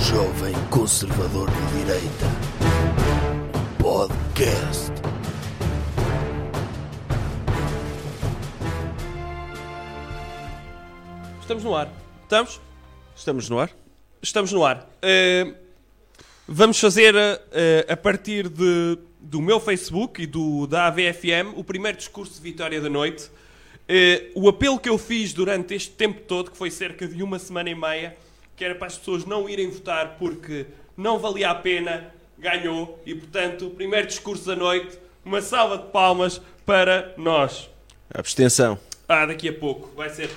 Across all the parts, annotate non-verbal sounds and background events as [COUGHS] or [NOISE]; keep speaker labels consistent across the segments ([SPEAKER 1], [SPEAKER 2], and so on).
[SPEAKER 1] jovem conservador de direita. Podcast.
[SPEAKER 2] Estamos no ar. Estamos?
[SPEAKER 3] Estamos no ar?
[SPEAKER 2] Estamos no ar. Eh, vamos fazer, eh, a partir de, do meu Facebook e do, da AVFM, o primeiro discurso de vitória da noite. Eh, o apelo que eu fiz durante este tempo todo, que foi cerca de uma semana e meia, que era para as pessoas não irem votar porque não valia a pena, ganhou. E, portanto, o primeiro discurso da noite, uma salva de palmas para nós.
[SPEAKER 3] Abstenção.
[SPEAKER 2] Ah, daqui a pouco. Vai ser.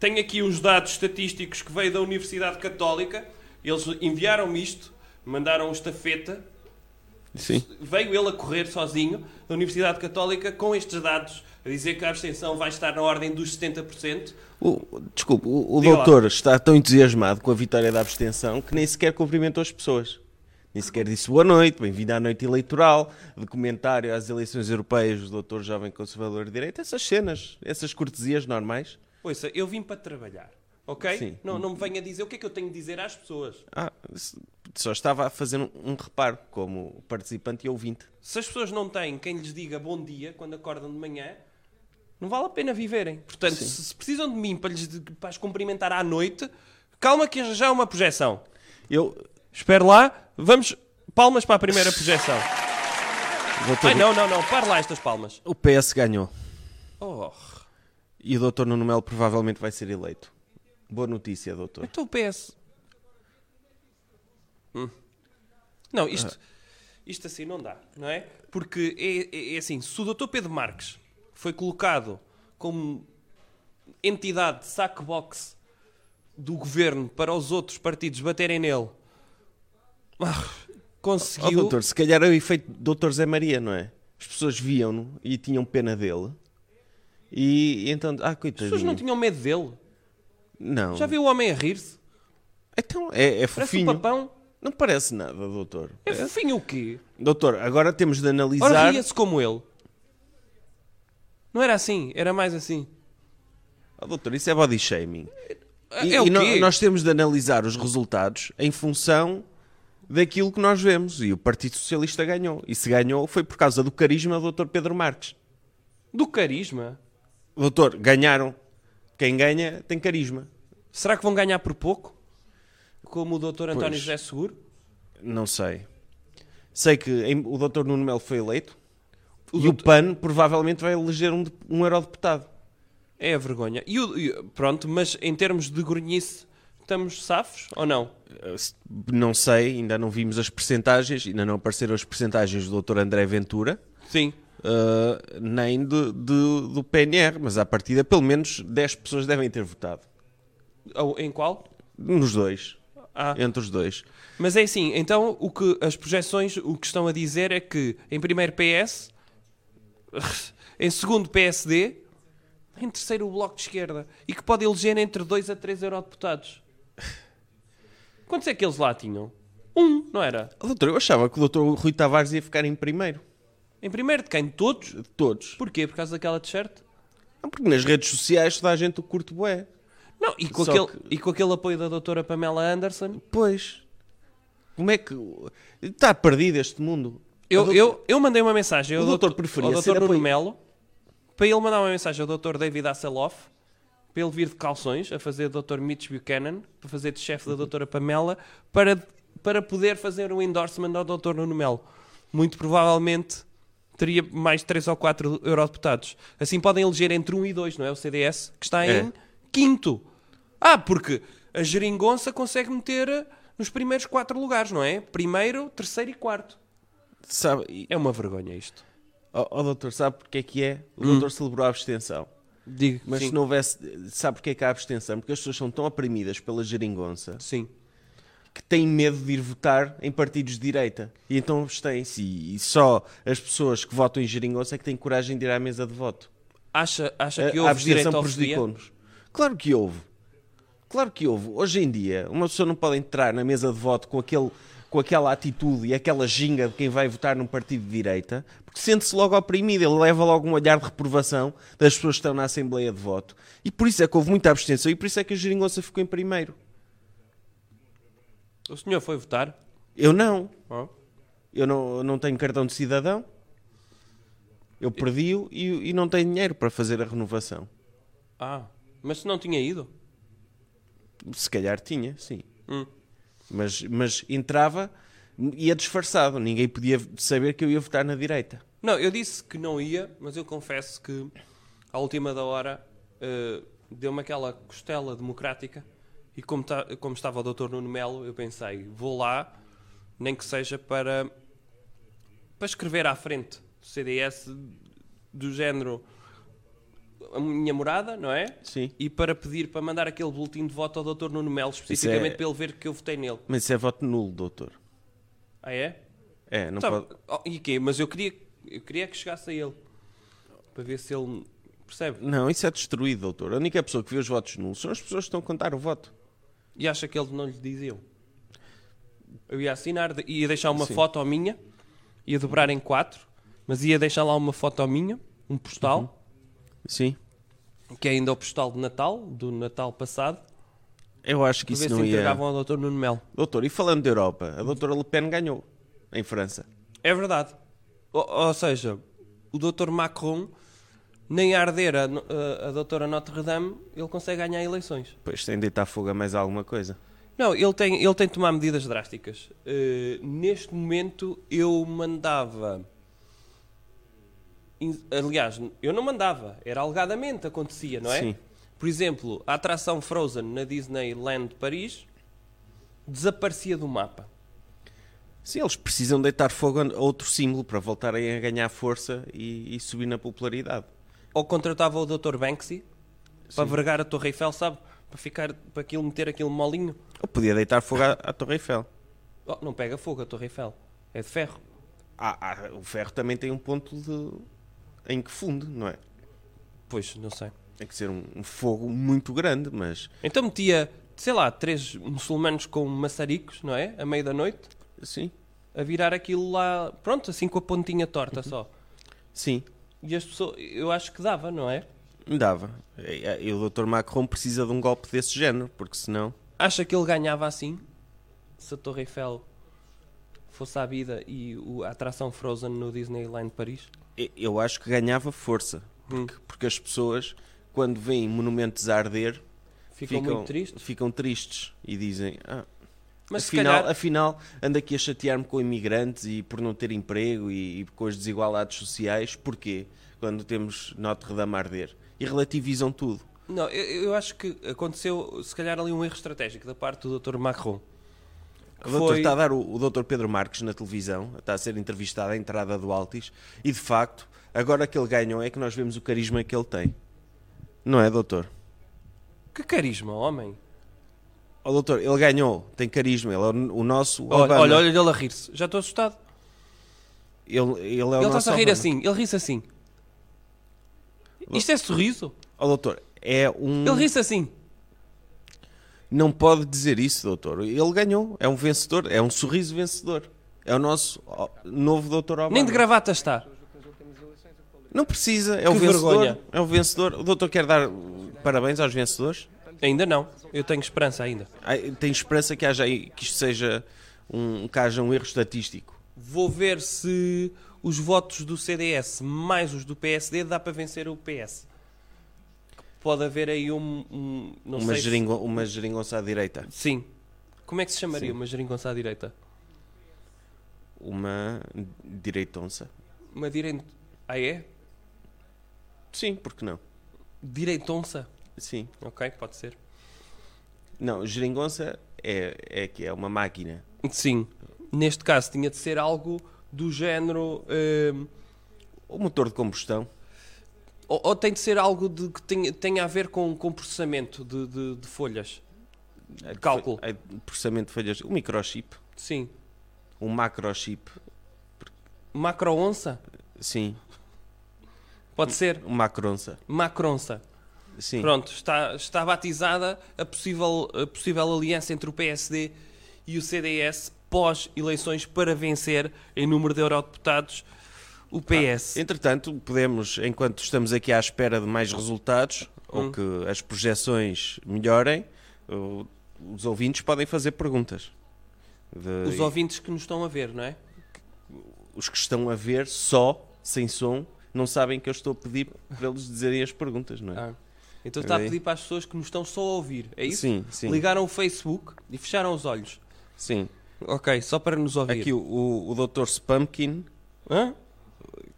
[SPEAKER 2] Tenho aqui os dados estatísticos que veio da Universidade Católica. Eles enviaram-me isto, mandaram um estafeta.
[SPEAKER 3] Sim.
[SPEAKER 2] Veio ele a correr sozinho da Universidade Católica com estes dados a dizer que a abstenção vai estar na ordem dos 70%.
[SPEAKER 3] O, desculpe, o, o
[SPEAKER 2] Diga
[SPEAKER 3] doutor está tão entusiasmado com a vitória da abstenção que nem sequer cumprimentou as pessoas. Nem sequer disse boa noite, bem-vindo à noite eleitoral, de comentário às eleições europeias do doutor jovem conservador de direita, essas cenas, essas cortesias normais.
[SPEAKER 2] Ouça, eu vim para trabalhar, ok?
[SPEAKER 3] Sim.
[SPEAKER 2] Não, não me venha dizer o que é que eu tenho de dizer às pessoas.
[SPEAKER 3] Ah, se- só estava a fazer um, um reparo como participante e ouvinte.
[SPEAKER 2] Se as pessoas não têm quem lhes diga bom dia quando acordam de manhã, não vale a pena viverem. Portanto, se, se precisam de mim para, lhes, de- para as cumprimentar à noite, calma que já há uma projeção.
[SPEAKER 3] Eu,
[SPEAKER 2] Espera lá, vamos. Palmas para a primeira projeção.
[SPEAKER 3] doutor,
[SPEAKER 2] Ai, não, não, não, para lá estas palmas.
[SPEAKER 3] o PS ganhou
[SPEAKER 2] Oh,
[SPEAKER 3] e o doutor Nuno Melo provavelmente vai ser eleito. Boa notícia, doutor.
[SPEAKER 2] então o PS. Hum. Não, isto,
[SPEAKER 3] Ah.
[SPEAKER 2] isto assim não dá, não é? Porque é, é- é assim, se o Dr. Pedro Marques foi colocado como entidade de saco-box do governo para os outros partidos baterem nele, [LAUGHS] ah,
[SPEAKER 3] Ó,
[SPEAKER 2] conseguiu.
[SPEAKER 3] doutor, se calhar é o efeito Doutor Zé Maria, não é? As pessoas viam-no e tinham pena dele. E, e então, ah,
[SPEAKER 2] As
[SPEAKER 3] coitadinho.
[SPEAKER 2] pessoas não tinham medo dele.
[SPEAKER 3] Não.
[SPEAKER 2] Já viu o homem a rir-se?
[SPEAKER 3] Então, é, é
[SPEAKER 2] Parece um
[SPEAKER 3] fofinho.
[SPEAKER 2] papão.
[SPEAKER 3] não parece nada, doutor.
[SPEAKER 2] É fofinho o quê?
[SPEAKER 3] Doutor, agora temos de
[SPEAKER 2] Ora,
[SPEAKER 3] analisar.
[SPEAKER 2] ria-se como ele. Não era assim, era mais assim.
[SPEAKER 3] Ó, doutor, isso é body shaming.
[SPEAKER 2] É-
[SPEAKER 3] E-
[SPEAKER 2] é o
[SPEAKER 3] e no-
[SPEAKER 2] quê?
[SPEAKER 3] nós temos de analisar os resultados em função daquilo que nós vemos. E o Partido Socialista ganhou. E se ganhou foi por causa do carisma do doutor Pedro Marques.
[SPEAKER 2] Do carisma.
[SPEAKER 3] Doutor, ganharam. Quem ganha tem carisma.
[SPEAKER 2] Será que vão ganhar por pouco? Como o Dr. António
[SPEAKER 3] Pois.
[SPEAKER 2] José Seguro?
[SPEAKER 3] Não sei. Sei que em- o Dr. Nuno Melo foi eleito e o PAN provavelmente vai eleger um, de- um eurodeputado.
[SPEAKER 2] É a vergonha. E, o- e- pronto, mas em termos de grunhice, estamos safos ou não?
[SPEAKER 3] Eh, se- Não sei, ainda não vimos as percentagens, ainda não apareceram as percentagens do Dr. André Ventura,
[SPEAKER 2] Sim.
[SPEAKER 3] eh, nem de- de- do PNR, mas à partida pelo menos 10 pessoas devem ter votado.
[SPEAKER 2] Ou em qual?
[SPEAKER 3] Nos dois.
[SPEAKER 2] Ah.
[SPEAKER 3] Entre os dois.
[SPEAKER 2] Mas é assim, então o que as projeções o que estão a dizer é que em primeiro PS, [LAUGHS] em segundo PSD, em terceiro o Bloco de Esquerda e que pode eleger entre 2 a 3 eurodeputados. Quantos é que eles lá tinham? Um, não era?
[SPEAKER 3] Oh, Doutor, eu achava que o Dr. Rui Tavares ia ficar em primeiro.
[SPEAKER 2] Em primeiro de quem? De Todos?
[SPEAKER 3] De todos.
[SPEAKER 2] Porquê? Por causa daquela t-shirt?
[SPEAKER 3] Não, Porque nas redes sociais toda a gente o curte bué.
[SPEAKER 2] Não, e com,
[SPEAKER 3] Só
[SPEAKER 2] aquele, e com aquele apoio da doutora Pamela Anderson?
[SPEAKER 3] Pois. Como é que. Está perdido este mundo.
[SPEAKER 2] Eu,
[SPEAKER 3] Doutor-
[SPEAKER 2] eu, eu mandei uma mensagem ao
[SPEAKER 3] O doutor
[SPEAKER 2] doutor,
[SPEAKER 3] preferia
[SPEAKER 2] ao
[SPEAKER 3] ser
[SPEAKER 2] doutor Nuno
[SPEAKER 3] apoio-
[SPEAKER 2] Melo para ele mandar uma mensagem ao doutor David Asseloff para ele vir de calções a fazer doutor Mitch Buchanan, para fazer de chefe
[SPEAKER 3] Uhum.
[SPEAKER 2] da doutora Pamela, para, para poder fazer um endorsement ao doutor Nuno Melo. Muito provavelmente teria mais 3 ou 4 eurodeputados. Assim podem eleger entre 1 e 2, não é? O CDS, que está em
[SPEAKER 3] É.
[SPEAKER 2] quinto. Ah, porque a geringonça consegue meter nos primeiros 4 lugares, não é? Primeiro, terceiro e quarto.
[SPEAKER 3] Sabe, e-
[SPEAKER 2] É uma vergonha isto.
[SPEAKER 3] oh, oh, doutor, sabe porque é que é? O doutor celebrou a abstenção.
[SPEAKER 2] Digo,
[SPEAKER 3] Mas
[SPEAKER 2] sim.
[SPEAKER 3] se não houvesse. Sabe porque é que há abstenção? Porque as pessoas são tão oprimidas pela geringonça
[SPEAKER 2] Sim.
[SPEAKER 3] que têm medo de ir votar em partidos de direita. E então abstêm-se. E, e só as pessoas que votam em geringonça é que têm coragem de ir à mesa de voto.
[SPEAKER 2] Acha, acha que
[SPEAKER 3] A, a
[SPEAKER 2] houve direito
[SPEAKER 3] abstenção
[SPEAKER 2] ao dia?
[SPEAKER 3] prejudicou-nos. Claro que houve. Claro que houve. Hoje em dia, uma pessoa não pode entrar na mesa de voto com, aquele, com aquela atitude e aquela ginga de quem vai votar num partido de direita, porque sente-se logo oprimido. Ele leva logo um olhar de reprovação das pessoas que estão na Assembleia de Voto. E por isso é que houve muita abstenção e por isso é que a geringonça ficou em primeiro.
[SPEAKER 2] O senhor foi votar?
[SPEAKER 3] Eu não.
[SPEAKER 2] Oh.
[SPEAKER 3] Eu não, eu não tenho cartão de cidadão. Eu perdi-o e, e não tenho dinheiro para fazer a renovação.
[SPEAKER 2] Ah, mas se não tinha ido?
[SPEAKER 3] Se calhar tinha, sim.
[SPEAKER 2] Hum.
[SPEAKER 3] Mas, mas entrava, ia disfarçado. Ninguém podia saber que eu ia votar na direita.
[SPEAKER 2] Não, eu disse que não ia, mas eu confesso que à última da hora eh, deu-me aquela costela democrática e como, ta- como estava o Dr. Nuno Melo, eu pensei, vou lá, nem que seja para, para escrever à frente do CDS do género a minha morada, não é?
[SPEAKER 3] Sim.
[SPEAKER 2] E para pedir, para mandar aquele boletim de voto ao Dr. Nuno Melo, especificamente
[SPEAKER 3] é-
[SPEAKER 2] para ele ver que eu votei nele.
[SPEAKER 3] Mas isso é voto nulo, doutor.
[SPEAKER 2] Ah, é?
[SPEAKER 3] É, não
[SPEAKER 2] Tá,
[SPEAKER 3] pode.
[SPEAKER 2] oh, e quê? Mas eu queria, eu queria que chegasse a ele. Para ver se ele percebe.
[SPEAKER 3] Não, isso é destruído, doutor. A única pessoa que vê os votos nulos são as pessoas que estão a contar o voto.
[SPEAKER 2] E acha que ele não lhe dizia. Eu ia assinar, de- ia deixar uma
[SPEAKER 3] Sim.
[SPEAKER 2] foto minha, ia dobrar em quatro, mas ia deixar lá uma foto minha, um postal,
[SPEAKER 3] Sim. Uhum.
[SPEAKER 2] que é ainda o postal de Natal, do Natal passado,
[SPEAKER 3] Eu acho
[SPEAKER 2] para
[SPEAKER 3] que isso
[SPEAKER 2] ver se
[SPEAKER 3] não ia.
[SPEAKER 2] entregavam ao Dr. Nuno Melo.
[SPEAKER 3] Doutor, e falando da Europa, a doutora Le Pen ganhou em França.
[SPEAKER 2] É verdade. Ou, ou seja, o Dr. Macron, nem a arder a, no- a, a doutora Notre Dame, ele consegue ganhar eleições.
[SPEAKER 3] Pois tem de deitar fogo a mais alguma coisa.
[SPEAKER 2] Não, ele tem, ele tem de tomar medidas drásticas. Eh, neste momento eu mandava. in- Aliás, eu não mandava, era alegadamente acontecia, não é?
[SPEAKER 3] Sim.
[SPEAKER 2] Por exemplo, a atração Frozen na Disneyland de Paris desaparecia do mapa.
[SPEAKER 3] Sim, eles precisam deitar fogo a outro símbolo para voltarem a ganhar força e, e subir na popularidade.
[SPEAKER 2] Ou contratava o Dr. Banksy para vergar a Torre Eiffel, sabe? Para ficar, para aquilo meter aquele molinho.
[SPEAKER 3] Ou podia deitar fogo à, à Torre Eiffel.
[SPEAKER 2] Oh, não pega fogo a Torre Eiffel, é de ferro.
[SPEAKER 3] Ah, ah, o ferro também tem um ponto de... em que funde, não é?
[SPEAKER 2] Pois, não sei.
[SPEAKER 3] Tem que ser um, um fogo muito grande, mas
[SPEAKER 2] Então metia, sei lá, três muçulmanos com maçaricos, não é? À meia da noite,
[SPEAKER 3] sim,
[SPEAKER 2] a virar aquilo lá, pronto, assim com a pontinha torta
[SPEAKER 3] Uhum.
[SPEAKER 2] só.
[SPEAKER 3] sim,
[SPEAKER 2] E as pessoas, eu acho que dava, não é?
[SPEAKER 3] dava. E, e o Dr. Macron precisa de um golpe desse género, porque senão.
[SPEAKER 2] Acha que ele ganhava assim? Se a Torre Eiffel fosse à vida e o- a atração Frozen no Disneyland Paris?
[SPEAKER 3] E- Eu acho que ganhava força,
[SPEAKER 2] Hum.
[SPEAKER 3] porque, porque as pessoas, quando veem monumentos a arder,
[SPEAKER 2] Ficam, muito tristes.
[SPEAKER 3] ficam tristes e dizem: "Ah,
[SPEAKER 2] Mas
[SPEAKER 3] afinal,
[SPEAKER 2] se calhar,
[SPEAKER 3] afinal, ando aqui a chatear-me com imigrantes e por não ter emprego e, e com as desigualdades sociais, porquê? Quando temos Notre Dame a arder. E relativizam tudo.
[SPEAKER 2] Não, eu, eu acho que aconteceu, se calhar, ali um erro estratégico da parte do Dr. Macron.
[SPEAKER 3] O doutor está a dar o, o doutor Pedro Marques na televisão, está a ser entrevistado à entrada do Altis, e de facto, agora que ele ganhou é que nós vemos o carisma que ele tem. Não é, doutor?
[SPEAKER 2] Que carisma, homem!
[SPEAKER 3] Ó doutor, ele ganhou, tem carisma, ele é o, o nosso
[SPEAKER 2] Olha,
[SPEAKER 3] Obama.
[SPEAKER 2] olha, olha ele a rir-se. Já estou assustado.
[SPEAKER 3] ele, ele é o
[SPEAKER 2] Ele
[SPEAKER 3] nosso
[SPEAKER 2] está a rir
[SPEAKER 3] Obama.
[SPEAKER 2] assim, ele ri-se assim. Isto é sorriso?
[SPEAKER 3] Ó doutor, é um...
[SPEAKER 2] Ele ri-se assim.
[SPEAKER 3] Não pode dizer isso, doutor. Ele ganhou, é um vencedor, é um sorriso vencedor. É o nosso ó, novo doutor Obama.
[SPEAKER 2] Nem de gravata está.
[SPEAKER 3] Não precisa, é o
[SPEAKER 2] Que
[SPEAKER 3] vencedor.
[SPEAKER 2] vergonha.
[SPEAKER 3] É o vencedor. O doutor quer dar uh, parabéns aos vencedores?
[SPEAKER 2] Ainda não. Eu tenho esperança ainda.
[SPEAKER 3] Ai, Tenho esperança que, haja aí, que isto seja um, que haja um erro estatístico.
[SPEAKER 2] Vou ver se os votos do CDS mais os do PSD dá para vencer o PS. Pode haver aí um... um- não
[SPEAKER 3] Uma,
[SPEAKER 2] sei se-
[SPEAKER 3] geringo, uma geringonça à direita.
[SPEAKER 2] Sim. Como é que se chamaria uma geringonça à direita?
[SPEAKER 3] Uma direitonça.
[SPEAKER 2] Uma direita... Ah, é?
[SPEAKER 3] Sim, porque não?
[SPEAKER 2] Direitonça?
[SPEAKER 3] Sim.
[SPEAKER 2] Ok, pode ser.
[SPEAKER 3] Não, geringonça é, é que é uma máquina.
[SPEAKER 2] Sim. Neste caso tinha de ser algo do género... hum,
[SPEAKER 3] O motor de combustão.
[SPEAKER 2] Ou, ou tem de ser algo de, que tenha, tenha a ver com, com processamento de, de- de folhas?
[SPEAKER 3] é de
[SPEAKER 2] Cálculo.
[SPEAKER 3] fo- é de processamento de folhas. O microchip.
[SPEAKER 2] Sim.
[SPEAKER 3] Um macrochip.
[SPEAKER 2] Macro-onça?
[SPEAKER 3] Sim.
[SPEAKER 2] Pode ser.
[SPEAKER 3] Um macronça.
[SPEAKER 2] Macronça.
[SPEAKER 3] Sim.
[SPEAKER 2] Pronto, está, está batizada a possível, a possível aliança entre o PSD e o CDS pós-eleições para vencer em número de eurodeputados
[SPEAKER 3] Ah,
[SPEAKER 2] o PS.
[SPEAKER 3] então Entretanto, podemos, enquanto estamos aqui à espera de mais resultados,
[SPEAKER 2] Hum.
[SPEAKER 3] ou que as projeções melhorem, o- os ouvintes podem fazer perguntas. de-
[SPEAKER 2] Os ouvintes que nos estão a ver, não é?
[SPEAKER 3] os que estão a ver só, sem som, não sabem que eu estou a pedir para eles dizerem as perguntas, não é?
[SPEAKER 2] Ah. Então está a
[SPEAKER 3] Peraí.
[SPEAKER 2] pedir para as pessoas que nos estão só a ouvir, é isso?
[SPEAKER 3] Sim, sim.
[SPEAKER 2] Ligaram o Facebook e fecharam os olhos.
[SPEAKER 3] Sim.
[SPEAKER 2] Ok, só para nos ouvir.
[SPEAKER 3] Aqui o, o, o Dr. Spumpkin,
[SPEAKER 2] Hã?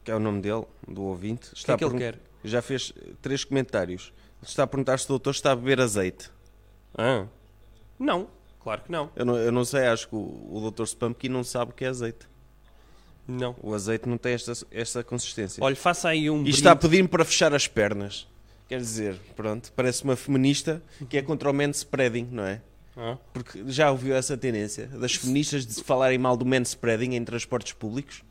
[SPEAKER 3] que é o nome dele, do ouvinte,
[SPEAKER 2] que
[SPEAKER 3] está
[SPEAKER 2] é que
[SPEAKER 3] a
[SPEAKER 2] ele
[SPEAKER 3] pergun- já fez eh, três comentários. Ele Está a perguntar se o doutor está a beber azeite.
[SPEAKER 2] Hã? Não, claro que não.
[SPEAKER 3] Eu não, eu não sei, acho que o, o Dr. Spumpkin não sabe o que é azeite.
[SPEAKER 2] Não.
[SPEAKER 3] O azeite não tem esta, esta consistência.
[SPEAKER 2] Olha, faça aí um
[SPEAKER 3] e
[SPEAKER 2] brinde.
[SPEAKER 3] está a pedir-me para fechar as pernas. Quer dizer, pronto, parece uma feminista que é contra o manspreading, não é?
[SPEAKER 2] Hã?
[SPEAKER 3] Porque já ouviu essa tendência das feministas de se falarem mal do manspreading em transportes públicos?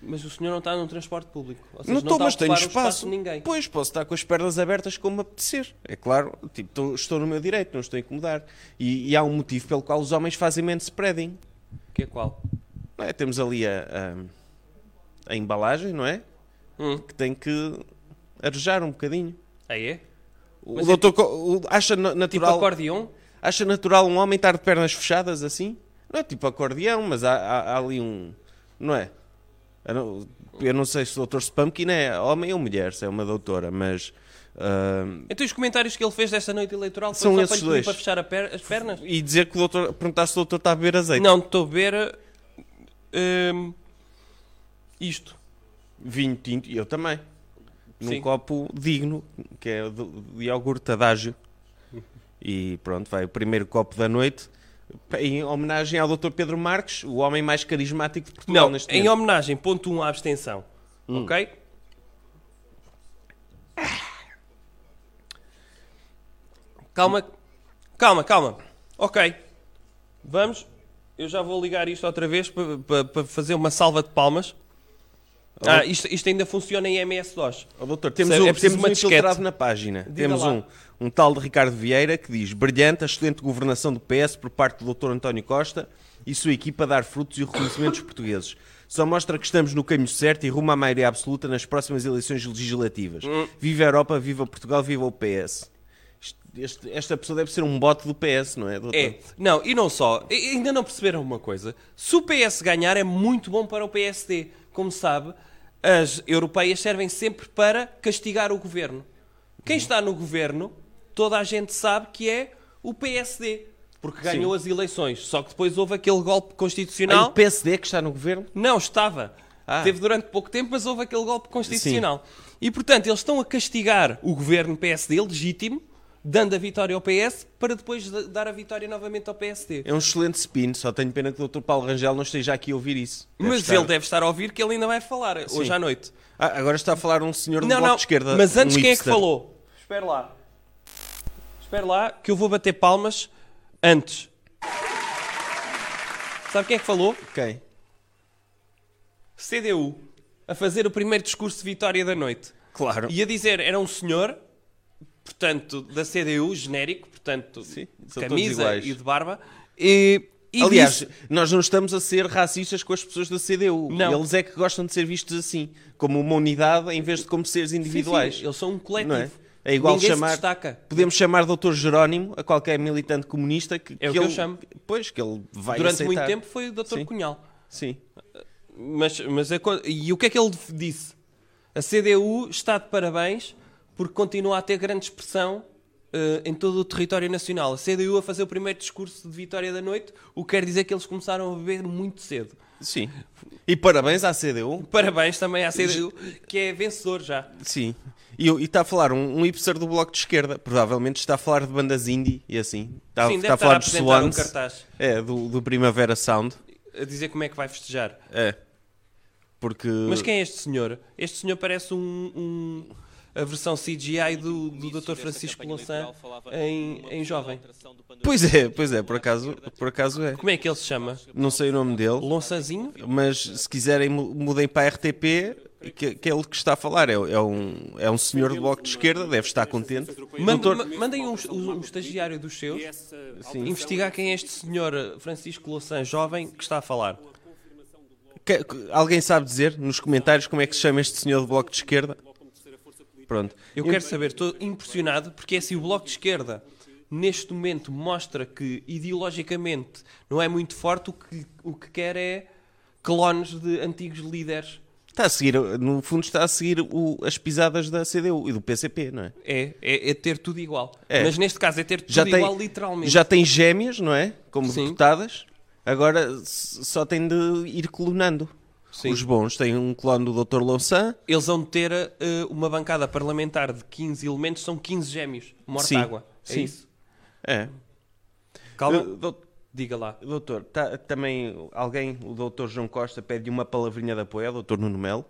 [SPEAKER 2] Mas o senhor não está num transporte público. Ou seja,
[SPEAKER 3] não estou,
[SPEAKER 2] está a
[SPEAKER 3] mas tenho
[SPEAKER 2] ocupar o
[SPEAKER 3] espaço.
[SPEAKER 2] de ninguém.
[SPEAKER 3] Pois, posso estar com as pernas abertas como me apetecer. É claro, tipo, estou, estou no meu direito, não estou a incomodar. E, e há um motivo pelo qual os homens fazem manspreading.
[SPEAKER 2] Que é qual?
[SPEAKER 3] Não é? Temos ali a, a, a embalagem, não é?
[SPEAKER 2] Hum.
[SPEAKER 3] Que tem que arejar um bocadinho.
[SPEAKER 2] Aí é?
[SPEAKER 3] O
[SPEAKER 2] Mas é
[SPEAKER 3] doutor Co- o- acha na-
[SPEAKER 2] Tipo
[SPEAKER 3] natural,
[SPEAKER 2] acordeon?
[SPEAKER 3] acha natural um homem estar de pernas fechadas assim? Não é tipo acordeão, mas há, há- há ali um. Não é? Eu não, eu não sei se o doutor Spumpkin é homem ou mulher, se é uma doutora, mas. ah,
[SPEAKER 2] Então os comentários que ele fez desta noite eleitoral foi
[SPEAKER 3] São
[SPEAKER 2] só
[SPEAKER 3] esses
[SPEAKER 2] para, lhe pedir
[SPEAKER 3] dois.
[SPEAKER 2] para fechar a per- as pernas?
[SPEAKER 3] e dizer que o doutor. perguntar se o doutor está a beber azeite.
[SPEAKER 2] Não, estou a ver hum, isto.
[SPEAKER 3] Vinho tinto, e eu também. Num
[SPEAKER 2] Sim.
[SPEAKER 3] copo digno, que é de, de iogurte adágio. E pronto, vai o primeiro copo da noite. Em homenagem ao Dr. Pedro Marques, o homem mais carismático de Portugal
[SPEAKER 2] Não,
[SPEAKER 3] neste
[SPEAKER 2] em
[SPEAKER 3] momento. Hum.
[SPEAKER 2] homenagem, ponto 1 um, à abstenção. Ok? Calma, calma, calma. Ok. Vamos. Eu já vou ligar isto outra vez para, para- para fazer uma salva de palmas. Ah, isto, isto ainda funciona em MS-DOS.
[SPEAKER 3] Ó, doutor, temos,
[SPEAKER 2] Percebe?
[SPEAKER 3] um,
[SPEAKER 2] É preciso
[SPEAKER 3] temos
[SPEAKER 2] uma
[SPEAKER 3] um
[SPEAKER 2] disquete.
[SPEAKER 3] infiltrado na página. temos
[SPEAKER 2] lá.
[SPEAKER 3] um, um tal de Ricardo Vieira que diz: brilhante, a excelente governação do PS por parte do Dr. António Costa e sua equipa a dar frutos e reconhecimentos portugueses. Só mostra que estamos no caminho certo e rumo à maioria absoluta nas próximas eleições legislativas. Viva a Europa, viva Portugal, viva o PS. Isto- este- esta pessoa deve ser um bote do PS, não é, doutor?
[SPEAKER 2] É, não, e não só. E- Ainda não perceberam uma coisa. Se o PS ganhar, é muito bom para o PSD. Como sabe, as europeias servem sempre para castigar o governo. Quem está no governo, toda a gente sabe que é o PSD. Porque ganhou as eleições. Só que depois houve aquele golpe
[SPEAKER 3] É o
[SPEAKER 2] constitucional.
[SPEAKER 3] PSD que está no governo?
[SPEAKER 2] Não, estava.
[SPEAKER 3] Ah.
[SPEAKER 2] Teve durante pouco tempo, mas houve aquele golpe constitucional. E, portanto, eles estão a castigar o governo PSD legítimo, dando a vitória ao PS, para depois da- dar a vitória novamente ao PSD.
[SPEAKER 3] É um excelente spin, só tenho pena que o Dr. Paulo Rangel não esteja aqui a ouvir isso. Deve
[SPEAKER 2] mas
[SPEAKER 3] estar-
[SPEAKER 2] ele deve estar a ouvir que ele ainda vai falar hoje à noite.
[SPEAKER 3] Ah, agora está a falar um senhor do
[SPEAKER 2] Não,
[SPEAKER 3] bloco
[SPEAKER 2] não,
[SPEAKER 3] de esquerda.
[SPEAKER 2] mas antes
[SPEAKER 3] um
[SPEAKER 2] quem é que
[SPEAKER 3] hipster.
[SPEAKER 2] falou? Espera lá. Espera lá, que eu vou bater palmas antes. Sabe quem é que falou?
[SPEAKER 3] Quem?
[SPEAKER 2] CDU, a fazer o primeiro discurso de vitória da noite.
[SPEAKER 3] Claro.
[SPEAKER 2] E a dizer, era um senhor, portanto, da CDU, genérico, portanto,
[SPEAKER 3] Sim, são todos
[SPEAKER 2] camisa
[SPEAKER 3] iguais.
[SPEAKER 2] e de barba. E, e
[SPEAKER 3] Aliás,
[SPEAKER 2] disse-
[SPEAKER 3] nós não estamos a ser racistas com as pessoas da CDU.
[SPEAKER 2] Não.
[SPEAKER 3] Eles é que gostam de ser vistos assim, como uma unidade em vez de como seres
[SPEAKER 2] Sim,
[SPEAKER 3] individuais.
[SPEAKER 2] sim, eles são um coletivo.
[SPEAKER 3] Não é? É igual
[SPEAKER 2] Ninguém
[SPEAKER 3] chamar.
[SPEAKER 2] se destaca.
[SPEAKER 3] Podemos chamar Dr. Jerónimo a qualquer militante comunista que,
[SPEAKER 2] É o que eu
[SPEAKER 3] ele,
[SPEAKER 2] chamo.
[SPEAKER 3] Pois, que ele vai
[SPEAKER 2] Durante
[SPEAKER 3] aceitar.
[SPEAKER 2] muito tempo foi o Dr.
[SPEAKER 3] Sim.
[SPEAKER 2] Cunhal.
[SPEAKER 3] Sim.
[SPEAKER 2] Mas, mas a co- e o que é que ele disse? A CDU está de parabéns porque continua a ter grande expressão eh, em todo o território nacional. A CDU a fazer o primeiro discurso de vitória da noite, o que quer dizer que eles começaram a beber muito cedo.
[SPEAKER 3] Sim. E parabéns à CDU.
[SPEAKER 2] Parabéns também à CDU, que é vencedor já.
[SPEAKER 3] Sim. E, e está a falar um, um hipster do bloco de esquerda. Provavelmente está a falar de bandas indie e assim. Está,
[SPEAKER 2] Sim, deve
[SPEAKER 3] está
[SPEAKER 2] estar
[SPEAKER 3] a
[SPEAKER 2] a
[SPEAKER 3] falar de
[SPEAKER 2] apresentar um
[SPEAKER 3] Swans.
[SPEAKER 2] cartaz
[SPEAKER 3] É, do, do Primavera Sound.
[SPEAKER 2] a dizer como é que vai festejar.
[SPEAKER 3] É. Porque.
[SPEAKER 2] Mas quem é este senhor? Este senhor parece um, um- a versão CGI do, do Dr. Francisco Louçã em, em jovem.
[SPEAKER 3] Pois é, pois é, por acaso, por acaso é.
[SPEAKER 2] Como é que ele se chama?
[SPEAKER 3] Não sei o nome dele,
[SPEAKER 2] Lonçazinho?
[SPEAKER 3] mas se quiserem mu- mudem para a RTP, que, que é ele que está a falar. É, é um, é um senhor do bloco de esquerda, deve estar contente.
[SPEAKER 2] Mand-
[SPEAKER 3] Doutor-
[SPEAKER 2] ma- mandem um, um- um estagiário dos seus investigar quem é este senhor eh, Francisco Louçã, jovem, que está a falar.
[SPEAKER 3] Que- que- alguém sabe dizer nos comentários como é que se chama este senhor do bloco de esquerda? Pronto.
[SPEAKER 2] Eu quero saber, estou impressionado, porque é assim, o Bloco de Esquerda neste momento mostra que ideologicamente não é muito forte, o que, o que quer é clones de antigos líderes.
[SPEAKER 3] Está a seguir, no fundo, está a seguir o- as pisadas da CDU e do PCP, não é?
[SPEAKER 2] É, é, é ter tudo igual.
[SPEAKER 3] É.
[SPEAKER 2] Mas neste caso é ter tudo
[SPEAKER 3] Já tem,
[SPEAKER 2] igual literalmente.
[SPEAKER 3] já tem gêmeas, não é? Como
[SPEAKER 2] Sim.
[SPEAKER 3] deputadas. Agora s- só tem de ir clonando.
[SPEAKER 2] Sim.
[SPEAKER 3] Os bons têm um clone do Dr. Louçã.
[SPEAKER 2] Eles vão ter eh, uma bancada parlamentar de 15 elementos, são 15 gêmeos,
[SPEAKER 3] Sim,
[SPEAKER 2] morta-água. É
[SPEAKER 3] sim.
[SPEAKER 2] isso.
[SPEAKER 3] É.
[SPEAKER 2] Calma,
[SPEAKER 3] Uh, dout-
[SPEAKER 2] diga lá.
[SPEAKER 3] Doutor, tá- também alguém, o doutor João Costa, pede uma palavrinha de apoio ao doutor Nuno Melo.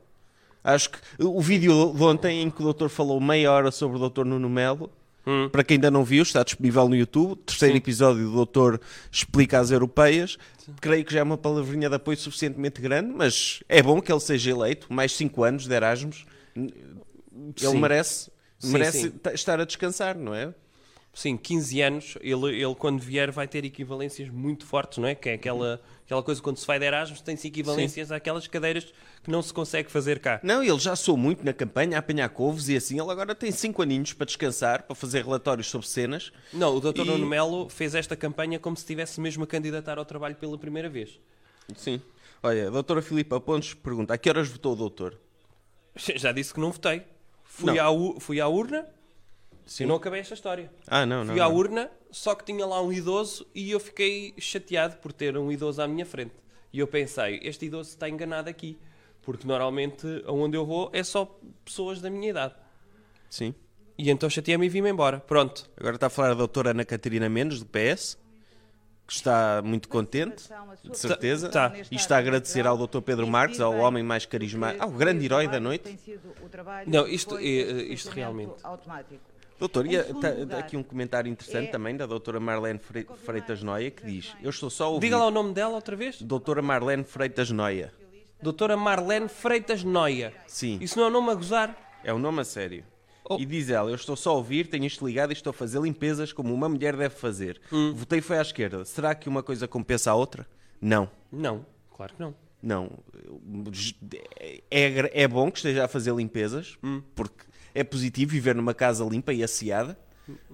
[SPEAKER 3] Acho que o vídeo de ontem em que o doutor falou meia hora sobre o doutor Nuno Melo,
[SPEAKER 2] Hum.
[SPEAKER 3] para quem ainda não viu, está disponível no YouTube. Terceiro episódio do doutor explica às europeias. Creio que já é uma palavrinha de apoio suficientemente grande, mas é bom que ele seja eleito. Mais cinco anos de Erasmus. Ele
[SPEAKER 2] Sim.
[SPEAKER 3] merece,
[SPEAKER 2] Sim,
[SPEAKER 3] merece
[SPEAKER 2] sim.
[SPEAKER 3] ta- estar a descansar, não é?
[SPEAKER 2] Sim, 15 anos, ele, ele quando vier vai ter equivalências muito fortes, não é? Que é aquela, aquela coisa quando se vai de Erasmus, tem-se equivalências àquelas cadeiras que não se consegue fazer cá.
[SPEAKER 3] Não, ele já soou muito na campanha a apanhar couves e assim. Ele agora tem 5 aninhos para descansar, para fazer relatórios sobre cenas.
[SPEAKER 2] Não, o Dr.
[SPEAKER 3] E-
[SPEAKER 2] Nuno Melo fez esta campanha como se estivesse mesmo a candidatar ao trabalho pela primeira vez.
[SPEAKER 3] Sim. Olha, a doutora Filipa Pontes pergunta: a que horas votou o doutor?
[SPEAKER 2] Já disse que não votei. Fui,
[SPEAKER 3] Não.
[SPEAKER 2] À, u- fui à urna
[SPEAKER 3] Sim.
[SPEAKER 2] e não acabei esta história.
[SPEAKER 3] Ah, não, não.
[SPEAKER 2] Fui à
[SPEAKER 3] não.
[SPEAKER 2] urna, só que tinha lá um idoso e eu fiquei chateado por ter um idoso à minha frente. E eu pensei, este idoso está enganado aqui, porque normalmente aonde eu vou é só pessoas da minha idade.
[SPEAKER 3] Sim.
[SPEAKER 2] E então chateei-me e vim-me embora. Pronto.
[SPEAKER 3] Agora está a falar a doutora Ana Catarina Mendes, do PS, que está muito contente, de certeza.
[SPEAKER 2] Tá.
[SPEAKER 3] E está a agradecer ao doutor Pedro Marques, ao homem mais carismático, ao grande herói da noite.
[SPEAKER 2] Não, isto- eh, isto realmente.
[SPEAKER 3] Doutor, e
[SPEAKER 4] Em
[SPEAKER 3] a-
[SPEAKER 4] segundo
[SPEAKER 3] tá-
[SPEAKER 4] lugar,
[SPEAKER 3] aqui um comentário interessante
[SPEAKER 4] é-
[SPEAKER 3] também da doutora Marlene Fre- Freitas Noia, que diz: Eu estou só a ouvir.
[SPEAKER 2] Diga lá o nome dela outra vez.
[SPEAKER 3] Doutora Marlene Freitas Noia.
[SPEAKER 2] Doutora Marlene Freitas Noia.
[SPEAKER 3] Sim.
[SPEAKER 2] Isso não é o nome a gozar?
[SPEAKER 3] É um nome a sério.
[SPEAKER 2] Oh.
[SPEAKER 3] E diz ela, eu estou só a ouvir, tenho isto ligado e estou a fazer limpezas como uma mulher deve fazer.
[SPEAKER 2] Hum.
[SPEAKER 3] Votei foi à esquerda. Será que uma coisa compensa a outra? Não.
[SPEAKER 2] Não, claro que não.
[SPEAKER 3] Não. É, gra- é bom que esteja a fazer limpezas,
[SPEAKER 2] Hum.
[SPEAKER 3] porque é positivo viver numa casa limpa e asseada,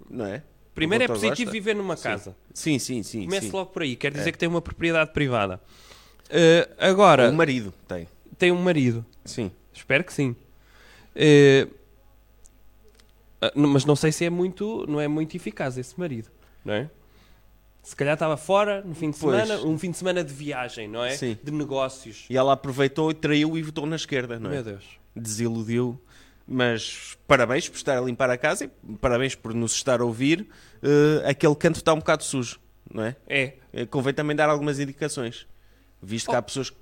[SPEAKER 3] não é?
[SPEAKER 2] Primeiro
[SPEAKER 3] O
[SPEAKER 2] é
[SPEAKER 3] doutor
[SPEAKER 2] positivo
[SPEAKER 3] gosta.
[SPEAKER 2] viver numa casa.
[SPEAKER 3] Sim, sim, sim.
[SPEAKER 2] Comece
[SPEAKER 3] sim. É.
[SPEAKER 2] logo por aí, quer dizer que tem uma propriedade privada. Eh, agora,
[SPEAKER 3] O marido tem.
[SPEAKER 2] tem um marido.
[SPEAKER 3] Sim.
[SPEAKER 2] Espero que sim. Eh, ah, n- mas não sei se é muito, não é muito eficaz esse marido, não é? Se calhar estava fora no fim de
[SPEAKER 3] Pois.
[SPEAKER 2] semana, um fim de semana de viagem, não é?
[SPEAKER 3] Sim.
[SPEAKER 2] De negócios.
[SPEAKER 3] E ela aproveitou, traiu e votou na esquerda, não é?
[SPEAKER 2] Meu Deus.
[SPEAKER 3] desiludiu. Mas parabéns por estar a limpar a casa e parabéns por nos estar a ouvir. Eh, aquele canto está um bocado sujo, não é?
[SPEAKER 2] É.
[SPEAKER 3] Eh, Convém também dar algumas indicações, visto que
[SPEAKER 2] Oh.
[SPEAKER 3] há pessoas que.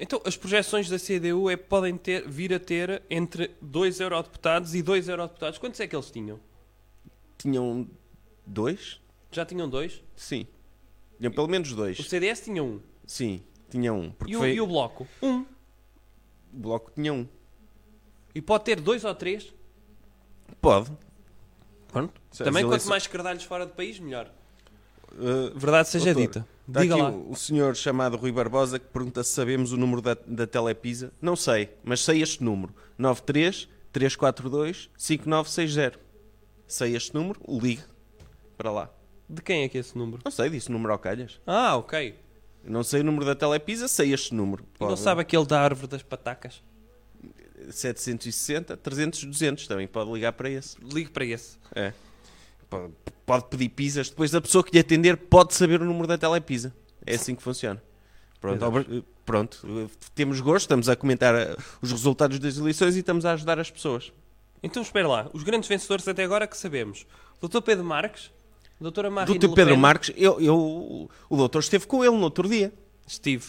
[SPEAKER 2] Então, as projeções da CDU é que podem ter, vir a ter entre 2 eurodeputados e 2 eurodeputados. Quantos é que eles tinham?
[SPEAKER 3] Tinham dois?
[SPEAKER 2] Já tinham dois?
[SPEAKER 3] Sim. Tinham pelo menos
[SPEAKER 2] O
[SPEAKER 3] dois.
[SPEAKER 2] CDS tinha um.
[SPEAKER 3] Sim, tinha um. Porque
[SPEAKER 2] E o,
[SPEAKER 3] foi...
[SPEAKER 2] e o Bloco? Um.
[SPEAKER 3] o Bloco tinha um.
[SPEAKER 2] E pode ter dois ou três.
[SPEAKER 3] Pode. Pronto.
[SPEAKER 2] Também
[SPEAKER 3] As
[SPEAKER 2] quanto
[SPEAKER 3] eleições-
[SPEAKER 2] mais cardalhos fora do país, melhor.
[SPEAKER 3] Eh,
[SPEAKER 2] Verdade seja
[SPEAKER 3] Doutor,
[SPEAKER 2] dita.
[SPEAKER 3] está
[SPEAKER 2] Diga
[SPEAKER 3] Tá aqui
[SPEAKER 2] lá.
[SPEAKER 3] O, o senhor chamado Rui Barbosa que pergunta se sabemos o número da, da Telepisa. Não sei, mas sei este número: 93 342 5960. Sei este número, ligue para lá.
[SPEAKER 2] De quem é que é esse número?
[SPEAKER 3] Não sei, disse número ao calhas.
[SPEAKER 2] Ah, ok.
[SPEAKER 3] Não sei o número da Telepisa, sei este número.
[SPEAKER 2] E não
[SPEAKER 3] Pode-
[SPEAKER 2] sabe aquele da árvore das patacas?
[SPEAKER 3] 760, 300, 200 também. Pode ligar para esse.
[SPEAKER 2] Ligue para esse.
[SPEAKER 3] É. Pode, pode pedir pizzas. Depois a pessoa que lhe atender pode saber o número da telepisa. É assim que funciona. Pronto,
[SPEAKER 2] Meu
[SPEAKER 3] obri- pronto, temos gosto, estamos a comentar eh, os resultados das eleições e estamos a ajudar as pessoas.
[SPEAKER 2] Então espera lá. Os grandes vencedores até agora que sabemos. Dr. Pedro Marques, Dra. Marina
[SPEAKER 3] Doutor Pedro Marques, eu, eu- o doutor esteve com ele no outro dia.
[SPEAKER 2] Estive.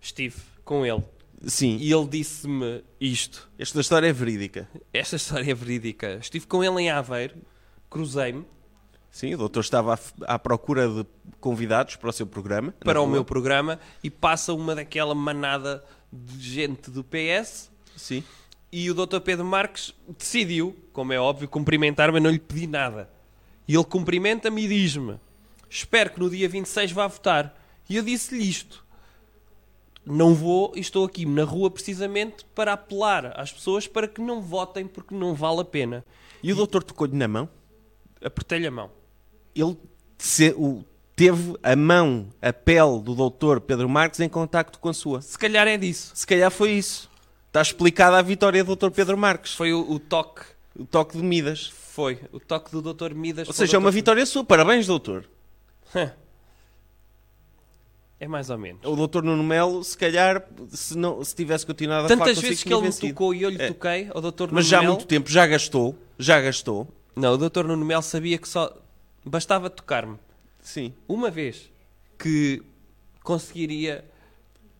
[SPEAKER 2] Estive com ele.
[SPEAKER 3] Sim,
[SPEAKER 2] E ele disse-me isto.
[SPEAKER 3] esta história é verídica.
[SPEAKER 2] Esta história é verídica. Estive com ele em Aveiro. Cruzei-me
[SPEAKER 3] Sim, o doutor estava à, f- à procura de convidados para o seu programa. na
[SPEAKER 2] para o
[SPEAKER 3] rua.
[SPEAKER 2] meu programa e passa uma daquela manada de gente do PS
[SPEAKER 3] Sim,
[SPEAKER 2] E o Dr. Pedro Marques decidiu, como é óbvio, cumprimentar-me, eu não lhe pedi nada. E ele cumprimenta-me e diz-me: Espero que no dia 26 vá votar. E eu disse-lhe isto: Não vou e estou aqui na rua precisamente para apelar às pessoas para que não votem porque não vale a pena.
[SPEAKER 3] E o doutor tocou-lhe na mão?
[SPEAKER 2] Apertei-lhe a mão.
[SPEAKER 3] ele se- o- teve a mão, a pele do doutor Pedro Marques em contacto com a sua.
[SPEAKER 2] Se calhar é disso.
[SPEAKER 3] Se calhar foi isso. Está explicada a vitória do doutor Pedro Marques.
[SPEAKER 2] Foi o, o toque.
[SPEAKER 3] O toque de Midas.
[SPEAKER 2] Foi. O toque do Dr. Midas.
[SPEAKER 3] Ou
[SPEAKER 2] para o
[SPEAKER 3] seja, é uma
[SPEAKER 2] Dr.
[SPEAKER 3] vitória sua. Parabéns, doutor.
[SPEAKER 2] É mais ou menos.
[SPEAKER 3] O doutor Nuno Melo, se calhar, se, não, se tivesse continuado a falar
[SPEAKER 2] Tantas
[SPEAKER 3] consigo,
[SPEAKER 2] vezes que
[SPEAKER 3] tinha
[SPEAKER 2] ele me
[SPEAKER 3] vencido.
[SPEAKER 2] tocou e eu lhe
[SPEAKER 3] É.
[SPEAKER 2] toquei, ao Dr. Nuno
[SPEAKER 3] Mas já há
[SPEAKER 2] Melo-
[SPEAKER 3] muito tempo, já gastou. Já gastou.
[SPEAKER 2] Não, o Dr. Nuno Melo sabia que só bastava tocar-me
[SPEAKER 3] Sim.
[SPEAKER 2] uma vez que conseguiria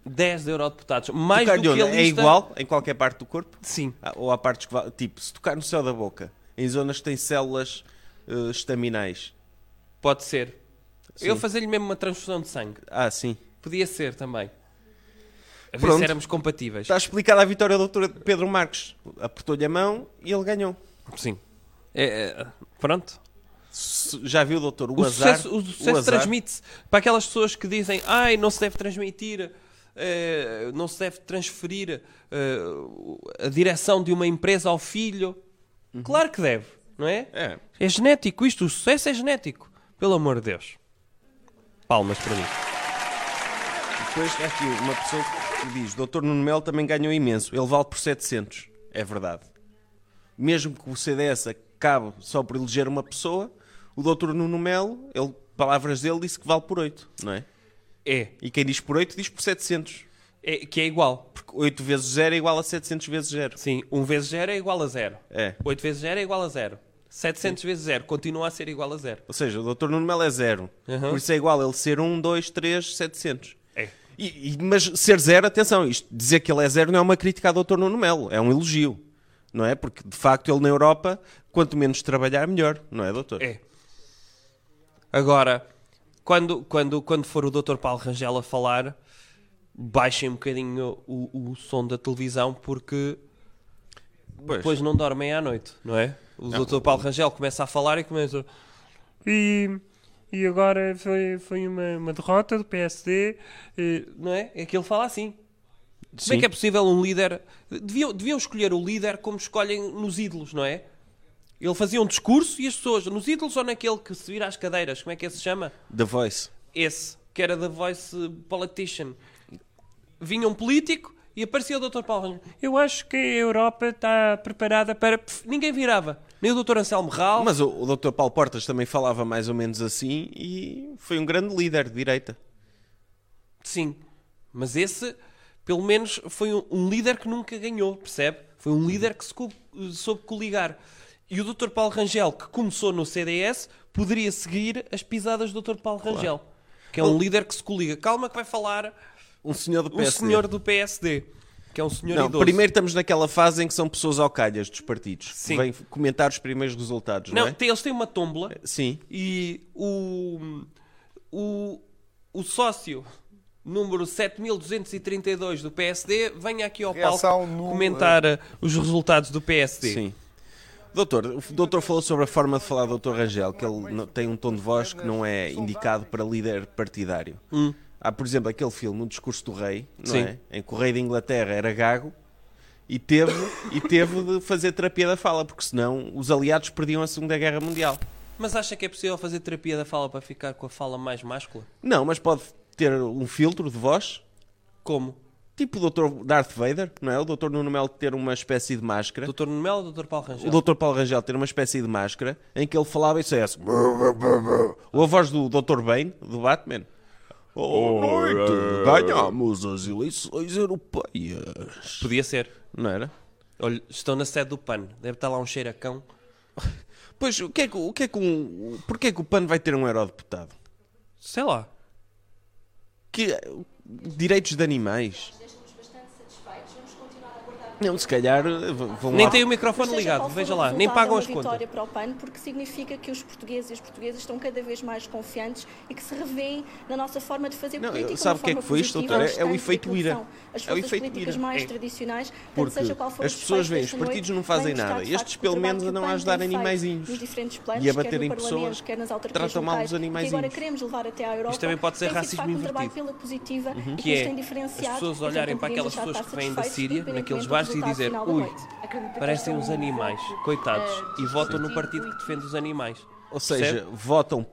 [SPEAKER 2] 10 eurodeputados. Mais do que a
[SPEAKER 3] Tocar-lhe
[SPEAKER 2] lista...
[SPEAKER 3] onde? É igual em qualquer parte do corpo?
[SPEAKER 2] Sim.
[SPEAKER 3] Ah, Ou há partes que. va- Tipo, se tocar no céu da boca, em zonas que têm células eh, estaminais.
[SPEAKER 2] Pode ser.
[SPEAKER 3] Sim.
[SPEAKER 2] Eu fazer-lhe mesmo uma transfusão de sangue.
[SPEAKER 3] Ah, sim.
[SPEAKER 2] Podia ser também. A ver
[SPEAKER 3] Pronto. Tá.
[SPEAKER 2] se éramos compatíveis.
[SPEAKER 3] Está explicada a vitória do doutor Pedro Marques. Apertou-lhe a mão e ele ganhou.
[SPEAKER 2] Sim. É, é, pronto.
[SPEAKER 3] Se- Já viu, doutor? O,
[SPEAKER 2] O,
[SPEAKER 3] azar.
[SPEAKER 2] sucesso, o sucesso
[SPEAKER 3] azar-
[SPEAKER 2] transmite-se para aquelas pessoas que dizem ai, não se deve transmitir, eh, não se deve transferir eh, a direção de uma empresa ao filho. Claro que deve, não é?
[SPEAKER 3] Uhum. É.
[SPEAKER 2] É genético isto, o sucesso é genético. Pelo amor de Deus. Palmas para mim.
[SPEAKER 3] Depois é aqui uma pessoa que diz: Doutor Nuno Melo também ganhou imenso. Ele vale por 700. É verdade. Mesmo que o CDS acabe só por eleger uma pessoa, o doutor Nuno Melo, ele, palavras dele, disse que vale por 8, não é?
[SPEAKER 2] É,
[SPEAKER 3] E quem diz por 8 diz por 700.
[SPEAKER 2] é, que é igual.
[SPEAKER 3] Porque 8 vezes 0 é igual a 700 vezes 0.
[SPEAKER 2] Sim, 1 vezes 0 é igual a 0.
[SPEAKER 3] É.
[SPEAKER 2] 8 vezes 0 é igual a 0. 700 vezes 0 continua a ser igual a 0.
[SPEAKER 3] Ou seja, o doutor Nuno Melo é 0.
[SPEAKER 2] Uhum.
[SPEAKER 3] Por isso é igual ele ser 1, 2, 3, 700.
[SPEAKER 2] É.
[SPEAKER 3] E- e- mas ser zero, atenção, isto, dizer que ele é zero não é uma crítica ao Dr. Nuno Melo, é um elogio, não é? Porque de facto ele na Europa, quanto menos trabalhar, melhor, não é, doutor?
[SPEAKER 2] É. Agora, quando, quando, quando for o Dr. Paulo Rangel a falar, baixem um bocadinho o, o som da televisão porque
[SPEAKER 3] Pois.
[SPEAKER 2] depois não dormem à noite, não é? O Dr. Paulo Rangel começa a falar e começa.
[SPEAKER 4] E, e agora foi, foi uma, uma derrota do PSD.
[SPEAKER 2] eh, Não é? É que ele fala assim. Como é
[SPEAKER 3] Sim.
[SPEAKER 2] que é possível um líder. Deviam, deviam escolher o líder como escolhem nos ídolos, não é? Ele fazia um discurso e as pessoas, nos ídolos ou naquele que se vira às cadeiras, como é que esse se chama?
[SPEAKER 3] The Voice.
[SPEAKER 2] esse, que era The Voice Politician. Vinha um político e aparecia o Dr. Paulo Rangel.
[SPEAKER 4] Eu acho que a Europa está preparada para.
[SPEAKER 2] Para, pff, ninguém virava. Nem o Dr. Anselmo Ral.
[SPEAKER 3] Mas o, o Dr. Paulo Portas também falava mais ou menos assim e foi um grande líder de direita.
[SPEAKER 2] Sim. Mas esse, pelo menos, foi um, um líder que nunca ganhou, percebe? Foi um líder que se co- soube coligar. E o Dr. Paulo Rangel, que começou no CDS, poderia seguir as pisadas do Dr. Paulo Rangel. Que é um líder que se coliga. Calma que vai falar
[SPEAKER 3] Um senhor do
[SPEAKER 2] um
[SPEAKER 3] PSD.
[SPEAKER 2] senhor do PSD. Que é um senhor
[SPEAKER 3] Não,
[SPEAKER 2] idoso.
[SPEAKER 3] primeiro estamos naquela fase em que são pessoas ao calhas dos partidos.
[SPEAKER 2] Sim.
[SPEAKER 3] Vêm comentar os primeiros resultados, não,
[SPEAKER 2] Não,
[SPEAKER 3] é?
[SPEAKER 2] tem- eles têm uma tómbola.
[SPEAKER 3] Sim.
[SPEAKER 2] e o, o, o sócio número 7232 do PSD venha aqui ao palco
[SPEAKER 5] Reação no-
[SPEAKER 2] comentar eh, os resultados do PSD.
[SPEAKER 3] Sim. Doutor, o doutor falou sobre a forma de falar do doutor Rangel, que ele não- tem um tom de voz que não é indicado para líder partidário. Há, por exemplo, aquele filme, O Discurso do Rei, não
[SPEAKER 2] Sim.
[SPEAKER 3] é? em que o rei da Inglaterra era gago e teve, e teve de fazer terapia da fala, porque senão os aliados perdiam a Segunda Guerra Mundial.
[SPEAKER 2] Mas acha que é possível fazer terapia da fala para ficar com a fala mais máscula?
[SPEAKER 3] Não, mas pode ter um filtro de voz,
[SPEAKER 2] Como?
[SPEAKER 3] tipo o doutor Darth Vader, não é? O doutor Nuno Melo ter uma espécie de máscara.
[SPEAKER 2] Dr. Nuno Melo ou Dr. Paulo
[SPEAKER 3] o
[SPEAKER 2] Rangel?
[SPEAKER 3] Dr. Paulo Rangel ter uma espécie de máscara em que ele falava isso é assim. Ou a voz do Dr. Bane, do Batman.
[SPEAKER 1] Oh, noite, ganhamos as eleições europeias.
[SPEAKER 2] Podia ser.
[SPEAKER 3] Não era?
[SPEAKER 2] Olha, estão na sede do PAN. Deve estar lá um cheiracão.
[SPEAKER 3] Pois, o que é que, o que, é que um, porquê é que o PAN vai ter um eurodeputado?
[SPEAKER 2] Sei lá.
[SPEAKER 3] Que, direitos de animais?
[SPEAKER 6] Deixa-nos bastante satisfeitos. Vamos continuar a aguardar.
[SPEAKER 3] Não, se calhar eh, v- vão
[SPEAKER 2] Nem
[SPEAKER 3] lá-
[SPEAKER 2] tem o
[SPEAKER 6] Mas
[SPEAKER 2] microfone
[SPEAKER 6] seja qual
[SPEAKER 2] ligado,
[SPEAKER 6] for
[SPEAKER 2] veja
[SPEAKER 6] o
[SPEAKER 2] lá. Nem
[SPEAKER 6] resultado,
[SPEAKER 2] pagam
[SPEAKER 6] é
[SPEAKER 2] as
[SPEAKER 6] uma vitória
[SPEAKER 2] contas.
[SPEAKER 6] para o PAN, porque significa que os portugueses e as portuguesas estão cada vez mais confiantes e que se revêem na nossa forma de fazer
[SPEAKER 3] Não,
[SPEAKER 6] política.
[SPEAKER 3] eu-
[SPEAKER 6] de
[SPEAKER 3] sabe
[SPEAKER 6] uma
[SPEAKER 3] o que é que
[SPEAKER 6] forma
[SPEAKER 3] foi isto,
[SPEAKER 6] positiva,
[SPEAKER 3] doutor? É- é o
[SPEAKER 6] constante,
[SPEAKER 3] efeito
[SPEAKER 6] daquilo que
[SPEAKER 3] ira.
[SPEAKER 6] são As
[SPEAKER 3] É o
[SPEAKER 6] forças
[SPEAKER 3] efeito
[SPEAKER 6] políticas
[SPEAKER 3] ira.
[SPEAKER 6] mais
[SPEAKER 2] É.
[SPEAKER 6] tradicionais, tanto
[SPEAKER 3] Porque
[SPEAKER 6] seja qual for o
[SPEAKER 3] as pessoas
[SPEAKER 6] desfecho
[SPEAKER 3] veem,
[SPEAKER 6] desta
[SPEAKER 3] os partidos
[SPEAKER 6] noite,
[SPEAKER 3] não fazem
[SPEAKER 6] vêm mostrar,
[SPEAKER 3] nada.
[SPEAKER 6] de facto,
[SPEAKER 3] Estes,
[SPEAKER 6] que o
[SPEAKER 3] pelo
[SPEAKER 6] trabalho
[SPEAKER 3] menos,
[SPEAKER 6] que o
[SPEAKER 3] andam a
[SPEAKER 6] PAN tem
[SPEAKER 3] ajudar
[SPEAKER 6] feito
[SPEAKER 3] animaizinhos.
[SPEAKER 6] Nos diferentes planos,
[SPEAKER 3] E a
[SPEAKER 6] quer
[SPEAKER 3] baterem
[SPEAKER 6] no Parlamento,
[SPEAKER 3] pessoas.
[SPEAKER 6] quer nas autarquias
[SPEAKER 3] Tratam mal
[SPEAKER 6] locais,
[SPEAKER 3] os
[SPEAKER 6] e que agora
[SPEAKER 3] animaizinhos.
[SPEAKER 6] queremos levar até à Europa.
[SPEAKER 2] também pode ser
[SPEAKER 6] tem sido, de
[SPEAKER 2] racismo
[SPEAKER 6] facto, um
[SPEAKER 2] invertido.
[SPEAKER 6] trabalho pela positiva e
[SPEAKER 2] Que
[SPEAKER 6] que
[SPEAKER 2] é
[SPEAKER 6] tem diferenciado.
[SPEAKER 2] as pessoas
[SPEAKER 6] então
[SPEAKER 2] olharem para aquelas
[SPEAKER 6] compreendemos já
[SPEAKER 2] pessoas
[SPEAKER 6] estar
[SPEAKER 2] que vêm da
[SPEAKER 6] satisfeitos,
[SPEAKER 2] Síria,
[SPEAKER 6] independentemente
[SPEAKER 2] naqueles
[SPEAKER 6] do
[SPEAKER 2] bares, e
[SPEAKER 6] resultado
[SPEAKER 2] dizer:
[SPEAKER 6] final da
[SPEAKER 2] ui,
[SPEAKER 6] noite.
[SPEAKER 2] parecem uns animais, coitados, e votam no partido que defende os animais.
[SPEAKER 3] Ou seja,
[SPEAKER 2] Percebe?
[SPEAKER 3] votam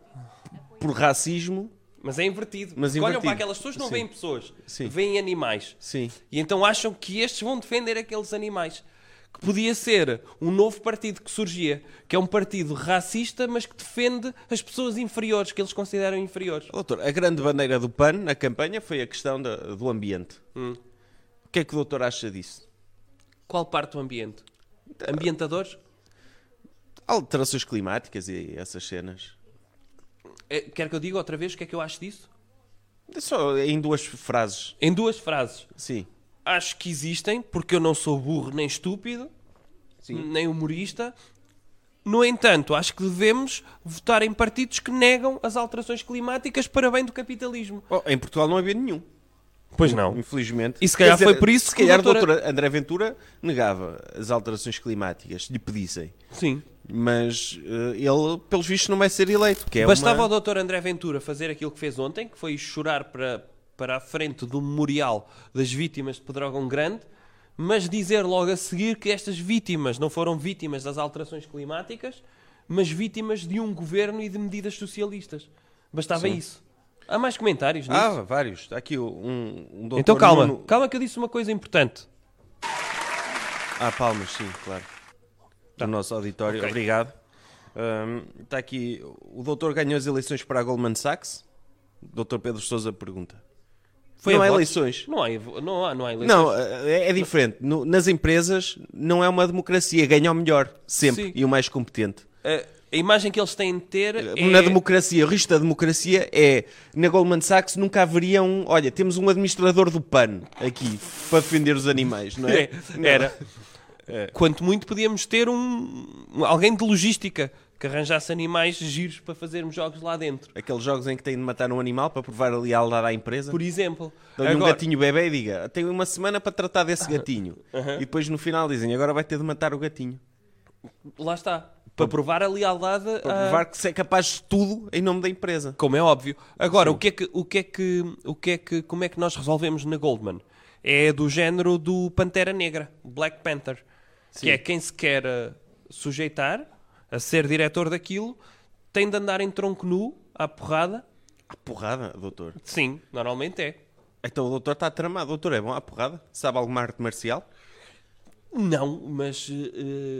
[SPEAKER 3] por racismo.
[SPEAKER 2] Mas é invertido.
[SPEAKER 3] Mas
[SPEAKER 2] Porque Olham
[SPEAKER 3] invertido.
[SPEAKER 2] para aquelas pessoas, não
[SPEAKER 3] Sim.
[SPEAKER 2] veem pessoas,
[SPEAKER 3] Sim.
[SPEAKER 2] veem animais.
[SPEAKER 3] Sim.
[SPEAKER 2] E então acham que estes vão defender aqueles animais. Que podia ser um novo partido que surgia, que é um partido racista, mas que defende as pessoas inferiores, que eles consideram inferiores.
[SPEAKER 3] Doutor, a grande bandeira do PAN na campanha foi a questão da- do ambiente.
[SPEAKER 2] Hum.
[SPEAKER 3] O que é que o doutor acha disso?
[SPEAKER 2] Qual parte do ambiente? Ambientadores?
[SPEAKER 3] Alterações climáticas e essas cenas.
[SPEAKER 2] É, quer que eu diga outra vez o que é que eu acho disso?
[SPEAKER 3] Só em duas frases.
[SPEAKER 2] Em duas frases.
[SPEAKER 3] Sim.
[SPEAKER 2] Acho que existem, porque eu não sou burro nem estúpido, nem humorista. No entanto, acho que devemos votar em partidos que negam as alterações climáticas para bem do capitalismo.
[SPEAKER 3] Oh, em Portugal não havia nenhum.
[SPEAKER 2] Pois não.
[SPEAKER 3] Infelizmente.
[SPEAKER 2] E se calhar
[SPEAKER 3] Quer
[SPEAKER 2] foi por isso
[SPEAKER 3] se
[SPEAKER 2] que o
[SPEAKER 3] calhar o
[SPEAKER 2] doutor-
[SPEAKER 3] doutor André Ventura negava as alterações climáticas, lhe pedissem.
[SPEAKER 2] Sim.
[SPEAKER 3] Mas eh, ele, pelos vistos, não vai ser eleito. Que é
[SPEAKER 2] Bastava
[SPEAKER 3] uma...
[SPEAKER 2] ao Dr. André Ventura fazer aquilo que fez ontem, que foi chorar para, para a frente do memorial das vítimas de Pedrógão Grande, mas dizer logo a seguir que estas vítimas não foram vítimas das alterações climáticas, mas vítimas de um governo e de medidas socialistas. Bastava isso. Há mais comentários nisso?
[SPEAKER 3] Ah, vários. Está aqui um, um doutor.
[SPEAKER 2] então calma,
[SPEAKER 3] Nuno-
[SPEAKER 2] calma que eu disse uma coisa importante.
[SPEAKER 3] Ah, palmas, sim, claro. Do nosso auditório,
[SPEAKER 2] Tá. Ok.
[SPEAKER 3] obrigado. Ahm, Está aqui, o doutor ganhou as eleições para a Goldman Sachs? Doutor Pedro Sousa pergunta.
[SPEAKER 2] Foi
[SPEAKER 3] não
[SPEAKER 2] a
[SPEAKER 3] há
[SPEAKER 2] votos?
[SPEAKER 3] eleições?
[SPEAKER 2] Não há, evo- não há, não há eleições.
[SPEAKER 3] Não, é, é diferente. No- nas empresas não é uma democracia, ganha o melhor, sempre,
[SPEAKER 2] Sim.
[SPEAKER 3] e o mais competente.
[SPEAKER 2] A, a imagem que eles têm de ter é...
[SPEAKER 3] Na democracia, o risco da democracia é, na Goldman Sachs nunca haveria um, olha, temos um administrador do PAN aqui, para defender os animais, não é?
[SPEAKER 2] [LAUGHS] É, era. Quanto muito podíamos ter um, um- alguém de logística que arranjasse animais giros para fazermos jogos lá dentro.
[SPEAKER 3] Aqueles jogos em que têm de matar um animal para provar a lealdade à empresa.
[SPEAKER 2] Por exemplo.
[SPEAKER 3] Dão-lhe um
[SPEAKER 2] Agora,
[SPEAKER 3] gatinho bebê e diga: tenho uma semana para tratar desse gatinho. E depois no final dizem: agora vai ter de matar o gatinho.
[SPEAKER 2] Lá está. Para provar a lealdade.
[SPEAKER 3] Para
[SPEAKER 2] a-
[SPEAKER 3] provar que se é capaz de tudo em nome da empresa.
[SPEAKER 2] Como é óbvio. Agora, o que é que, o que é que, o que é que, como é que nós resolvemos na Goldman? É do género do Pantera Negra, Black Panther, que é quem se quer eh, sujeitar a ser diretor daquilo tem de andar em tronco nu à porrada.
[SPEAKER 3] À porrada, doutor.
[SPEAKER 2] Sim, normalmente é.
[SPEAKER 3] Então o doutor está tramado. Doutor, é bom à porrada? Sabe alguma arte marcial?
[SPEAKER 2] Não, mas eh,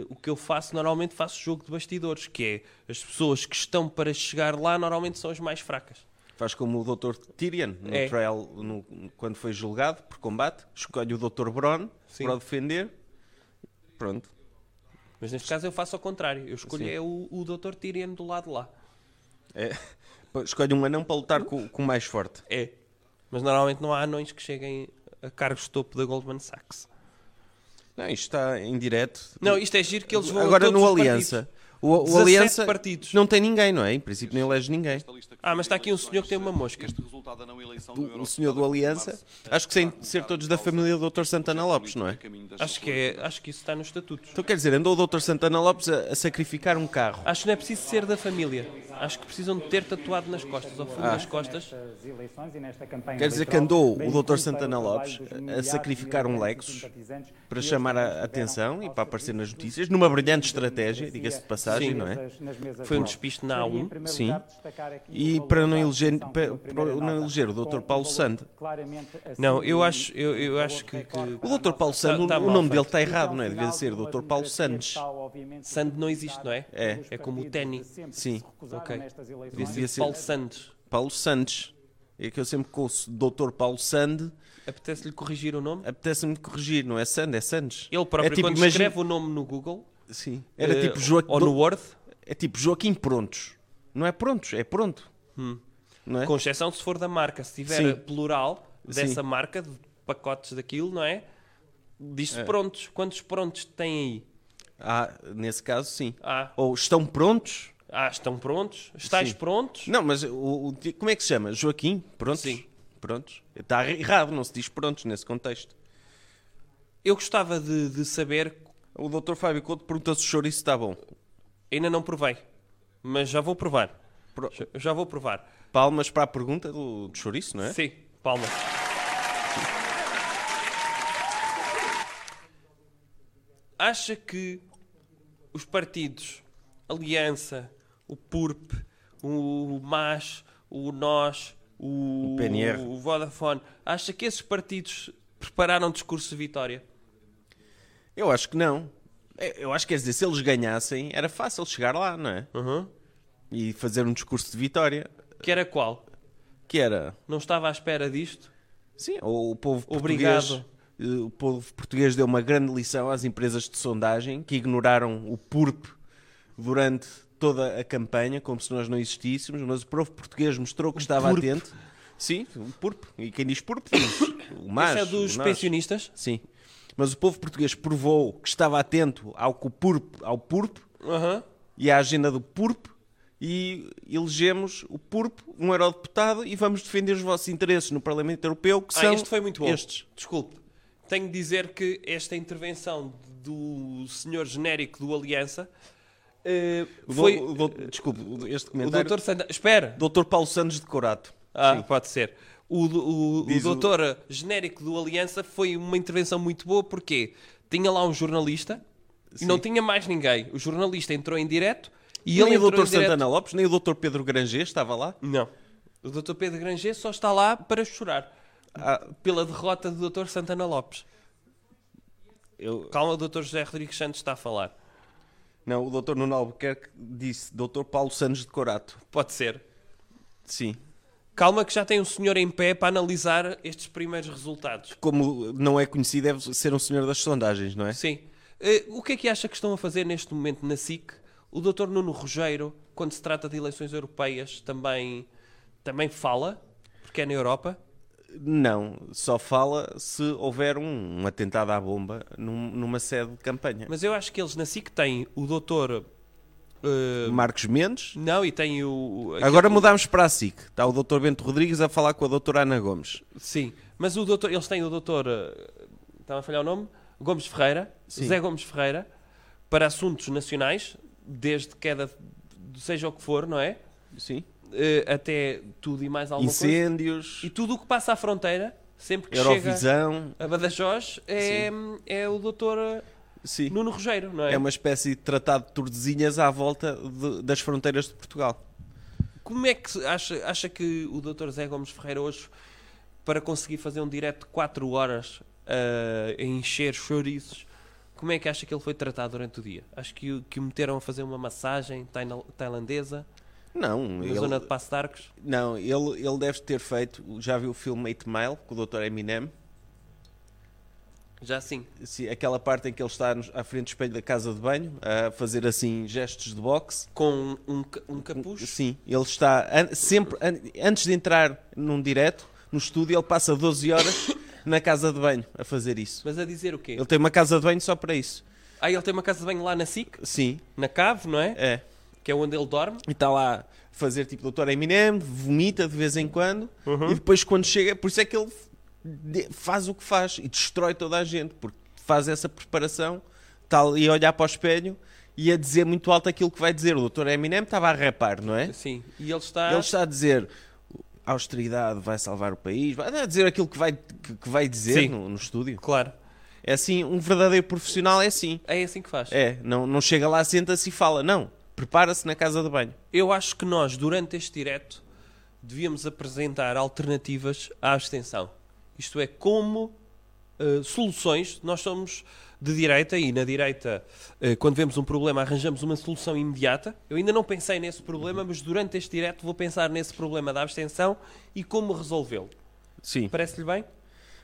[SPEAKER 2] eh, o que eu faço normalmente faço jogo de bastidores, que é as pessoas que estão para chegar lá normalmente são as mais fracas.
[SPEAKER 3] Faz como o doutor Tyrion no
[SPEAKER 2] É.
[SPEAKER 3] trial, no- quando foi julgado por combate. Escolhe o doutor Bron
[SPEAKER 2] Sim.
[SPEAKER 3] para o defender. Pronto.
[SPEAKER 2] Mas neste caso eu faço ao contrário, eu escolho é o, o Dr. Tyrion do lado de lá.
[SPEAKER 3] É. Escolhe um anão para lutar com, com o mais forte.
[SPEAKER 2] É. Mas normalmente não há anões que cheguem a cargos de topo da Goldman Sachs.
[SPEAKER 3] Não, isto está em direto.
[SPEAKER 2] Não, isto é giro que eles vão a
[SPEAKER 3] Agora
[SPEAKER 2] todos
[SPEAKER 3] no
[SPEAKER 2] os
[SPEAKER 3] Aliança. O, o
[SPEAKER 2] 17
[SPEAKER 3] Aliança
[SPEAKER 2] partidos.
[SPEAKER 3] não tem ninguém, não é? Em princípio nem elege ninguém.
[SPEAKER 2] Ah, mas está aqui um senhor que tem uma mosca.
[SPEAKER 5] Este resultado da não eleição do
[SPEAKER 3] O, o
[SPEAKER 5] Europeus
[SPEAKER 3] senhor do Aliança, acho que sem ser todos da família do Dr. Santana Lopes, não é?
[SPEAKER 5] caminho das
[SPEAKER 2] Acho que, é, acho que isso está nos estatutos.
[SPEAKER 3] Então quer dizer, andou o Dr. Santana Lopes a, a sacrificar um carro.
[SPEAKER 2] Acho que não é preciso ser da família. Acho que precisam de ter tatuado nas costas, ao
[SPEAKER 3] Ah.
[SPEAKER 2] fundo das costas.
[SPEAKER 7] Nestas eleições e nesta campanha
[SPEAKER 3] Quer dizer que
[SPEAKER 7] eleitoral,
[SPEAKER 3] andou o
[SPEAKER 7] bem
[SPEAKER 3] Dr.
[SPEAKER 7] como para
[SPEAKER 3] Santana
[SPEAKER 7] o trabalho
[SPEAKER 3] Lopes
[SPEAKER 7] dos
[SPEAKER 3] a
[SPEAKER 7] milhares de
[SPEAKER 3] sacrificar um
[SPEAKER 7] militantes e
[SPEAKER 3] Lexus
[SPEAKER 7] simpatizantes que
[SPEAKER 3] Para
[SPEAKER 7] eles
[SPEAKER 3] chamar a
[SPEAKER 7] tiveram
[SPEAKER 3] atenção e
[SPEAKER 7] ao
[SPEAKER 3] para aparecer nas
[SPEAKER 7] serviço
[SPEAKER 3] notícias, numa brilhante estratégia,
[SPEAKER 7] democracia,
[SPEAKER 3] diga-se de passagem,
[SPEAKER 7] nas
[SPEAKER 3] não é?
[SPEAKER 7] mesas- nas mesas
[SPEAKER 2] Foi um
[SPEAKER 7] de voto.
[SPEAKER 2] despiste na
[SPEAKER 7] Gostaria,
[SPEAKER 2] A1.
[SPEAKER 7] em primeiro
[SPEAKER 3] Sim.
[SPEAKER 7] lugar, de destacar aqui
[SPEAKER 3] E
[SPEAKER 7] o valor
[SPEAKER 3] para não
[SPEAKER 7] da
[SPEAKER 3] eleger-
[SPEAKER 7] abstenção,
[SPEAKER 3] para-
[SPEAKER 7] como primeira
[SPEAKER 3] para não
[SPEAKER 7] nota,
[SPEAKER 3] eleger o Dr.
[SPEAKER 7] com um
[SPEAKER 3] Paulo
[SPEAKER 7] valor
[SPEAKER 3] Sande.
[SPEAKER 7] claramente acima
[SPEAKER 2] Não, eu
[SPEAKER 7] do
[SPEAKER 2] acho, eu, eu
[SPEAKER 7] valor
[SPEAKER 2] acho que-
[SPEAKER 7] recorde
[SPEAKER 2] que
[SPEAKER 7] para
[SPEAKER 3] O
[SPEAKER 7] a
[SPEAKER 3] Dr. Paulo
[SPEAKER 7] nossa-
[SPEAKER 3] Santos,
[SPEAKER 2] Tá- tá
[SPEAKER 3] o
[SPEAKER 2] mal
[SPEAKER 3] nome dele
[SPEAKER 2] feito.
[SPEAKER 3] está errado,
[SPEAKER 7] Então,
[SPEAKER 3] não é? Devia
[SPEAKER 7] final
[SPEAKER 3] ser
[SPEAKER 7] de uma
[SPEAKER 3] Dr. Paulo
[SPEAKER 7] democracia
[SPEAKER 3] Santos.
[SPEAKER 7] tal, obviamente,
[SPEAKER 2] Sande não existe, não é?
[SPEAKER 3] É.
[SPEAKER 7] pelos
[SPEAKER 2] É como o
[SPEAKER 7] partidos
[SPEAKER 2] Tenny.
[SPEAKER 7] de sempre que
[SPEAKER 3] Sim.
[SPEAKER 7] se recusaram
[SPEAKER 2] Ok.
[SPEAKER 7] nestas eleições.
[SPEAKER 2] Devia
[SPEAKER 3] Devia
[SPEAKER 2] ser
[SPEAKER 3] ser-
[SPEAKER 2] Paulo Santos.
[SPEAKER 3] Paulo Santos. É que eu sempre com o Dr. Paulo Sande
[SPEAKER 2] Apetece-lhe corrigir o nome?
[SPEAKER 3] apetece-me corrigir, não é Sand, é Sandes.
[SPEAKER 2] Ele próprio,
[SPEAKER 3] é tipo,
[SPEAKER 2] quando
[SPEAKER 3] imagina-
[SPEAKER 2] escreve o nome no Google,
[SPEAKER 3] Sim. Era
[SPEAKER 2] eh,
[SPEAKER 3] tipo Joaquim.
[SPEAKER 2] ou no Word,
[SPEAKER 3] É tipo Joaquim Prontos. Não é Prontos, é Pronto. Não é?
[SPEAKER 2] com exceção se for da marca, se tiver
[SPEAKER 3] Sim.
[SPEAKER 2] plural dessa
[SPEAKER 3] Sim.
[SPEAKER 2] marca, de pacotes daquilo, não é? Diz-se
[SPEAKER 3] É.
[SPEAKER 2] prontos. Quantos prontos tem aí?
[SPEAKER 3] Ah, nesse caso, sim.
[SPEAKER 2] Ah.
[SPEAKER 3] Ou estão prontos?
[SPEAKER 2] Ah, estão prontos? Estais
[SPEAKER 3] Sim.
[SPEAKER 2] prontos?
[SPEAKER 3] Não, mas o, o ti- como é que se chama? Joaquim Prontos?
[SPEAKER 2] Sim.
[SPEAKER 3] Prontos. Está errado, não se diz Prontos nesse contexto.
[SPEAKER 2] Eu gostava de, de saber,
[SPEAKER 3] O Dr. Fábio Couto pergunta se o chouriço está bom.
[SPEAKER 2] ainda não provei, mas já vou provar.
[SPEAKER 3] Pro-
[SPEAKER 2] Já, já vou provar.
[SPEAKER 3] Palmas para a pergunta do, do chouriço, não é?
[SPEAKER 2] Sim, palmas. Acha que os partidos Aliança, o PURP, o MAS, o NOS, o,
[SPEAKER 3] O PNR.
[SPEAKER 2] o Vodafone, acha que esses partidos prepararam um discurso de vitória?
[SPEAKER 3] Eu acho que não. Eu- Eu acho que, quer dizer, se eles ganhassem, era fácil chegar lá, não é? E fazer um discurso de vitória,
[SPEAKER 2] Que era qual?
[SPEAKER 3] que era,
[SPEAKER 2] Não estava à espera disto?
[SPEAKER 3] sim, o o povo português...
[SPEAKER 2] Obrigado.
[SPEAKER 3] eh, O povo português deu uma grande lição às empresas de sondagem que ignoraram o PURP durante toda a campanha, como se nós não existíssemos, mas o povo português mostrou que estava atento. Sim, o PURP. E quem diz PURP diz o MAS.
[SPEAKER 2] Isso é dos
[SPEAKER 3] o nós.
[SPEAKER 2] pensionistas?
[SPEAKER 3] Sim. Mas o povo português provou que estava atento ao, que o PURP, ao PURP
[SPEAKER 2] Aham.
[SPEAKER 3] e à agenda do PURP e elegemos o PURP, um eurodeputado, e vamos defender os vossos interesses no Parlamento Europeu, que
[SPEAKER 2] Ah,
[SPEAKER 3] são
[SPEAKER 2] este foi muito bom.
[SPEAKER 3] estes.
[SPEAKER 2] Desculpe. Tenho de dizer que esta intervenção do senhor genérico do Aliança eh,
[SPEAKER 3] O
[SPEAKER 2] foi...
[SPEAKER 3] do- o do- desculpe, o- este
[SPEAKER 2] O
[SPEAKER 3] comentário...
[SPEAKER 2] doutor Santa... Espera!
[SPEAKER 3] Doutor Paulo Santos de Corato.
[SPEAKER 2] Ah, pode ser. O, do- o, o
[SPEAKER 3] Diz o-
[SPEAKER 2] doutor genérico do Aliança foi uma intervenção muito boa porque tinha lá um jornalista e não tinha mais ninguém. O jornalista entrou em direto e
[SPEAKER 3] E
[SPEAKER 2] ele
[SPEAKER 3] nem o
[SPEAKER 2] entrou
[SPEAKER 3] doutor
[SPEAKER 2] em direto.
[SPEAKER 3] Santana Lopes, nem o doutor Pedro Granger estava lá.
[SPEAKER 2] Não. O doutor Pedro Granger só está lá para chorar
[SPEAKER 3] Ah,
[SPEAKER 2] pela derrota do doutor Santana Lopes.
[SPEAKER 3] eu-
[SPEAKER 2] Calma, o doutor José Rodrigues Santos está a falar.
[SPEAKER 3] Não, o doutor Nuno Albuquerque disse doutor Paulo Santos de Corato.
[SPEAKER 2] Pode ser.
[SPEAKER 3] Sim.
[SPEAKER 2] Calma que já tem um senhor em pé para analisar estes primeiros resultados.
[SPEAKER 3] Como não é conhecido, deve ser um senhor das sondagens, não é?
[SPEAKER 2] Sim. Eh, o que é que acha que estão a fazer neste momento na SIC? O Dr. Nuno Rogério, quando se trata de eleições europeias, também, também fala, porque é na Europa.
[SPEAKER 3] Não, só fala se houver um, um atentado à bomba num- numa sede de campanha.
[SPEAKER 2] Mas eu acho que eles na SIC têm o Dr. eh,
[SPEAKER 3] Marcos Mendes.
[SPEAKER 2] não, e tem o. o-
[SPEAKER 3] Agora mudámos para a SIC. Está o Dr. Bento Rodrigues a falar com a doutora Ana Gomes.
[SPEAKER 2] Sim, mas o doutor, eles têm o doutor, eh, estava a falhar o nome, Gomes Ferreira, Zé Gomes Ferreira, para assuntos nacionais, desde queda, de- seja o que for, não é?
[SPEAKER 3] Sim.
[SPEAKER 2] Eh, até tudo e mais alguma coisa.
[SPEAKER 3] Incêndios,
[SPEAKER 2] E tudo o que passa à fronteira, sempre que chega
[SPEAKER 3] Eurovisão.
[SPEAKER 2] a Badajoz, é, é o doutor
[SPEAKER 3] Sim.
[SPEAKER 2] Nuno Rogério, não é?
[SPEAKER 3] É uma espécie de tratado de Tordesilhas à volta de- das fronteiras de Portugal.
[SPEAKER 2] Como é que se- acha, acha que o doutor Zé Gomes Ferreira hoje, para conseguir fazer um direto de 4 horas eh, a encher chouriços, como é que acha que ele foi tratado durante o dia? Acho que, o- que o meteram a fazer uma massagem taina- tailandesa
[SPEAKER 3] Não,
[SPEAKER 2] na
[SPEAKER 3] ele,
[SPEAKER 2] zona de Passo de Arcos.
[SPEAKER 3] não ele, ele deve ter feito. Já viu o filme 8 Mile com o Dr. Eminem?
[SPEAKER 2] Já sim.
[SPEAKER 3] Sim, aquela parte em que ele está nos- à frente do espelho da casa de banho a fazer assim gestos de boxe.
[SPEAKER 2] Com um, ca- um capuz.
[SPEAKER 3] Sim, ele está an- sempre an- antes de entrar num direto no estúdio, ele passa 12 horas [COUGHS] na casa de banho a fazer isso.
[SPEAKER 2] Mas a dizer o quê?
[SPEAKER 3] Ele tem uma casa de banho só para isso.
[SPEAKER 2] Ah, ele tem uma casa de banho lá na SIC,
[SPEAKER 3] Sim,
[SPEAKER 2] na cave, não é?
[SPEAKER 3] é.
[SPEAKER 2] Que é onde ele dorme.
[SPEAKER 3] E está lá a fazer tipo doutor Eminem, vomita de vez em quando e depois quando chega, por isso é que ele de- faz o que faz e destrói toda a gente, porque faz essa preparação, tal e a olhar para o espelho e a dizer muito alto aquilo que vai dizer. O doutor Eminem estava a rapar, não é?
[SPEAKER 2] Sim. E ele está.
[SPEAKER 3] Ele está a dizer a austeridade vai salvar o país, vai a dizer aquilo que vai, que, que vai dizer
[SPEAKER 2] Sim.
[SPEAKER 3] no, no estúdio.
[SPEAKER 2] Claro.
[SPEAKER 3] É assim, um verdadeiro profissional é assim.
[SPEAKER 2] É assim que faz.
[SPEAKER 3] É, não, não chega lá, senta-se e fala, não. Prepara-se na casa de banho.
[SPEAKER 2] Eu acho que nós, durante este direto, devíamos apresentar alternativas à abstenção. Isto é, como eh, soluções, nós somos de direita e na direita, eh, quando vemos um problema, arranjamos uma solução imediata. Eu ainda não pensei nesse problema, mas durante este direto vou pensar nesse problema da abstenção e como resolvê-lo.
[SPEAKER 3] Sim.
[SPEAKER 2] Parece-lhe bem?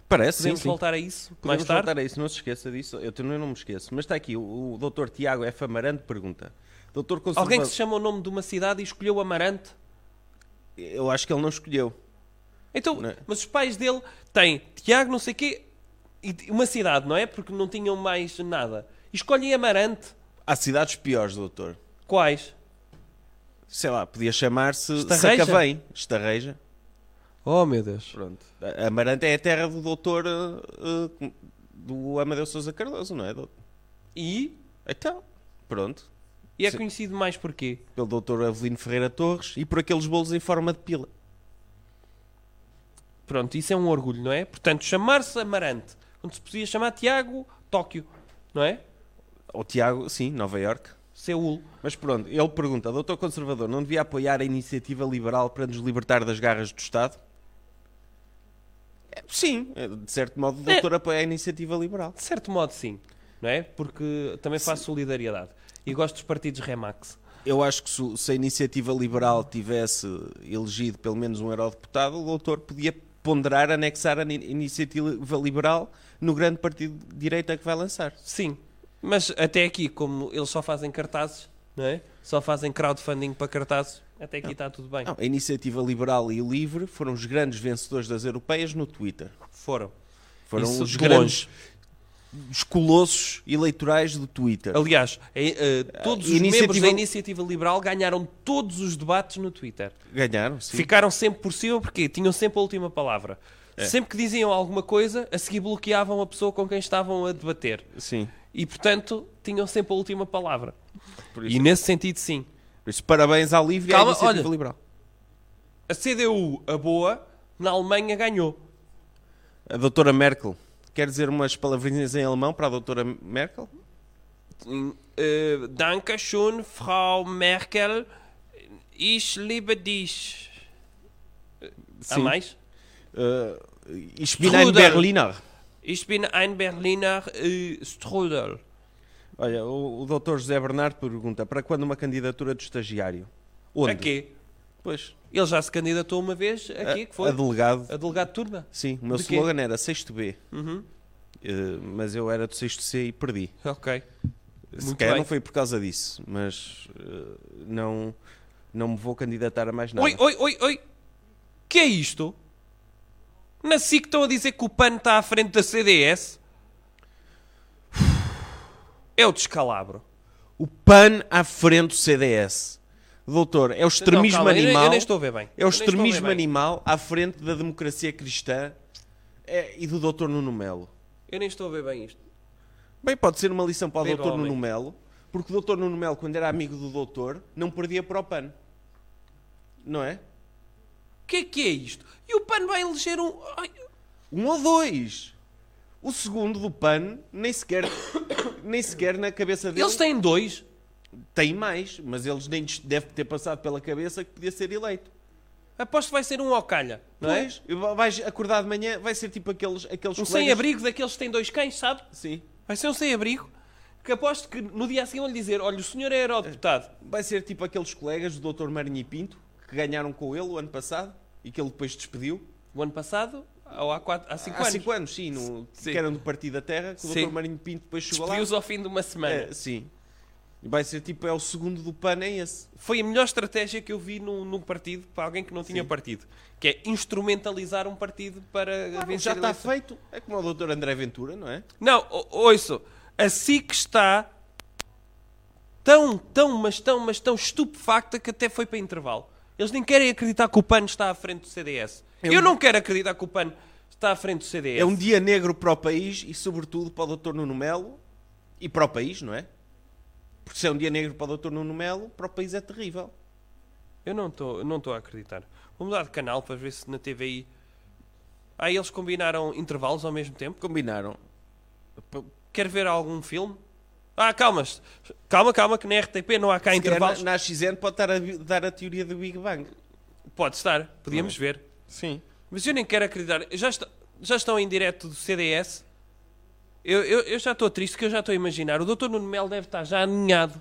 [SPEAKER 3] Parece, sim,
[SPEAKER 2] Podemos
[SPEAKER 3] sim.
[SPEAKER 2] voltar a isso
[SPEAKER 3] Podemos
[SPEAKER 2] mais tarde?
[SPEAKER 3] voltar a isso, não se esqueça disso. Eu também não me esqueço. Mas está aqui, o, o doutor Tiago F. Amarante pergunta. Doutor conservador...
[SPEAKER 2] Alguém que se chama o nome de uma cidade e escolheu Amarante?
[SPEAKER 3] Eu acho que ele não escolheu.
[SPEAKER 2] Então,
[SPEAKER 3] Não é?
[SPEAKER 2] mas os pais dele têm Tiago, não sei quê, e t- uma cidade, não é? Porque não tinham mais nada. E escolhem Amarante.
[SPEAKER 3] Há cidades piores, doutor.
[SPEAKER 2] Quais?
[SPEAKER 3] Sei lá, podia chamar-se
[SPEAKER 2] Estarreja?
[SPEAKER 3] Sacavém. Estarreja.
[SPEAKER 2] Oh, meu Deus.
[SPEAKER 3] Pronto. A- Amarante é a terra do doutor eh, eh, do Amadeu Sousa Cardoso, não é? dou-
[SPEAKER 2] E,
[SPEAKER 3] Então, pronto.
[SPEAKER 2] e é
[SPEAKER 3] Sim.
[SPEAKER 2] conhecido mais porquê?
[SPEAKER 3] Pelo doutor Avelino Ferreira Torres e por aqueles bolos em forma de pila.
[SPEAKER 2] Pronto, isso é um orgulho, não é? Portanto, chamar-se Amarante, onde se podia chamar Tiago Tóquio, não é?
[SPEAKER 3] Ou Tiago, sim, Nova York. Seul. Mas pronto, ele pergunta: Doutor Conservador, não devia apoiar a iniciativa liberal para nos libertar das garras do Estado? É, Sim, é, de certo modo, o doutor apoia a iniciativa liberal.
[SPEAKER 2] De certo modo, sim. Não é? Porque também faço solidariedade. E gosto dos partidos Remax.
[SPEAKER 3] Eu acho que se, o- se a iniciativa liberal tivesse elegido pelo menos um eurodeputado, o doutor podia ponderar anexar a ni- iniciativa liberal no grande partido de direita que vai lançar.
[SPEAKER 2] Sim. Mas até aqui, como eles só fazem cartazes, não é? Só fazem crowdfunding para cartazes, até aqui está tudo bem.
[SPEAKER 3] Não, a iniciativa liberal e o livre foram os grandes vencedores das europeias no Twitter.
[SPEAKER 2] Foram.
[SPEAKER 3] Foram
[SPEAKER 2] Isso
[SPEAKER 3] os
[SPEAKER 2] de
[SPEAKER 3] grandes, os colossos eleitorais do Twitter.
[SPEAKER 2] Aliás, eh, eh, todos os
[SPEAKER 3] Iniciativa-
[SPEAKER 2] membros da Iniciativa Liberal ganharam todos os debates no Twitter.
[SPEAKER 3] Ganharam, sim.
[SPEAKER 2] Ficaram sempre por cima porque tinham sempre a última palavra.
[SPEAKER 3] É.
[SPEAKER 2] Sempre que diziam alguma coisa, a seguir bloqueavam a pessoa com quem estavam a debater.
[SPEAKER 3] Sim.
[SPEAKER 2] E, portanto, tinham sempre a última palavra.
[SPEAKER 3] Por
[SPEAKER 2] E
[SPEAKER 3] isso, é
[SPEAKER 2] nesse sentido, sim.
[SPEAKER 3] por isso, parabéns ao livre
[SPEAKER 2] Calma,
[SPEAKER 3] e à iniciativa
[SPEAKER 2] olha.
[SPEAKER 3] liberal.
[SPEAKER 2] A CDU, a boa, na Alemanha ganhou.
[SPEAKER 3] A doutora Merkel. Quer dizer umas palavrinhas em alemão para a doutora Merkel?
[SPEAKER 2] Hum, eh, Danke schön, Frau Merkel. Ich liebe dich. Há mais?
[SPEAKER 3] Uh, ich bin ein
[SPEAKER 2] Strudel.
[SPEAKER 3] Berliner.
[SPEAKER 2] Ich bin ein Berliner eh, Strudel.
[SPEAKER 3] Olha, o, o doutor José Bernardo pergunta, para quando uma candidatura de estagiário? Onde?
[SPEAKER 2] Aqui.
[SPEAKER 3] Pois.
[SPEAKER 2] Ele já se candidatou uma vez aqui, é que foi?
[SPEAKER 3] A delegado.
[SPEAKER 2] A delegado de turma.
[SPEAKER 3] Sim, o meu
[SPEAKER 2] De quê? Uhum.
[SPEAKER 3] slogan era 6B. Eh, mas eu era do 6C e perdi.
[SPEAKER 2] Ok.
[SPEAKER 3] Se
[SPEAKER 2] Muito
[SPEAKER 3] calhar
[SPEAKER 2] bem.
[SPEAKER 3] não foi por causa disso, mas eh, não, não me vou candidatar a mais nada.
[SPEAKER 2] Oi, oi, oi, oi. Que é isto? Na SIC estão a dizer que o PAN está à frente da CDS? É o descalabro.
[SPEAKER 3] O PAN à frente do CDS. Doutor, é o extremismo
[SPEAKER 2] Não, Então, calma, eu nem-
[SPEAKER 3] animal.
[SPEAKER 2] eu nem estou a ver bem.
[SPEAKER 3] É o
[SPEAKER 2] Eu nem estou a ver
[SPEAKER 3] extremismo
[SPEAKER 2] bem.
[SPEAKER 3] animal à frente da democracia cristã eh, e do doutor Nuno Melo.
[SPEAKER 2] Eu nem estou a ver bem isto.
[SPEAKER 3] Bem, pode ser uma lição para o
[SPEAKER 2] Viva
[SPEAKER 3] doutor
[SPEAKER 2] homem.
[SPEAKER 3] Nuno Melo, porque o doutor Nuno Melo, quando era amigo do doutor, não perdia para o PAN. Não é?
[SPEAKER 2] O que é que é isto? E o PAN vai eleger um... Ai,
[SPEAKER 3] Um ou dois. O segundo do PAN, nem sequer, [COUGHS] nem sequer na cabeça dele
[SPEAKER 2] Eles têm dois.
[SPEAKER 3] tem mais, mas eles nem lhes deve ter passado pela cabeça que podia ser eleito.
[SPEAKER 2] Aposto que vai ser um ao calha, não é?
[SPEAKER 3] Pois, vai- vais acordar de manhã, vai ser tipo aqueles, aqueles
[SPEAKER 2] Um
[SPEAKER 3] colegas-
[SPEAKER 2] sem-abrigo daqueles que têm dois cães, sabe?
[SPEAKER 3] Sim.
[SPEAKER 2] Vai ser um sem-abrigo. Que aposto que no dia a seguir vão lhe dizer, olha, o senhor é eurodeputado.
[SPEAKER 3] Vai ser tipo aqueles colegas do Dr. Marinho e Pinto, que ganharam com ele o ano passado e que ele depois despediu.
[SPEAKER 2] O ano passado, ou há, quatro, há cinco
[SPEAKER 3] Há
[SPEAKER 2] anos.
[SPEAKER 3] cinco anos, sim, no,
[SPEAKER 2] Sim.
[SPEAKER 3] que eram do Partido da Terra, que o
[SPEAKER 2] Sim.
[SPEAKER 3] Dr. Marinho Pinto depois chegou lá.
[SPEAKER 2] Despediu-os ao fim de uma semana.
[SPEAKER 3] É, sim. E Vai ser tipo, é o segundo do PAN, é esse.
[SPEAKER 2] Foi a melhor estratégia que eu vi num, num partido para alguém que não tinha partido. Que é instrumentalizar um partido para vencer
[SPEAKER 3] já
[SPEAKER 2] a
[SPEAKER 3] está
[SPEAKER 2] eleição.
[SPEAKER 3] feito. É como o Dr. André Ventura, não é?
[SPEAKER 2] Não, ouço. Assim que está tão, tão, mas tão, mas tão estupefacta que até foi para intervalo. Eles nem querem acreditar que o PAN está à frente do CDS.
[SPEAKER 3] É
[SPEAKER 2] Eu,
[SPEAKER 3] um-
[SPEAKER 2] não quero acreditar que o PAN está à frente do CDS.
[SPEAKER 3] É um dia negro para o país e, sobretudo, para o Dr. Nuno Melo e para o país, não é? Porque se é um dia negro para o Dr. Nuno Melo, para o país é terrível.
[SPEAKER 2] Eu não estou não tô a acreditar. Vou mudar de canal para ver se na TVI... Ah, eles combinaram intervalos ao mesmo tempo?
[SPEAKER 3] Combinaram.
[SPEAKER 2] Quer ver algum filme? Ah, calma, calma, calma, que na RTP não há cá
[SPEAKER 3] Se calhar
[SPEAKER 2] intervalos.
[SPEAKER 3] Um Na, na XN pode estar a vi- dar a teoria do Big Bang.
[SPEAKER 2] Pode estar, podíamos ver.
[SPEAKER 3] Sim.
[SPEAKER 2] Mas eu nem quero acreditar. Já, est- já estão em direto do CDS? Eu, eu, eu já estou triste, que eu já estou a imaginar. O doutor Nuno Melo deve estar já aninhado.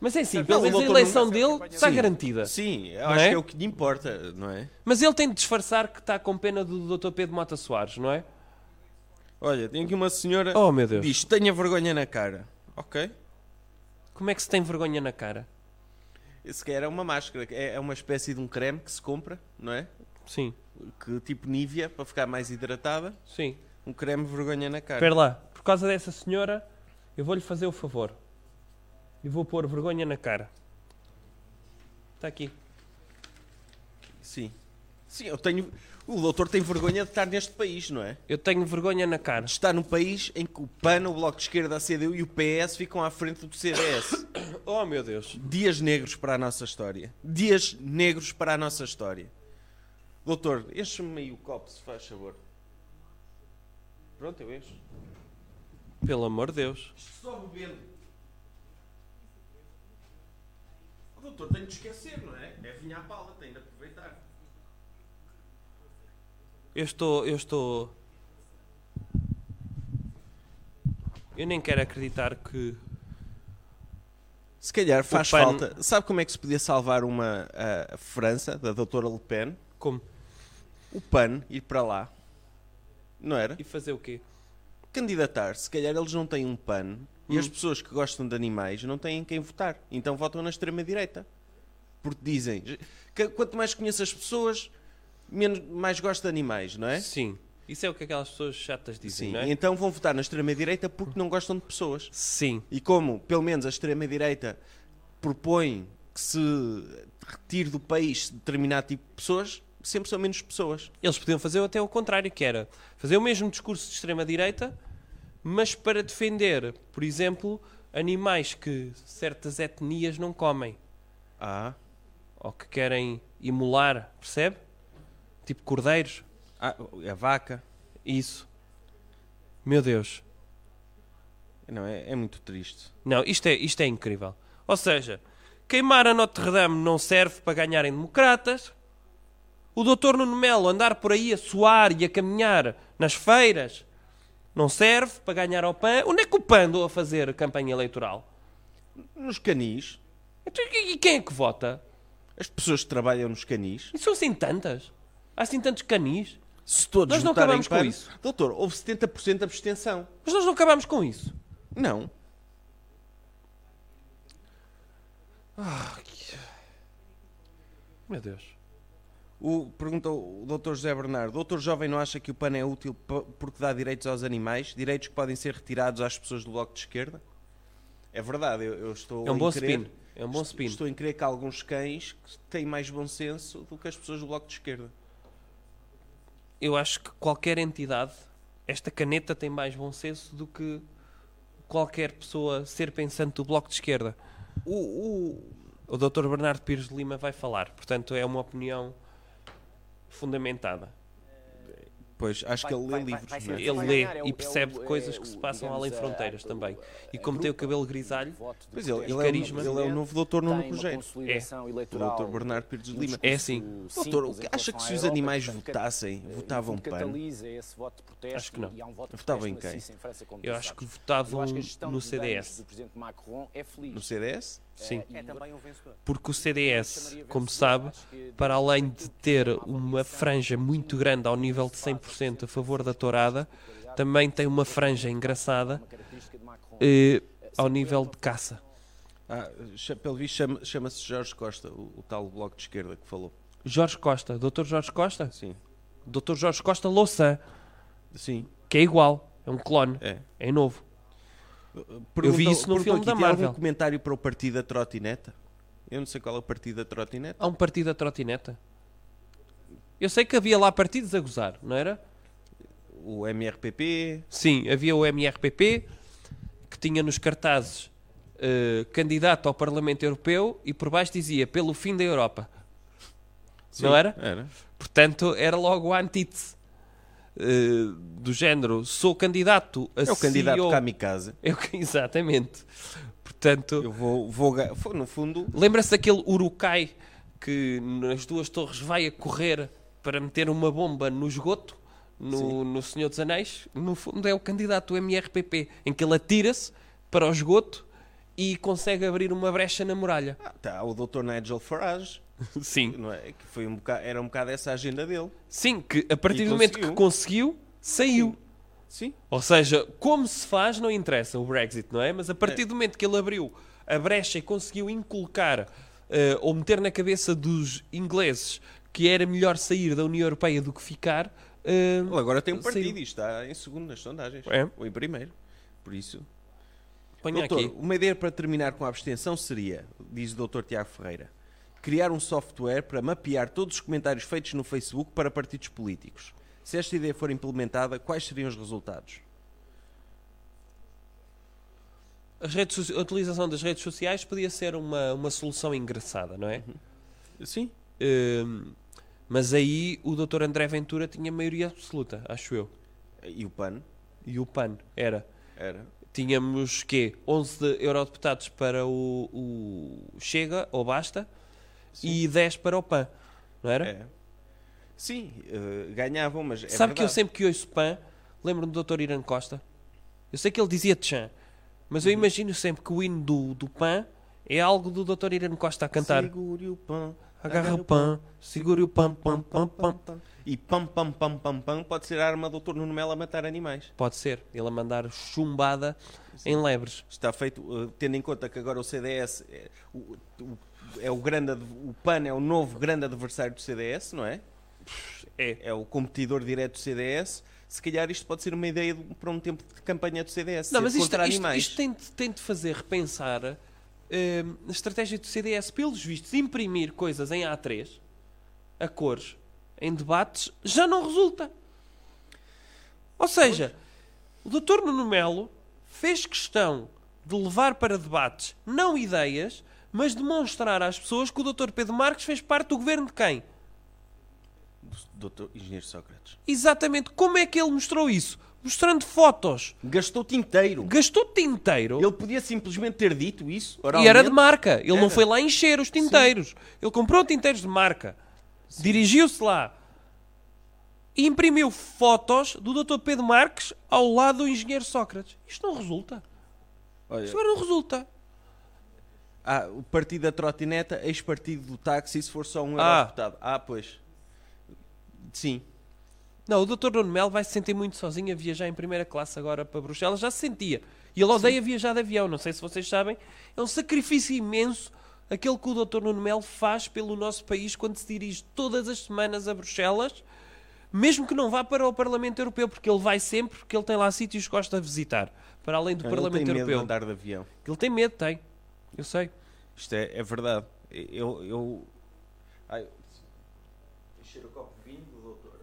[SPEAKER 2] Mas é assim, pelo
[SPEAKER 3] o
[SPEAKER 2] menos a
[SPEAKER 3] Dr.
[SPEAKER 2] eleição
[SPEAKER 3] Nuno-
[SPEAKER 2] dele está
[SPEAKER 3] Sim.
[SPEAKER 2] garantida.
[SPEAKER 3] Sim, eu
[SPEAKER 2] Não
[SPEAKER 3] acho
[SPEAKER 2] é?
[SPEAKER 3] que é o que lhe importa, não é?
[SPEAKER 2] Mas ele tem de disfarçar que está com pena do Dr. Pedro Mota Soares, não é?
[SPEAKER 3] Olha, tem aqui uma senhora
[SPEAKER 2] Oh, meu Deus.
[SPEAKER 3] diz, tenha vergonha na cara. Ok.
[SPEAKER 2] Como é que se tem vergonha na cara?
[SPEAKER 3] Esse que era uma máscara, que é é uma espécie de um creme que se compra, não é?
[SPEAKER 2] Sim,
[SPEAKER 3] Que tipo Nivea, para ficar mais hidratada.
[SPEAKER 2] sim.
[SPEAKER 3] Um creme vergonha na cara.
[SPEAKER 2] Espera lá, por causa dessa senhora, eu vou-lhe fazer o favor. E vou pôr vergonha na cara. Está aqui.
[SPEAKER 3] Sim. Sim, eu tenho. O doutor tem vergonha de estar neste país, não é?
[SPEAKER 2] Eu tenho vergonha na cara.
[SPEAKER 3] De estar num país em que o PAN, o Bloco de Esquerda, a CDU e o PS ficam à frente do CDS.
[SPEAKER 2] Oh, meu Deus.
[SPEAKER 3] Dias negros para a nossa história. Dias negros para a nossa história. Doutor, enche-me aí o copo, se faz favor. Pronto, eu encho.
[SPEAKER 2] Pelo amor de Deus.
[SPEAKER 3] Só bebendo. O doutor tem de esquecer, não é? É vinha à pala, tem de aproveitar.
[SPEAKER 2] Eu estou. Eu estou. Eu nem quero acreditar que.
[SPEAKER 3] Se calhar faz
[SPEAKER 2] PAN-
[SPEAKER 3] falta. Sabe como é que se podia salvar uma a França, da doutora Le Pen?
[SPEAKER 2] Como?
[SPEAKER 3] O PAN ir para lá. Não era?
[SPEAKER 2] E fazer o quê?
[SPEAKER 3] Candidatar. Se calhar eles não têm um PAN e
[SPEAKER 2] Hum.
[SPEAKER 3] as pessoas que gostam de animais não têm quem votar. Então votam na extrema-direita. Porque dizem. que quanto mais conheço as pessoas, menos, mais gosto de animais, não é?
[SPEAKER 2] Sim. Isso é o que aquelas pessoas chatas dizem,
[SPEAKER 3] Sim.
[SPEAKER 2] não é?
[SPEAKER 3] E então vão votar na extrema-direita porque não gostam de pessoas.
[SPEAKER 2] Sim.
[SPEAKER 3] E como, pelo menos, a extrema-direita propõe que se retire do país determinado tipo de pessoas, sempre são menos pessoas.
[SPEAKER 2] Eles podiam fazer até o contrário, que era fazer o mesmo discurso de extrema-direita, mas para defender, por exemplo, animais que certas etnias não comem
[SPEAKER 3] Ah,
[SPEAKER 2] ou que querem imolar, percebe? Tipo cordeiros.
[SPEAKER 3] ah a vaca.
[SPEAKER 2] Isso. Meu Deus.
[SPEAKER 3] Não, é, é muito triste.
[SPEAKER 2] Não, isto é, isto é incrível. Ou seja, queimar a Notre Dame não serve para ganharem democratas. O doutor Nuno Melo andar por aí a suar e a caminhar nas feiras não serve para ganhar ao PAN. Onde é que o PAN andou a fazer campanha eleitoral?
[SPEAKER 3] Nos canis,
[SPEAKER 2] Então, E e quem é que vota?
[SPEAKER 3] as pessoas que trabalham nos canis,
[SPEAKER 2] E são assim tantas? Há assim tantos canis?
[SPEAKER 3] se todos
[SPEAKER 2] Nós não
[SPEAKER 3] votarem
[SPEAKER 2] acabamos com
[SPEAKER 3] PAN-
[SPEAKER 2] isso.
[SPEAKER 3] Doutor, houve 70% de abstenção.
[SPEAKER 2] Mas nós não acabámos com isso.
[SPEAKER 3] Não.
[SPEAKER 2] Meu Deus.
[SPEAKER 3] O, pergunta o Dr. José Bernardo: Doutor Jovem não acha que o PAN é útil po- porque dá direitos aos animais, direitos que podem ser retirados às pessoas do bloco de esquerda? É verdade, eu, eu estou.
[SPEAKER 2] É um
[SPEAKER 3] em
[SPEAKER 2] bom
[SPEAKER 3] crer-
[SPEAKER 2] spin. É um bom
[SPEAKER 3] est-
[SPEAKER 2] spin.
[SPEAKER 3] Estou em crer que há alguns cães que têm mais bom senso do que as pessoas do bloco de esquerda.
[SPEAKER 2] eu acho que qualquer entidade, esta caneta tem mais bom senso do que qualquer pessoa ser pensante do Bloco de Esquerda. O, o, o Dr. Bernardo Pires de Lima vai falar, portanto é uma opinião fundamentada.
[SPEAKER 3] Pois, acho que ele lê
[SPEAKER 5] vai-
[SPEAKER 3] livros,
[SPEAKER 5] vai- vai
[SPEAKER 3] não é?
[SPEAKER 5] ser-
[SPEAKER 2] Ele
[SPEAKER 5] ganhar, é
[SPEAKER 2] lê
[SPEAKER 5] o-
[SPEAKER 2] e
[SPEAKER 5] é
[SPEAKER 2] percebe
[SPEAKER 5] o- é
[SPEAKER 2] coisas que
[SPEAKER 5] o-
[SPEAKER 2] se passam
[SPEAKER 5] digamos,
[SPEAKER 2] além
[SPEAKER 5] a-
[SPEAKER 2] fronteiras
[SPEAKER 5] a-
[SPEAKER 2] também. E
[SPEAKER 5] a
[SPEAKER 2] como tem o
[SPEAKER 5] grupa
[SPEAKER 2] cabelo
[SPEAKER 5] de
[SPEAKER 2] grisalho,
[SPEAKER 5] voto do
[SPEAKER 3] Pois ele, ele, é, o-
[SPEAKER 2] um Carisma.
[SPEAKER 3] ele é o novo doutor Nuno
[SPEAKER 5] tem uma
[SPEAKER 3] Rogério.
[SPEAKER 5] consolidação
[SPEAKER 3] O
[SPEAKER 5] eleitoral
[SPEAKER 3] Dr. Bernardo Pires de
[SPEAKER 5] um
[SPEAKER 3] Lima.
[SPEAKER 2] É assim.
[SPEAKER 5] discurso
[SPEAKER 3] Doutor, o
[SPEAKER 5] simples
[SPEAKER 3] que
[SPEAKER 5] em
[SPEAKER 3] acha
[SPEAKER 5] relação
[SPEAKER 3] que
[SPEAKER 5] à
[SPEAKER 3] se os
[SPEAKER 5] Europa,
[SPEAKER 3] animais
[SPEAKER 5] portanto,
[SPEAKER 3] votassem,
[SPEAKER 5] eh,
[SPEAKER 3] votavam
[SPEAKER 5] que
[SPEAKER 3] PAN?
[SPEAKER 5] catalisa esse voto de protesto
[SPEAKER 2] Acho que não.
[SPEAKER 5] e há um voto de
[SPEAKER 3] Votavam em
[SPEAKER 5] protesto
[SPEAKER 3] quem?
[SPEAKER 5] maciço em França, como tu
[SPEAKER 2] eu acho que
[SPEAKER 5] sabes.
[SPEAKER 2] votavam
[SPEAKER 5] Eu acho que a gestão
[SPEAKER 2] no
[SPEAKER 5] de danos
[SPEAKER 2] CDS.
[SPEAKER 5] do presidente Macron é feliz.
[SPEAKER 3] No CDS?
[SPEAKER 2] Sim.
[SPEAKER 5] É também um vencedor.
[SPEAKER 2] Porque o CDS, como sabe, para além de ter uma franja muito grande ao nível de 100% a favor da tourada, também tem uma franja engraçada
[SPEAKER 5] Característica de Macron.
[SPEAKER 2] eh, ao nível de caça.
[SPEAKER 3] Ah, cha- pelo visto chama- chama-se Jorge Costa, o, o tal bloco de esquerda que falou.
[SPEAKER 2] Jorge Costa, Dr. Jorge Costa?
[SPEAKER 3] Sim.
[SPEAKER 2] Dr. Jorge Costa Louçã,
[SPEAKER 3] Sim,
[SPEAKER 2] que é igual, é um clone,
[SPEAKER 3] é.
[SPEAKER 2] é novo. Eu vi isso no
[SPEAKER 3] perguntou
[SPEAKER 2] filme
[SPEAKER 3] aqui,
[SPEAKER 2] da
[SPEAKER 3] Tem
[SPEAKER 2] Marvel.
[SPEAKER 3] algum comentário para o partido da trotineta? Eu não sei qual é o partido da trotineta.
[SPEAKER 2] Há um partido da trotineta. Eu sei que havia lá partidos a gozar, não era?
[SPEAKER 3] O MRPP,
[SPEAKER 2] Sim, havia o MRPP que tinha nos cartazes eh, candidato ao Parlamento Europeu e por baixo dizia pelo fim da Europa. Não era?
[SPEAKER 3] era.
[SPEAKER 2] Portanto, era logo a antítese eh, do género sou candidato a
[SPEAKER 3] É o candidato
[SPEAKER 2] CEO.
[SPEAKER 3] kamikaze.
[SPEAKER 2] [LAUGHS] Eu, exatamente. Portanto,
[SPEAKER 3] Eu vou, vou, ga- foi, no fundo,
[SPEAKER 2] lembra-se daquele urukai que nas duas torres vai a correr para meter uma bomba no esgoto, no, no Senhor dos Anéis? No fundo é o candidato do MRPP, em que ele atira-se para o esgoto e consegue abrir uma brecha na muralha.
[SPEAKER 3] ah, tá, o Dr. Nigel Farage,
[SPEAKER 2] Sim.
[SPEAKER 3] não é? Que foi um bocado, era um bocado essa a agenda dele.
[SPEAKER 2] Sim, que a partir
[SPEAKER 3] E
[SPEAKER 2] do momento que
[SPEAKER 3] conseguiu.
[SPEAKER 2] conseguiu, saiu.
[SPEAKER 3] Sim.
[SPEAKER 2] Ou seja, como se faz não interessa o Brexit, não é? Mas a partir do momento que ele abriu a brecha e conseguiu inculcar eh, ou meter na cabeça dos ingleses que era melhor sair da União Europeia do que ficar. eh,
[SPEAKER 3] Ele agora tem um
[SPEAKER 2] saiu.
[SPEAKER 3] partido e está em segundo nas sondagens.
[SPEAKER 2] É.
[SPEAKER 3] Ou em primeiro. Por isso,
[SPEAKER 2] Ponha
[SPEAKER 3] Doutor,
[SPEAKER 2] aqui.
[SPEAKER 3] uma ideia para terminar com a abstenção seria, diz o Dr. Tiago Ferreira, criar um software para mapear todos os comentários feitos no Facebook para partidos políticos. Se esta ideia for implementada, quais seriam os resultados?
[SPEAKER 2] As redes so- a utilização das redes sociais podia ser uma, uma solução engraçada, não é?
[SPEAKER 3] Sim.
[SPEAKER 2] Eh, mas aí o Dr. André Ventura tinha maioria absoluta, acho eu.
[SPEAKER 3] E o PAN?
[SPEAKER 2] E o PAN era.
[SPEAKER 3] Era.
[SPEAKER 2] tínhamos quê? 11 de eurodeputados para o, o Chega ou Basta e 10 para o PAN, não era?
[SPEAKER 3] É. Sim, eh, ganhavam, mas. É
[SPEAKER 2] Sabe que eu
[SPEAKER 3] verdade.
[SPEAKER 2] sempre que ouço PAN lembro-me do Dr. Irã Costa? Eu sei que ele dizia Tchan, mas
[SPEAKER 3] Uhum.
[SPEAKER 2] eu imagino sempre que o hino do, do PAN é algo do Dr. Irã Costa a cantar.
[SPEAKER 3] Segure o pão.
[SPEAKER 2] Agarra o PAN, segure o PAN, PAN, PAN, PAN.
[SPEAKER 3] E pam, pam, pam, pam, pam pode ser a arma do Dr. Nuno Melo a matar animais.
[SPEAKER 2] Pode ser, ele a mandar chumbada em lebres.
[SPEAKER 3] Está feito, eh, tendo em conta que agora o CDS é o, o- é o grande, ad- o PAN é o novo grande adversário do CDS, não é?
[SPEAKER 2] É.
[SPEAKER 3] É o competidor direto do CDS. Se calhar isto pode ser uma ideia de- para um tempo de campanha do CDS.
[SPEAKER 2] Não,
[SPEAKER 3] ser
[SPEAKER 2] mas isto,
[SPEAKER 3] contra
[SPEAKER 2] isto-
[SPEAKER 3] animais.
[SPEAKER 2] isto tem, de, tem de fazer repensar hum, a estratégia do CDS, pelos vistos, imprimir coisas em A3, a cores, em debates, já não resulta. Ou seja, o Dr. Nuno Melo fez questão de levar para debates não ideias, mas demonstrar às pessoas que o Dr. Pedro Marques fez parte do governo de quem?
[SPEAKER 3] Doutor Engenheiro Sócrates.
[SPEAKER 2] Exatamente como é que ele mostrou isso? Mostrando fotos.
[SPEAKER 3] Gastou-te inteiro.
[SPEAKER 2] Gastou tinteiro.
[SPEAKER 3] Ele podia simplesmente ter dito isso.
[SPEAKER 2] E era de
[SPEAKER 3] oralmente.
[SPEAKER 2] marca. Ele não foi lá encher os tinteiros. Ele comprou tinteiros de marca. Dirigiu-se lá. E imprimiu fotos do Dr. Pedro Marques ao lado do engenheiro Sócrates. Isto não resulta.
[SPEAKER 3] Olha,
[SPEAKER 2] Isto agora não resulta.
[SPEAKER 3] Ah, o partido da trotineta, ex-partido do táxi, se for só um
[SPEAKER 2] Ah.
[SPEAKER 3] eurodeputado. Ah, pois. Sim.
[SPEAKER 2] Não, o Dr. Nuno Melo vai se sentir muito sozinho a viajar em primeira classe agora para Bruxelas. Já se sentia. E ele odeia viajar de avião. Não sei se vocês sabem. É um sacrifício imenso aquele que o Dr. Nuno Melo faz pelo nosso país quando se dirige todas as semanas a Bruxelas, mesmo que não vá para o Parlamento Europeu, porque ele vai sempre, porque ele tem lá sítios que gosta de visitar, para além do
[SPEAKER 3] Ele
[SPEAKER 2] Parlamento
[SPEAKER 3] tem medo
[SPEAKER 2] Europeu.
[SPEAKER 3] de andar de avião.
[SPEAKER 2] Ele tem medo, tem. Eu sei.
[SPEAKER 3] Isto é, é verdade. Eu. eu... Ai, eu- encher o copo de vinho, doutor.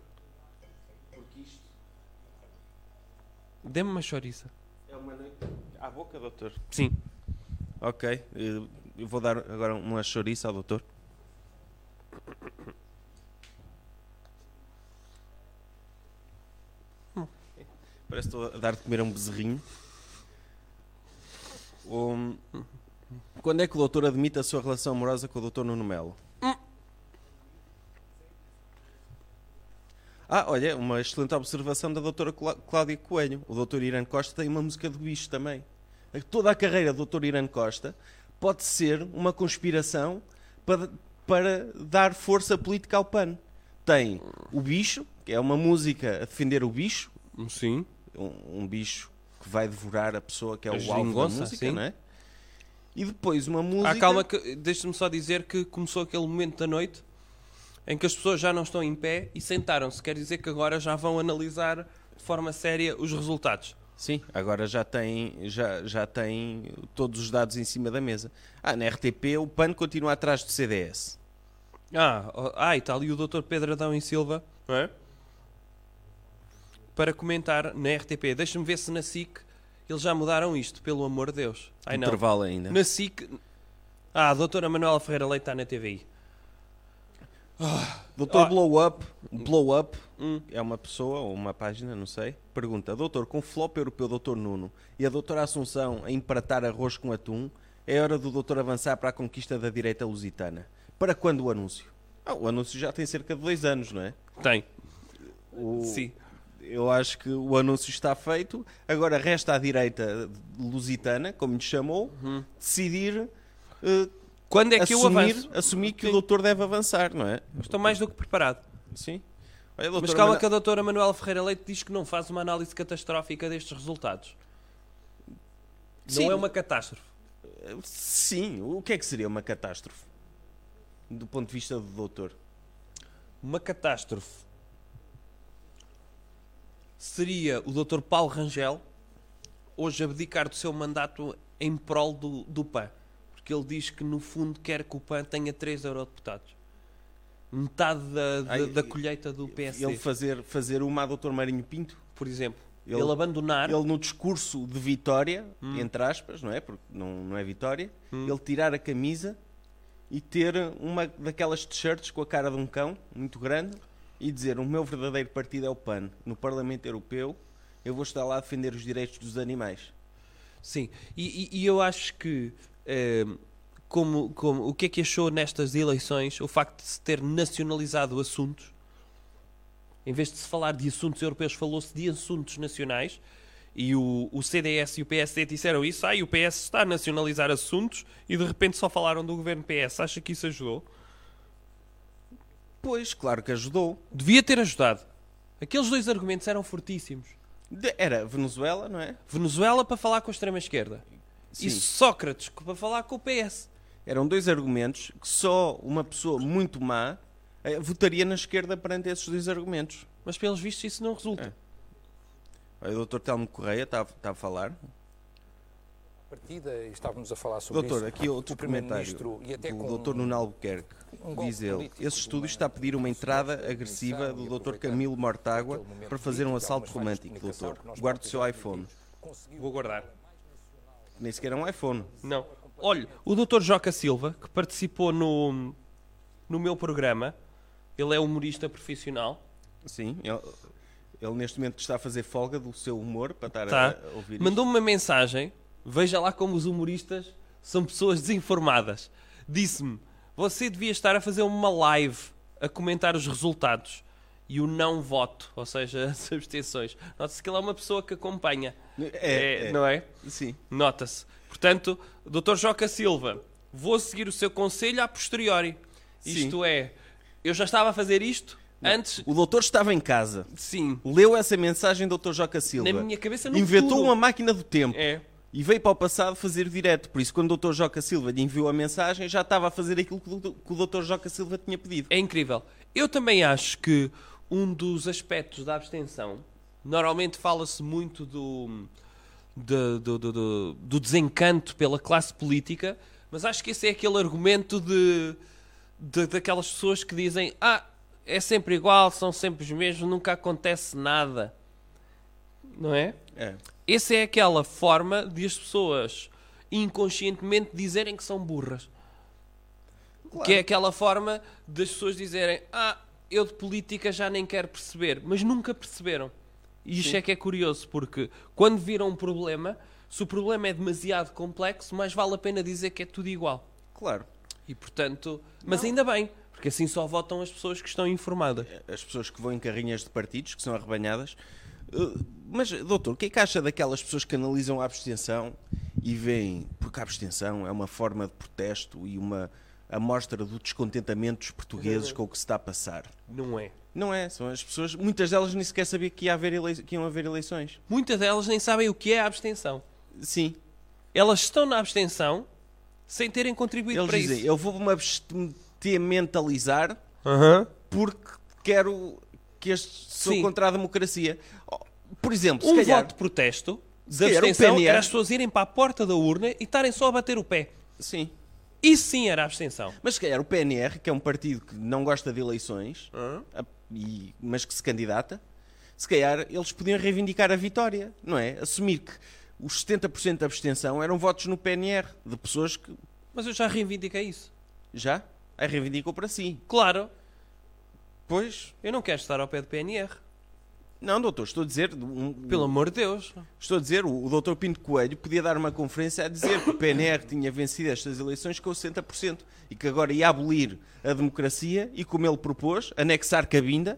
[SPEAKER 3] Porque isto
[SPEAKER 2] Dê-me uma choriça.
[SPEAKER 3] é uma noite. À boca, doutor.
[SPEAKER 2] Sim.
[SPEAKER 3] Ok. Eu eu vou dar agora uma chouriça ao doutor. Parece que estou a dar de comer a um bezerrinho. Hum, quando é que o doutor admite a sua relação amorosa com o doutor Nuno Melo? Ah, olha, uma excelente observação da doutora Clá- Cláudia Coelho. O doutor Irã Costa tem uma música do bicho também. A- Toda a carreira do doutor Irã Costa pode ser uma conspiração para, para dar força política ao PAN. Tem o bicho, que é uma música a defender o bicho,
[SPEAKER 2] Sim.
[SPEAKER 3] um, um bicho que vai devorar a pessoa que é o alvo da
[SPEAKER 2] Geringonça,
[SPEAKER 3] música,
[SPEAKER 2] sim.
[SPEAKER 3] não é? E depois uma música...
[SPEAKER 2] Ah, calma, que, deixa-me só dizer que começou aquele momento da noite em que as pessoas já não estão em pé e sentaram-se. Quer dizer que agora já vão analisar de forma séria os resultados.
[SPEAKER 3] Sim, agora já tem, já, já tem todos os dados em cima da mesa. Ah, na RTP o PAN continua atrás do CDS.
[SPEAKER 2] Ah, ó- ah e tal, e o Dr. Pedro Adão e Silva, não é? Para comentar na RTP. Deixa-me ver se na SIC eles já mudaram isto, pelo amor de Deus. Ai não.
[SPEAKER 3] Intervalo né? ainda.
[SPEAKER 2] Na SIC. Ah, a doutora Manuela Ferreira Leite está na TVI.
[SPEAKER 3] Doutor
[SPEAKER 2] Ah. Hum.
[SPEAKER 3] Blow Up, Blow Up é uma pessoa ou uma página, não sei. Pergunta, doutor, com o flop europeu doutor Nuno e a doutora Assunção a empratar arroz com atum, é hora do doutor avançar para a conquista da direita lusitana. Para quando o anúncio? Ah, o anúncio já tem cerca de dois anos, não é?
[SPEAKER 2] Tem.
[SPEAKER 3] O-
[SPEAKER 2] Sim.
[SPEAKER 3] Eu acho que o anúncio está feito. Agora resta à direita lusitana, como lhe chamou, decidir eh,
[SPEAKER 2] Quando Uhum. é que eu avanço?
[SPEAKER 3] assumir, assumir que o doutor deve avançar, não é?
[SPEAKER 2] Estou mais do que preparado.
[SPEAKER 3] Sim. Olha,
[SPEAKER 2] Mas
[SPEAKER 3] doutora
[SPEAKER 2] calma
[SPEAKER 3] Mana-
[SPEAKER 2] que a doutora Manuela Ferreira Leite diz que não faz uma análise catastrófica destes resultados.
[SPEAKER 3] Sim.
[SPEAKER 2] Não é uma catástrofe.
[SPEAKER 3] Sim, o que é que seria uma catástrofe? Do ponto de vista do doutor.
[SPEAKER 2] Uma catástrofe seria o Dr. Paulo Rangel hoje abdicar do seu mandato em prol do, do PAN. Porque ele diz que, no fundo, quer que o PAN tenha 3 eurodeputados. Metade da, da,
[SPEAKER 3] Ai,
[SPEAKER 2] da colheita do PSD,
[SPEAKER 3] Ele fazer, fazer uma a doutor Marinho Pinto.
[SPEAKER 2] por exemplo.
[SPEAKER 3] ele-
[SPEAKER 2] Ele, abandonar...
[SPEAKER 3] Ele no discurso de vitória, entre aspas, não é? Porque não, não é vitória. Ele tirar a camisa e ter uma daquelas t-shirts com a cara de um cão, muito grande, e dizer o meu verdadeiro partido é o PAN. No Parlamento Europeu eu vou estar lá a defender os direitos dos animais.
[SPEAKER 2] Sim, e, e- e eu acho que eh, como, como, o que é que achou nestas eleições o facto de se ter nacionalizado assuntos, em vez de se falar de assuntos europeus, falou-se de assuntos nacionais, e o, o CDS e o PSD disseram isso, ah, e o PS está a nacionalizar assuntos, e de repente só falaram do governo PS. Acha que isso ajudou?
[SPEAKER 3] Pois, claro que ajudou.
[SPEAKER 2] Devia ter ajudado. Aqueles dois argumentos eram fortíssimos.
[SPEAKER 3] De- era Venezuela, não é?
[SPEAKER 2] Venezuela para falar com a extrema-esquerda. E
[SPEAKER 3] Sim.
[SPEAKER 2] Sócrates para falar com o PS.
[SPEAKER 3] Eram dois argumentos que só uma pessoa muito má eh, votaria na esquerda perante esses dois argumentos.
[SPEAKER 2] Mas pelos vistos isso não resulta.
[SPEAKER 3] Olha, O Dr. Telmo Correia está, a- está a falar.
[SPEAKER 8] partida e estávamos a falar sobre
[SPEAKER 3] Doutor,
[SPEAKER 8] isso.
[SPEAKER 3] aqui é outro
[SPEAKER 8] o
[SPEAKER 3] comentário
[SPEAKER 8] Primeiro-Ministro e até
[SPEAKER 3] do
[SPEAKER 8] com
[SPEAKER 3] doutor Nuno Albuquerque.
[SPEAKER 8] um golpe
[SPEAKER 3] Diz ele,
[SPEAKER 8] político
[SPEAKER 3] esse
[SPEAKER 8] de
[SPEAKER 3] estúdio
[SPEAKER 8] uma-
[SPEAKER 3] está a pedir uma entrada agressiva do doutor Camilo Mortágua
[SPEAKER 8] aquele momento
[SPEAKER 3] para fazer um
[SPEAKER 8] político,
[SPEAKER 3] assalto
[SPEAKER 8] algumas falhas de
[SPEAKER 3] romântico,
[SPEAKER 8] comunicação
[SPEAKER 3] doutor.
[SPEAKER 8] que nós
[SPEAKER 3] Guarde o seu
[SPEAKER 8] próprios
[SPEAKER 3] iPhone. É.
[SPEAKER 8] conseguiu
[SPEAKER 2] Vou guardar.
[SPEAKER 3] Nem sequer é um iPhone.
[SPEAKER 2] Não. Olha, o Dr. Joca Silva, que participou no, no meu programa, ele é humorista profissional.
[SPEAKER 3] Sim, ele, ele neste momento está a fazer folga do seu humor para estar
[SPEAKER 2] Tá.
[SPEAKER 3] a, a É, ouvir isto.
[SPEAKER 2] Mandou-me uma mensagem. Veja lá como os humoristas são pessoas desinformadas. Disse-me: Você devia estar a fazer uma live a comentar os resultados e o não voto, ou seja, [LAUGHS] as abstenções. Nota-se que ele é uma pessoa que acompanha.
[SPEAKER 3] É, é.
[SPEAKER 2] Não é?
[SPEAKER 3] Sim.
[SPEAKER 2] Nota-se. Portanto, Dr. Joca Silva, vou seguir o seu conselho a posteriori.
[SPEAKER 3] Sim.
[SPEAKER 2] Isto é, eu já estava a fazer isto antes.
[SPEAKER 3] O doutor estava em casa,
[SPEAKER 2] Sim.
[SPEAKER 3] leu essa mensagem do Dr. Joca Silva,
[SPEAKER 2] Na minha cabeça, no
[SPEAKER 3] inventou
[SPEAKER 2] futuro.
[SPEAKER 3] uma máquina do tempo
[SPEAKER 2] É.
[SPEAKER 3] e veio para o passado fazer direto. Por isso, quando o Dr. Joca Silva lhe enviou a mensagem, já estava a fazer aquilo que o doutor- que o Dr. Joca Silva tinha pedido.
[SPEAKER 2] É incrível. Eu também acho que um dos aspectos da abstenção, normalmente fala-se muito do, do, do- do- do- do desencanto pela classe política, mas acho que esse é aquele argumento de, de- daquelas pessoas que dizem ah, é sempre igual, são sempre os mesmos, nunca acontece nada. Não é?
[SPEAKER 3] É.
[SPEAKER 2] Essa é aquela forma de as pessoas inconscientemente dizerem que são burras. Que é aquela forma das pessoas dizerem: Ah, eu de política já nem quero perceber, mas nunca perceberam. E isto é que é curioso, porque quando viram um problema, se o problema é demasiado complexo, mais vale a pena dizer que é tudo igual.
[SPEAKER 3] Claro.
[SPEAKER 2] E portanto, mas ainda bem, porque assim só votam as pessoas que estão informadas.
[SPEAKER 3] as pessoas que vão em carrinhas de partidos, que são arrebanhadas. Uh, Mas, doutor, o que é que acha daquelas pessoas que analisam a abstenção e veem, porque a abstenção é uma forma de protesto e uma amostra do descontentamento dos portugueses com o que se está a passar?
[SPEAKER 2] Uhum. Não é?
[SPEAKER 3] Não é, são as pessoas, muitas delas nem sequer sabiam que, ia haver elei- que iam haver eleições.
[SPEAKER 2] Muitas delas nem sabem o que é a abstenção.
[SPEAKER 3] Sim,
[SPEAKER 2] Elas estão na abstenção sem terem contribuído
[SPEAKER 3] eles
[SPEAKER 2] para
[SPEAKER 3] dizem,
[SPEAKER 2] isso.
[SPEAKER 3] eu vou-me abster mentalizar
[SPEAKER 2] Aham.
[SPEAKER 3] porque quero que este, sou
[SPEAKER 2] Sim.
[SPEAKER 3] contra a democracia. Oh, Por exemplo, se
[SPEAKER 2] um
[SPEAKER 3] calhar...
[SPEAKER 2] voto de protesto
[SPEAKER 3] Se
[SPEAKER 2] da
[SPEAKER 3] calhar um
[SPEAKER 2] abstenção
[SPEAKER 3] PNR.
[SPEAKER 2] era as pessoas irem para a porta da urna e estarem só a bater o pé.
[SPEAKER 3] Sim.
[SPEAKER 2] Isso sim era abstenção.
[SPEAKER 3] Mas se calhar o PNR, que é um partido que não gosta de eleições, a- e- mas que se candidata, se calhar eles podiam reivindicar a vitória, não é? Assumir que os 70% de abstenção eram votos no PNR, de pessoas que
[SPEAKER 2] Mas eu já reivindiquei isso.
[SPEAKER 3] já a reivindicam para si.
[SPEAKER 2] Claro,
[SPEAKER 3] Pois,
[SPEAKER 2] eu não quero estar ao pé do PNR.
[SPEAKER 3] não, doutor, estou a dizer, um- um-
[SPEAKER 2] Pelo amor de Deus.
[SPEAKER 3] estou a dizer o, o doutor Pinto Coelho podia dar uma conferência a dizer que o PNR tinha vencido estas eleições com 60% e que agora ia abolir a democracia e, como ele propôs, anexar cabinda.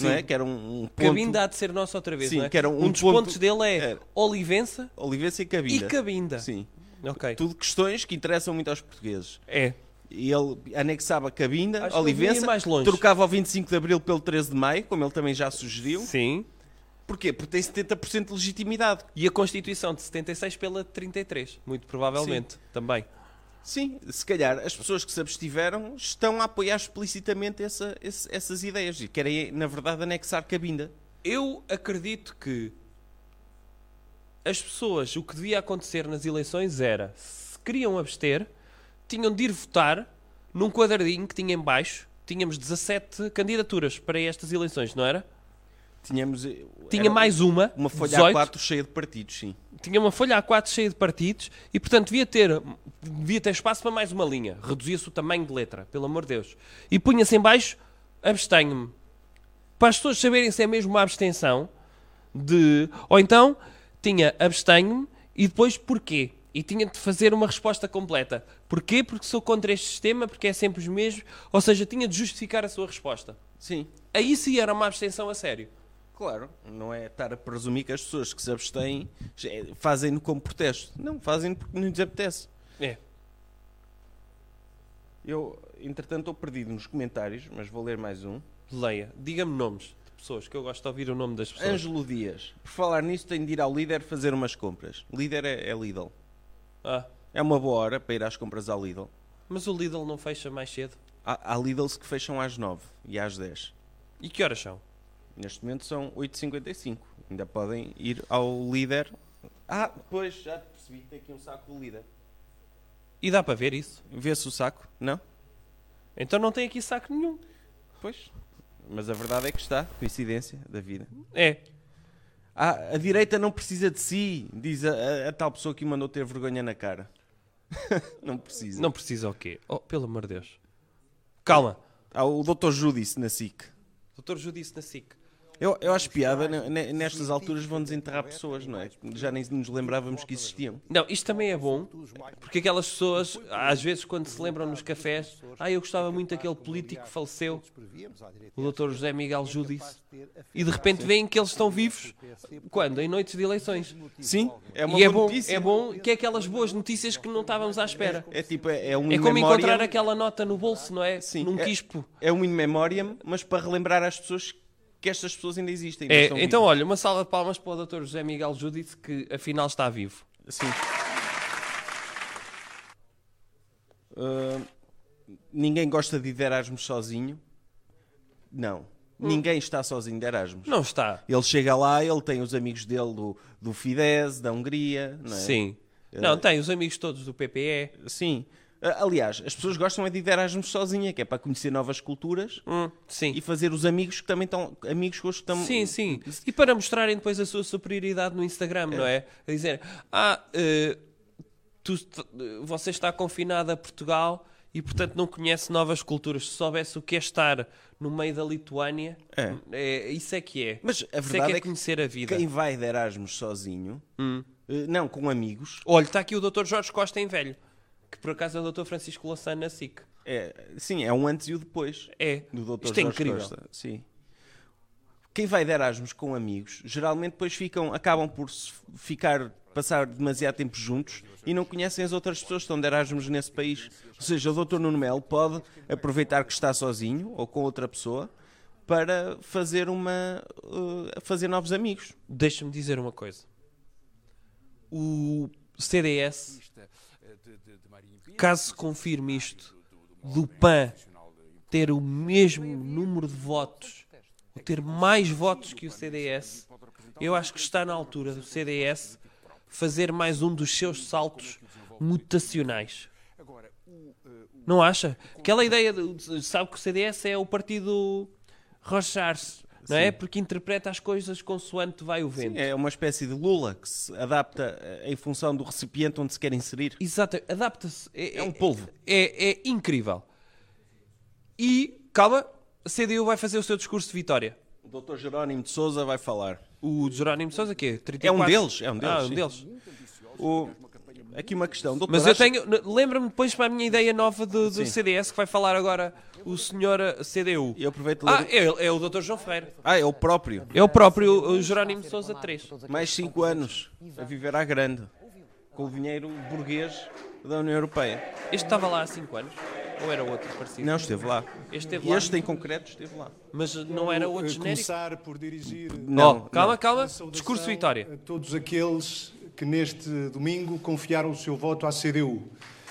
[SPEAKER 3] Não é? Que era um, um ponto...
[SPEAKER 2] Cabinda há de ser nosso outra vez,
[SPEAKER 3] Sim,
[SPEAKER 2] não é?
[SPEAKER 3] que era um
[SPEAKER 2] dos
[SPEAKER 3] ponto-
[SPEAKER 2] pontos dele é
[SPEAKER 3] era.
[SPEAKER 2] Olivença
[SPEAKER 3] Olivença e Cabinda.
[SPEAKER 2] e Cabinda.
[SPEAKER 3] Sim.
[SPEAKER 2] Ok.
[SPEAKER 3] Tudo questões que interessam muito aos portugueses.
[SPEAKER 2] É.
[SPEAKER 3] E ele anexava Cabinda,
[SPEAKER 2] Acho que ele ia
[SPEAKER 3] Olivença,
[SPEAKER 2] mais longe.
[SPEAKER 3] trocava o 25 de Abril pelo 13 de Maio, como ele também já sugeriu.
[SPEAKER 2] Sim.
[SPEAKER 3] Porquê? Porque tem 70% de legitimidade.
[SPEAKER 2] E a Constituição de 76 pela 33, muito provavelmente, também.
[SPEAKER 3] Sim, se calhar as pessoas que se abstiveram estão a apoiar explicitamente essa- esse- essas ideias e querem, na verdade, anexar Cabinda.
[SPEAKER 2] Eu acredito que as pessoas, o que devia acontecer nas eleições era, se queriam abster, tinham de ir votar num quadradinho que tinha em baixo. Tínhamos 17 candidaturas para estas eleições, não era?
[SPEAKER 3] Tínhamos, eh,
[SPEAKER 2] Tinha
[SPEAKER 3] era
[SPEAKER 2] mais uma,
[SPEAKER 3] uma folha
[SPEAKER 2] 18,
[SPEAKER 3] A4 cheia de partidos, sim.
[SPEAKER 2] tinha uma folha A4 cheia de partidos e, portanto, devia ter, devia ter espaço para mais uma linha. Reduzia-se o tamanho de letra, pelo amor de Deus. E punha-se em baixo, abstenho-me. Para as pessoas saberem se é mesmo uma abstenção de... Ou então, tinha abstenho-me e depois porquê. E tinha de fazer uma resposta completa. Porquê? Porque sou contra este sistema, porque é sempre os mesmos. Ou seja, tinha de justificar a sua resposta.
[SPEAKER 3] Sim,
[SPEAKER 2] Aí sim era uma abstenção a sério.
[SPEAKER 3] claro. Não é estar a presumir que as pessoas que se abstêm eh, fazem-no como protesto. Não, fazem-no porque não lhes apetece.
[SPEAKER 2] É.
[SPEAKER 3] Eu, entretanto, estou perdido nos comentários, mas vou ler mais um.
[SPEAKER 2] Leia, diga-me nomes de pessoas, que eu gosto de ouvir o nome das pessoas.
[SPEAKER 3] Ângelo Dias. Por falar nisso, tenho de ir ao líder fazer umas compras. Líder é, é Lidl.
[SPEAKER 2] Ah,
[SPEAKER 3] É uma boa hora para ir às compras ao Lidl.
[SPEAKER 2] mas o Lidl não fecha mais cedo.
[SPEAKER 3] Há, há Lidls que fecham às 9 e às 10.
[SPEAKER 2] E que horas são?
[SPEAKER 3] Neste momento são 8h55. Ainda podem ir ao líder. Ah, pois, já te percebi que tem aqui um saco do líder.
[SPEAKER 2] E dá para ver isso?
[SPEAKER 3] Vê-se o saco? Não?
[SPEAKER 2] Então não tem aqui saco nenhum.
[SPEAKER 3] Pois. Mas a verdade é que está. Coincidência da vida.
[SPEAKER 2] É.
[SPEAKER 3] Ah, a direita não precisa de si, diz a, a- a tal pessoa que o mandou ter vergonha na cara. [LAUGHS] não precisa.
[SPEAKER 2] Não precisa o quê? Oh, pelo amor de Deus. Calma.
[SPEAKER 3] Há Ah, o Dr. Judice na SIC.
[SPEAKER 2] Doutor Judice na SIC.
[SPEAKER 3] Eu, eu acho piada, ne- ne- nestas alturas vão desenterrar pessoas, não é? Já nem nos lembrávamos que existiam.
[SPEAKER 2] Não, isto também é bom, porque aquelas pessoas, às vezes, quando se lembram nos cafés, ah, eu gostava muito daquele político que faleceu, o Dr. José Miguel Judice, e de repente veem que eles estão vivos, quando? Em noites de eleições.
[SPEAKER 3] Sim, é uma
[SPEAKER 2] E é
[SPEAKER 3] boa
[SPEAKER 2] bom,
[SPEAKER 3] notícia.
[SPEAKER 2] é bom que é aquelas boas notícias que não estávamos à espera.
[SPEAKER 3] É tipo, é, é um
[SPEAKER 2] É
[SPEAKER 3] in
[SPEAKER 2] como
[SPEAKER 3] memoriam,
[SPEAKER 2] encontrar aquela nota no bolso, não é?
[SPEAKER 3] Sim,
[SPEAKER 2] Num
[SPEAKER 3] é-
[SPEAKER 2] quispo.
[SPEAKER 3] É um in memoriam, mas para relembrar às pessoas que estas pessoas ainda existem. ainda
[SPEAKER 2] É,
[SPEAKER 3] estão
[SPEAKER 2] então,
[SPEAKER 3] vivas.
[SPEAKER 2] olha, uma salva de palmas para o Dr. José Miguel Judice, que afinal está vivo.
[SPEAKER 3] Sim. Ah, ninguém gosta de ir de Erasmus sozinho. Não.
[SPEAKER 2] Hum.
[SPEAKER 3] Ninguém está sozinho de Erasmus.
[SPEAKER 2] Não está.
[SPEAKER 3] Ele chega lá, ele tem os amigos dele do, do Fidesz, da Hungria, não é?
[SPEAKER 2] Sim. Não, tem os amigos todos do PPE.
[SPEAKER 3] Sim. Ah, Aliás, as pessoas gostam é de ir de Erasmus sozinha, que é para conhecer novas culturas
[SPEAKER 2] Hum, sim.
[SPEAKER 3] e fazer os amigos que também estão. Amigos que hoje estão.
[SPEAKER 2] Sim, sim. E para mostrarem depois a sua superioridade no Instagram, não é? A dizer, ah, eh, tu, est- eh, você está confinado a Portugal e, portanto, não conhece novas culturas. Se soubesse o que é estar no meio da Lituânia,
[SPEAKER 3] É.
[SPEAKER 2] eh, isso é que é.
[SPEAKER 3] Mas a
[SPEAKER 2] isso é
[SPEAKER 3] verdade
[SPEAKER 2] que é,
[SPEAKER 3] é que
[SPEAKER 2] conhecer a vida.
[SPEAKER 3] Quem vai de Erasmus sozinho, eh, não, com amigos,
[SPEAKER 2] Olha, está aqui o Dr. Jorge Costa em velho, que por acaso é o Dr. Francisco Lassana na SIC.
[SPEAKER 3] é, sim, é um antes e o depois.
[SPEAKER 2] É.
[SPEAKER 3] do Dr.
[SPEAKER 2] Isto é
[SPEAKER 3] Jorge
[SPEAKER 2] incrível.
[SPEAKER 3] Costa. Sim. Quem vai de Erasmus com amigos, geralmente depois ficam, acabam por se ficar, passar demasiado tempo juntos e não conhecem as outras pessoas que estão de Erasmus nesse país. Ou seja, o Dr. Nuno Melo pode aproveitar que está sozinho ou com outra pessoa para fazer uma eh, fazer novos amigos.
[SPEAKER 2] Deixa-me dizer uma coisa. O CDS, eh, caso se confirme isto, é do PAN ter o mesmo número de votos, ou ter mais votos que o CDS, eu acho que está na altura do CDS fazer mais um dos seus saltos mutacionais. eh, Não acha? Aquela ideia, de, sabe que o CDS é o partido Rochars, não é? Porque interpreta as coisas consoante vai o vento.
[SPEAKER 3] É uma espécie de Lula que se adapta eh, em função do recipiente onde se quer inserir.
[SPEAKER 2] Exato, adapta-se. É,
[SPEAKER 3] É um polvo.
[SPEAKER 2] É, é incrível. E, calma, a CDU vai fazer o seu discurso de vitória.
[SPEAKER 3] O Dr. Jerónimo de Souza vai falar.
[SPEAKER 2] O de Jerónimo Sousa, que é? 34?
[SPEAKER 3] É um deles, é um deles,
[SPEAKER 2] Ah, um
[SPEAKER 3] sim.
[SPEAKER 2] deles.
[SPEAKER 3] O- Aqui uma questão. Doutor,
[SPEAKER 2] Mas eu
[SPEAKER 3] acha-
[SPEAKER 2] tenho. Lembra-me depois para a minha ideia nova do, do
[SPEAKER 3] Sim.
[SPEAKER 2] CDS, que vai falar agora o senhor eh, CDU.
[SPEAKER 3] Eu aproveito e
[SPEAKER 2] Ah,
[SPEAKER 3] ler-
[SPEAKER 2] é, ele- é o Dr. João Ferreira.
[SPEAKER 3] Ah, é o próprio.
[SPEAKER 2] É o próprio o Jerónimo Sousa 3.
[SPEAKER 3] Mais 5 anos a viver à grande. Com o dinheiro burguês da União Europeia.
[SPEAKER 2] Este estava lá há 5 anos. Ou era outro parecido?
[SPEAKER 3] Não, esteve lá.
[SPEAKER 2] Este esteve
[SPEAKER 3] E
[SPEAKER 2] lá.
[SPEAKER 3] Este em concreto esteve lá.
[SPEAKER 2] Mas não era outro genérico.
[SPEAKER 9] começar por dirigir
[SPEAKER 2] Não,
[SPEAKER 3] Não,
[SPEAKER 2] calma,
[SPEAKER 3] não.
[SPEAKER 2] calma.
[SPEAKER 9] uma saudação
[SPEAKER 2] Discurso de vitória.
[SPEAKER 9] a todos aqueles que neste domingo confiaram o seu voto à CDU.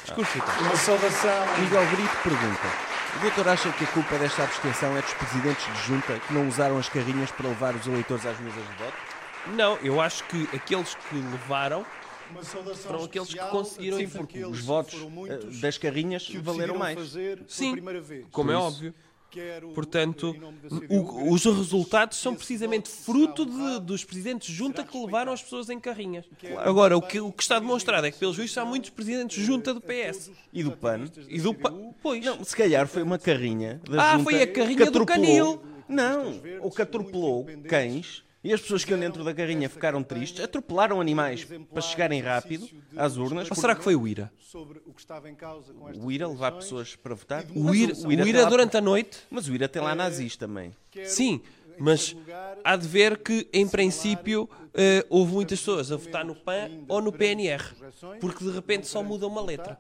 [SPEAKER 2] Discurso de vitória.
[SPEAKER 9] Uma saudação
[SPEAKER 3] Miguel Brito pergunta. O doutor acha que a culpa desta abstenção é dos presidentes de junta que não usaram as carrinhas para levar os eleitores às mesas de voto?
[SPEAKER 2] Não, eu acho que aqueles que levaram
[SPEAKER 9] Uma saudação
[SPEAKER 2] Foram aqueles que
[SPEAKER 9] especial
[SPEAKER 2] conseguiram
[SPEAKER 9] a
[SPEAKER 2] ir
[SPEAKER 9] todos
[SPEAKER 2] por-
[SPEAKER 9] aqueles
[SPEAKER 3] Os
[SPEAKER 9] que
[SPEAKER 3] votos
[SPEAKER 9] foram
[SPEAKER 3] eh,
[SPEAKER 9] muitos
[SPEAKER 3] das carrinhas
[SPEAKER 9] que o
[SPEAKER 3] valeram
[SPEAKER 9] decidiram
[SPEAKER 3] mais.
[SPEAKER 9] fazer pela
[SPEAKER 2] Sim,
[SPEAKER 9] primeira vez.
[SPEAKER 2] como é
[SPEAKER 3] isso.
[SPEAKER 2] óbvio.
[SPEAKER 9] Quero,
[SPEAKER 2] Portanto,
[SPEAKER 9] em nome da
[SPEAKER 2] o-
[SPEAKER 9] CDU, agradecer
[SPEAKER 2] os resultados são
[SPEAKER 9] esse
[SPEAKER 2] precisamente
[SPEAKER 9] voto
[SPEAKER 2] fruto
[SPEAKER 9] será
[SPEAKER 2] de-
[SPEAKER 9] honrado.
[SPEAKER 2] dos presidentes de junta que levaram as pessoas em carrinhas.
[SPEAKER 9] Claro.
[SPEAKER 2] Agora, o que, o que está demonstrado é que, pelos vistos, há muitos presidentes de junta do PS.
[SPEAKER 3] E do PAN.
[SPEAKER 2] E do pa- Pois.
[SPEAKER 3] Se calhar foi uma carrinha da
[SPEAKER 2] Ah,
[SPEAKER 3] junta
[SPEAKER 2] foi a carrinha
[SPEAKER 3] que
[SPEAKER 2] do
[SPEAKER 3] atropelou-
[SPEAKER 2] canil.
[SPEAKER 3] Não, ou que atropelou cães E as pessoas que iam dentro da carrinha ficaram tristes, atropelaram animais para chegarem rápido às urnas.
[SPEAKER 2] Ou será que foi o IRA?
[SPEAKER 9] Sobre o que estava em causa com estas
[SPEAKER 3] O IRA levar
[SPEAKER 9] eleições,
[SPEAKER 3] pessoas para votar?
[SPEAKER 9] e de
[SPEAKER 2] O IRA,
[SPEAKER 3] Mas
[SPEAKER 2] o IRA
[SPEAKER 3] tem lá-
[SPEAKER 2] durante a noite?
[SPEAKER 3] Mas o IRA tem lá nazis também.
[SPEAKER 9] quero, em
[SPEAKER 2] Sim, mas
[SPEAKER 9] todo lugar,
[SPEAKER 2] há de ver que, em princípio, eh, houve muitas pessoas a votar no PAN ou no PNR, porque de repente só muda uma letra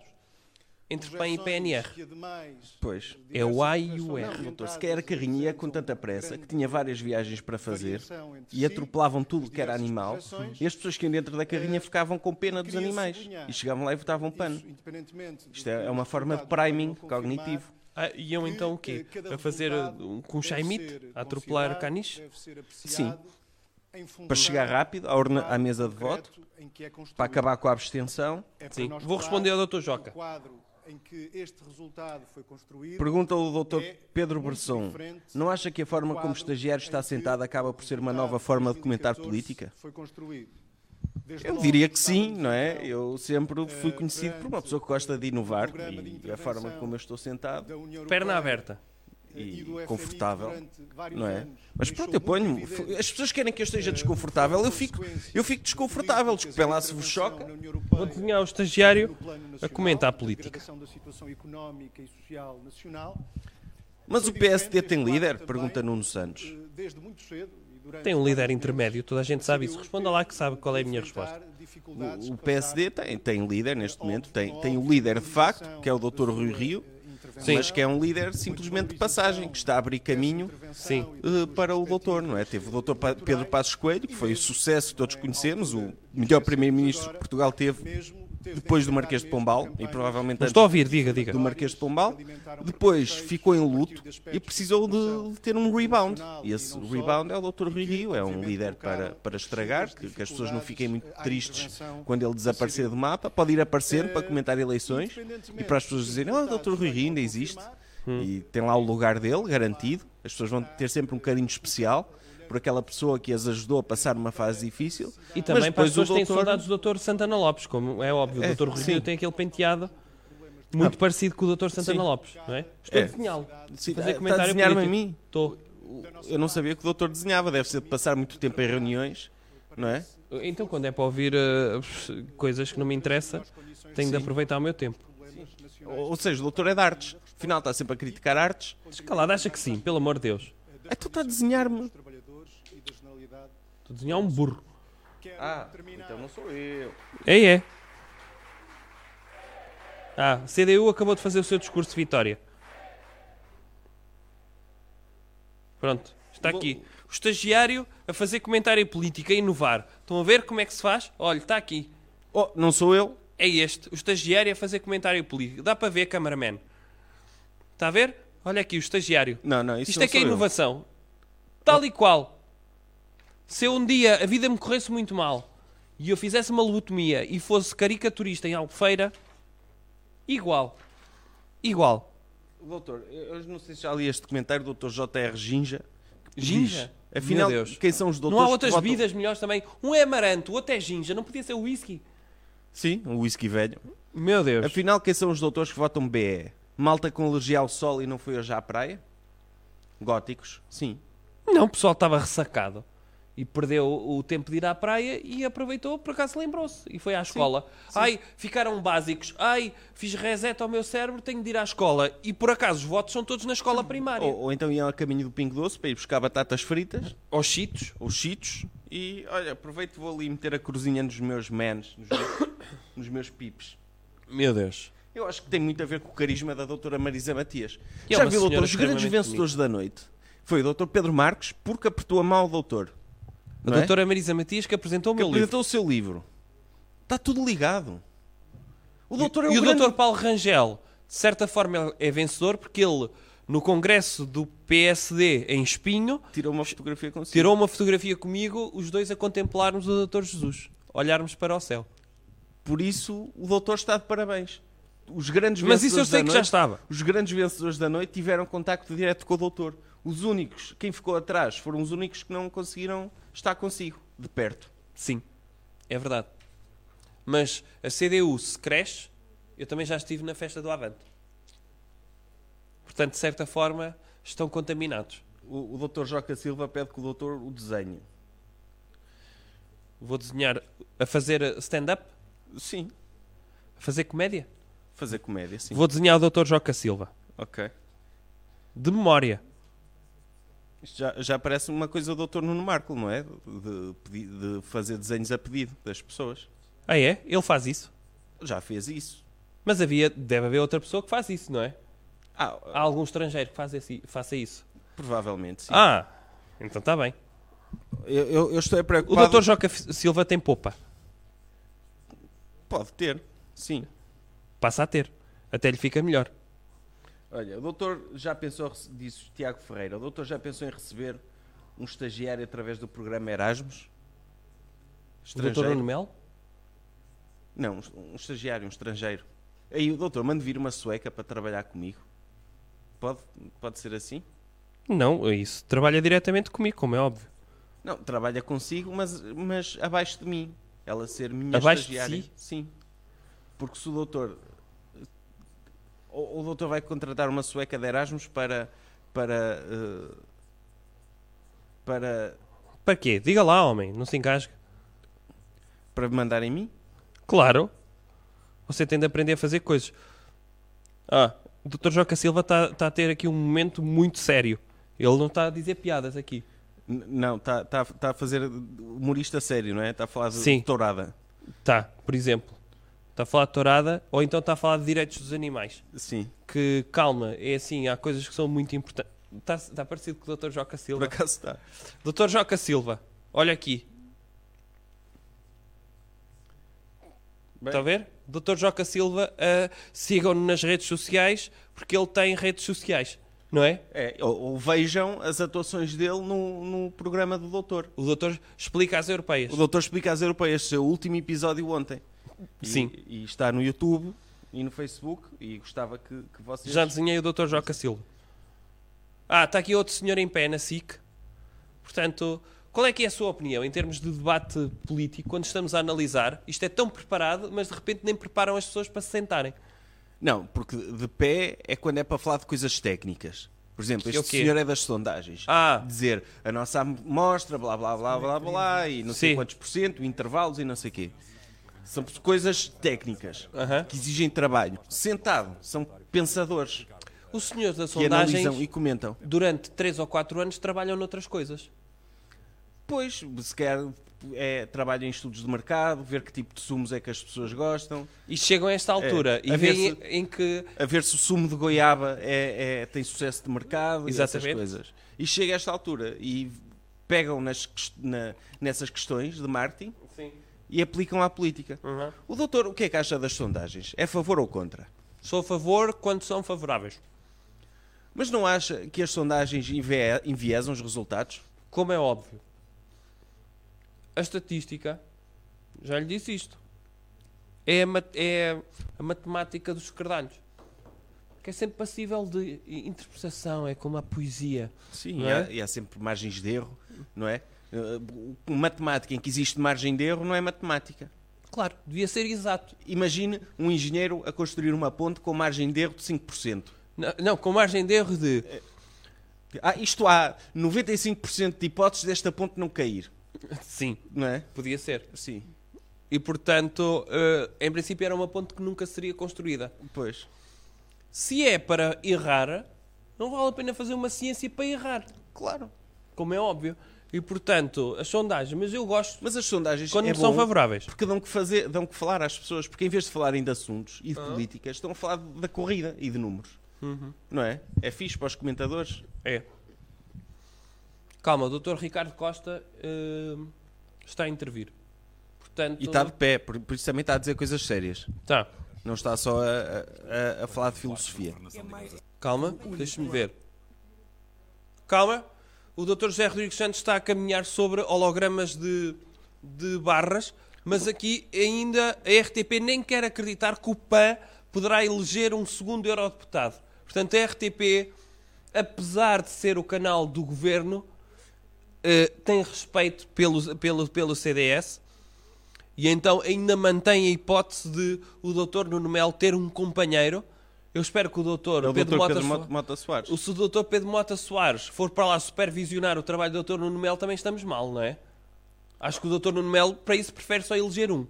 [SPEAKER 2] entre PAN e
[SPEAKER 9] projeções
[SPEAKER 2] PNR.
[SPEAKER 9] que, ademais,
[SPEAKER 3] Pois.
[SPEAKER 2] É o A e o
[SPEAKER 9] Não,
[SPEAKER 2] R.
[SPEAKER 3] Doutor, sequer a carrinha ia com tanta pressa, que tinha várias viagens para fazer
[SPEAKER 9] variação entre
[SPEAKER 3] e
[SPEAKER 9] si,
[SPEAKER 3] atropelavam tudo
[SPEAKER 9] as
[SPEAKER 3] que era
[SPEAKER 9] diversas
[SPEAKER 3] animal,
[SPEAKER 9] projeções,
[SPEAKER 3] e as pessoas que iam dentro da carrinha ficavam com pena dos
[SPEAKER 9] queria-se
[SPEAKER 3] animais
[SPEAKER 9] sublinhar
[SPEAKER 3] e chegavam lá e votavam pano.
[SPEAKER 9] Isso, independentemente do
[SPEAKER 3] Isto é
[SPEAKER 9] que
[SPEAKER 3] é uma
[SPEAKER 9] o
[SPEAKER 3] forma de
[SPEAKER 9] resultado venha a
[SPEAKER 3] priming
[SPEAKER 9] confirmar,
[SPEAKER 3] cognitivo.
[SPEAKER 2] Ah, iam então o quê?
[SPEAKER 9] que, eh, cada
[SPEAKER 2] A fazer eh,
[SPEAKER 9] resultado
[SPEAKER 2] um, com um
[SPEAKER 9] deve
[SPEAKER 2] chaimite?
[SPEAKER 9] ser
[SPEAKER 2] A atropelar
[SPEAKER 9] considerado,
[SPEAKER 2] canis?
[SPEAKER 9] deve ser
[SPEAKER 3] Sim.
[SPEAKER 9] apreciado em função
[SPEAKER 3] Para chegar rápido à, urna- à mesa de
[SPEAKER 9] do
[SPEAKER 3] voto,
[SPEAKER 9] concreto em que é construído.
[SPEAKER 3] para acabar com a abstenção.
[SPEAKER 9] É para
[SPEAKER 2] Sim.
[SPEAKER 9] nós
[SPEAKER 2] Vou
[SPEAKER 9] claro
[SPEAKER 2] responder ao Dr.
[SPEAKER 9] que o
[SPEAKER 2] Joca.
[SPEAKER 9] quadro em que este resultado foi construído
[SPEAKER 3] Pergunta ao doutor
[SPEAKER 9] É
[SPEAKER 3] Pedro
[SPEAKER 9] muito
[SPEAKER 3] Bresson.
[SPEAKER 9] diferente
[SPEAKER 3] Não acha que a forma como o
[SPEAKER 9] quadro
[SPEAKER 3] estagiário
[SPEAKER 9] em
[SPEAKER 3] está
[SPEAKER 9] que
[SPEAKER 3] sentado acaba por ser uma nova
[SPEAKER 9] resultado
[SPEAKER 3] forma de
[SPEAKER 9] dos
[SPEAKER 3] comentar
[SPEAKER 9] 2014
[SPEAKER 3] política?
[SPEAKER 9] Foi construído. Desde
[SPEAKER 3] Eu
[SPEAKER 9] logo
[SPEAKER 3] diria que
[SPEAKER 9] estávamos
[SPEAKER 3] sim, não é?
[SPEAKER 9] então
[SPEAKER 3] Eu sempre fui
[SPEAKER 9] eh,
[SPEAKER 3] conhecido por uma
[SPEAKER 9] perante
[SPEAKER 3] pessoa que gosta de inovar
[SPEAKER 9] o programa de
[SPEAKER 3] e a
[SPEAKER 9] intervenção
[SPEAKER 3] forma como eu estou sentado
[SPEAKER 9] da União
[SPEAKER 2] Perna
[SPEAKER 9] Europeia
[SPEAKER 2] aberta.
[SPEAKER 9] e do FMI
[SPEAKER 3] confortável,
[SPEAKER 9] durante vários
[SPEAKER 3] não é?
[SPEAKER 9] anos
[SPEAKER 3] Mas
[SPEAKER 9] deixou
[SPEAKER 3] pronto, eu
[SPEAKER 9] muito
[SPEAKER 3] ponho.
[SPEAKER 9] evidente
[SPEAKER 3] As pessoas querem que eu esteja
[SPEAKER 9] eh,
[SPEAKER 3] desconfortável, eu
[SPEAKER 9] as
[SPEAKER 3] fico,
[SPEAKER 9] consequências
[SPEAKER 3] eu fico
[SPEAKER 9] de
[SPEAKER 3] desconfortável.
[SPEAKER 9] políticas
[SPEAKER 3] Desculpem lá
[SPEAKER 9] de
[SPEAKER 3] se vos
[SPEAKER 9] intervenção
[SPEAKER 3] choca.
[SPEAKER 9] na União Europeia
[SPEAKER 2] Vou desenhar o
[SPEAKER 9] no
[SPEAKER 2] estagiário
[SPEAKER 9] plano
[SPEAKER 2] a
[SPEAKER 9] nacional,
[SPEAKER 2] comentar a
[SPEAKER 9] da
[SPEAKER 2] política.
[SPEAKER 9] degradação da situação económica e social nacional,
[SPEAKER 3] Mas
[SPEAKER 9] Foi
[SPEAKER 3] o PSD
[SPEAKER 9] diferente
[SPEAKER 3] tem
[SPEAKER 9] este
[SPEAKER 3] líder?
[SPEAKER 9] quadro
[SPEAKER 3] Pergunta
[SPEAKER 9] também,
[SPEAKER 3] Nuno Santos.
[SPEAKER 9] eh, desde muito cedo e durante
[SPEAKER 2] Tem um
[SPEAKER 9] vários
[SPEAKER 2] líder
[SPEAKER 9] meses,
[SPEAKER 2] intermédio, toda a gente sabe isso.
[SPEAKER 9] decidiu
[SPEAKER 2] Responda lá que
[SPEAKER 9] ter
[SPEAKER 2] sabe qual é a minha
[SPEAKER 9] enfrentar
[SPEAKER 2] resposta.
[SPEAKER 9] dificuldades
[SPEAKER 3] O, o
[SPEAKER 9] que
[SPEAKER 3] PSD tem, tem um líder neste momento, tem, tem o líder de facto, que é o Dr. Rui Rio,
[SPEAKER 2] Sim.
[SPEAKER 3] mas que é um líder simplesmente de passagem, que está a abrir caminho
[SPEAKER 2] Sim.
[SPEAKER 3] eh, para o doutor, não é? Teve o doutor Pa- Pedro Passos Coelho, que foi o sucesso que todos conhecemos, o melhor primeiro-ministro que Portugal teve depois do Marquês de Pombal e provavelmente
[SPEAKER 2] Não
[SPEAKER 3] antes
[SPEAKER 2] estou a ouvir, diga, diga.
[SPEAKER 3] do Marquês de Pombal. Depois ficou em luto e precisou de, de ter um rebound. E esse rebound é o Dr. Rui Rio, é um líder para, para estragar, que, que as pessoas não fiquem muito tristes quando ele desaparecer do mapa. Pode ir aparecer para comentar eleições e para as pessoas dizerem: Ah, o Dr. Rui Rio ainda existe. E tem lá o lugar dele garantido. As pessoas vão ter sempre um carinho especial por aquela pessoa que as ajudou a passar uma fase difícil.
[SPEAKER 2] E também para as pessoas têm
[SPEAKER 3] doutor-
[SPEAKER 2] saudades do Dr. Santana Lopes, como é óbvio.
[SPEAKER 3] É,
[SPEAKER 2] o Dr.
[SPEAKER 3] sim.
[SPEAKER 2] Rio tem aquele penteado
[SPEAKER 9] Ah.
[SPEAKER 2] muito parecido com o Dr. Santana Lopes, não é? Estou
[SPEAKER 3] É.
[SPEAKER 2] a desenhá-lo.
[SPEAKER 3] Sim,
[SPEAKER 2] fazer
[SPEAKER 3] está a
[SPEAKER 2] comentário
[SPEAKER 3] desenhar-me a
[SPEAKER 2] político.
[SPEAKER 3] mim?
[SPEAKER 2] Estou.
[SPEAKER 3] Eu não sabia que o doutor desenhava, deve ser de passar muito tempo em reuniões, não é?
[SPEAKER 2] Então, quando é para ouvir eh, coisas que não me interessam, tenho de aproveitar o meu tempo.
[SPEAKER 3] Ou, ou seja, o doutor é de artes. Afinal, está sempre a criticar artes.
[SPEAKER 2] Descalado, acha que sim, pelo amor de Deus.
[SPEAKER 3] Então está a desenhar-me.
[SPEAKER 2] Estou a desenhar um burro.
[SPEAKER 3] Ah, então não sou eu.
[SPEAKER 2] É, é. Ah, CDU acabou de fazer o seu discurso de vitória. Pronto, está aqui. O estagiário a fazer comentário político, a inovar. Estão a ver como é que se faz? Olha, está aqui.
[SPEAKER 3] Oh, não sou eu?
[SPEAKER 2] É este, o estagiário a fazer comentário político. Dá para ver, cameraman. Está a ver? Olha aqui, o estagiário.
[SPEAKER 3] Não, não, isso
[SPEAKER 2] Isto
[SPEAKER 3] não
[SPEAKER 2] é que é
[SPEAKER 3] sou eu.
[SPEAKER 2] inovação. Tal e qual. Se eu um dia a vida me corresse muito mal e eu fizesse uma lobotomia e fosse caricaturista em Albufeira, igual. Igual.
[SPEAKER 3] Doutor, eu eu não sei se já li este comentário do doutor J.R. Ginja. que diz,
[SPEAKER 2] Ginja?
[SPEAKER 3] Afinal,
[SPEAKER 2] Meu Deus.
[SPEAKER 3] quem são os doutores
[SPEAKER 2] Não há
[SPEAKER 3] que
[SPEAKER 2] outras
[SPEAKER 3] votam-
[SPEAKER 2] bebidas melhores também. Um é amaranto, o outro é ginja. Não podia ser o whisky.
[SPEAKER 3] Sim, um whisky velho.
[SPEAKER 2] Meu Deus.
[SPEAKER 3] Afinal, quem são os doutores que votam BE? Malta com alergia ao sol e não foi hoje à praia? Góticos? Sim.
[SPEAKER 2] Não, o pessoal estava ressacado. E perdeu o tempo de ir à praia e aproveitou, por acaso lembrou-se. E foi à escola. Ai, ficaram básicos. Ai, fiz reset ao meu cérebro, tenho de ir à escola. E por acaso os votos são todos na escola primária.
[SPEAKER 3] Ou, ou então iam a caminho do Pingo Doce para ir buscar batatas fritas.
[SPEAKER 2] Ou cheetos.
[SPEAKER 3] ou cheetos e olha, aproveito e vou ali meter a cruzinha nos meus mans, nos meus, [COUGHS] nos meus pips.
[SPEAKER 2] Meu Deus.
[SPEAKER 3] Eu acho que tem muito a ver com o carisma da doutora Marisa Matias.
[SPEAKER 2] E é
[SPEAKER 3] Já
[SPEAKER 2] uma
[SPEAKER 3] viu, doutor,
[SPEAKER 2] senhora
[SPEAKER 3] os grandes
[SPEAKER 2] extremamente
[SPEAKER 3] vencedores da noite foi o doutor Pedro Marques porque apertou a mão ao doutor.
[SPEAKER 2] A
[SPEAKER 3] não é?
[SPEAKER 2] doutora Marisa Matias que apresentou o
[SPEAKER 3] Que
[SPEAKER 2] meu livro.
[SPEAKER 3] apresentou o seu livro. Está tudo ligado. O doutor é
[SPEAKER 2] e
[SPEAKER 3] um
[SPEAKER 2] o
[SPEAKER 3] grande...
[SPEAKER 2] doutor Paulo Rangel, de certa forma, é é vencedor porque ele, no congresso do PSD em Espinho,
[SPEAKER 3] Tirou uma fotografia consigo.
[SPEAKER 2] tirou uma fotografia comigo, os dois a contemplarmos o Doutor Jesus. Olharmos para o céu.
[SPEAKER 3] Por isso, o doutor está de parabéns. Os grandes
[SPEAKER 2] Mas
[SPEAKER 3] vencedores
[SPEAKER 2] isso eu sei
[SPEAKER 3] da
[SPEAKER 2] que
[SPEAKER 3] noite,
[SPEAKER 2] já estava.
[SPEAKER 3] Os grandes vencedores da noite tiveram contacto direto com o doutor. Os únicos, quem ficou atrás, foram os únicos que não conseguiram estar consigo, de perto.
[SPEAKER 2] Sim, é verdade. Mas a CDU, se cresce, eu também já estive na festa do Avante. Portanto, de certa forma, estão contaminados.
[SPEAKER 3] O, o doutor Joca Silva pede que o doutor o desenhe.
[SPEAKER 2] Vou desenhar a fazer stand-up,
[SPEAKER 3] Sim,
[SPEAKER 2] a fazer comédia.
[SPEAKER 3] fazer comédia, sim.
[SPEAKER 2] Vou desenhar o Dr. Joca Silva.
[SPEAKER 3] Ok.
[SPEAKER 2] De memória.
[SPEAKER 3] Isto já, já parece uma coisa do Dr. Nuno Marco, não é? De, pedi- de fazer desenhos a pedido das pessoas.
[SPEAKER 2] Ah, é? Ele faz isso.
[SPEAKER 3] Já fez isso.
[SPEAKER 2] Mas havia, deve haver outra pessoa que faz isso, não é?
[SPEAKER 3] Ah,
[SPEAKER 2] Há algum estrangeiro que faz esse- faça isso.
[SPEAKER 3] provavelmente sim.
[SPEAKER 2] Ah, então está bem.
[SPEAKER 3] Eu, eu- eu estou é
[SPEAKER 2] O
[SPEAKER 3] preocupado.
[SPEAKER 2] Dr. Joca F- Silva tem popa.
[SPEAKER 3] Pode ter, sim.
[SPEAKER 2] Passa a ter. Até lhe fica melhor.
[SPEAKER 3] Olha, o doutor já pensou, disse Tiago Ferreira, o doutor já pensou em receber um estagiário através do programa Erasmus?
[SPEAKER 2] O Dr. Nuno Melo?
[SPEAKER 3] Não, um um estagiário, um estrangeiro. Aí o doutor manda vir uma sueca para trabalhar comigo. Pode, pode ser assim?
[SPEAKER 2] Não, isso. Trabalha diretamente comigo, como é óbvio.
[SPEAKER 3] Não, trabalha consigo, mas, mas abaixo de mim. Ela ser minha
[SPEAKER 2] Abaixo de
[SPEAKER 3] estagiária.
[SPEAKER 2] si?
[SPEAKER 3] Sim. Porque se o doutor. Ou ou o doutor vai contratar uma sueca de Erasmus para. para. eh, para.
[SPEAKER 2] Para quê? Diga lá, homem. Não se engasga.
[SPEAKER 3] para mandar em mim?
[SPEAKER 2] Claro. Você tem de aprender a fazer coisas. Ah, o Dr. Joca Silva está a ter aqui um momento muito sério. Ele não está a dizer piadas aqui.
[SPEAKER 3] N- Não, está tá, tá a fazer humorista sério, não é? Está a falar de
[SPEAKER 2] Sim.
[SPEAKER 3] tourada.
[SPEAKER 2] Tá, por exemplo. Está a falar de tourada ou então está a falar de direitos dos animais.
[SPEAKER 3] Sim.
[SPEAKER 2] Que, calma, é assim, há coisas que são muito importantes. Está, está parecido com o Dr. Joca
[SPEAKER 3] Por
[SPEAKER 2] Silva.
[SPEAKER 3] acaso tá. está.
[SPEAKER 2] Dr. Joca Silva, olha aqui.
[SPEAKER 3] Bem.
[SPEAKER 2] Está a ver? Dr. Joca Silva, ah, sigam-no nas redes sociais, porque ele tem redes sociais, não é?
[SPEAKER 3] É, ou, ou vejam as atuações dele no, no programa do doutor.
[SPEAKER 2] O doutor explica às europeias.
[SPEAKER 3] O doutor explica às europeias seu último episódio ontem. E-
[SPEAKER 2] Sim.
[SPEAKER 3] E, está no YouTube e no Facebook e gostava que, que vocês...
[SPEAKER 2] Já desenhei o Dr. Joca Silva. Ah, está aqui outro senhor em pé na SIC. Portanto, qual é que é a sua opinião em termos de debate político quando estamos a analisar? Isto é tão preparado, mas de repente nem preparam as pessoas para se sentarem.
[SPEAKER 3] Não, porque de pé é quando é para falar de coisas técnicas. Por exemplo,
[SPEAKER 2] Que é o
[SPEAKER 3] este
[SPEAKER 2] quê?
[SPEAKER 3] senhor é das sondagens.
[SPEAKER 2] Ah.
[SPEAKER 3] Dizer a nossa amostra, blá blá blá blá blá, e não
[SPEAKER 2] Sim.
[SPEAKER 3] sei quantos por cento, intervalos e não sei quê. São coisas técnicas
[SPEAKER 2] Aham.
[SPEAKER 3] que exigem trabalho. Sentado, são pensadores
[SPEAKER 2] Os senhores das
[SPEAKER 3] que um
[SPEAKER 2] sondagens,
[SPEAKER 3] analisam e comentam.
[SPEAKER 2] durante 3 ou 4 anos, trabalham noutras coisas.
[SPEAKER 3] Pois, se quer é, trabalho em estudos de mercado, ver que tipo de sumos é que as pessoas gostam,
[SPEAKER 2] E chegam a esta altura
[SPEAKER 3] a
[SPEAKER 2] e
[SPEAKER 3] ver
[SPEAKER 2] veem
[SPEAKER 3] se-
[SPEAKER 2] em que
[SPEAKER 3] a ver se o sumo de goiaba é, é- tem sucesso de mercado e
[SPEAKER 2] Exatamente.
[SPEAKER 3] essas coisas. E chega a esta altura e pegam nas ques- na- nessas questões de marketing e aplicam à política. O doutor, o que é que acha das sondagens? É a favor ou contra?
[SPEAKER 2] sou a favor quando são favoráveis.
[SPEAKER 3] Mas não acha que as sondagens envie- enviesam os resultados?
[SPEAKER 2] Como é óbvio, a estatística, já lhe disse isto, é a, mat- é a matemática dos escardalhos. Que é sempre passível de i- interpretação, é como a poesia.
[SPEAKER 3] Sim,
[SPEAKER 2] não
[SPEAKER 3] e, há,
[SPEAKER 2] é?
[SPEAKER 3] e há sempre margens de erro, não é? Uh, Matemática em que existe margem de erro não é matemática.
[SPEAKER 2] Claro, devia ser exato.
[SPEAKER 3] Imagine um engenheiro a construir uma ponte com margem de erro de 5%.
[SPEAKER 2] Não, não, com margem de erro de.
[SPEAKER 3] Ah, isto há 95% de hipóteses desta ponte não cair,
[SPEAKER 2] Sim,
[SPEAKER 3] não é?
[SPEAKER 2] podia ser.
[SPEAKER 3] Sim,
[SPEAKER 2] E portanto, eh, em princípio, era uma ponte que nunca seria construída.
[SPEAKER 3] pois.
[SPEAKER 2] Se é para errar, não vale a pena fazer uma ciência para errar. Claro. Como é óbvio. E portanto, as sondagens, mas eu gosto
[SPEAKER 3] Mas as sondagens
[SPEAKER 2] quando
[SPEAKER 3] é
[SPEAKER 2] me são
[SPEAKER 3] bom
[SPEAKER 2] favoráveis.
[SPEAKER 3] porque dão que fazer, dão que falar às pessoas, porque em vez de falarem de assuntos e de políticas, estão a falar da corrida e de números. Não é? É fixe para os comentadores.
[SPEAKER 2] É. Calma, o Dr. Ricardo Costa hum, está a intervir. Portanto,
[SPEAKER 3] E tá. está de pé, por, por isso também está a dizer coisas sérias.
[SPEAKER 2] tá.
[SPEAKER 3] Não está só a, a- a- a falar de filosofia.
[SPEAKER 2] Calma, deixa-me ver. Calma. O Dr. José Rodrigues Santos está a caminhar sobre hologramas de, de barras, mas aqui ainda a RTP nem quer acreditar que o PAN poderá eleger um segundo eurodeputado. Portanto, a RTP, apesar de ser o canal do governo, eh, tem respeito pelo, pelo, pelo CDS e então ainda mantém a hipótese de o Dr. Nuno Melo ter um companheiro. Eu espero que o Dr.
[SPEAKER 3] É o
[SPEAKER 2] Pedro,
[SPEAKER 3] Dr.
[SPEAKER 2] Mota
[SPEAKER 3] Pedro
[SPEAKER 2] Soa-
[SPEAKER 3] Mota, Mota Soares.
[SPEAKER 2] o- se o Dr. Pedro Mota Soares for para lá supervisionar o trabalho do Dr. Nuno Melo, também estamos mal, não é? Acho que o Dr. Nuno Melo, para isso, prefere só eleger um,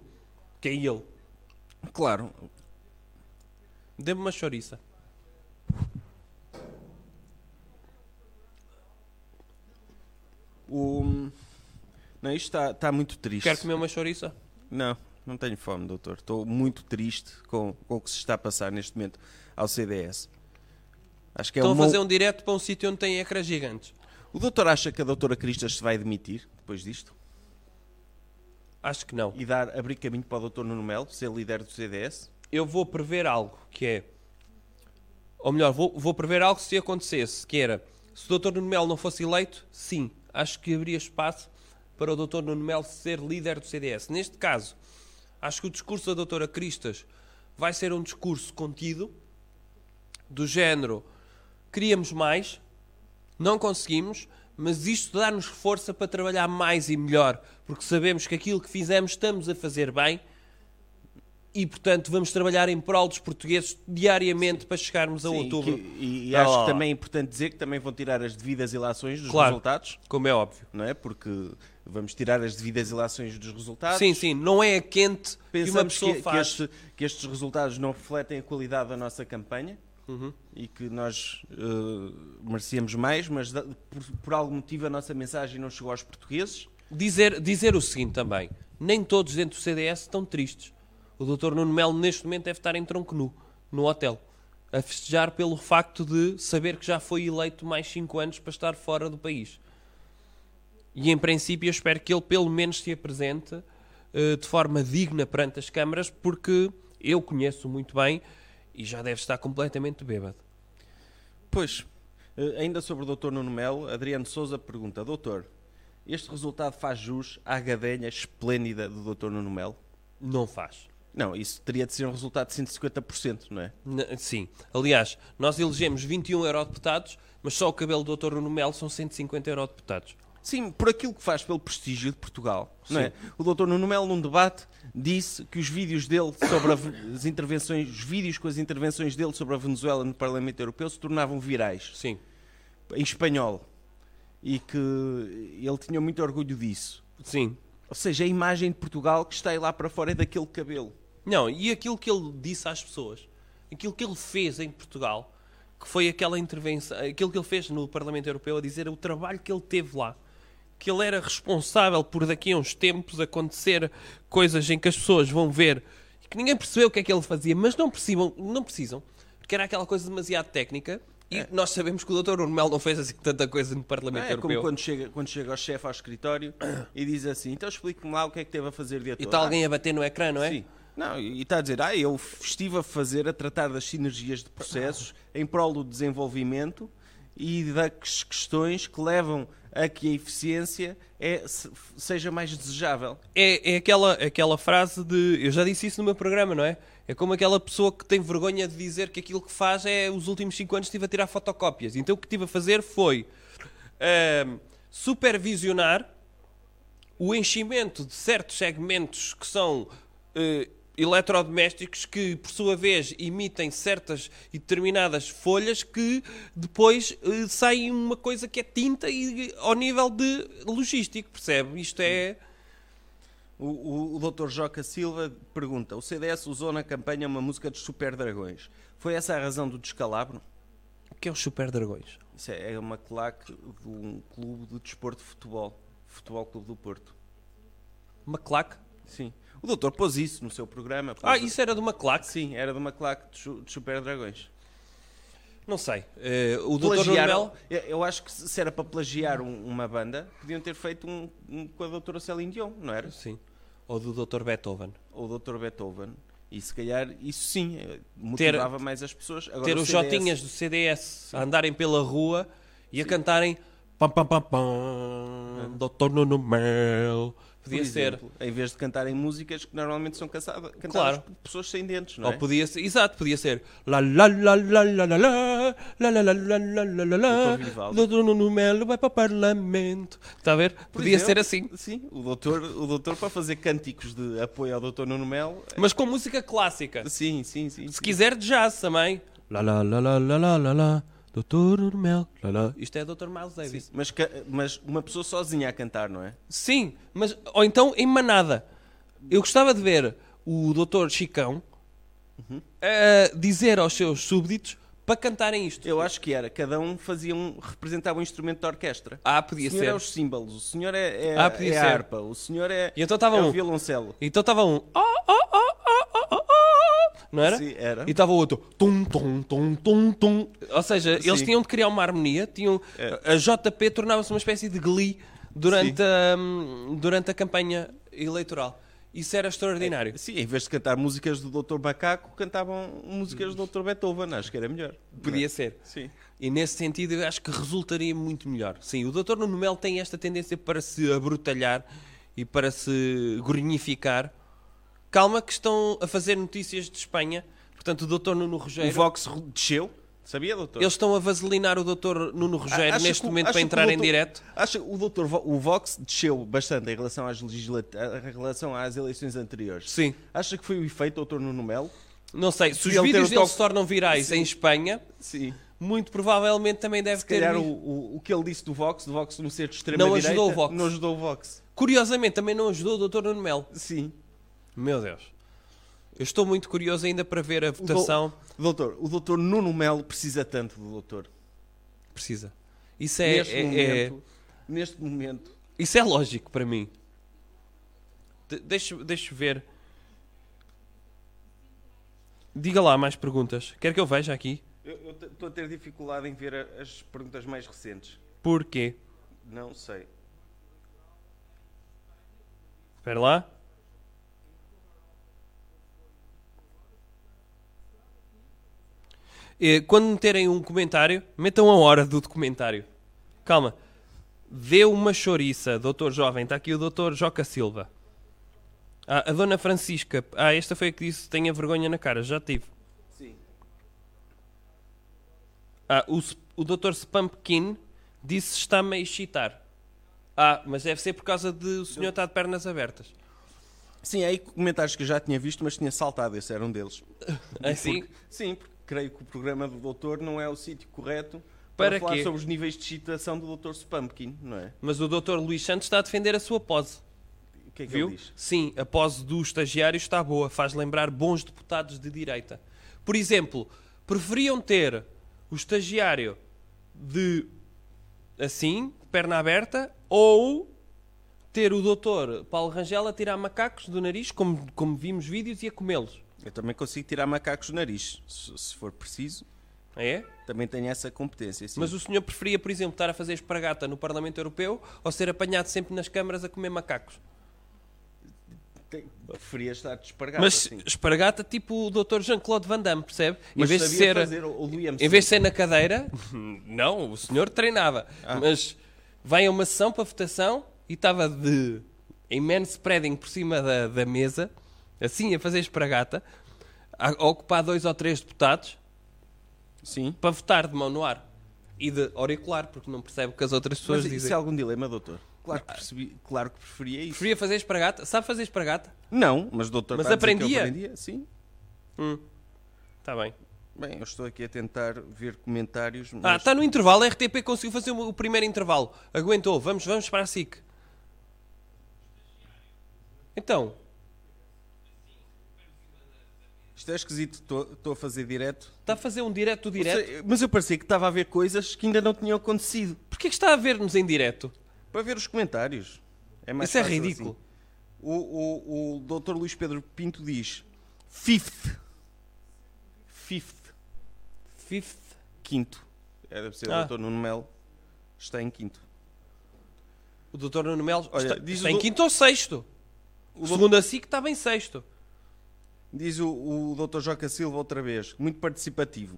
[SPEAKER 2] que é ele.
[SPEAKER 3] Claro.
[SPEAKER 2] Dê-me uma chouriça.
[SPEAKER 3] O... Não, isto está está muito triste.
[SPEAKER 2] Quer comer uma chouriça?
[SPEAKER 3] Não, não tenho fome, doutor. Estou muito triste com, com o que se está a passar neste momento ao CDS. Acho que é
[SPEAKER 2] Estão
[SPEAKER 3] uma-
[SPEAKER 2] a fazer um direto para um sítio onde tem ecrãs gigantes.
[SPEAKER 3] O doutor acha que a doutora Cristas se vai demitir depois disto?
[SPEAKER 2] Acho que não.
[SPEAKER 3] E dar, abrir caminho para o doutor Nuno Melo ser líder do CDS?
[SPEAKER 2] eu vou prever algo que é. Ou melhor, vou, vou prever algo se acontecesse, que era se o Dr. Nuno Melo não fosse eleito, sim, acho que haveria espaço para o Dr. Nuno Melo ser líder do CDS. Neste caso, acho que o discurso da Dra Cristas vai ser um discurso contido, do género queríamos mais, não conseguimos, mas isto dá-nos força para trabalhar mais e melhor, porque sabemos que aquilo que fizemos estamos a fazer bem e, portanto, vamos trabalhar em prol dos portugueses diariamente para chegarmos a
[SPEAKER 3] Sim,
[SPEAKER 2] outubro.
[SPEAKER 3] que- e e
[SPEAKER 2] Ah,
[SPEAKER 3] acho
[SPEAKER 2] lá.
[SPEAKER 3] que também é importante dizer que também vão tirar as devidas ilações dos
[SPEAKER 2] Claro.
[SPEAKER 3] resultados,
[SPEAKER 2] Como é óbvio.
[SPEAKER 3] não é? Porque vamos tirar as devidas ilações dos resultados.
[SPEAKER 2] Sim, sim, não é a quente que uma
[SPEAKER 3] Pensamos
[SPEAKER 2] pessoa
[SPEAKER 3] que, que,
[SPEAKER 2] faz.
[SPEAKER 3] este- que estes resultados não refletem a qualidade da nossa campanha
[SPEAKER 2] Uhum.
[SPEAKER 3] e que nós eh, merecemos mais, mas da- por, por algum motivo a nossa mensagem não chegou aos portugueses.
[SPEAKER 2] Dizer, dizer o seguinte também: nem todos dentro do CDS estão tristes. O Dr. Nuno Melo, neste momento, deve estar em tronco nu, no hotel, a festejar pelo facto de saber que já foi eleito mais 5 anos para estar fora do país. E, em princípio, eu espero que ele, pelo menos, se apresente eh, de forma digna perante as câmaras, porque eu conheço muito bem e já deve estar completamente bêbado.
[SPEAKER 3] Pois, eh, ainda sobre o Dr. Nuno Melo, Adriano Souza pergunta: Doutor, este resultado faz jus à gadenha esplêndida do Dr. Nuno Melo?
[SPEAKER 2] Não faz.
[SPEAKER 3] Não, isso teria de ser um resultado de 150%, não é?
[SPEAKER 2] Na- Sim. Aliás, nós elegemos 21 eurodeputados, mas só o cabelo do Dr. Nuno Melo são 150 eurodeputados.
[SPEAKER 3] Sim, por aquilo que faz pelo prestígio de Portugal. Não é? O doutor Nuno Melo, num debate, disse que os vídeos dele sobre a Ve- as intervenções, os vídeos com as intervenções dele sobre a Venezuela no Parlamento Europeu se tornavam virais,
[SPEAKER 2] Sim.
[SPEAKER 3] em espanhol. E que ele tinha muito orgulho disso.
[SPEAKER 2] Sim.
[SPEAKER 3] Ou seja, a imagem de Portugal que está aí lá para fora é daquele cabelo.
[SPEAKER 2] Não, e aquilo que ele disse às pessoas, aquilo que ele fez em Portugal, que foi aquela intervenção, aquilo que ele fez no Parlamento Europeu a dizer o trabalho que ele teve lá, que ele era responsável por daqui a uns tempos acontecer coisas em que as pessoas vão ver e que ninguém percebeu o que é que ele fazia, mas não precisam, não precisam porque era aquela coisa demasiado técnica. E nós sabemos que o Dr. Nuno Melo não fez assim tanta coisa no
[SPEAKER 3] Não
[SPEAKER 2] Parlamento
[SPEAKER 3] é?
[SPEAKER 2] Europeu.
[SPEAKER 3] como quando chega, quando chega o chefe ao escritório e diz assim: então explique-me lá o que é que teve a fazer o dia
[SPEAKER 2] E
[SPEAKER 3] todo."
[SPEAKER 2] está
[SPEAKER 3] "Ah,
[SPEAKER 2] alguém a bater no ecrã, não é?
[SPEAKER 3] Sim. Não, e está a dizer, ah, eu estive a fazer, a tratar das sinergias de processos em prol do desenvolvimento e das questões que levam a que a eficiência é, se- seja mais desejável.
[SPEAKER 2] é, é aquela, aquela frase de. Eu já disse isso no meu programa, não é? É como aquela pessoa que tem vergonha de dizer que aquilo que faz é os últimos 5 anos estive a tirar fotocópias. Então o que estive a fazer foi ahm, supervisionar o enchimento de certos segmentos que são eh, eletrodomésticos que, por sua vez, emitem certas e determinadas folhas que depois eh, saem uma coisa que é tinta e, ao nível de logístico, percebe? Isto é.
[SPEAKER 3] O, o, o Dr. Joca Silva pergunta, o CDS usou na campanha uma música dos Super Dragões. Foi essa a razão do descalabro?
[SPEAKER 2] O que é os Super Dragões?
[SPEAKER 3] Isso é, é uma claque de um clube de desporto de futebol, Futebol Clube do Porto.
[SPEAKER 2] Uma claque?
[SPEAKER 3] Sim. O doutor pôs isso no seu programa. pôs-
[SPEAKER 2] Ah, isso era de uma claque?
[SPEAKER 3] Sim, era de uma claque de, chu- de Super Dragões.
[SPEAKER 2] Não sei. Eh, o Dr.
[SPEAKER 3] plagiaram.
[SPEAKER 2] Mel
[SPEAKER 3] Eu, eu acho que se se era para plagiar um- uma banda, podiam ter feito um, um com a doutora Celine Dion, não era?
[SPEAKER 2] Sim. Ou do Dr. Beethoven.
[SPEAKER 3] Ou o Dr. Beethoven. E se calhar isso sim eh, motivava mais as pessoas. Agora,
[SPEAKER 2] Ter
[SPEAKER 3] o
[SPEAKER 2] os
[SPEAKER 3] CDS
[SPEAKER 2] Jotinhas do CDS a andarem pela rua e a cantarem pam pam pam pam, Dr. Nuno Mel.
[SPEAKER 3] É. por
[SPEAKER 2] Podia ser.
[SPEAKER 3] exemplo, Em vez de cantarem músicas que normalmente são cansada- cantadas
[SPEAKER 2] Claro.
[SPEAKER 3] por pessoas sem dentes, não
[SPEAKER 2] Ou
[SPEAKER 3] é?
[SPEAKER 2] podia ser, exato, podia ser la la la la la la la la la la la la la la
[SPEAKER 3] Doutor
[SPEAKER 2] la
[SPEAKER 3] Vivaldi.
[SPEAKER 2] Doutor Nuno Melo vai para o Parlamento. Está a ver?
[SPEAKER 3] Por
[SPEAKER 2] Podia
[SPEAKER 3] exemplo,
[SPEAKER 2] ser assim.
[SPEAKER 3] Sim, o doutor, o doutor para fazer cânticos de apoio ao doutor Nuno Melo. eh,
[SPEAKER 2] assim. Mas com música clássica.
[SPEAKER 3] Sim, sim, sim.
[SPEAKER 2] Se
[SPEAKER 3] sim.
[SPEAKER 2] quiser, de jazz também. Lá, lá, lá, lá, lá, lá, lá, lá. Doutor Mel. lá, lá. Isto é Doutor Miles Davis. Sim.
[SPEAKER 3] Mas, ca- mas uma pessoa sozinha a cantar, não é?
[SPEAKER 2] mas. Ou então em manada. Eu gostava de ver o Doutor Chicão Uhum. a dizer aos seus súbditos para cantarem isto.
[SPEAKER 3] Eu acho que era. Cada um fazia um, representava um instrumento da orquestra.
[SPEAKER 2] Ah,
[SPEAKER 3] o
[SPEAKER 2] podia
[SPEAKER 3] senhor
[SPEAKER 2] ser.
[SPEAKER 3] é os símbolos, o senhor é, é,
[SPEAKER 2] Ah, podia
[SPEAKER 3] é a
[SPEAKER 2] ser.
[SPEAKER 3] harpa, o senhor é,
[SPEAKER 2] E então tava
[SPEAKER 3] é
[SPEAKER 2] um.
[SPEAKER 3] o violoncelo.
[SPEAKER 2] Então estava um. Oh, oh, oh, oh, oh, oh, oh. Não era?
[SPEAKER 3] Sim, era.
[SPEAKER 2] E estava o outro. Tum, tum, tum, tum, tum. Ou seja, eles
[SPEAKER 3] Sim. É.
[SPEAKER 2] tinham de criar uma harmonia. Tinham, A JP tornava-se uma espécie de glee durante a, hum, durante a campanha eleitoral. Isso era extraordinário.
[SPEAKER 3] Sim, em vez de cantar músicas do Dr. Macaco, cantavam músicas do Dr. Beethoven. Acho que era melhor. é?
[SPEAKER 2] Podia ser.
[SPEAKER 3] Sim.
[SPEAKER 2] E nesse sentido eu acho que resultaria muito melhor. Sim, o Dr. Nuno Melo tem esta tendência para se abrutalhar e para se grunhificar. Calma que estão a fazer notícias de Espanha. Portanto, o Dr. Nuno
[SPEAKER 3] O
[SPEAKER 2] Rogério...
[SPEAKER 3] Vox ru- desceu? Sabia, doutor?
[SPEAKER 2] Eles estão a vaselinar o Dr. Nuno Rogério
[SPEAKER 3] Acha
[SPEAKER 2] neste
[SPEAKER 3] que o-
[SPEAKER 2] momento
[SPEAKER 3] acha
[SPEAKER 2] para
[SPEAKER 3] que o
[SPEAKER 2] entrar em
[SPEAKER 3] doutor-
[SPEAKER 2] direto.
[SPEAKER 3] Acha o doutor Vo- o Vox desceu bastante em relação às legislat... em relação às eleições anteriores.
[SPEAKER 2] Sim.
[SPEAKER 3] Acha que foi o efeito doutor Nuno Melo?
[SPEAKER 2] Não sei, se os
[SPEAKER 3] ele ter
[SPEAKER 2] vídeos
[SPEAKER 3] o
[SPEAKER 2] dele
[SPEAKER 3] toque-
[SPEAKER 2] se tornam virais em Espanha,
[SPEAKER 3] Sim.
[SPEAKER 2] muito provavelmente também deve
[SPEAKER 3] Se
[SPEAKER 2] ter...
[SPEAKER 3] calhar o,
[SPEAKER 2] vindo.
[SPEAKER 3] o, o que ele disse do Vox, do Vox no ser de extrema
[SPEAKER 2] Não ajudou o Vox.
[SPEAKER 3] Não ajudou o Vox.
[SPEAKER 2] Curiosamente, também não ajudou o Dr. Nuno Melo.
[SPEAKER 3] Sim.
[SPEAKER 2] Meu Deus. Eu estou muito curioso ainda para ver a
[SPEAKER 3] dou-
[SPEAKER 2] votação.
[SPEAKER 3] Doutor, o doutor Nuno Melo precisa tanto do doutor.
[SPEAKER 2] Precisa. Isso é,
[SPEAKER 3] neste,
[SPEAKER 2] é- é-
[SPEAKER 3] momento, neste momento.
[SPEAKER 2] isso é lógico para mim. De, deixa, deixa eu ver. Diga lá mais perguntas. Quer que eu veja aqui?
[SPEAKER 3] Eu estou a ter dificuldade em ver a- as perguntas mais recentes.
[SPEAKER 2] Porquê?
[SPEAKER 3] Não sei.
[SPEAKER 2] Espera lá. Eh, Quando meterem um comentário, metam a hora do documentário. Calma. Dê uma chouriça, doutor jovem. Está aqui o doutor Joca Silva. Ah, a dona Francisca. Ah, esta foi a que disse tenha vergonha na cara. Já tive.
[SPEAKER 3] Sim.
[SPEAKER 2] Ah, o, S- o doutor Spumpkin disse está-me a excitar. Ah, mas deve ser por causa de o senhor está de pernas abertas.
[SPEAKER 3] Sim, aí comentários que eu já tinha visto, mas tinha saltado. Esse era um deles.
[SPEAKER 2] Assim?
[SPEAKER 3] Porque- sim, porque creio que o programa do doutor não é o sítio correto
[SPEAKER 2] Para
[SPEAKER 3] para, falar
[SPEAKER 2] quê?
[SPEAKER 3] sobre os níveis de excitação do doutor Spumpkin, não é?
[SPEAKER 2] Mas o Dr. Luís Santos está a defender a sua pose,
[SPEAKER 3] O que é que
[SPEAKER 2] viu?
[SPEAKER 3] ele diz?
[SPEAKER 2] Sim, a pose do estagiário está boa, faz lembrar bons deputados de direita. Por exemplo, preferiam ter o estagiário de assim, perna aberta, ou ter o Dr. Paulo Rangel a tirar macacos do nariz, como, como vimos vídeos, e a comê-los.
[SPEAKER 3] Eu também consigo tirar macacos do nariz, se, se for preciso.
[SPEAKER 2] É?
[SPEAKER 3] Também tenho essa competência, sim.
[SPEAKER 2] Mas o senhor preferia, por exemplo, estar a fazer espargata no Parlamento Europeu ou ser apanhado sempre nas câmaras a comer macacos?
[SPEAKER 3] Te- Preferia estar despargado,
[SPEAKER 2] Mas
[SPEAKER 3] sim.
[SPEAKER 2] espargata tipo o Dr. Jean-Claude Van Damme, percebe? em
[SPEAKER 3] Mas
[SPEAKER 2] vez de
[SPEAKER 3] sabia
[SPEAKER 2] ser,
[SPEAKER 3] fazer o- o Louis
[SPEAKER 2] em
[SPEAKER 3] Amsterdam.
[SPEAKER 2] vez de ser na cadeira, [LAUGHS] Ah. não, o senhor treinava. Mas vai a uma sessão para votação e estava de em manspreading por cima da, da mesa, assim a fazer espargata, a a ocupar dois ou três deputados
[SPEAKER 3] Sim.
[SPEAKER 2] para votar de mão no ar e de auricular, porque não percebe o que as outras pessoas
[SPEAKER 3] Mas isso
[SPEAKER 2] dizem. Ah,
[SPEAKER 3] é algum dilema, doutor? Claro que, percebi- claro que preferia isso.
[SPEAKER 2] Preferia fazer espargata? Sabe fazer espargata?
[SPEAKER 3] Não, mas doutor
[SPEAKER 2] Mas
[SPEAKER 3] está a dizer que eu
[SPEAKER 2] aprendia?
[SPEAKER 3] aprendia, sim.
[SPEAKER 2] Está Tá bem.
[SPEAKER 3] Bem, eu estou aqui a tentar ver comentários, mas...
[SPEAKER 2] Ah, está no intervalo, a RTP conseguiu fazer o primeiro intervalo. Aguentou, vamos, vamos para a SIC. Então,
[SPEAKER 3] Isto é esquisito, estou estou a fazer direto.
[SPEAKER 2] está a fazer um direto do direto?
[SPEAKER 3] Sei, Mas eu parecia que estava a ver coisas que ainda não tinham acontecido.
[SPEAKER 2] Porquê que está a ver-nos em direto?
[SPEAKER 3] Para ver os comentários. É mais
[SPEAKER 2] Isso é
[SPEAKER 3] fácil
[SPEAKER 2] ridículo.
[SPEAKER 3] assim. O, o, o Dr. Luís Pedro Pinto diz: Fifth. Fifth.
[SPEAKER 2] Fifth.
[SPEAKER 3] Quinto. É, deve ser
[SPEAKER 2] Ah.
[SPEAKER 3] o Dr. Nuno Melo. Está em quinto.
[SPEAKER 2] O Dr. Nuno Melo
[SPEAKER 3] Olha,
[SPEAKER 2] está,
[SPEAKER 3] diz
[SPEAKER 2] está
[SPEAKER 3] o
[SPEAKER 2] em
[SPEAKER 3] do-
[SPEAKER 2] quinto ou sexto? Segundo a SIC estava em sexto.
[SPEAKER 3] Diz o, o Dr. Joca Silva outra vez: Muito participativo.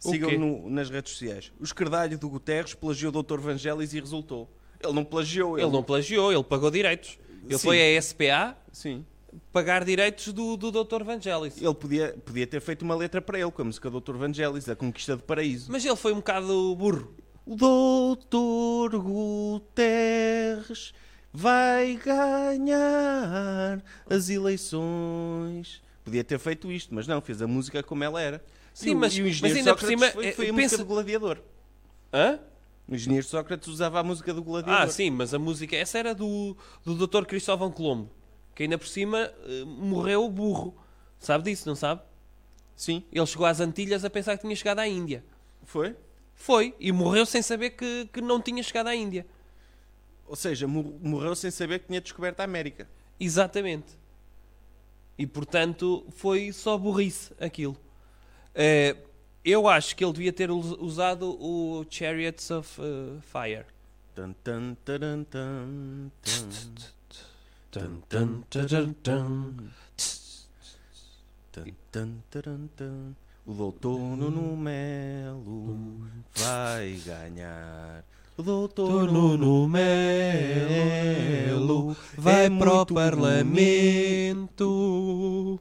[SPEAKER 2] O quê?
[SPEAKER 3] Sigam-no nas redes sociais. O escardalho do Guterres plagiou o Dr. Vangelis e resultou. Ele não plagiou, ele.
[SPEAKER 2] Ele não plagiou, ele pagou direitos. Ele
[SPEAKER 3] Sim.
[SPEAKER 2] foi à SPA
[SPEAKER 3] Sim.
[SPEAKER 2] pagar direitos do, do Dr. Vangelis.
[SPEAKER 3] Ele podia, podia ter feito uma letra para ele, com a música do Dr. Vangelis, A Conquista do Paraíso.
[SPEAKER 2] Mas ele foi um bocado burro.
[SPEAKER 3] O Doutor Guterres vai ganhar as eleições. Podia ter feito isto, mas não, fez a música como ela era.
[SPEAKER 2] Sim,
[SPEAKER 3] E o-
[SPEAKER 2] mas-
[SPEAKER 3] e o
[SPEAKER 2] mas
[SPEAKER 3] engenheiro
[SPEAKER 2] ainda por
[SPEAKER 3] Sócrates
[SPEAKER 2] cima,
[SPEAKER 3] foi,
[SPEAKER 2] eh,
[SPEAKER 3] foi a
[SPEAKER 2] pensa-
[SPEAKER 3] música do gladiador.
[SPEAKER 2] Hã?
[SPEAKER 3] O engenheiro Sócrates usava a música do gladiador.
[SPEAKER 2] Ah, sim, mas a música. Essa era do, do Dr. Cristóvão Colombo, que ainda por cima eh, morreu burro. Sabe disso, não sabe?
[SPEAKER 3] Sim,
[SPEAKER 2] Ele chegou às Antilhas a pensar que tinha chegado à Índia.
[SPEAKER 3] foi.
[SPEAKER 2] Foi, e morreu sem saber que, que não tinha chegado à Índia.
[SPEAKER 3] Ou seja, mor- morreu sem saber que tinha descoberto a América.
[SPEAKER 2] Exatamente. E portanto foi só burrice aquilo. Eh, eu acho que ele devia ter us- usado o Chariots of eh, Fire.
[SPEAKER 3] Tan, tan, taran, tan, tan,
[SPEAKER 2] Tum, tum, tadam, tum.
[SPEAKER 3] tan, tan, taran, tan. O doutor Nuno Melo vai ganhar. O doutor Nuno
[SPEAKER 2] Nuno Melo vai
[SPEAKER 3] É
[SPEAKER 2] para o
[SPEAKER 3] muito
[SPEAKER 2] Parlamento.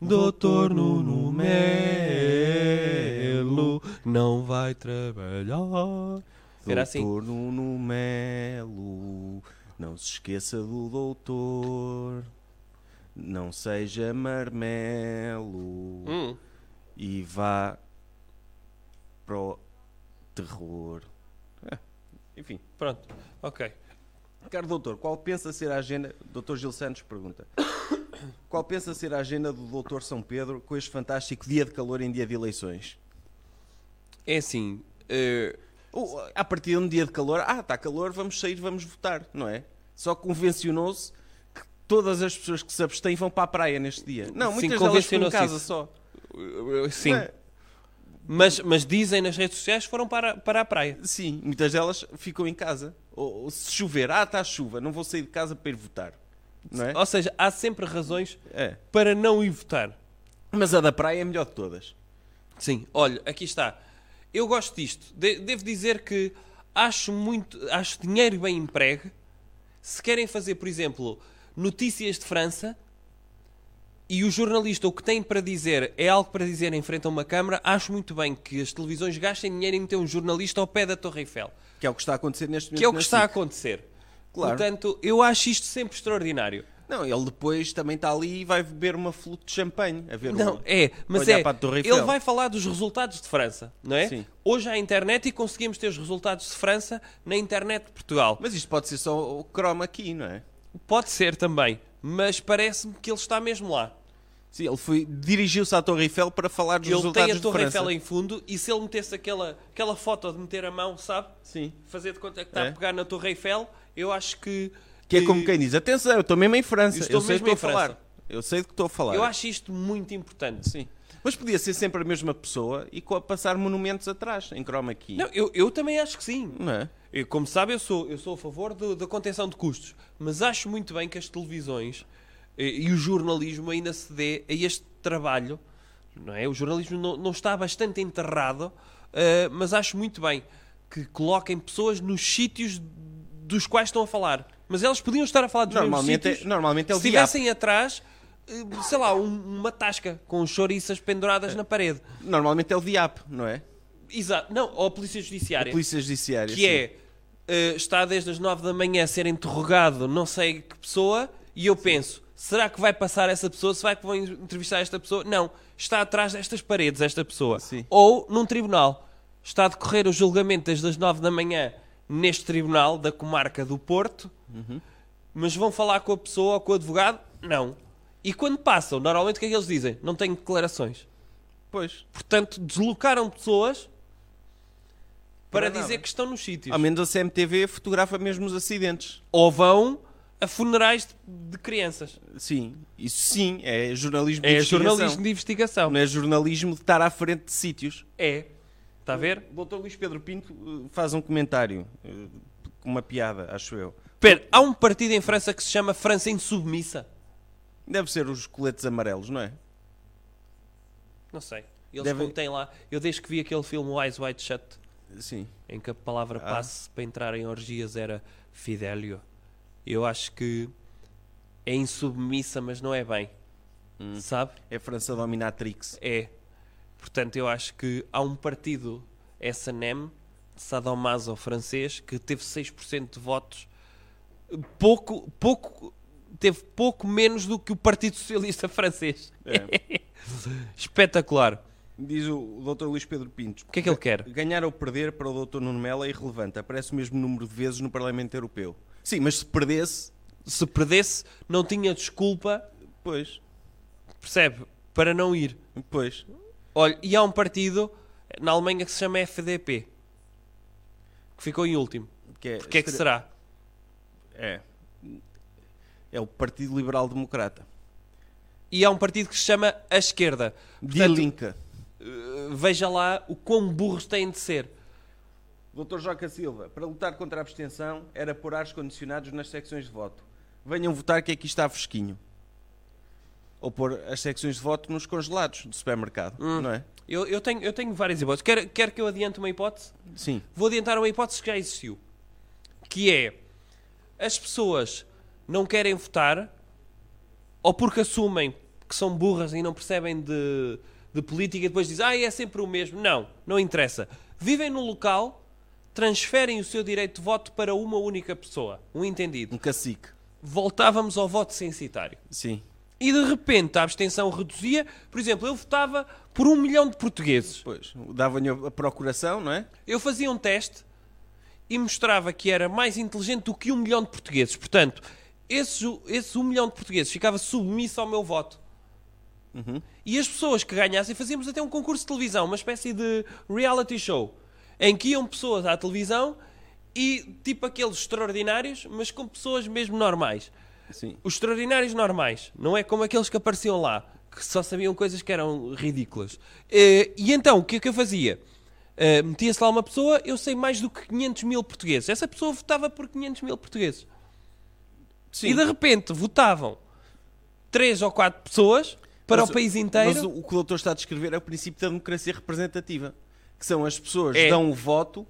[SPEAKER 2] Doutor Nuno Melo não vai trabalhar. Era assim.
[SPEAKER 3] Doutor Nuno Melo, não se esqueça do doutor. Não seja marmelo
[SPEAKER 2] Hum.
[SPEAKER 3] e vá pro terror. Enfim,
[SPEAKER 2] Pronto, ok.
[SPEAKER 3] caro doutor, qual pensa ser a agenda? Doutor Gil Santos pergunta. Qual pensa ser a agenda do doutor São Pedro com este fantástico dia de calor em dia de eleições?
[SPEAKER 2] É assim. eh,
[SPEAKER 3] Ou, A partir de um dia de calor, ah, está calor, vamos sair, vamos votar, não é? Só convencionou-se que todas as pessoas que se abstêm vão para a praia neste dia. Não,
[SPEAKER 2] Sim,
[SPEAKER 3] muitas delas ficam em
[SPEAKER 2] convencionou-se
[SPEAKER 3] casa
[SPEAKER 2] isso.
[SPEAKER 3] só.
[SPEAKER 2] eh, sim.
[SPEAKER 3] Não é?
[SPEAKER 2] Mas, mas dizem nas redes sociais que foram para, a- para a praia.
[SPEAKER 3] Sim, muitas delas ficam em casa. Ou, ou se chover, ah, está chuva, não vou sair de casa para ir votar. Não é?
[SPEAKER 2] Ou seja, há sempre razões
[SPEAKER 3] É.
[SPEAKER 2] para não ir votar.
[SPEAKER 3] Mas a da praia é a melhor de todas.
[SPEAKER 2] Sim, olha, aqui está. Eu gosto disto. De- devo dizer que acho muito, acho dinheiro bem empregue. Se querem fazer, por exemplo, notícias de França e o jornalista o que tem para dizer é algo para dizer em frente a uma câmara, acho muito bem que as televisões gastem dinheiro em meter um jornalista ao pé da Torre Eiffel,
[SPEAKER 3] Que é o que está a acontecer neste momento.
[SPEAKER 2] que é o que
[SPEAKER 3] na
[SPEAKER 2] está a
[SPEAKER 3] SIC.
[SPEAKER 2] acontecer.
[SPEAKER 3] Claro.
[SPEAKER 2] Portanto, eu acho isto sempre extraordinário.
[SPEAKER 3] Não, ele depois também está ali e vai beber uma flute de champanhe. A ver
[SPEAKER 2] Não,
[SPEAKER 3] um-
[SPEAKER 2] é, mas
[SPEAKER 3] olhar
[SPEAKER 2] é,
[SPEAKER 3] para a Torre
[SPEAKER 2] ele
[SPEAKER 3] Eiffel.
[SPEAKER 2] vai falar dos resultados de França, não é?
[SPEAKER 3] Sim.
[SPEAKER 2] Hoje há internet e conseguimos ter os resultados de França na internet de Portugal.
[SPEAKER 3] Mas isto pode ser só o croma aqui, não é?
[SPEAKER 2] Pode ser também, mas parece-me que ele está mesmo lá.
[SPEAKER 3] Sim, ele foi, dirigiu-se à Torre Eiffel para falar dos
[SPEAKER 2] Ele
[SPEAKER 3] resultados
[SPEAKER 2] tem a Torre
[SPEAKER 3] de França.
[SPEAKER 2] Eiffel em fundo e se ele metesse aquela, aquela foto de meter a mão, sabe?
[SPEAKER 3] Sim.
[SPEAKER 2] Fazer de conta que está
[SPEAKER 3] É.
[SPEAKER 2] a pegar na Torre Eiffel, eu acho que... eh,
[SPEAKER 3] Que é como quem diz, atenção, eu estou mesmo em França,
[SPEAKER 2] Eu
[SPEAKER 3] eu,
[SPEAKER 2] estou
[SPEAKER 3] sei
[SPEAKER 2] mesmo
[SPEAKER 3] do que
[SPEAKER 2] em
[SPEAKER 3] estou a
[SPEAKER 2] França.
[SPEAKER 3] falar. Eu sei do que estou a falar.
[SPEAKER 2] Eu acho isto muito importante.
[SPEAKER 3] Sim. Mas podia ser sempre a mesma pessoa e co- passar monumentos atrás, em croma key.
[SPEAKER 2] Não, eu, eu também acho que sim.
[SPEAKER 3] Não é?
[SPEAKER 2] Eu, como sabe, eu sou, eu sou a favor do- da contenção de custos, mas acho muito bem que as televisões eh, e, o jornalismo ainda se dê a este trabalho, não é? O jornalismo não, não está bastante enterrado, eh, mas acho muito bem que coloquem pessoas nos sítios dos quais estão a falar. Mas elas podiam estar a falar dos
[SPEAKER 3] Normalmente,
[SPEAKER 2] mesmos
[SPEAKER 3] é,
[SPEAKER 2] sítios.
[SPEAKER 3] normalmente é o
[SPEAKER 2] se
[SPEAKER 3] diabo.
[SPEAKER 2] tivessem atrás, eh, sei lá, um- uma tasca com chouriças penduradas na parede.
[SPEAKER 3] Normalmente é o diabo, não é?
[SPEAKER 2] Exato. Não, ou a polícia judiciária
[SPEAKER 3] Polícia Judiciária.
[SPEAKER 2] que
[SPEAKER 3] sim.
[SPEAKER 2] é eh, está desde as 9 da manhã a ser interrogado não sei que pessoa e eu penso será que vai passar essa pessoa será que vão en- entrevistar esta pessoa não está atrás destas paredes esta pessoa
[SPEAKER 3] Sim.
[SPEAKER 2] ou num tribunal está a decorrer o julgamento desde as 9 da manhã neste tribunal da comarca do Porto
[SPEAKER 3] Uhum.
[SPEAKER 2] mas vão falar com a pessoa ou com o advogado não e quando passam normalmente o que é que eles dizem não tenho declarações
[SPEAKER 3] Pois.
[SPEAKER 2] portanto deslocaram pessoas para,
[SPEAKER 3] Para nada. Ah,
[SPEAKER 2] dizer que estão nos sítios
[SPEAKER 3] Ao menos a CMTV fotografa mesmo os acidentes.
[SPEAKER 2] ou vão a funerais de, de crianças.
[SPEAKER 3] Sim. Isso sim, é jornalismo de
[SPEAKER 2] É
[SPEAKER 3] investigação.
[SPEAKER 2] jornalismo de investigação.
[SPEAKER 3] Não é jornalismo de estar à frente de sítios.
[SPEAKER 2] É. Está a ver?
[SPEAKER 3] O Dr. Luís Pedro Pinto eh, faz um comentário, eh, com uma piada, acho eu.
[SPEAKER 2] Pera, há um partido em França que se chama França Insubmissa.
[SPEAKER 3] Deve ser os coletes amarelos, não é?
[SPEAKER 2] Não sei. Eles
[SPEAKER 3] Deve-
[SPEAKER 2] contêm lá. Eu desde que vi aquele filme Wise White Shut,
[SPEAKER 3] Sim.
[SPEAKER 2] em que a palavra passe para entrar em orgias era Fidelio. Eu acho que é insubmissa, mas não é bem. Sabe?
[SPEAKER 3] É França Dominatrix.
[SPEAKER 2] É. Portanto, eu acho que há um partido, SNM, sadomaso francês, que teve 6% de votos. Pouco, pouco, teve pouco menos do que o Partido Socialista francês. [LAUGHS] Espetacular.
[SPEAKER 3] Diz o, o Dr. Luís Pedro Pintos. O
[SPEAKER 2] que é que ele quer?
[SPEAKER 3] Ganhar ou perder para o Dr. Nuno Melo é irrelevante. Aparece o mesmo número de vezes no Parlamento Europeu. Sim, mas se perdesse,
[SPEAKER 2] Se perdesse, não tinha desculpa,
[SPEAKER 3] pois,
[SPEAKER 2] percebe? Para não ir.
[SPEAKER 3] pois.
[SPEAKER 2] Olha, e há um partido na Alemanha que se chama FDP, que ficou em último.
[SPEAKER 3] Que é,
[SPEAKER 2] Porquê é que será?
[SPEAKER 3] É. É o Partido Liberal Democrata.
[SPEAKER 2] E há um partido que se chama A Esquerda.
[SPEAKER 3] De
[SPEAKER 2] Portanto,
[SPEAKER 3] Linca.
[SPEAKER 2] eh, veja lá o quão burros têm de ser.
[SPEAKER 3] Dr. Joca Silva, para lutar contra a abstenção era pôr ares condicionados nas secções de voto. Venham votar que aqui está fresquinho. Ou pôr as secções de voto nos congelados do supermercado,
[SPEAKER 2] Hum.
[SPEAKER 3] não é?
[SPEAKER 2] Eu, eu tenho, eu tenho várias hipóteses. Quer, quer que eu adiante uma hipótese?
[SPEAKER 3] Sim.
[SPEAKER 2] Vou adiantar uma hipótese que já existiu. Que é... As pessoas não querem votar ou porque assumem que são burras e não percebem de, de política e depois dizem ah, é sempre o mesmo. Não, não interessa. Vivem no local, transferem o seu direito de voto para uma única pessoa. Um entendido.
[SPEAKER 3] Um cacique.
[SPEAKER 2] Voltávamos ao voto censitário.
[SPEAKER 3] Sim.
[SPEAKER 2] E de repente a abstenção reduzia. Por exemplo, eu votava por um milhão de portugueses.
[SPEAKER 3] Pois. Davam-lhe a procuração, não é?
[SPEAKER 2] Eu fazia um teste e mostrava que era mais inteligente do que um milhão de portugueses. Portanto, esse, esse um milhão de portugueses ficava submisso ao meu voto. E as pessoas que ganhassem, fazíamos até um concurso de televisão, uma espécie de reality show, em que iam pessoas à televisão e tipo aqueles extraordinários, mas com pessoas mesmo normais.
[SPEAKER 3] Sim.
[SPEAKER 2] Os extraordinários normais, não é como aqueles que apareciam lá, que só sabiam coisas que eram ridículas. Eh, E então, o que é que eu fazia? Eh, Metia-se lá uma pessoa, eu sei mais do que 500 mil portugueses. Essa pessoa votava por 500 mil portugueses.
[SPEAKER 3] Sim.
[SPEAKER 2] E de repente votavam três ou quatro pessoas para
[SPEAKER 3] Mas
[SPEAKER 2] o país inteiro.
[SPEAKER 3] Mas o, o que o doutor está a descrever é o princípio da democracia representativa. Que são as pessoas
[SPEAKER 2] É.
[SPEAKER 3] dão o voto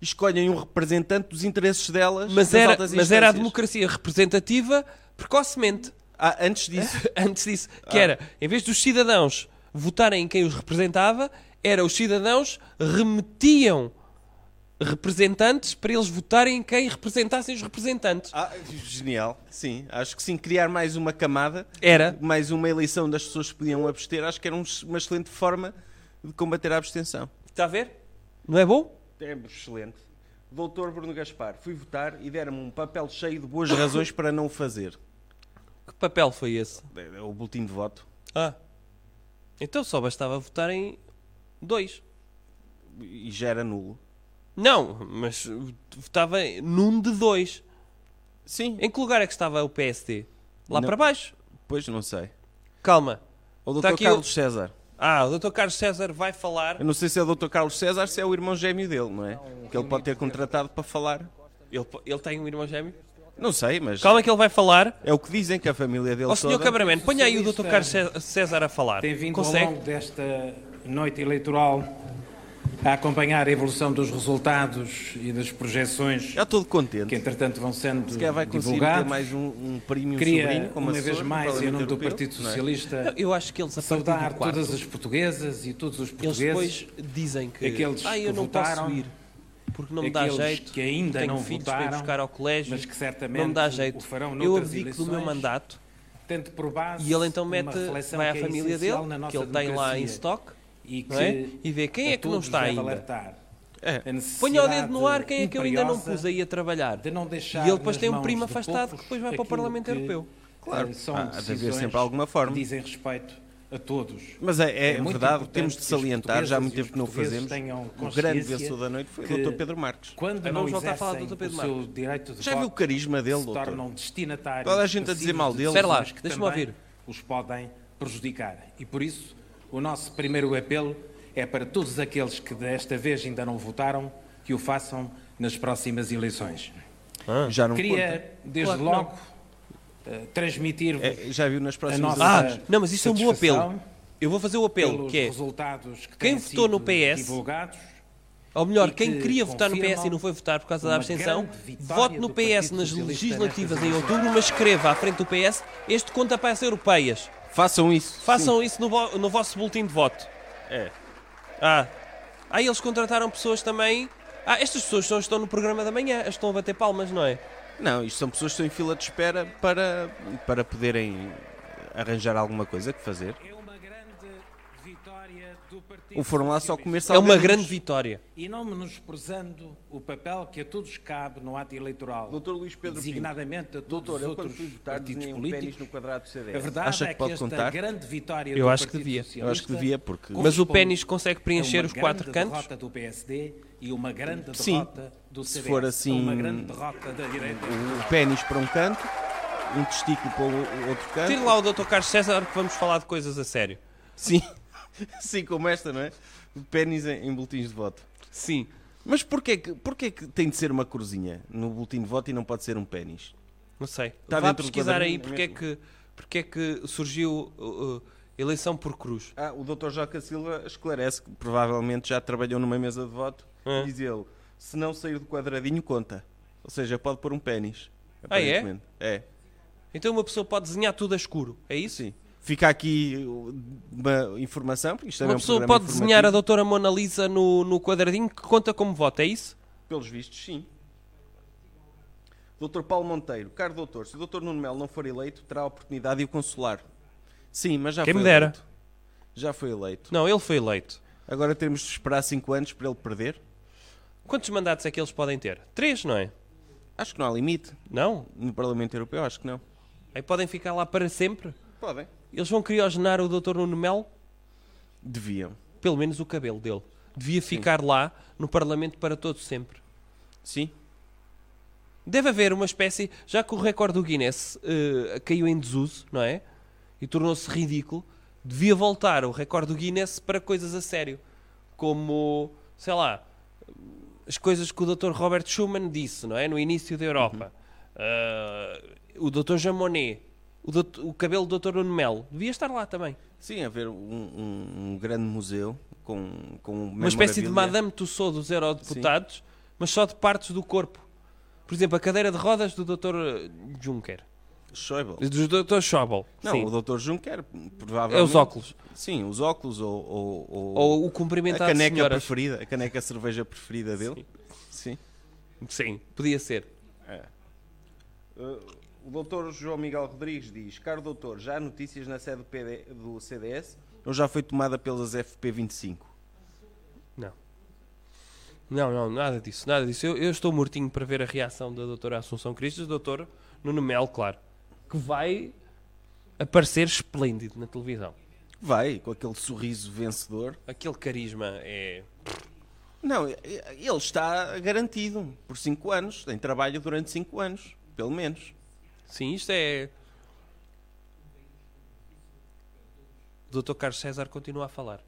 [SPEAKER 3] e escolhem um representante dos interesses delas
[SPEAKER 2] mas
[SPEAKER 3] nas
[SPEAKER 2] era,
[SPEAKER 3] altas
[SPEAKER 2] mas era a
[SPEAKER 3] instâncias.
[SPEAKER 2] democracia representativa precocemente.
[SPEAKER 3] Ah, antes disso,
[SPEAKER 2] [LAUGHS] antes disso, que era, em vez dos cidadãos votarem em quem os representava, era os cidadãos remetiam representantes para eles votarem em quem representassem os representantes.
[SPEAKER 3] Ah, genial, sim. Acho que sim, criar mais uma camada,
[SPEAKER 2] Era.
[SPEAKER 3] mais uma eleição das pessoas que podiam abster, acho que era um- uma excelente forma de combater a abstenção.
[SPEAKER 2] Está a ver? Não é bom?
[SPEAKER 3] É excelente. Doutor Bruno Gaspar, fui votar e deram-me um papel cheio de boas razões para não o fazer.
[SPEAKER 2] Que papel foi esse?
[SPEAKER 3] É O boletim de voto.
[SPEAKER 2] Ah. Então só bastava votar em dois.
[SPEAKER 3] E já era nulo.
[SPEAKER 2] Não, mas uh, votava num de dois.
[SPEAKER 3] Sim.
[SPEAKER 2] Em que lugar é que estava o PSD? Lá
[SPEAKER 3] Não.
[SPEAKER 2] para baixo.
[SPEAKER 3] Pois, não sei.
[SPEAKER 2] Calma.
[SPEAKER 3] O doutor
[SPEAKER 2] Está aqui
[SPEAKER 3] Carlos César.
[SPEAKER 2] Ah, o Dr. Carlos César vai falar.
[SPEAKER 3] Eu não sei se é o doutor Carlos César, se é o irmão gêmeo dele, não é? Que ele pode ter contratado para falar.
[SPEAKER 2] Ele, ele tem um irmão gêmeo?
[SPEAKER 3] Não sei, mas
[SPEAKER 2] Calma que ele vai falar.
[SPEAKER 3] é o que dizem que a família dele
[SPEAKER 2] Ó senhor
[SPEAKER 3] toda-
[SPEAKER 2] cameraman, ponha aí o Dr. Carlos Cé- César a
[SPEAKER 10] é
[SPEAKER 2] falar.
[SPEAKER 10] Tem um vindo ao
[SPEAKER 2] Consegue?
[SPEAKER 10] longo desta noite eleitoral a acompanhar a evolução dos resultados e das projeções
[SPEAKER 3] Já todo contente.
[SPEAKER 10] que, entretanto, vão sendo
[SPEAKER 3] Se calhar vai conseguir ter
[SPEAKER 10] divulgadas.
[SPEAKER 3] mais um, um primo
[SPEAKER 10] Queria,
[SPEAKER 3] sobrinho, como
[SPEAKER 10] uma
[SPEAKER 3] assessor
[SPEAKER 10] vez
[SPEAKER 2] um
[SPEAKER 3] no
[SPEAKER 10] mais, em
[SPEAKER 3] Parlamento
[SPEAKER 10] nome do
[SPEAKER 3] Europeu,
[SPEAKER 10] Partido
[SPEAKER 3] não é?
[SPEAKER 10] Socialista,
[SPEAKER 2] Eu acho que eles a partir
[SPEAKER 10] saudar
[SPEAKER 2] do quarto,
[SPEAKER 10] todas as portuguesas e todos os
[SPEAKER 2] eles
[SPEAKER 10] portugueses,
[SPEAKER 2] depois dizem que
[SPEAKER 10] aqueles
[SPEAKER 2] ah, eu
[SPEAKER 10] que
[SPEAKER 2] não
[SPEAKER 10] votaram,
[SPEAKER 2] posso ir porque não me dá
[SPEAKER 10] aqueles
[SPEAKER 2] jeito,
[SPEAKER 10] que ainda
[SPEAKER 2] tenho
[SPEAKER 10] não
[SPEAKER 2] filhos para ir
[SPEAKER 10] votaram,
[SPEAKER 2] buscar ao colégio,
[SPEAKER 10] mas que certamente
[SPEAKER 2] não me dá
[SPEAKER 10] o-
[SPEAKER 2] jeito.
[SPEAKER 10] o farão
[SPEAKER 2] eu
[SPEAKER 10] noutras
[SPEAKER 2] abdico do meu
[SPEAKER 10] eleições.
[SPEAKER 2] mandato
[SPEAKER 10] tendo por base
[SPEAKER 2] e ele então
[SPEAKER 10] uma
[SPEAKER 2] mete,
[SPEAKER 10] reflexão
[SPEAKER 2] vai à
[SPEAKER 10] que é
[SPEAKER 2] família
[SPEAKER 10] essencial na
[SPEAKER 2] dele, que
[SPEAKER 10] nossa
[SPEAKER 2] ele tem lá em
[SPEAKER 10] democracia
[SPEAKER 2] stock,
[SPEAKER 10] e, que
[SPEAKER 2] não é? e vê quem
[SPEAKER 10] a
[SPEAKER 2] é que não
[SPEAKER 10] todos
[SPEAKER 2] está
[SPEAKER 10] deve
[SPEAKER 2] ainda.
[SPEAKER 10] alertar.
[SPEAKER 3] É.
[SPEAKER 10] A
[SPEAKER 2] Ponha o dedo no ar, quem é
[SPEAKER 10] necessidade
[SPEAKER 2] que eu ainda não
[SPEAKER 10] imperiosa
[SPEAKER 2] pus aí a trabalhar?
[SPEAKER 10] de não deixar
[SPEAKER 2] E ele depois
[SPEAKER 10] nas
[SPEAKER 2] tem um
[SPEAKER 10] mãos
[SPEAKER 2] primo
[SPEAKER 10] de
[SPEAKER 2] afastado
[SPEAKER 10] poucos
[SPEAKER 2] que depois vai para o
[SPEAKER 10] aquilo
[SPEAKER 2] Parlamento
[SPEAKER 10] que,
[SPEAKER 2] Europeu.
[SPEAKER 3] Claro.
[SPEAKER 10] eh, são
[SPEAKER 3] Ah, há de haver
[SPEAKER 10] decisões
[SPEAKER 3] sempre alguma forma.
[SPEAKER 10] que dizem respeito a todos.
[SPEAKER 3] Mas é, é
[SPEAKER 10] muito
[SPEAKER 3] verdade,
[SPEAKER 10] importante
[SPEAKER 3] temos de
[SPEAKER 10] que os
[SPEAKER 3] salientar, já há muito
[SPEAKER 10] portugueses e os
[SPEAKER 3] tempo que não
[SPEAKER 10] portugueses
[SPEAKER 3] fazemos,
[SPEAKER 10] tenham
[SPEAKER 3] o grande
[SPEAKER 10] consciência
[SPEAKER 3] vencedor da noite foi
[SPEAKER 10] que-
[SPEAKER 3] o Dr. Pedro Marques.
[SPEAKER 10] Quando não
[SPEAKER 2] Ah, vamos voltar
[SPEAKER 10] exercem
[SPEAKER 2] a falar do Dr. Pedro
[SPEAKER 10] o seu direito de
[SPEAKER 3] Já viu o
[SPEAKER 10] voto,
[SPEAKER 3] carisma dele,
[SPEAKER 10] se
[SPEAKER 3] doutor?
[SPEAKER 10] tornam destinatários
[SPEAKER 3] Toda a gente a dizer
[SPEAKER 10] passivos
[SPEAKER 3] mal
[SPEAKER 10] de
[SPEAKER 3] dele.
[SPEAKER 2] Espera lá,
[SPEAKER 10] decisões que
[SPEAKER 2] deixa-me
[SPEAKER 10] também
[SPEAKER 2] ouvir.
[SPEAKER 10] Os podem prejudicar. E por isso, o nosso primeiro apelo é para todos aqueles que desta vez ainda não votaram, que o façam nas próximas eleições.
[SPEAKER 3] Ah. Já não conta.
[SPEAKER 10] Queria, desde
[SPEAKER 2] Claro que
[SPEAKER 10] logo, eh, transmitir-vos
[SPEAKER 3] É, já viu nas próximas...
[SPEAKER 10] nossa-
[SPEAKER 3] eleições.
[SPEAKER 2] Ah, não, mas isso é um bom
[SPEAKER 10] satisfação
[SPEAKER 2] apelo. Eu vou fazer o apelo,
[SPEAKER 10] pelos
[SPEAKER 2] que é,
[SPEAKER 10] resultados que
[SPEAKER 2] quem
[SPEAKER 10] têm
[SPEAKER 2] votou no
[SPEAKER 10] sido
[SPEAKER 2] PS,
[SPEAKER 10] divulgados,
[SPEAKER 2] ou melhor,
[SPEAKER 10] e
[SPEAKER 2] quem
[SPEAKER 10] que
[SPEAKER 2] queria votar no PS e
[SPEAKER 10] confirmam
[SPEAKER 2] não foi votar por causa da
[SPEAKER 10] uma
[SPEAKER 2] abstenção,
[SPEAKER 10] grande vitória
[SPEAKER 2] vote no
[SPEAKER 10] do
[SPEAKER 2] PS
[SPEAKER 10] Partido
[SPEAKER 2] nas
[SPEAKER 10] Socialista
[SPEAKER 2] legislativas
[SPEAKER 10] nestas
[SPEAKER 2] em
[SPEAKER 10] eleições.
[SPEAKER 2] outubro, mas escreva à frente do PS este conta para as europeias.
[SPEAKER 3] Façam isso.
[SPEAKER 2] Façam isso no, vo- no vosso boletim de voto.
[SPEAKER 3] É.
[SPEAKER 2] Ah. ah, eles contrataram pessoas também. Ah, estas pessoas só estão no programa da manhã, as estão a bater palmas, não é?
[SPEAKER 3] Não, isto são pessoas que estão em fila de espera para, para poderem arranjar alguma coisa que fazer.
[SPEAKER 10] É uma grande vitória do que o Partido
[SPEAKER 3] Ou foram lá só comer
[SPEAKER 2] É uma
[SPEAKER 3] salgados?
[SPEAKER 2] grande vitória.
[SPEAKER 10] E não menosprezando o papel que a todos cabe no ato eleitoral.
[SPEAKER 3] Doutor Luís Pedro
[SPEAKER 10] Designadamente a todos
[SPEAKER 3] Doutor,
[SPEAKER 10] os
[SPEAKER 3] eu quando
[SPEAKER 10] outros
[SPEAKER 3] fui votar
[SPEAKER 10] partidos
[SPEAKER 3] desenhei um
[SPEAKER 10] políticos.
[SPEAKER 3] pênis no quadrado do CDS.
[SPEAKER 10] A verdade
[SPEAKER 3] Acha
[SPEAKER 10] é
[SPEAKER 3] que
[SPEAKER 10] que
[SPEAKER 3] pode
[SPEAKER 10] esta
[SPEAKER 3] contar?
[SPEAKER 10] grande vitória
[SPEAKER 2] Eu
[SPEAKER 10] do
[SPEAKER 2] acho que
[SPEAKER 10] Partido
[SPEAKER 2] devia. Eu
[SPEAKER 10] Socialista
[SPEAKER 3] acho que devia, porque-
[SPEAKER 2] Mas o
[SPEAKER 10] corresponde
[SPEAKER 2] pênis consegue preencher
[SPEAKER 10] a
[SPEAKER 2] os quatro
[SPEAKER 10] É Uma grande
[SPEAKER 2] cantos?
[SPEAKER 10] derrota do PSD e uma grande
[SPEAKER 3] Sim.
[SPEAKER 10] derrota do
[SPEAKER 3] Se
[SPEAKER 10] CDS.
[SPEAKER 3] for assim,
[SPEAKER 10] É Uma grande derrota da direita.
[SPEAKER 3] Um pênis para um canto, um testículo para o outro canto.
[SPEAKER 2] Tire lá o Dr. Carlos César que vamos falar de coisas a sério.
[SPEAKER 3] Sim. [LAUGHS] Sim, como esta, não é? Pênis em, em boletins de voto.
[SPEAKER 2] Sim.
[SPEAKER 3] Mas porquê que, porquê que tem de ser uma corzinha no boletim de voto e não pode ser um pênis?
[SPEAKER 2] Não sei.
[SPEAKER 3] Está
[SPEAKER 2] Vá
[SPEAKER 3] dentro do
[SPEAKER 2] pesquisar
[SPEAKER 3] quadrinho,
[SPEAKER 2] aí
[SPEAKER 3] é
[SPEAKER 2] porque é,
[SPEAKER 3] mesmo.
[SPEAKER 2] que, porque é que surgiu uh, uh, eleição por cruz.
[SPEAKER 3] Ah, o Dr. Joca Silva esclarece que provavelmente já trabalhou numa mesa de voto.
[SPEAKER 2] É.
[SPEAKER 3] Diz ele: se não sair do quadradinho, conta. Ou seja, pode pôr um pênis.
[SPEAKER 2] Ah, é?
[SPEAKER 3] aparentemente. É.
[SPEAKER 2] Então uma pessoa pode desenhar tudo a escuro, é isso?
[SPEAKER 3] Sim. Fica aqui uh, uma informação, porque isto também
[SPEAKER 2] Uma
[SPEAKER 3] é um
[SPEAKER 2] pessoa
[SPEAKER 3] programa
[SPEAKER 2] pode desenhar a
[SPEAKER 3] informativo.
[SPEAKER 2] doutora Mona Lisa no, no quadradinho que conta como voto, é isso?
[SPEAKER 3] Pelos vistos, sim. Dr. Paulo Monteiro, caro doutor, se o Dr. Nuno Melo não for eleito, terá a oportunidade de o consolar. Sim, mas já
[SPEAKER 2] Quem
[SPEAKER 3] foi
[SPEAKER 2] me dera.
[SPEAKER 3] eleito. Já foi eleito.
[SPEAKER 2] Não, ele foi eleito.
[SPEAKER 3] Agora temos de esperar 5 anos para ele perder?
[SPEAKER 2] Quantos mandatos é que eles podem ter? Três, não é?
[SPEAKER 3] Acho que não há limite.
[SPEAKER 2] Não?
[SPEAKER 3] No Parlamento Europeu, acho que não.
[SPEAKER 2] Aí podem ficar lá para sempre?
[SPEAKER 3] Podem.
[SPEAKER 2] Eles vão criogenar o Dr. Nuno Melo?
[SPEAKER 3] Deviam.
[SPEAKER 2] Pelo menos o cabelo dele. Devia ficar lá no Parlamento para todo sempre.
[SPEAKER 3] Sim.
[SPEAKER 2] Deve haver uma espécie, já que o recorde do Guinness eh, caiu em desuso, não é? E tornou-se ridículo, devia voltar o recorde do Guinness para coisas a sério, como, sei lá, as coisas que o Dr. Robert Schuman disse, não é? No início da Europa. Ah, o Dr. Jean Monnet, o, doutor- o cabelo do Dr. Nuno Melo, devia estar lá também.
[SPEAKER 3] Sim, haver um, um- um grande museu com, com
[SPEAKER 2] Uma espécie de
[SPEAKER 3] memorabilia.
[SPEAKER 2] Madame Tussauds dos eurodeputados, mas só de partes do corpo. Por exemplo, a cadeira de rodas do Dr. Juncker.
[SPEAKER 3] Schäuble.
[SPEAKER 2] Do Dr. Schauble.
[SPEAKER 3] Não,
[SPEAKER 2] Sim.
[SPEAKER 3] o Dr. Juncker, provavelmente.
[SPEAKER 2] É os óculos.
[SPEAKER 3] Sim, os óculos ou, ou, ou-
[SPEAKER 2] Ou o
[SPEAKER 3] a
[SPEAKER 2] cumprimentar de
[SPEAKER 3] caneca é
[SPEAKER 2] senhoras.
[SPEAKER 3] preferida, a caneca cerveja preferida dele. Sim.
[SPEAKER 2] Sim, podia ser.
[SPEAKER 3] Uh, O doutor João Miguel Rodrigues diz: Caro doutor, já há notícias na sede do, PD do CDS ou já foi tomada pelas FP25?
[SPEAKER 2] Não. Não, não, nada disso, nada disso. Eu, eu estou mortinho para ver a reação da doutora Assunção Cristas, do doutor Nuno Melo, claro, que vai aparecer esplêndido na televisão.
[SPEAKER 3] Vai, com aquele sorriso vencedor.
[SPEAKER 2] Aquele carisma é...
[SPEAKER 3] Não, e- e- ele está garantido por 5 anos, tem trabalho durante 5 anos, pelo menos.
[SPEAKER 2] Sim, isto é... O doutor Carlos César continua a falar.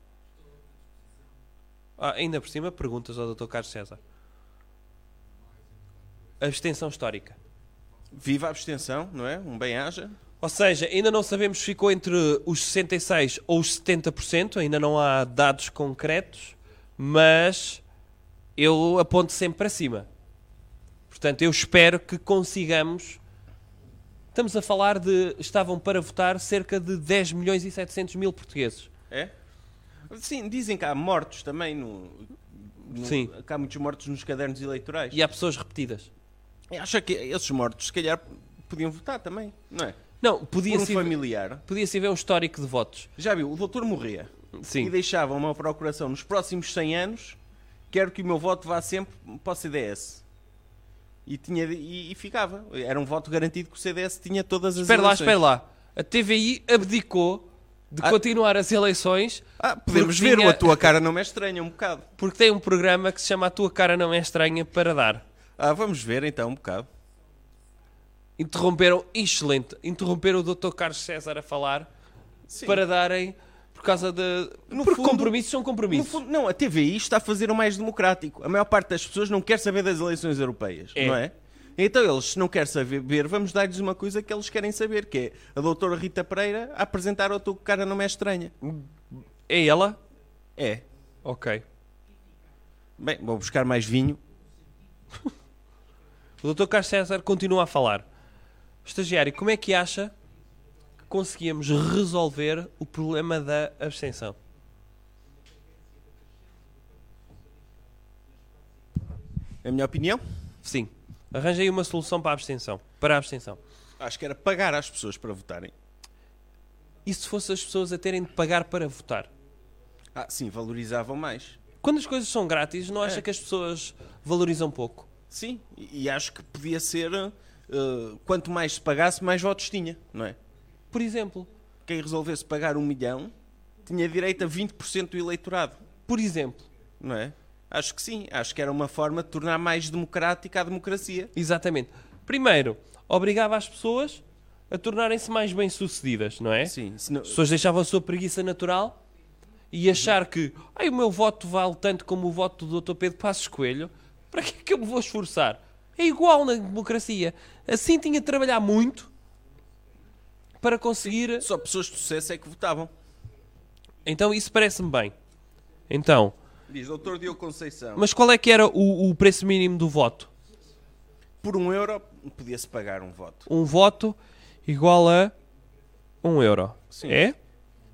[SPEAKER 2] Ah, ainda por cima, perguntas ao doutor Carlos César. Abstenção histórica.
[SPEAKER 3] Viva a abstenção, não é? Um bem-aja.
[SPEAKER 2] Ou seja, ainda não sabemos se ficou entre os 66% ou os 70%, ainda não há dados concretos, mas eu aponto sempre para cima. Portanto, eu espero que consigamos. Estamos a falar de. Estavam para votar cerca de 10 milhões e 700 mil portugueses.
[SPEAKER 3] É? Sim, dizem que há mortos também. No, no-
[SPEAKER 2] Sim.
[SPEAKER 3] Que há muitos mortos nos cadernos eleitorais.
[SPEAKER 2] E há pessoas repetidas.
[SPEAKER 3] Acha que esses mortos, se calhar, podiam votar também, não é?
[SPEAKER 2] Não,
[SPEAKER 3] Por um
[SPEAKER 2] podia-se ver-
[SPEAKER 3] familiar.
[SPEAKER 2] podia-se ver um histórico de votos.
[SPEAKER 3] Já viu, o doutor morria e
[SPEAKER 2] Sim.
[SPEAKER 3] deixava uma procuração nos próximos 100 anos. Quero que o meu voto vá sempre para o CDS. E, tinha, de- e, e ficava. Era um voto garantido que o CDS tinha todas as
[SPEAKER 2] Espera lá,
[SPEAKER 3] eleições.
[SPEAKER 2] espera lá. A TVI abdicou de
[SPEAKER 3] Ah.
[SPEAKER 2] continuar as eleições.
[SPEAKER 3] Ah, podemos
[SPEAKER 2] porque
[SPEAKER 3] ver,
[SPEAKER 2] tinha-
[SPEAKER 3] a tua cara não me é estranha um bocado.
[SPEAKER 2] Porque tem um programa que se chama A Tua Cara Não É Estranha para dar.
[SPEAKER 3] Ah, vamos ver então um bocado.
[SPEAKER 2] Interromperam, excelente, interromperam o Dr. Carlos César a falar
[SPEAKER 3] Sim.
[SPEAKER 2] para darem, por causa de...
[SPEAKER 3] No
[SPEAKER 2] porque
[SPEAKER 3] fundo-
[SPEAKER 2] compromissos são
[SPEAKER 3] No
[SPEAKER 2] compromissos.
[SPEAKER 3] fundo, não, a TVI está a fazer o mais democrático. A maior parte das pessoas não quer saber das eleições europeias,
[SPEAKER 2] É.
[SPEAKER 3] não é? Então eles, se não querem saber, vamos dar-lhes uma coisa que eles querem saber, que é a doutora Rita Pereira a apresentar o teu cara não é estranha.
[SPEAKER 2] É ela?
[SPEAKER 3] É.
[SPEAKER 2] Ok.
[SPEAKER 3] Bem, vou buscar mais vinho.
[SPEAKER 2] O Dr. Carlos César continua a falar. Estagiário, como é que acha que conseguíamos resolver o problema da abstenção?
[SPEAKER 3] É a minha opinião.
[SPEAKER 2] Sim. Arranjei uma solução para a abstenção. Para a abstenção.
[SPEAKER 3] Acho que era pagar às pessoas para votarem.
[SPEAKER 2] E se fosse as pessoas a terem de pagar para votar?
[SPEAKER 3] Ah, sim, valorizavam mais.
[SPEAKER 2] Quando as coisas são grátis, não acha que as pessoas valorizam pouco?
[SPEAKER 3] Sim, e, e acho que podia ser. eh, quanto mais se pagasse, mais votos tinha, não é?
[SPEAKER 2] Por exemplo,
[SPEAKER 3] Quem resolvesse pagar um milhão tinha direito a 20% do eleitorado,
[SPEAKER 2] por exemplo,
[SPEAKER 3] não é? Acho que sim, acho que era uma forma de tornar mais democrática a democracia.
[SPEAKER 2] exatamente. Primeiro, obrigava as pessoas a tornarem-se mais bem-sucedidas, não é?
[SPEAKER 3] Sim, senão-
[SPEAKER 2] As pessoas deixavam a sua preguiça natural e achar que Ai, o meu voto vale tanto como o voto do Dr. Pedro Passos Coelho, para que é que eu me vou esforçar? É igual na democracia. Assim tinha de trabalhar muito para conseguir.
[SPEAKER 3] só pessoas de sucesso é que votavam.
[SPEAKER 2] Então isso parece-me bem. Então,
[SPEAKER 3] Diz doutor Diogo Conceição.
[SPEAKER 2] mas qual é que era o, o preço mínimo do voto?
[SPEAKER 3] por um euro podia-se pagar um voto.
[SPEAKER 2] Um voto igual a um euro. É?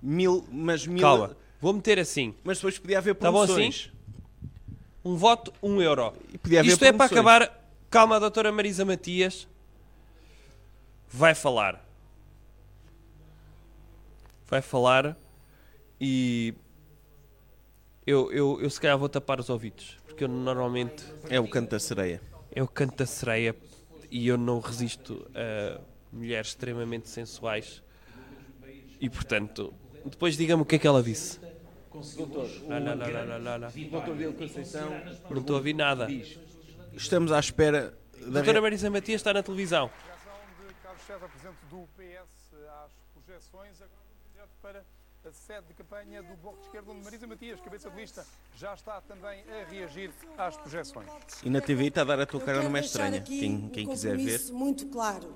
[SPEAKER 3] Mil, mas mil.
[SPEAKER 2] Calma. Vou meter assim.
[SPEAKER 3] Mas depois podia haver
[SPEAKER 2] Tá bom
[SPEAKER 3] promoções.
[SPEAKER 2] Um voto, um euro.
[SPEAKER 3] E podia haver
[SPEAKER 2] Isto é para
[SPEAKER 3] promoções.
[SPEAKER 2] acabar. Calma, a doutora Marisa Matias vai falar. Vai falar e eu, eu, eu se calhar vou tapar os ouvidos. Porque eu normalmente
[SPEAKER 3] É o canto da sereia.
[SPEAKER 2] eu canto a sereia e eu não resisto a mulheres extremamente sensuais. E portanto, depois diga-me o que é que ela disse. Não, não, não, não, não, não, não.
[SPEAKER 3] Doutor Diogo Conceição.
[SPEAKER 2] Não estou a ouvir nada.
[SPEAKER 3] Estamos à espera da
[SPEAKER 2] Doutora
[SPEAKER 3] re-
[SPEAKER 2] Marisa Matias está na televisão.
[SPEAKER 9] Reação de Carlos César, presidente do PS, às projeções, agora direto para a sede de campanha do Bloco de Esquerda, onde Marisa Matias, cabeça de lista, já está também a reagir às projeções.
[SPEAKER 3] E na TV está a dar a tua
[SPEAKER 11] Eu
[SPEAKER 3] cara
[SPEAKER 11] quero
[SPEAKER 3] numa
[SPEAKER 11] deixar
[SPEAKER 3] estranha.
[SPEAKER 11] aqui
[SPEAKER 3] Quem,
[SPEAKER 11] um
[SPEAKER 3] quem quiser ver.
[SPEAKER 11] compromisso muito claro,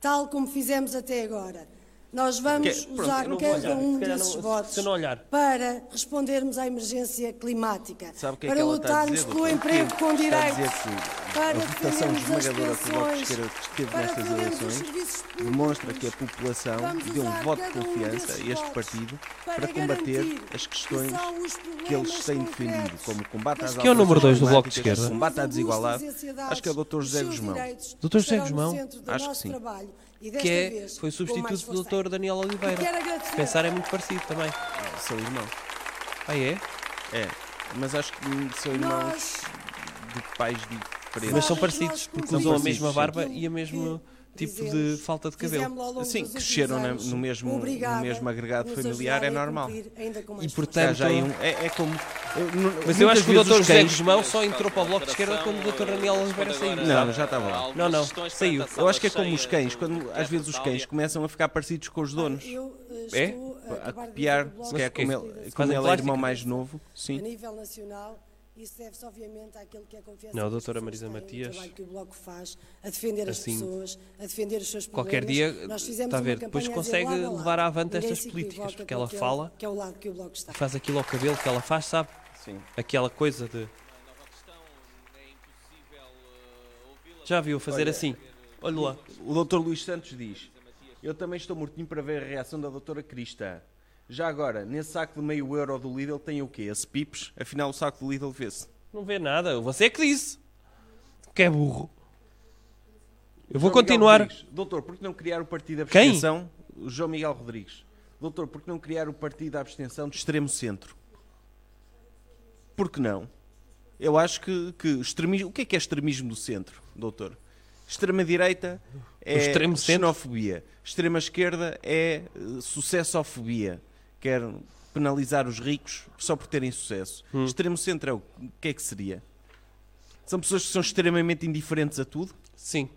[SPEAKER 11] tal como fizemos até agora. Nós vamos
[SPEAKER 3] Que- pronto,
[SPEAKER 11] usar
[SPEAKER 2] eu não vou
[SPEAKER 11] cada
[SPEAKER 2] olhar.
[SPEAKER 11] um
[SPEAKER 2] Se calhar
[SPEAKER 11] desses
[SPEAKER 2] não- se-
[SPEAKER 11] votos
[SPEAKER 2] se eu não olhar.
[SPEAKER 11] para respondermos à emergência climática,
[SPEAKER 3] Sabe o que é
[SPEAKER 11] para
[SPEAKER 3] que ela está a
[SPEAKER 11] lutarmos
[SPEAKER 3] dizer,
[SPEAKER 11] pelo
[SPEAKER 3] doutor? é
[SPEAKER 11] emprego com
[SPEAKER 3] Está a
[SPEAKER 11] direitos,
[SPEAKER 3] dizer que
[SPEAKER 11] para
[SPEAKER 3] a votação
[SPEAKER 11] defendermos as
[SPEAKER 3] esmagadora que o Bloco de
[SPEAKER 11] pensões,
[SPEAKER 3] Esquerda teve
[SPEAKER 11] para
[SPEAKER 3] nestas
[SPEAKER 11] defendermos os
[SPEAKER 3] eleições
[SPEAKER 11] serviços públicos.
[SPEAKER 3] demonstra que a população
[SPEAKER 11] Vamos
[SPEAKER 3] deu um
[SPEAKER 11] usar
[SPEAKER 3] voto de
[SPEAKER 11] cada um
[SPEAKER 3] confiança
[SPEAKER 11] desses
[SPEAKER 3] a este
[SPEAKER 11] votos
[SPEAKER 3] partido
[SPEAKER 11] para
[SPEAKER 3] para combater
[SPEAKER 11] garantir
[SPEAKER 3] as
[SPEAKER 11] que
[SPEAKER 3] questões
[SPEAKER 11] são os
[SPEAKER 3] que eles
[SPEAKER 11] problemas
[SPEAKER 3] têm
[SPEAKER 11] concretos
[SPEAKER 3] defendido, como o combate
[SPEAKER 11] das
[SPEAKER 3] às
[SPEAKER 11] Que é o número
[SPEAKER 3] alterações
[SPEAKER 11] dois do
[SPEAKER 2] Bloco de
[SPEAKER 3] climáticas,
[SPEAKER 2] Esquerda?
[SPEAKER 3] combate à desigualdade, acho que é o Dr. José Guzmão.
[SPEAKER 2] Dr. José Guzmão?
[SPEAKER 3] Acho que sim.
[SPEAKER 2] que é, foi substituto do doutor Daniel Oliveira.
[SPEAKER 11] E quero agradecer.
[SPEAKER 2] Se pensar é muito parecido também.
[SPEAKER 3] Seu irmão.
[SPEAKER 2] Ah, é?
[SPEAKER 3] É, mas acho que hum, são irmãos
[SPEAKER 11] Nós
[SPEAKER 3] de pais diferentes.
[SPEAKER 2] Mas são
[SPEAKER 11] Nós
[SPEAKER 2] parecidos, porque
[SPEAKER 11] cumprimos
[SPEAKER 2] usam a
[SPEAKER 3] aquilo
[SPEAKER 2] mesma
[SPEAKER 3] que
[SPEAKER 2] barba e o mesmo tipo de
[SPEAKER 11] fizemos.
[SPEAKER 2] falta de cabelo.
[SPEAKER 11] fizemos ao longo
[SPEAKER 3] Sim,
[SPEAKER 11] dos
[SPEAKER 3] cresceram
[SPEAKER 11] últimos
[SPEAKER 3] na-
[SPEAKER 11] anos.
[SPEAKER 3] no mesmo-
[SPEAKER 11] Obrigada
[SPEAKER 3] no mesmo agregado
[SPEAKER 11] por nos
[SPEAKER 3] familiar,
[SPEAKER 11] ajudarem
[SPEAKER 3] é
[SPEAKER 11] a
[SPEAKER 3] normal.
[SPEAKER 11] cumprir ainda com mais
[SPEAKER 2] E,
[SPEAKER 11] força.
[SPEAKER 2] portanto,
[SPEAKER 3] Já, já é, um- é- é como.
[SPEAKER 2] Mas eu acho que o
[SPEAKER 3] doutor
[SPEAKER 2] doutor José Guzmão só entrou para o Bloco de Esquerda quando o doutor Daniel Oliveira saiu.
[SPEAKER 3] Não, já estava lá.
[SPEAKER 2] Não, não, saiu.
[SPEAKER 3] Eu acho que é como os cães, quando às vezes os cães começam a ficar parecidos com os donos.
[SPEAKER 11] Eu eh,
[SPEAKER 2] É?
[SPEAKER 11] estou a
[SPEAKER 3] A
[SPEAKER 11] acabar de
[SPEAKER 3] copiar,
[SPEAKER 11] dizer o
[SPEAKER 3] se
[SPEAKER 11] blog
[SPEAKER 3] calhar,
[SPEAKER 2] quê?
[SPEAKER 11] de
[SPEAKER 3] como
[SPEAKER 11] Solidariedade.
[SPEAKER 2] Fazem
[SPEAKER 3] ele, como ele é
[SPEAKER 2] plástico?
[SPEAKER 3] irmão mais novo.
[SPEAKER 11] A
[SPEAKER 3] Sim.
[SPEAKER 11] nível nacional, isso deve-se obviamente àquilo que é a confiança. que
[SPEAKER 2] Não, a
[SPEAKER 11] as
[SPEAKER 2] doutora
[SPEAKER 11] pessoas
[SPEAKER 2] Marisa
[SPEAKER 11] têm no
[SPEAKER 2] Matias,
[SPEAKER 11] trabalho que o Bloco faz, a defender as
[SPEAKER 2] assim,
[SPEAKER 11] pessoas, a defender os seus problemas.
[SPEAKER 2] qualquer dia,
[SPEAKER 11] Nós fizemos
[SPEAKER 2] está a
[SPEAKER 11] uma
[SPEAKER 2] ver, depois
[SPEAKER 11] campanha a dizer
[SPEAKER 2] consegue
[SPEAKER 11] lado a lado.
[SPEAKER 2] levar avante
[SPEAKER 11] Ninguém
[SPEAKER 2] estas
[SPEAKER 11] se
[SPEAKER 2] políticas,
[SPEAKER 11] equivoca com
[SPEAKER 2] porque ela
[SPEAKER 11] aquele-
[SPEAKER 2] fala-
[SPEAKER 11] Que é o lado que o Bloco está.
[SPEAKER 2] Faz aquilo ao cabelo que ela faz, sabe? Aquela coisa de. Já viu fazer assim? Olha lá.
[SPEAKER 3] O doutor Luís Santos diz: Eu também estou mortinho para ver a reação da doutora Crista. Já agora, nesse saco de meio euro do Lidl tem o quê? Esse pips? Afinal, o saco do Lidl vê-se.
[SPEAKER 2] Não vê nada. Você é que disse. Que é burro. Eu vou continuar.
[SPEAKER 3] Doutor, por que não criar o partido da
[SPEAKER 2] Quem?
[SPEAKER 3] abstenção? O João Miguel Rodrigues. Doutor, por que não criar o partido da abstenção de extremo centro? Por que não? Eu acho que, que extremismo. O que é que é extremismo do centro, doutor? Extrema-direita é
[SPEAKER 2] extremo centro?
[SPEAKER 3] xenofobia. Extrema-esquerda é eh, sucessofobia. Quer penalizar os ricos só por terem sucesso.
[SPEAKER 2] Hum.
[SPEAKER 3] Extremo-centro é o o que é que seria? São pessoas que são extremamente indiferentes a tudo?
[SPEAKER 2] Sim.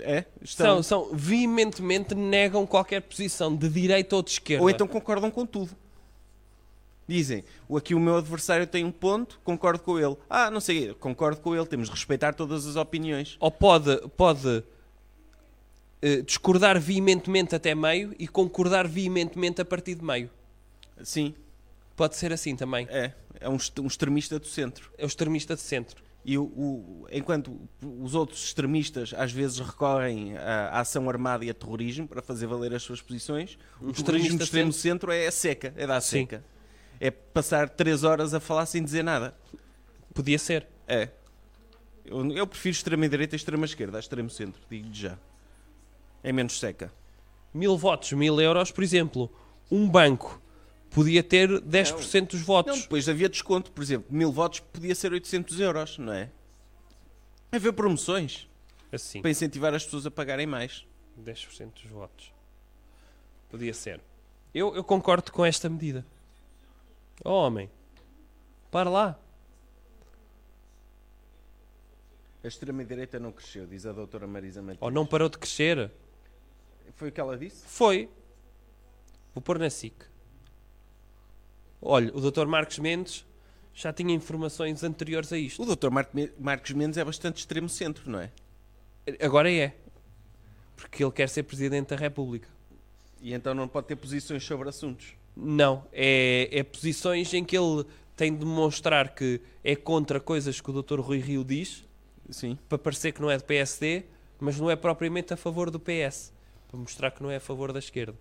[SPEAKER 3] É?
[SPEAKER 2] São,
[SPEAKER 3] Estão-
[SPEAKER 2] são veementemente negam qualquer posição de direita ou de esquerda.
[SPEAKER 3] Ou então concordam com tudo. Dizem, "O- aqui o meu adversário tem um ponto, concordo com ele. Ah, não sei, concordo com ele, temos de respeitar todas as opiniões.
[SPEAKER 2] Ou pode, pode eh, discordar veementemente até meio e concordar veementemente a partir de meio.
[SPEAKER 3] Sim,
[SPEAKER 2] Pode ser assim também.
[SPEAKER 3] é. É um, est- um extremista do centro.
[SPEAKER 2] É o extremista de centro.
[SPEAKER 3] E o, o- enquanto os outros extremistas às vezes recorrem à, à ação armada e a terrorismo para fazer valer as suas posições, o terrorismo
[SPEAKER 2] extremista
[SPEAKER 3] do extremo centro é seca, é da
[SPEAKER 2] Sim.
[SPEAKER 3] seca. É passar três horas a falar sem dizer nada.
[SPEAKER 2] Podia ser.
[SPEAKER 3] É. Eu, eu prefiro extrema-direita e extrema-esquerda, a extremo-centro, digo já. É menos seca.
[SPEAKER 2] Mil votos, mil euros, por exemplo. Um banco podia ter 10% dos votos.
[SPEAKER 3] Não, depois havia desconto, por exemplo, mil votos podia ser 800 euros, não é? Haver promoções
[SPEAKER 2] assim.
[SPEAKER 3] para incentivar as pessoas a pagarem mais.
[SPEAKER 2] 10% dos votos. Podia ser. Eu, eu concordo com esta medida. Oh, homem, para lá.
[SPEAKER 3] A extrema-direita não cresceu, diz a doutora Marisa Matias.
[SPEAKER 2] Oh, não parou de crescer.
[SPEAKER 3] Foi o que ela disse?
[SPEAKER 2] Foi. Vou pôr na SIC. Olha, o Dr. Marcos Mendes já tinha informações anteriores a isto.
[SPEAKER 3] O doutor Mar Marcos Mendes é bastante extremo-centro, não é?
[SPEAKER 2] Agora é. Porque ele quer ser Presidente da República.
[SPEAKER 3] E então não pode ter posições sobre assuntos.
[SPEAKER 2] Não, é, é posições em que ele tem de demonstrar que é contra coisas que o Dr. Rui Rio diz,
[SPEAKER 3] Sim.
[SPEAKER 2] para parecer que não é de PSD, mas não é propriamente a favor do PS, para mostrar que não é a favor da esquerda.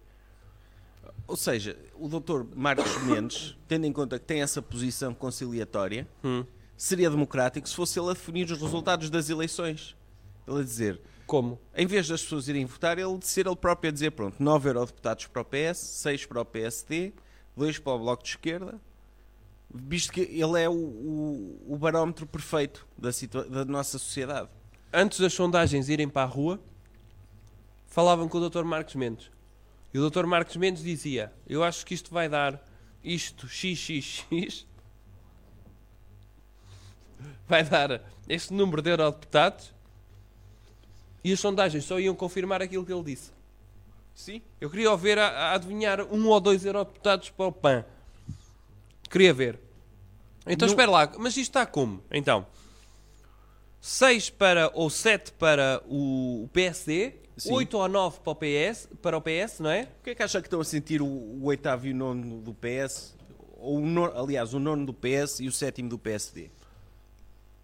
[SPEAKER 3] Ou seja, o doutor Marcos Mendes, tendo em conta que tem essa posição conciliatória,
[SPEAKER 2] Hum.
[SPEAKER 3] seria democrático se fosse ele a definir os resultados das eleições. Ele a dizer,
[SPEAKER 2] Como?
[SPEAKER 3] em vez das pessoas irem votar, ele de ser ele próprio a dizer, pronto, 9 eurodeputados para o PS, 6 para o PSD, 2 para o Bloco de Esquerda, visto que ele é o, o- o barómetro perfeito da, situa- da nossa sociedade.
[SPEAKER 2] Antes das sondagens irem para a rua, falavam com o Dr. Marcos Mendes. E o Dr. Marcos Mendes dizia: Eu acho que isto vai dar isto, xxx. [LAUGHS] Vai dar este número de eurodeputados. E as sondagens só iam confirmar aquilo que ele disse.
[SPEAKER 3] Sim.
[SPEAKER 2] Eu queria ver a, a adivinhar um ou dois eurodeputados para o PAN. Queria ver. Então
[SPEAKER 3] Não-
[SPEAKER 2] espera lá, mas isto está como? Então, 6 para ou 7 para o o PSD,
[SPEAKER 3] Sim.
[SPEAKER 2] 8 ou 9 para o PS, para o PS, não é?
[SPEAKER 3] O que é que acha que estão a sentir o, o oitavo e o nono do PS? Ou o nono, aliás, o nono do PS e o sétimo do PSD?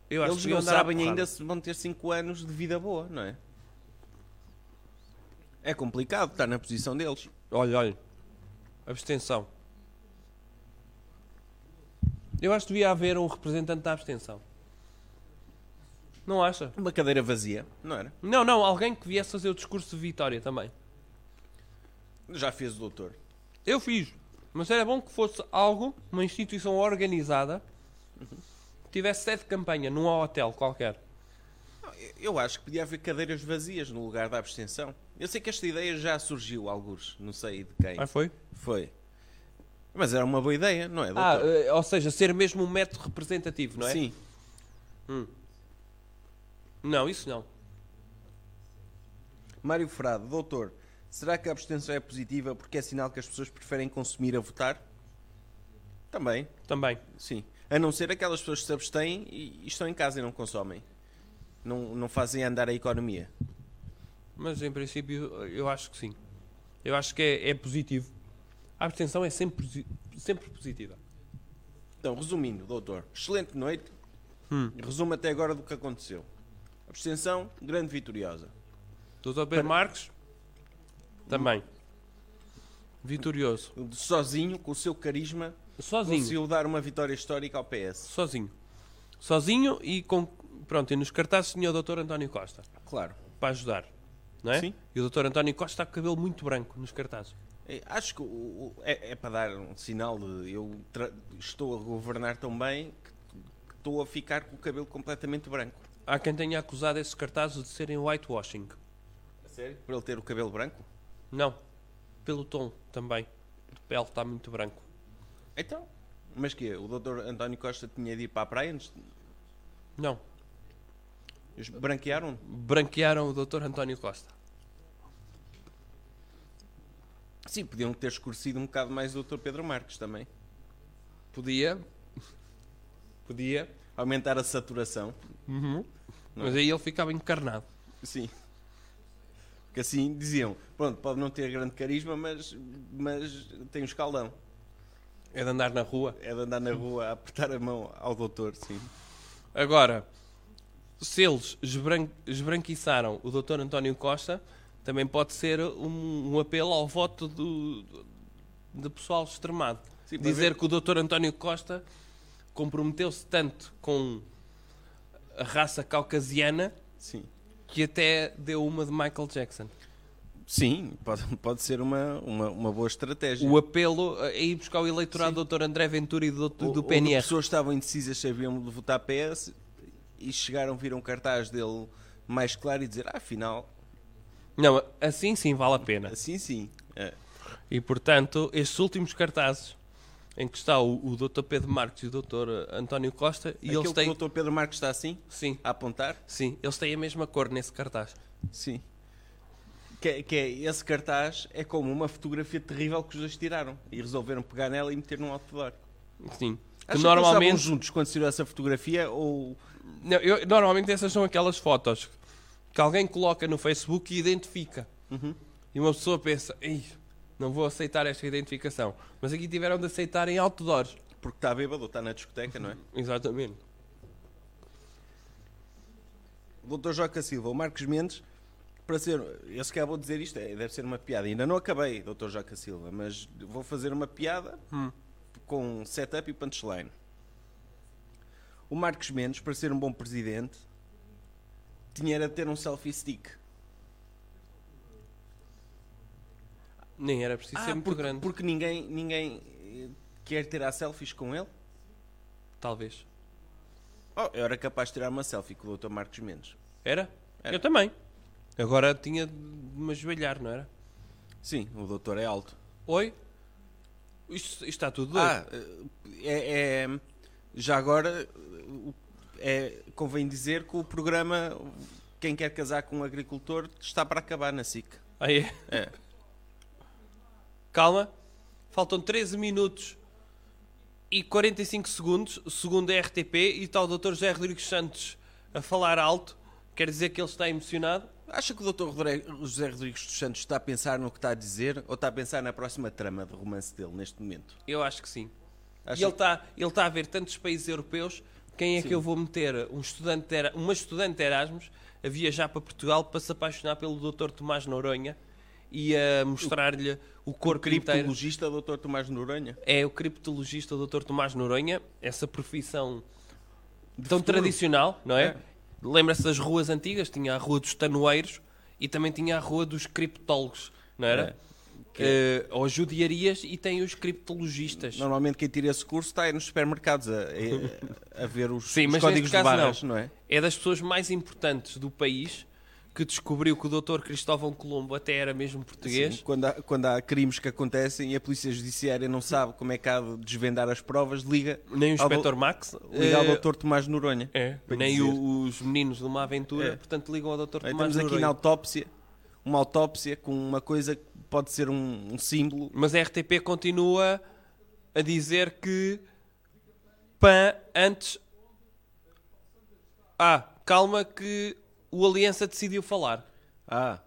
[SPEAKER 2] Eu acho
[SPEAKER 3] Eles
[SPEAKER 2] que iam
[SPEAKER 3] não
[SPEAKER 2] andar à
[SPEAKER 3] sabem
[SPEAKER 2] porrada.
[SPEAKER 3] ainda se vão ter 5 anos de vida boa, não é? É complicado estar na posição deles.
[SPEAKER 2] Olha, olha. Abstenção. Eu acho que devia haver um representante da abstenção. Não acha?
[SPEAKER 3] Uma cadeira vazia, não era?
[SPEAKER 2] Não, não, alguém que viesse fazer o discurso de vitória também.
[SPEAKER 3] Já fez o doutor.
[SPEAKER 2] Eu fiz. Mas era bom que fosse algo, uma instituição organizada, que tivesse sede de campanha num hotel qualquer.
[SPEAKER 3] Não, eu- Eu acho que podia haver cadeiras vazias no lugar da abstenção. Eu sei que esta ideia já surgiu, alguns, não sei de quem.
[SPEAKER 2] Ah, foi?
[SPEAKER 3] Foi. Mas era uma boa ideia, não é,
[SPEAKER 2] Ah,
[SPEAKER 3] doutor?
[SPEAKER 2] eh, ou seja, ser mesmo um método representativo, não é?
[SPEAKER 3] Sim.
[SPEAKER 2] Não, isso não.
[SPEAKER 3] Mário Frado, doutor, será que a abstenção é positiva porque é sinal que as pessoas preferem consumir a votar? Também,
[SPEAKER 2] Também.
[SPEAKER 3] sim. A não ser aquelas pessoas que se abstêm e e estão em casa e não consomem. Não, não fazem andar a economia.
[SPEAKER 2] Mas em princípio eu acho que sim. Eu acho que é, é positivo. A abstenção é sempre, posi- sempre positiva.
[SPEAKER 3] Então, resumindo, doutor, excelente noite. Resumo até agora do que aconteceu. Abstenção, grande vitoriosa.
[SPEAKER 2] Doutor Pedro Marques? Também. Vitorioso.
[SPEAKER 3] Sozinho, com o seu carisma,
[SPEAKER 2] Sozinho.
[SPEAKER 3] conseguiu dar uma vitória histórica ao PS.
[SPEAKER 2] Sozinho. Sozinho e com. Pronto, e nos cartazes tinha o Dr. António Costa
[SPEAKER 3] Claro.
[SPEAKER 2] para ajudar. Não é?
[SPEAKER 3] Sim.
[SPEAKER 2] E o Dr. António Costa está com o cabelo muito branco nos cartazes.
[SPEAKER 3] É, Acho que o- o- é, é para dar um sinal de eu tra- estou a governar tão bem que que estou a ficar com o cabelo completamente branco.
[SPEAKER 2] Há quem tenha acusado esses cartazes de serem whitewashing.
[SPEAKER 3] sério? Por ele ter o cabelo branco?
[SPEAKER 2] Não. Pelo tom também. De pele está muito branco.
[SPEAKER 3] Então. Mas que O doutor António Costa tinha de ir para a praia? Eles-
[SPEAKER 2] Não.
[SPEAKER 3] Eles branquearam?
[SPEAKER 2] Branquearam o Dr. António Costa.
[SPEAKER 3] Sim, podiam ter escurecido um bocado mais o doutor Pedro Marques também.
[SPEAKER 2] Podia. Podia.
[SPEAKER 3] Aumentar a saturação.
[SPEAKER 2] Mas aí ele ficava encarnado.
[SPEAKER 3] Sim. Que assim diziam, pronto, pode não ter grande carisma, mas, mas tem um escaldão.
[SPEAKER 2] É de andar na rua.
[SPEAKER 3] É de andar na rua a apertar a mão ao doutor, sim.
[SPEAKER 2] Agora, se eles esbran- esbranquiçaram o Dr. António Costa, também pode ser um, um apelo ao voto do, do, do pessoal extremado.
[SPEAKER 3] Sim, para
[SPEAKER 2] Dizer
[SPEAKER 3] ver-
[SPEAKER 2] que o Dr. António Costa comprometeu-se tanto com a raça caucasiana
[SPEAKER 3] Sim.
[SPEAKER 2] que até deu uma de Michael Jackson.
[SPEAKER 3] Sim, pode, pode ser uma, uma, uma boa estratégia.
[SPEAKER 2] O apelo é ir buscar o eleitorado do Dr. André Ventura e do, do,
[SPEAKER 3] Ou-
[SPEAKER 2] do
[SPEAKER 3] ou
[SPEAKER 2] PNR.
[SPEAKER 3] As pessoas estavam indecisas se haviam de votar PS e chegaram, viram um cartaz dele mais claro e dizer, ah, afinal,
[SPEAKER 2] Não, assim sim vale a pena.
[SPEAKER 3] Assim sim.
[SPEAKER 2] E portanto, estes últimos cartazes em que está o, o Dr. Pedro Marques e o Dr. António Costa, e
[SPEAKER 3] Aquele
[SPEAKER 2] eles
[SPEAKER 3] que
[SPEAKER 2] têm.
[SPEAKER 3] o Dr. Pedro Marques está assim?
[SPEAKER 2] Sim.
[SPEAKER 3] A apontar?
[SPEAKER 2] Sim, eles têm a mesma cor nesse cartaz.
[SPEAKER 3] Sim. que, é- que é, esse cartaz é como uma fotografia terrível que os dois tiraram e resolveram pegar nela e meter num outdoor.
[SPEAKER 2] Sim.
[SPEAKER 3] Acham
[SPEAKER 2] Que
[SPEAKER 3] Que
[SPEAKER 2] normalmente-
[SPEAKER 3] normalmente juntos quando se tirou essa fotografia ou
[SPEAKER 2] Não, eu- normalmente essas são aquelas fotos que alguém coloca no Facebook e identifica.
[SPEAKER 3] Uhum.
[SPEAKER 2] E uma pessoa pensa, Ei, não vou aceitar esta identificação. Mas aqui tiveram de aceitar em outdoors.
[SPEAKER 3] Porque está bêbado, está na discoteca, não é?
[SPEAKER 2] Exatamente.
[SPEAKER 3] Dr. Joca Silva, o Marcos Mendes, para ser. Eu se calhar vou dizer isto, é, deve ser uma piada. Ainda não acabei, Dr. Joca Silva, mas vou fazer uma piada
[SPEAKER 2] Hum.
[SPEAKER 3] com um setup e punchline. O Marcos Mendes, para ser um bom presidente, tinha era de ter um selfie stick.
[SPEAKER 2] Nem era preciso
[SPEAKER 3] Ah,
[SPEAKER 2] ser é muito
[SPEAKER 3] porque,
[SPEAKER 2] grande.
[SPEAKER 3] Porque ninguém, ninguém eh, quer tirar selfies com ele?
[SPEAKER 2] Talvez.
[SPEAKER 3] Oh, eu era capaz de tirar uma selfie com o Dr. Marcos Mendes.
[SPEAKER 2] Era? Eu também. Agora tinha de me ajoelhar, não era?
[SPEAKER 3] Sim, o doutor é alto.
[SPEAKER 2] Oi? Isto, isto está tudo doido.
[SPEAKER 3] Ah, é, é- já agora eh, o- é, convém dizer que o programa Quem Quer Casar com um Agricultor está para acabar na SIC.
[SPEAKER 2] Aí é.
[SPEAKER 3] É.
[SPEAKER 2] Calma. Faltam 13 minutos e 45 segundos, segundo a RTP, e está o Dr. José Rodrigues Santos a falar alto. Quer dizer que ele está emocionado?
[SPEAKER 3] Acha que o Dr. Rodre- José Rodrigues dos Santos está a pensar no que está a dizer ou está a pensar na próxima trama de romance dele neste momento?
[SPEAKER 2] Eu acho que sim.
[SPEAKER 3] Acha
[SPEAKER 2] E ele
[SPEAKER 3] que-
[SPEAKER 2] está ele tá a ver tantos países europeus. Quem é
[SPEAKER 3] Sim.
[SPEAKER 2] que eu vou meter um estudante de Era- uma estudante de Erasmus a viajar para Portugal para se apaixonar pelo Dr. Tomás Noronha e a mostrar-lhe o
[SPEAKER 3] O
[SPEAKER 2] corpo inteiro?
[SPEAKER 3] criptologista Dr. Tomás Noronha?
[SPEAKER 2] é o criptologista Dr. Tomás Noronha, essa profissão tão
[SPEAKER 3] futuro.
[SPEAKER 2] tradicional, não é?
[SPEAKER 3] É.
[SPEAKER 2] Lembra-se das ruas antigas? Tinha a rua dos tanoeiros e também tinha a rua dos criptólogos, não era?
[SPEAKER 3] é-
[SPEAKER 2] Eh, ou judiarias e tem os criptologistas.
[SPEAKER 3] Eh, Normalmente quem tira esse curso está aí nos supermercados a, a- a ver os,
[SPEAKER 2] Sim, mas
[SPEAKER 3] os
[SPEAKER 2] neste
[SPEAKER 3] códigos de
[SPEAKER 2] caso
[SPEAKER 3] barras,
[SPEAKER 2] não.
[SPEAKER 3] não é?
[SPEAKER 2] É das pessoas mais importantes do país que descobriu que o Dr. Cristóvão Colombo até era mesmo português.
[SPEAKER 3] Sim, quando, há, quando há crimes que acontecem e a polícia judiciária não sabe como é que há de desvendar as provas, liga.
[SPEAKER 2] Nem o
[SPEAKER 3] ao do-
[SPEAKER 2] Inspector Max.
[SPEAKER 3] Liga ao
[SPEAKER 2] eh,
[SPEAKER 3] Dr. Tomás Noronha.
[SPEAKER 2] É,
[SPEAKER 3] para
[SPEAKER 2] nem
[SPEAKER 3] dizer.
[SPEAKER 2] o- os meninos de uma aventura,
[SPEAKER 3] É.
[SPEAKER 2] portanto ligam ao Dr.
[SPEAKER 3] Aí
[SPEAKER 2] Tomás
[SPEAKER 3] Estamos aqui
[SPEAKER 2] Noronha.
[SPEAKER 3] na autópsia. Uma autópsia com uma coisa que pode ser um, um símbolo.
[SPEAKER 2] Mas a RTP continua a dizer que PAN antes. Ah, calma que o Aliança decidiu falar.
[SPEAKER 3] Ah.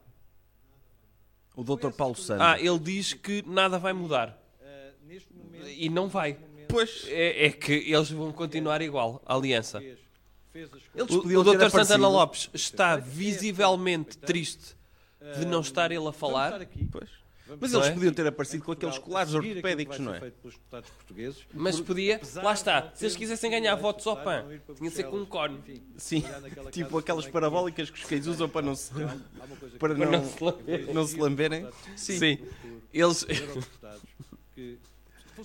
[SPEAKER 3] O Dr. Paulo Santos.
[SPEAKER 2] Ah, ele diz que nada vai mudar. E não vai.
[SPEAKER 3] Pois.
[SPEAKER 2] É, é que eles vão continuar igual, a Aliança.
[SPEAKER 3] Eles
[SPEAKER 2] O,
[SPEAKER 3] podiam
[SPEAKER 2] o
[SPEAKER 3] ter
[SPEAKER 2] Dr.
[SPEAKER 3] aparecido.
[SPEAKER 2] Santana Lopes está visivelmente triste de não estar ele a falar.
[SPEAKER 3] Pois. Mas
[SPEAKER 2] Não
[SPEAKER 3] eles
[SPEAKER 2] é?
[SPEAKER 3] podiam ter aparecido com aqueles colares ortopédicos, não é?
[SPEAKER 2] Mas podia, lá está, se eles quisessem ganhar votos ao PAN, tinha de ser com um cone.
[SPEAKER 3] Sim, tipo aquelas parabólicas que os cães usam para não se,
[SPEAKER 2] Para
[SPEAKER 3] para não,
[SPEAKER 2] não se lamberem.
[SPEAKER 3] não se [LAUGHS] lamberem. Sim,
[SPEAKER 2] Sim. Eles.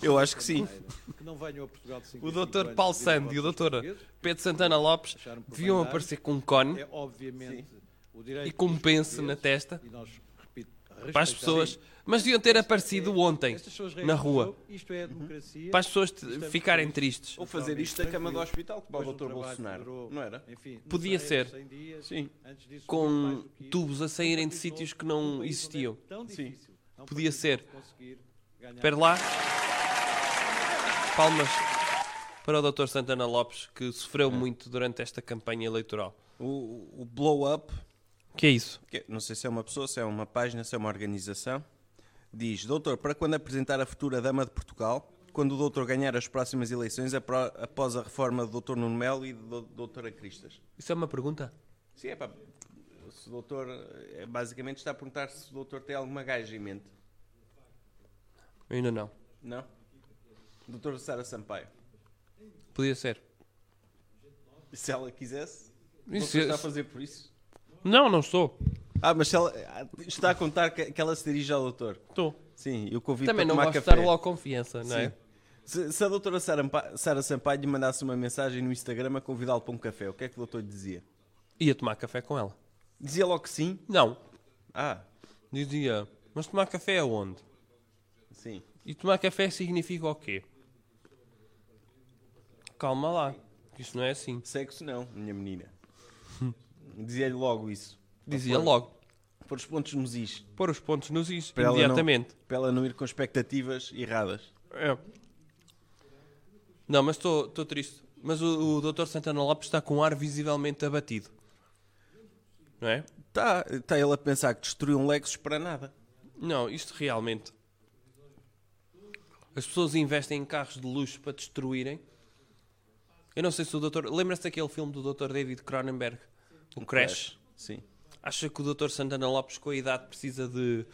[SPEAKER 3] eu acho que sim.
[SPEAKER 2] O Dr. Paulo Sandy e o Dr. Pedro Santana Lopes deviam aparecer com um cone e com um penso na testa para as pessoas. Mas deviam ter aparecido ontem na rua
[SPEAKER 3] Uhum.
[SPEAKER 2] para as pessoas te- ficarem tristes.
[SPEAKER 3] Ou fazer isto da cama do hospital, como o Dr. Bolsonaro, não era?
[SPEAKER 2] Podia ser
[SPEAKER 3] Sim.
[SPEAKER 2] com tubos a saírem de sítios que não existiam.
[SPEAKER 3] Sim.
[SPEAKER 2] Podia ser. Espera lá. Palmas para o Dr. Santana Lopes que sofreu muito durante esta campanha eleitoral.
[SPEAKER 3] O, o blow up,
[SPEAKER 2] Que é isso?
[SPEAKER 3] que não sei se é uma pessoa, se é uma página, se é uma organização, diz: Doutor, para quando apresentar a futura dama de Portugal, quando o doutor ganhar as próximas eleições apro- após a reforma do doutor Nuno Melo e do doutora Cristas?
[SPEAKER 2] Isso é uma pergunta?
[SPEAKER 3] Sim, é pá. Se o doutor, eh, basicamente está a perguntar se o doutor tem alguma gaja em mente.
[SPEAKER 2] Ainda não.
[SPEAKER 3] Não? Doutor Sara Sampaio.
[SPEAKER 2] Podia ser.
[SPEAKER 3] Se ela quisesse, o
[SPEAKER 2] Isso
[SPEAKER 3] doutor
[SPEAKER 2] é-
[SPEAKER 3] está a fazer por isso.
[SPEAKER 2] Não, não estou.
[SPEAKER 3] Ah, mas se ela ah, está a contar que, que ela se dirige ao doutor.
[SPEAKER 2] Estou.
[SPEAKER 3] Sim, eu convido
[SPEAKER 2] Também
[SPEAKER 3] para
[SPEAKER 2] não
[SPEAKER 3] tomar
[SPEAKER 2] gosto de
[SPEAKER 3] café.
[SPEAKER 2] dar logo confiança, não é?
[SPEAKER 3] Sim. Se, se a doutora Sara, Ampa- Sara Sampaio lhe mandasse uma mensagem no Instagram a convidá-lo para um café, o que é que o doutor dizia?
[SPEAKER 2] Ia tomar café com ela.
[SPEAKER 3] Dizia logo que sim?
[SPEAKER 2] Não.
[SPEAKER 3] Ah.
[SPEAKER 2] Dizia, mas tomar café aonde?
[SPEAKER 3] Sim.
[SPEAKER 2] E tomar café significa o quê? Calma lá. Isso não é assim.
[SPEAKER 3] Sexo não, minha menina. Dizia-lhe logo isso.
[SPEAKER 2] Dizia
[SPEAKER 3] Para pôr-
[SPEAKER 2] logo.
[SPEAKER 3] Pôr os pontos nos is.
[SPEAKER 2] Pôr os pontos nos is,
[SPEAKER 3] Para ela não-
[SPEAKER 2] imediatamente.
[SPEAKER 3] para ela não ir com expectativas erradas.
[SPEAKER 2] É. Não, mas estou estou triste. Mas o, o Dr. Santana Lopes está com um ar visivelmente abatido. Não é?
[SPEAKER 3] Está tá ele a pensar que destruiu um Lexus para nada.
[SPEAKER 2] Não, isto realmente. As pessoas investem em carros de luxo para destruírem. Eu não sei se o Dr. Lembra-se daquele filme do Dr. David Cronenberg? O Crash?
[SPEAKER 3] Sim.
[SPEAKER 2] Acha que o Dr. Santana Lopes, com a idade, precisa de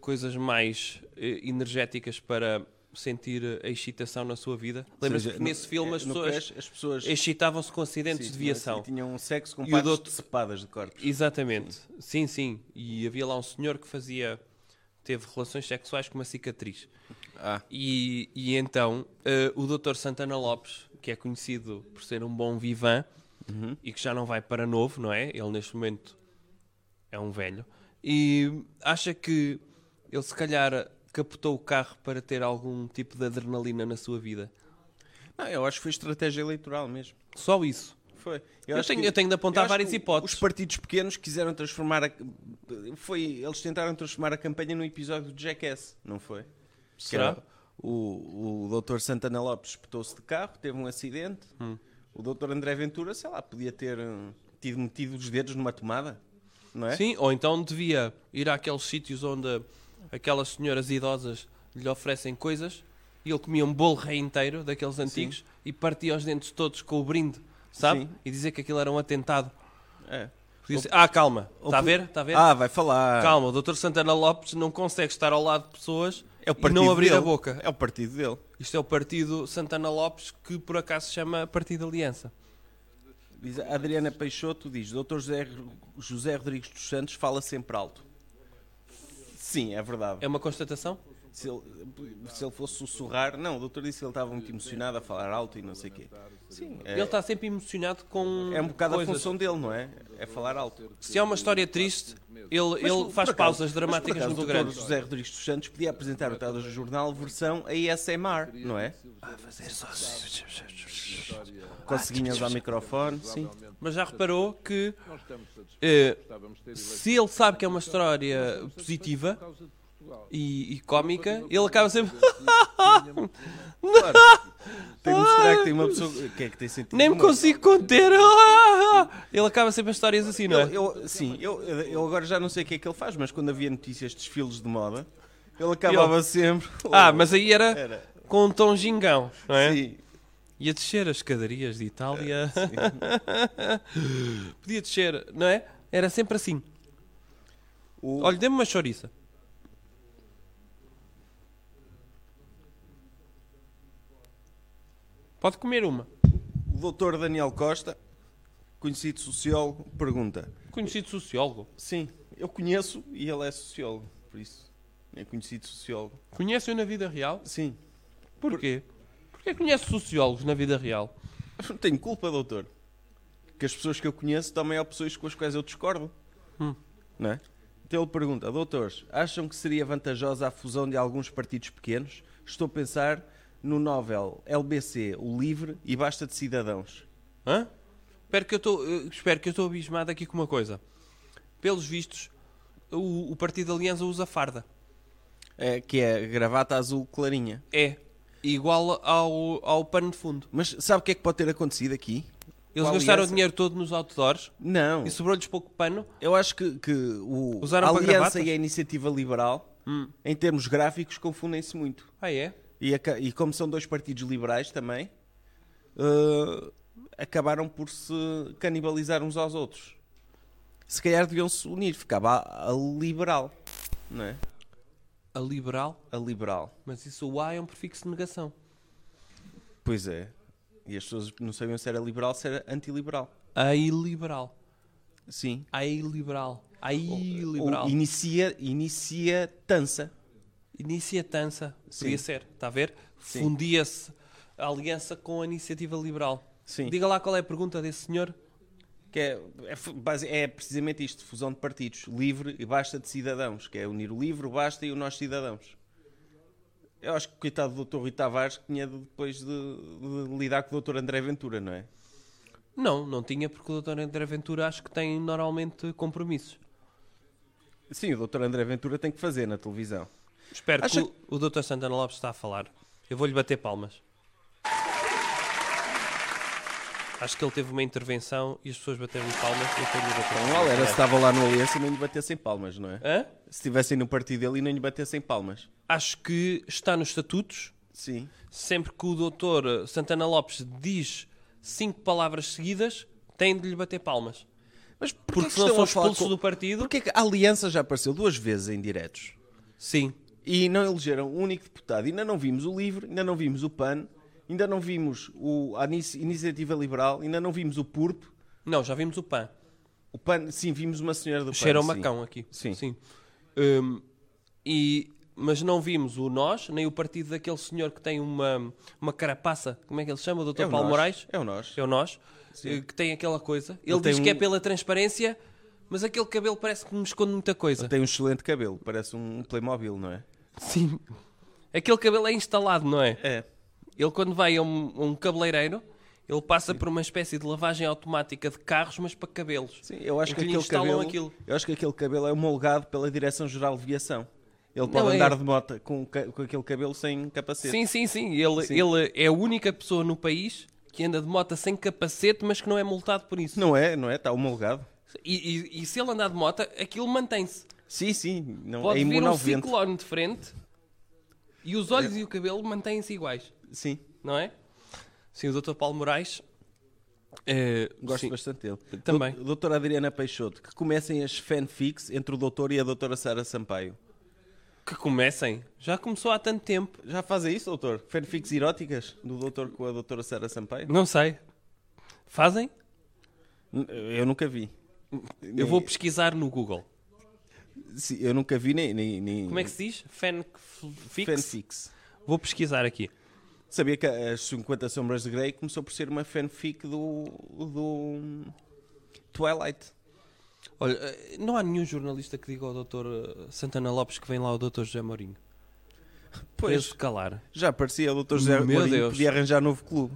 [SPEAKER 2] coisas mais eh, energéticas para sentir a excitação na sua vida? Lembra-se
[SPEAKER 3] Ou seja,
[SPEAKER 2] que nesse
[SPEAKER 3] no- eh,
[SPEAKER 2] filme as
[SPEAKER 3] no
[SPEAKER 2] pessoas,
[SPEAKER 3] Crash, as pessoas-
[SPEAKER 2] excitavam-se com acidentes
[SPEAKER 3] Sim,
[SPEAKER 2] de viação.
[SPEAKER 3] E tinham um sexo com
[SPEAKER 2] E o
[SPEAKER 3] partes
[SPEAKER 2] doutor-
[SPEAKER 3] decepadas de corpos.
[SPEAKER 2] Exatamente. Sim. sim, E havia lá um senhor que fazia. teve relações sexuais com uma cicatriz.
[SPEAKER 3] Ah.
[SPEAKER 2] E, e então eh, o Dr. Santana Lopes, que é conhecido por ser um bom vivan
[SPEAKER 3] Uhum.
[SPEAKER 2] e que já não vai para novo, não é? Ele neste momento é um velho. E acha que ele se calhar capotou o carro para ter algum tipo de adrenalina na sua vida.
[SPEAKER 3] Não, eu acho que foi estratégia eleitoral mesmo.
[SPEAKER 2] Só isso.
[SPEAKER 3] Foi.
[SPEAKER 2] Eu tenho- eu tenho de apontar
[SPEAKER 3] eu acho
[SPEAKER 2] várias
[SPEAKER 3] que
[SPEAKER 2] hipóteses.
[SPEAKER 3] Os partidos pequenos quiseram transformar a. Foi, eles tentaram transformar a campanha num episódio do Jackass, não foi? Que
[SPEAKER 2] Será?
[SPEAKER 3] era O, o doutor Santana Lopes espetou-se de carro, teve um acidente.
[SPEAKER 2] Hum.
[SPEAKER 3] O doutor André Ventura, sei lá, podia ter hum, tido metido os dedos numa tomada, não é?
[SPEAKER 2] Sim, ou então devia ir àqueles sítios onde aquelas senhoras idosas lhe oferecem coisas e ele comia um bolo rei inteiro daqueles antigos e partia os dentes todos com o brinde, sabe?
[SPEAKER 3] Sim.
[SPEAKER 2] E dizer que aquilo era um atentado.
[SPEAKER 3] É.
[SPEAKER 2] Podia ser- ah, calma,
[SPEAKER 3] Ou
[SPEAKER 2] está a
[SPEAKER 3] po-
[SPEAKER 2] ver? Está a ver?
[SPEAKER 3] Ah, vai falar.
[SPEAKER 2] Calma, o Dr. Santana Lopes não consegue estar ao lado de pessoas
[SPEAKER 3] É o
[SPEAKER 2] e
[SPEAKER 3] partido
[SPEAKER 2] não abrir
[SPEAKER 3] dele.
[SPEAKER 2] a boca.
[SPEAKER 3] É o partido dele.
[SPEAKER 2] Isto é o partido Santana Lopes que por acaso se chama Partido Aliança.
[SPEAKER 3] Diz, a Adriana Peixoto diz: Doutor José, José Rodrigues dos Santos fala sempre alto. Sim, é verdade.
[SPEAKER 2] É uma constatação?
[SPEAKER 3] Se ele, se ele fosse sussurrar, não, o doutor disse que ele estava muito emocionado a falar alto e não sei o quê. Sim, é,
[SPEAKER 2] Ele está sempre emocionado com.
[SPEAKER 3] é um bocado
[SPEAKER 2] coisas.
[SPEAKER 3] a função dele, não é? É falar alto.
[SPEAKER 2] Se há uma história triste, ele,
[SPEAKER 3] Mas,
[SPEAKER 2] ele
[SPEAKER 3] por
[SPEAKER 2] faz
[SPEAKER 3] acaso-
[SPEAKER 2] pausas
[SPEAKER 3] mas,
[SPEAKER 2] dramáticas
[SPEAKER 3] por acaso,
[SPEAKER 2] muito
[SPEAKER 3] o doutor
[SPEAKER 2] grandes.
[SPEAKER 3] José Rodrigues dos Santos podia apresentar o Tadas do Jornal versão ASMR, não é? Com ceguinhas ao microfone, sim.
[SPEAKER 2] Mas já reparou que eh, se ele sabe que é uma história positiva e, e cómica, ele acaba sempre.
[SPEAKER 3] Tem que mostrar que tem uma pessoa que é que tem
[SPEAKER 2] [LAUGHS]
[SPEAKER 3] sentido.
[SPEAKER 2] Nem me
[SPEAKER 3] humor.
[SPEAKER 2] consigo conter. [LAUGHS] Ele acaba sempre as histórias assim, não é?
[SPEAKER 3] Eu- eu- sim, eu, eu agora já não sei o que é que ele faz, mas quando havia notícias de desfiles de moda, ele acabava [LAUGHS] sempre.
[SPEAKER 2] Ah, mas aí era,
[SPEAKER 3] Era.
[SPEAKER 2] com um tom gingão, não é?
[SPEAKER 3] Sim,
[SPEAKER 2] Ia descer as escadarias de Itália.
[SPEAKER 3] É,
[SPEAKER 2] [LAUGHS] Podia descer, não é? Era sempre assim.
[SPEAKER 3] o-
[SPEAKER 2] Olha, dê-me uma chouriça. Pode comer uma.
[SPEAKER 3] o doutor Daniel Costa, conhecido sociólogo, pergunta:
[SPEAKER 2] Conhecido sociólogo.
[SPEAKER 3] Sim, eu conheço e ele é sociólogo, por isso. É conhecido sociólogo.
[SPEAKER 2] Conhece-o na vida real?
[SPEAKER 3] Sim.
[SPEAKER 2] Porquê? Porquê conhece sociólogos na vida real?
[SPEAKER 3] Não tenho culpa, doutor. Que as pessoas que eu conheço também há pessoas com as quais eu discordo.
[SPEAKER 2] Hum.
[SPEAKER 3] Não é? Então ele pergunta, doutores, acham que seria vantajosa a fusão de alguns partidos pequenos? Estou a pensar no Nobel, LBC, o Livre e Basta de Cidadãos.
[SPEAKER 2] Hã? Espero que eu estou, eh, espero que eu estou abismado aqui com uma coisa. Pelos vistos, o, o Partido da Aliança usa farda.
[SPEAKER 3] É, que é gravata azul clarinha.
[SPEAKER 2] É. Igual ao, ao pano de fundo.
[SPEAKER 3] Mas sabe o que é que pode ter acontecido aqui?
[SPEAKER 2] Eles
[SPEAKER 3] Qual
[SPEAKER 2] gastaram o
[SPEAKER 3] aliança?
[SPEAKER 2] dinheiro todo nos outdoors
[SPEAKER 3] Não,
[SPEAKER 2] e sobrou-lhes pouco pano.
[SPEAKER 3] eu acho que, que o,
[SPEAKER 2] Usaram
[SPEAKER 3] a
[SPEAKER 2] para
[SPEAKER 3] Aliança
[SPEAKER 2] gravatas? Hum.
[SPEAKER 3] e a Iniciativa Liberal, em termos gráficos, confundem-se muito.
[SPEAKER 2] Ah, é?
[SPEAKER 3] E, aca- e como são dois partidos liberais também, eh, acabaram por se canibalizar uns aos outros. Se calhar deviam-se unir, ficava a, a liberal, não é?
[SPEAKER 2] A liberal?
[SPEAKER 3] A liberal.
[SPEAKER 2] Mas isso o A é um prefixo de negação.
[SPEAKER 3] Pois é. E as pessoas não sabiam se era liberal, se era antiliberal.
[SPEAKER 2] A iliberal.
[SPEAKER 3] Sim.
[SPEAKER 2] Aí liberal. Aí liberal.
[SPEAKER 3] Ou inicia, inicia tança.
[SPEAKER 2] Inicia tança. Podia
[SPEAKER 3] Sim.
[SPEAKER 2] ser, está a ver?
[SPEAKER 3] Sim.
[SPEAKER 2] Fundia-se a aliança com a iniciativa liberal.
[SPEAKER 3] Sim.
[SPEAKER 2] Diga lá qual é a pergunta desse senhor.
[SPEAKER 3] Que é, é fu- base- é precisamente isto, fusão de partidos. Livre e basta de cidadãos. Que é unir o livre, o basta e o nós cidadãos. Eu acho que o coitado do Dr. Rui Tavares que tinha de- depois de, de lidar com o Dr. André Ventura, não é?
[SPEAKER 2] Não, não tinha, porque o Dr. André Ventura acho que tem normalmente compromissos.
[SPEAKER 3] Sim, o Dr. André Ventura tem que fazer na televisão.
[SPEAKER 2] Espero
[SPEAKER 3] Acha-
[SPEAKER 2] que o, o Dr. Santana Lopes está a falar. Eu vou-lhe bater palmas. Acho que ele teve uma intervenção e as pessoas bateram-lhe palmas e eu tenho-lhe bater
[SPEAKER 3] Não vale, Então, era se estava lá no Aliança e não lhe batessem palmas, não é?
[SPEAKER 2] Hã?
[SPEAKER 3] Se estivessem no partido dele e não lhe batessem palmas.
[SPEAKER 2] Acho que está nos estatutos.
[SPEAKER 3] Sim.
[SPEAKER 2] Sempre que o doutor Santana Lopes diz cinco palavras seguidas, tem de lhe bater palmas.
[SPEAKER 3] Mas
[SPEAKER 2] Porque senão são expulsos do partido.
[SPEAKER 3] Porquê que a Aliança já apareceu duas vezes em diretos?
[SPEAKER 2] Sim.
[SPEAKER 3] E não elegeram um único deputado. Ainda não vimos o LIVRE, ainda não vimos o PAN, ainda não vimos o, a Inici- Iniciativa Liberal, ainda não vimos o PURP.
[SPEAKER 2] Não, já vimos o PAN.
[SPEAKER 3] O PAN, sim, vimos uma senhora do PAN.
[SPEAKER 2] Cheira ao
[SPEAKER 3] sim.
[SPEAKER 2] macão aqui.
[SPEAKER 3] Sim.
[SPEAKER 2] Hum, e, mas não vimos o nós, nem o partido daquele senhor que tem uma, uma carapaça. Como é que ele se chama? O Dr.
[SPEAKER 3] É o
[SPEAKER 2] Paulo
[SPEAKER 3] Nós.
[SPEAKER 2] Moraes?
[SPEAKER 3] É o Nós.
[SPEAKER 2] É o nós.
[SPEAKER 3] Sim.
[SPEAKER 2] eh, Que tem aquela coisa. Ele,
[SPEAKER 3] Ele tem
[SPEAKER 2] diz que é
[SPEAKER 3] um-
[SPEAKER 2] pela transparência, mas aquele cabelo parece que me esconde muita coisa.
[SPEAKER 3] Ele tem um excelente cabelo, parece um Playmobil, não é?
[SPEAKER 2] Sim. Aquele cabelo é instalado, não é?
[SPEAKER 3] É.
[SPEAKER 2] Ele quando vai a um, a um cabeleireiro, ele passa por uma espécie de lavagem automática de carros, mas para cabelos.
[SPEAKER 3] Sim, eu acho
[SPEAKER 2] Em
[SPEAKER 3] que,
[SPEAKER 2] lhe
[SPEAKER 3] aquele
[SPEAKER 2] Um instalam
[SPEAKER 3] cabelo,
[SPEAKER 2] aquilo.
[SPEAKER 3] eu acho que aquele cabelo é homologado pela Direção-Geral de Viação. Ele pode
[SPEAKER 2] Não, é-
[SPEAKER 3] andar de moto com, ca- com aquele cabelo sem capacete.
[SPEAKER 2] Sim, sim, sim. Ele,
[SPEAKER 3] Sim.
[SPEAKER 2] ele é a única pessoa no país que anda de moto sem capacete, mas que não é multado por isso.
[SPEAKER 3] Não é, não é? Está homologado.
[SPEAKER 2] E, e- e se ele andar de moto, aquilo mantém-se.
[SPEAKER 3] Sim, sim. Não, é
[SPEAKER 2] Pode vir
[SPEAKER 3] imune
[SPEAKER 2] um
[SPEAKER 3] ao vento.
[SPEAKER 2] ciclone de frente e os
[SPEAKER 3] É.
[SPEAKER 2] olhos e o cabelo mantêm-se iguais,
[SPEAKER 3] Sim,
[SPEAKER 2] não é? Sim, o Dr. Paulo Moraes. eh,
[SPEAKER 3] gosto
[SPEAKER 2] sim,
[SPEAKER 3] bastante dele.
[SPEAKER 2] Também.
[SPEAKER 3] Dou- Doutora Adriana Peixoto, que comecem as fanfics entre o doutor e a doutora Sara Sampaio.
[SPEAKER 2] Que comecem. Já começou há tanto tempo.
[SPEAKER 3] Já fazem isso, doutor? Fanfics eróticas do doutor com a doutora Sara Sampaio?
[SPEAKER 2] Não sei. Fazem?
[SPEAKER 3] N- Eu nunca vi.
[SPEAKER 2] Eu
[SPEAKER 3] É.
[SPEAKER 2] vou pesquisar no Google.
[SPEAKER 3] Sim, eu nunca vi nem... nem, nem...
[SPEAKER 2] Como é que se diz? Fanfics?
[SPEAKER 3] é Fanfics.
[SPEAKER 2] Vou pesquisar aqui.
[SPEAKER 3] Sabia que as 50 Sombras de Grey começou por ser uma fanfic do, do Twilight.
[SPEAKER 2] Olha, eh, não há nenhum jornalista que diga ao Dr. Santana Lopes que vem lá o Dr. José Mourinho. Pois. de calar.
[SPEAKER 3] Já aparecia o Dr. José
[SPEAKER 2] Meu
[SPEAKER 3] Mourinho
[SPEAKER 2] Deus.
[SPEAKER 3] podia arranjar novo clube.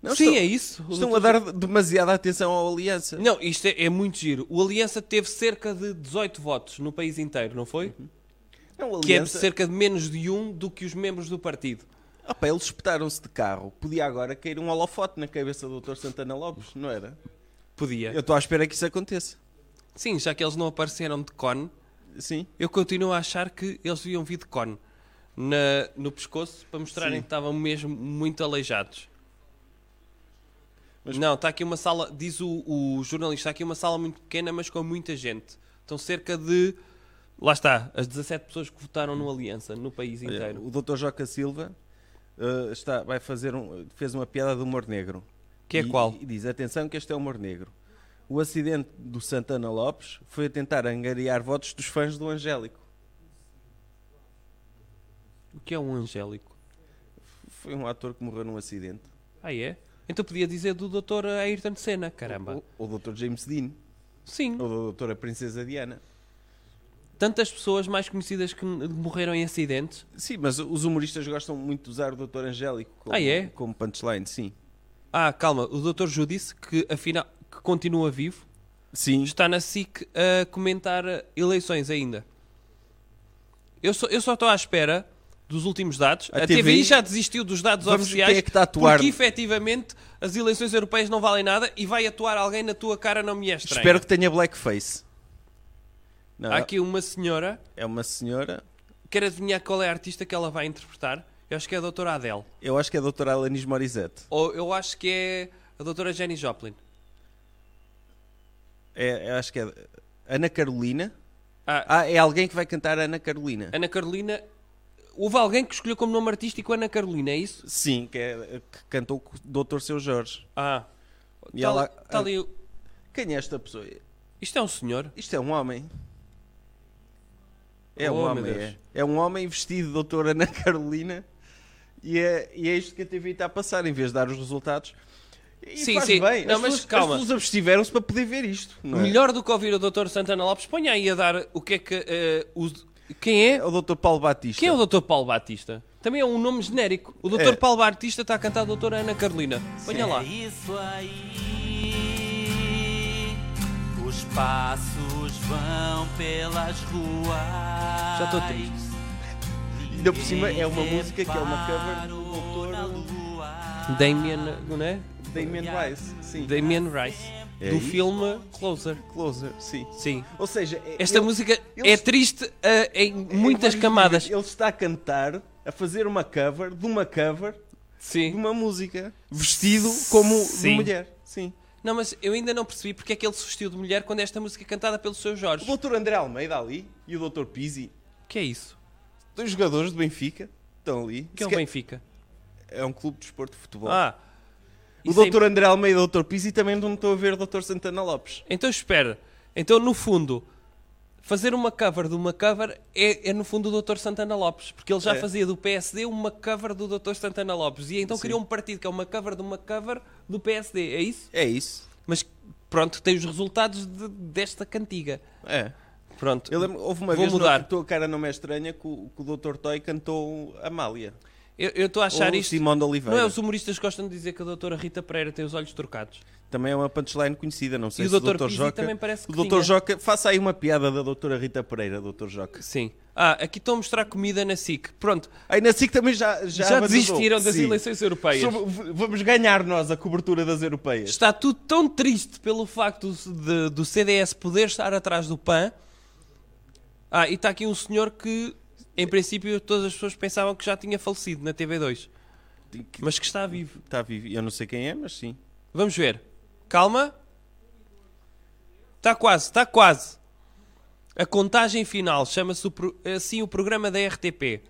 [SPEAKER 3] Não,
[SPEAKER 2] Sim,
[SPEAKER 3] estão,
[SPEAKER 2] é isso. O
[SPEAKER 3] Estão
[SPEAKER 2] Dr.
[SPEAKER 3] a dar demasiada atenção ao Aliança.
[SPEAKER 2] Não, isto é, é muito giro. O Aliança teve cerca de 18 votos no país inteiro, não foi?
[SPEAKER 3] Não, o
[SPEAKER 2] Que é
[SPEAKER 3] Uhum. Aliança...
[SPEAKER 2] cerca de menos de um do que os membros do partido.
[SPEAKER 3] Ah pá, eles espetaram-se de carro. Podia agora cair um holofote na cabeça do Dr. Santana Lopes, não era?
[SPEAKER 2] Podia.
[SPEAKER 3] Eu estou à espera que isso aconteça.
[SPEAKER 2] Sim, já que eles não apareceram de cone,
[SPEAKER 3] Sim.
[SPEAKER 2] eu continuo a achar que eles deviam vir de cone na- no pescoço para mostrarem
[SPEAKER 3] Sim.
[SPEAKER 2] que estavam mesmo muito aleijados.
[SPEAKER 3] Mas-
[SPEAKER 2] Não, está aqui uma sala, diz o, o jornalista, está aqui uma sala muito pequena, mas com muita gente. Estão cerca de, lá está, as 17 pessoas que votaram no Aliança, no país
[SPEAKER 3] Olha,
[SPEAKER 2] inteiro.
[SPEAKER 3] o Dr. Joca Silva eh, está, vai fazer um, fez uma piada do humor negro.
[SPEAKER 2] Que é
[SPEAKER 3] E-
[SPEAKER 2] qual?
[SPEAKER 3] E diz, atenção que este é o humor negro. O acidente do Santana Lopes foi a tentar angariar votos dos fãs do Angélico.
[SPEAKER 2] O que é um angélico?
[SPEAKER 3] Foi um ator que morreu num acidente.
[SPEAKER 2] Ah, é? Então podia dizer do Dr. Ayrton Senna, caramba.
[SPEAKER 3] O, o Dr. James Dean.
[SPEAKER 2] Sim.
[SPEAKER 3] Ou da doutora Princesa Diana.
[SPEAKER 2] Tantas pessoas mais conhecidas que n- morreram em acidentes.
[SPEAKER 3] Sim, mas os humoristas gostam muito de usar o Dr. Angélico como,
[SPEAKER 2] Ah, é?
[SPEAKER 3] como punchline, sim.
[SPEAKER 2] Ah, calma, o Dr. Ju disse que afinal que continua vivo,
[SPEAKER 3] Sim.
[SPEAKER 2] está na SIC a comentar eh, eleições ainda. Eu só eu só estou à espera dos últimos dados.
[SPEAKER 3] A
[SPEAKER 2] A, TVI,
[SPEAKER 3] TVI
[SPEAKER 2] já desistiu dos dados
[SPEAKER 3] Vamos ver
[SPEAKER 2] oficiais
[SPEAKER 3] quem é que está a atuar.
[SPEAKER 2] porque efetivamente as eleições europeias não valem nada e vai atuar alguém na tua cara não me é estranho.
[SPEAKER 3] Espero que tenha blackface. Não,
[SPEAKER 2] Há aqui uma senhora,
[SPEAKER 3] é uma senhora.
[SPEAKER 2] quer adivinhar qual é a artista que ela vai interpretar? Eu acho que é a Dra. Adele.
[SPEAKER 3] Eu acho que é a doutora Alanis Morissette.
[SPEAKER 2] Ou eu acho que é a Dra. Jenny Joplin.
[SPEAKER 3] É, eu acho que é Ana Carolina.
[SPEAKER 2] Ah,
[SPEAKER 3] Ah, é alguém que vai cantar Ana Carolina.
[SPEAKER 2] Ana Carolina. Houve alguém que escolheu como nome artístico Ana Carolina, é isso?
[SPEAKER 3] Sim, que, é, que cantou com o Doutor Seu Jorge.
[SPEAKER 2] Ah.
[SPEAKER 3] E
[SPEAKER 2] Está
[SPEAKER 3] ela- eh,
[SPEAKER 2] ali.
[SPEAKER 3] Quem é esta pessoa?
[SPEAKER 2] Isto é um senhor?
[SPEAKER 3] Isto é um homem. É um
[SPEAKER 2] Oh, meu
[SPEAKER 3] homem,
[SPEAKER 2] Deus.
[SPEAKER 3] é. É um homem vestido de doutora Ana [LAUGHS] Carolina e é, e é isto que a TV está a passar, em vez de dar os resultados. E
[SPEAKER 2] Sim,
[SPEAKER 3] faz
[SPEAKER 2] sim.
[SPEAKER 3] bem.
[SPEAKER 2] Não,
[SPEAKER 3] as
[SPEAKER 2] mas
[SPEAKER 3] pessoas,
[SPEAKER 2] calma. Hum.
[SPEAKER 3] As pessoas abstiveram-se para poder ver isto. não é?
[SPEAKER 2] Melhor do que ouvir o Dr. Santana Lopes, ponha aí a dar o que é que. eh, o- quem é?
[SPEAKER 3] O Dr. Paulo Batista.
[SPEAKER 2] Quem é o Dr. Paulo Batista? Também é um nome genérico. O Dr.
[SPEAKER 3] É.
[SPEAKER 2] Paulo Batista está a cantar a Doutora Ana Carolina. Ponha lá.
[SPEAKER 12] É Isso aí, os passos vão pelas ruas.
[SPEAKER 3] Já estou triste. Ainda por cima é uma música que é uma cover do doutor
[SPEAKER 2] Damien, não é?
[SPEAKER 3] Damien Rice, sim.
[SPEAKER 2] Damien Rice.
[SPEAKER 3] É
[SPEAKER 2] do
[SPEAKER 3] isso?
[SPEAKER 2] filme Closer.
[SPEAKER 3] Closer, sim.
[SPEAKER 2] Sim.
[SPEAKER 3] Ou seja, é-
[SPEAKER 2] Esta
[SPEAKER 3] ele-
[SPEAKER 2] música
[SPEAKER 3] ele-
[SPEAKER 2] é triste eh, em muitas
[SPEAKER 3] vários
[SPEAKER 2] camadas.
[SPEAKER 3] níveis. Ele está a cantar, a fazer uma cover de uma cover
[SPEAKER 2] Sim.
[SPEAKER 3] de uma música vestido como de
[SPEAKER 2] Sim.
[SPEAKER 3] mulher. Sim.
[SPEAKER 2] Não, mas eu ainda não percebi porque é que ele se vestiu de mulher quando esta música é cantada pelo seu Jorge.
[SPEAKER 3] O Dr. André Almeida ali e o Dr. Pizzi,
[SPEAKER 2] que é isso?
[SPEAKER 3] dois jogadores do Benfica, estão ali.
[SPEAKER 2] Que é o
[SPEAKER 3] Se ca-
[SPEAKER 2] Benfica?
[SPEAKER 3] É um clube de esporte de futebol.
[SPEAKER 2] Ah,
[SPEAKER 3] o
[SPEAKER 2] isso é
[SPEAKER 3] Dr. André Almeida e o Dr. Pizzi também não estou a ver o Dr. Santana Lopes.
[SPEAKER 2] Então espera, então no fundo, fazer uma cover de uma cover é, é, no fundo o Dr. Santana Lopes, porque ele já
[SPEAKER 3] É.
[SPEAKER 2] fazia do PSD uma cover do Dr. Santana Lopes e então
[SPEAKER 3] Sim.
[SPEAKER 2] criou um partido que é uma cover de uma cover do PSD, é isso?
[SPEAKER 3] É isso.
[SPEAKER 2] Mas pronto, tem os resultados de- desta cantiga.
[SPEAKER 3] É.
[SPEAKER 2] Pronto.
[SPEAKER 3] Eu lembro, houve uma
[SPEAKER 2] Vou
[SPEAKER 3] vez
[SPEAKER 2] mudar.
[SPEAKER 3] no Tua Cara Não Me É Estranha que o, que o Dr. Toy cantou Amália.
[SPEAKER 2] Eu eu estou a achar
[SPEAKER 3] Ou
[SPEAKER 2] isto.
[SPEAKER 3] Simão de Oliveira.
[SPEAKER 2] Não é os humoristas que gostam de dizer que a doutora Rita Pereira tem os olhos trocados.
[SPEAKER 3] Também é uma punchline conhecida, não sei
[SPEAKER 2] E o
[SPEAKER 3] se
[SPEAKER 2] Dr.
[SPEAKER 3] o Dr.
[SPEAKER 2] Pizzi
[SPEAKER 3] Joca...
[SPEAKER 2] também parece que
[SPEAKER 3] o Dr.
[SPEAKER 2] tinha.
[SPEAKER 3] Joca... Faça aí uma piada da Dra Rita Pereira, Dr. Joca.
[SPEAKER 2] Sim. Ah, aqui estão a mostrar comida na SIC. Pronto.
[SPEAKER 3] Aí na SIC também já... Já,
[SPEAKER 2] Já
[SPEAKER 3] abandonou.
[SPEAKER 2] desistiram das
[SPEAKER 3] Sim.
[SPEAKER 2] eleições europeias.
[SPEAKER 3] Sobre- v- Vamos ganhar nós a cobertura das europeias.
[SPEAKER 2] Está tudo tão triste pelo facto de- do CDS poder estar atrás do PAN. Ah, e está aqui um senhor que, em princípio, todas as pessoas pensavam que já tinha falecido na TV2. Mas que está vivo.
[SPEAKER 3] Está vivo. Eu não sei quem é, mas sim.
[SPEAKER 2] Vamos ver. Calma. Está quase, está quase. A contagem final chama-se o pro- assim o programa da RTP.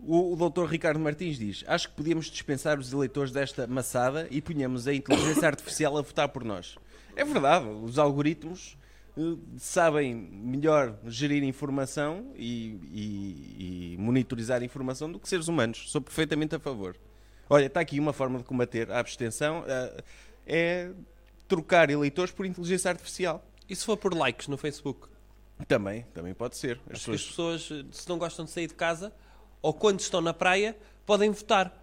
[SPEAKER 3] O, o Dr. Ricardo Martins diz: Acho que podíamos dispensar os eleitores desta maçada e punhamos a inteligência artificial a votar por nós. É verdade, os algoritmos eh, sabem melhor gerir informação e, e- e monitorizar informação do que seres humanos. Sou perfeitamente a favor. Olha, está aqui uma forma de combater a abstenção: eh, é trocar eleitores por inteligência artificial.
[SPEAKER 2] E se for por likes no Facebook?
[SPEAKER 3] Também, também pode ser. As
[SPEAKER 2] Acho que as
[SPEAKER 3] pessoas-
[SPEAKER 2] pessoas, eh, se não gostam de sair de casa, ou quando estão na praia, podem votar.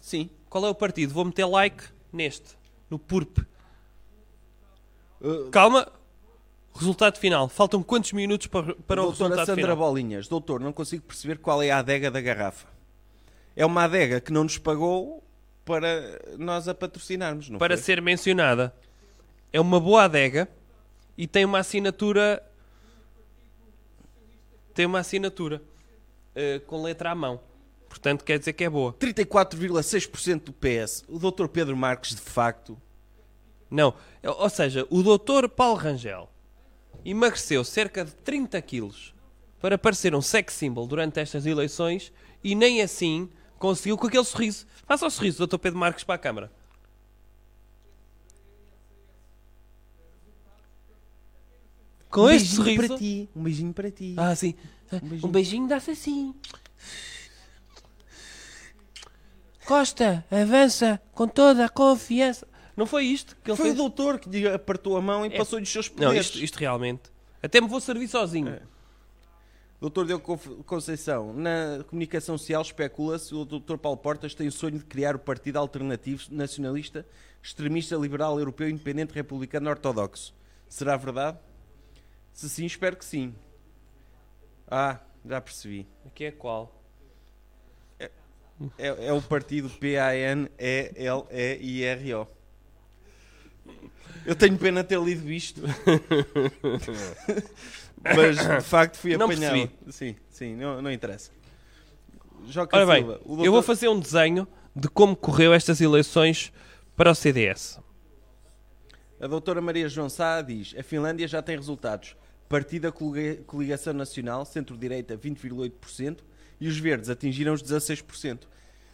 [SPEAKER 3] Sim.
[SPEAKER 2] Qual é o partido? Vou meter like neste, no PURP.
[SPEAKER 3] Eh,
[SPEAKER 2] Calma. Resultado final. Faltam quantos minutos para, para o
[SPEAKER 3] Doutora
[SPEAKER 2] resultado
[SPEAKER 3] Sandra
[SPEAKER 2] final?
[SPEAKER 3] Bolinhas, doutor, não consigo perceber qual é a adega da garrafa. É uma adega que não nos pagou para nós a patrocinarmos, não
[SPEAKER 2] para
[SPEAKER 3] foi?
[SPEAKER 2] ser mencionada. É uma boa adega e tem uma assinatura. Tem uma assinatura eh, com letra à mão. Portanto, quer dizer que é boa.
[SPEAKER 3] 34,6% do PS. O doutor Pedro Marques, de facto,
[SPEAKER 2] Não. Eh, Ou seja, o doutor Paulo Rangel emagreceu cerca de 30 quilos para parecer um sex symbol durante estas eleições e nem assim conseguiu com aquele sorriso. Faça o sorriso, doutor Pedro Marques, para a Câmara. Com
[SPEAKER 3] um
[SPEAKER 2] este
[SPEAKER 3] beijinho
[SPEAKER 2] sorriso.
[SPEAKER 3] para ti, um beijinho para ti.
[SPEAKER 2] Ah, sim. Um beijinho dá-se assim. Costa, avança com toda a confiança. Não foi isto que ele
[SPEAKER 3] Foi
[SPEAKER 2] fez? É.
[SPEAKER 3] o doutor que lhe apertou a mão e passou-lhe os seus
[SPEAKER 2] Não,
[SPEAKER 3] poderes.
[SPEAKER 2] isto, isto realmente. Até me vou servir sozinho.
[SPEAKER 3] Doutor Diogo Conf- Conceição, na comunicação social especula-se o doutor Paulo Portas tem o sonho de criar o Partido Alternativo Nacionalista Extremista Liberal Europeu Independente Republicano Ortodoxo. Será verdade? Se sim, espero que sim. Ah, já percebi.
[SPEAKER 2] Aqui é qual?
[SPEAKER 3] É, é o partido P-A-N-E-L-E-I-R-O. Eu tenho pena de ter lido
[SPEAKER 2] [LAUGHS]
[SPEAKER 3] isto. Mas de facto fui
[SPEAKER 2] Não
[SPEAKER 3] apanhado.
[SPEAKER 2] percebi.
[SPEAKER 3] Sim, sim, não, não interessa. Joca
[SPEAKER 2] Ora bem,
[SPEAKER 3] Silva, o
[SPEAKER 2] eu vou
[SPEAKER 3] doutor-
[SPEAKER 2] fazer um desenho de como correu estas eleições para o CDS.
[SPEAKER 3] A doutora Maria João Sá diz: a Finlândia já tem resultados. Partida Coliga- Coligação Nacional, centro-direita, 20,8% e os verdes atingiram os 16%.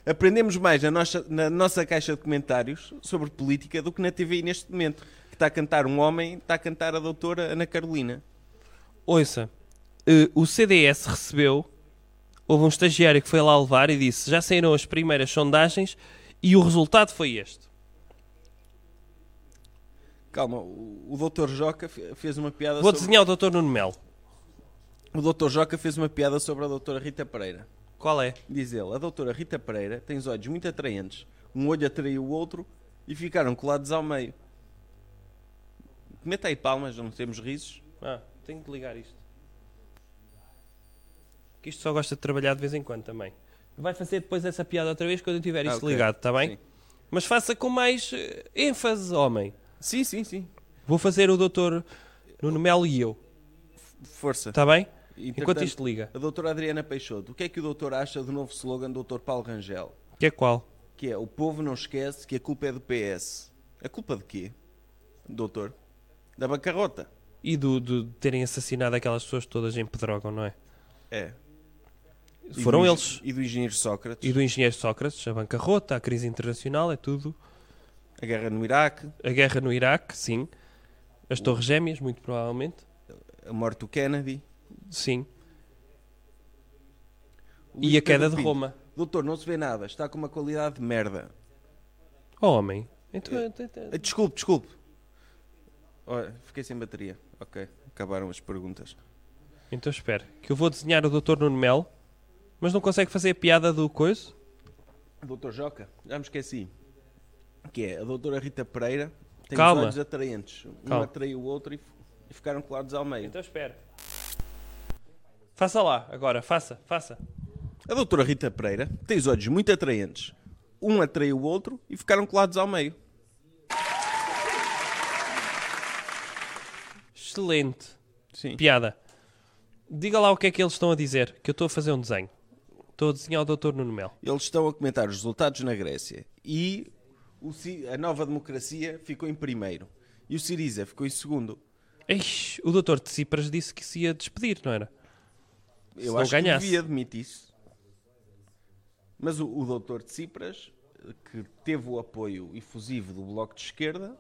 [SPEAKER 3] Aprendemos mais na nossa, na nossa caixa de comentários sobre política do que na TV neste momento. que está a cantar um homem, está a cantar a doutora Ana Carolina.
[SPEAKER 2] Ouça, eh, o CDS recebeu, houve um estagiário que foi lá levar e disse: já saíram as primeiras sondagens e o resultado foi este.
[SPEAKER 3] Calma, o, o doutor Joca fe- fez uma piada
[SPEAKER 2] Vou
[SPEAKER 3] sobre...
[SPEAKER 2] desenhar o Dr. Nuno Melo.
[SPEAKER 3] O doutor Joca fez uma piada sobre a doutora Rita Pereira.
[SPEAKER 2] Qual é?
[SPEAKER 3] Diz ele, a doutora Rita Pereira tem os olhos muito atraentes. Um olho atraiu o outro e ficaram colados ao meio. Meta aí palmas, não temos risos.
[SPEAKER 2] Ah, tenho que ligar isto. Que isto só gosta de trabalhar de vez em quando também. Vai fazer depois essa piada outra vez quando eu tiver
[SPEAKER 3] Ah,
[SPEAKER 2] isto
[SPEAKER 3] ok.
[SPEAKER 2] ligado, está bem?
[SPEAKER 3] Sim.
[SPEAKER 2] Mas faça com mais eh, ênfase, homem.
[SPEAKER 3] Sim, sim, sim.
[SPEAKER 2] Vou fazer o doutor Nuno Melo e eu.
[SPEAKER 3] Força.
[SPEAKER 2] Está Tá bem? Enquanto
[SPEAKER 3] Entretanto,
[SPEAKER 2] isto liga.
[SPEAKER 3] A doutora Adriana Peixoto, o que é que o doutor acha do novo slogan do doutor Paulo Rangel?
[SPEAKER 2] Que é qual?
[SPEAKER 3] Que é, o povo não esquece que a culpa é do PS. A culpa de quê, doutor? Da bancarrota.
[SPEAKER 2] E do, do- de terem assassinado aquelas pessoas todas em Pedrógão, não é?
[SPEAKER 3] É. E
[SPEAKER 2] Foram
[SPEAKER 3] do-
[SPEAKER 2] eles.
[SPEAKER 3] E do engenheiro Sócrates.
[SPEAKER 2] E do engenheiro Sócrates, a bancarrota, a crise internacional, é tudo.
[SPEAKER 3] A guerra no Iraque.
[SPEAKER 2] A guerra no Iraque, sim. As Torres Gêmeas, muito provavelmente.
[SPEAKER 3] A morte do Kennedy.
[SPEAKER 2] Sim.
[SPEAKER 3] Luís
[SPEAKER 2] e a
[SPEAKER 3] Pedro
[SPEAKER 2] queda de
[SPEAKER 3] Pinto.
[SPEAKER 2] Roma.
[SPEAKER 3] Doutor, não se vê nada. Está com uma qualidade de merda.
[SPEAKER 2] Oh, homem. Então,
[SPEAKER 3] Ah, Desculpe, desculpe. Olha, fiquei sem bateria. Ok, acabaram as perguntas.
[SPEAKER 2] então espera. Que eu vou desenhar o Dr. Nuno Melo, mas não consegue fazer a piada do coiso?
[SPEAKER 3] Doutor Joca, já me esqueci. Que é a doutora Rita Pereira. Tem
[SPEAKER 2] Calma.
[SPEAKER 3] os olhos atraentes. Um
[SPEAKER 2] Calma.
[SPEAKER 3] atraiu o outro e, f- e ficaram colados ao meio.
[SPEAKER 2] Então espera. Faça lá, agora. Faça, faça.
[SPEAKER 3] A doutora Rita Pereira tem os olhos muito atraentes. Um atraiu o outro e ficaram colados ao meio.
[SPEAKER 2] Excelente.
[SPEAKER 3] Sim.
[SPEAKER 2] Piada. Diga lá o que é que eles estão a dizer, que eu estou a fazer um desenho. Estou a desenhar o Dr. Nuno Melo.
[SPEAKER 3] Eles estão a comentar os resultados na Grécia e o Ci- a nova democracia ficou em primeiro e o Siriza ficou em segundo.
[SPEAKER 2] Eish, o Dr. Tsipras disse que se ia despedir, não era? Se
[SPEAKER 3] Eu
[SPEAKER 2] não
[SPEAKER 3] acho
[SPEAKER 2] ganhasse.
[SPEAKER 3] que devia admitir isso. Mas o, o doutor Tsipras, que teve o apoio efusivo do Bloco de Esquerda,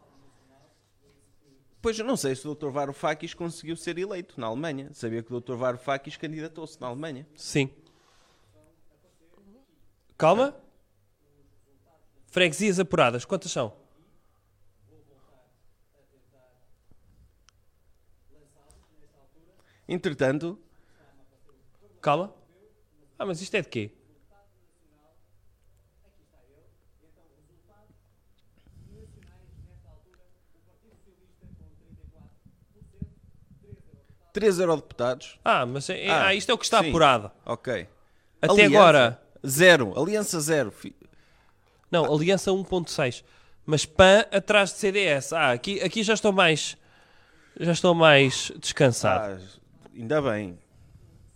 [SPEAKER 3] pois eu não sei se o doutor Varoufakis conseguiu ser eleito na Alemanha. Sabia que o doutor Varoufakis candidatou-se na Alemanha.
[SPEAKER 2] Sim. Calma. Freguesias apuradas, quantas são?
[SPEAKER 3] Entretanto,
[SPEAKER 2] Calma. Ah, mas isto é de quê?
[SPEAKER 3] três eurodeputados.
[SPEAKER 2] Ah, mas é- é- ah, isto é o que está
[SPEAKER 3] sim.
[SPEAKER 2] apurado.
[SPEAKER 3] Ok.
[SPEAKER 2] Até
[SPEAKER 3] Aliança,
[SPEAKER 2] agora.
[SPEAKER 3] Zero. Aliança zero. Fi-
[SPEAKER 2] Não, Aliança 1.6. Mas PAN atrás de CDS. Ah, aqui, aqui já estou mais. Já estou mais descansado.
[SPEAKER 3] Ah, ainda bem.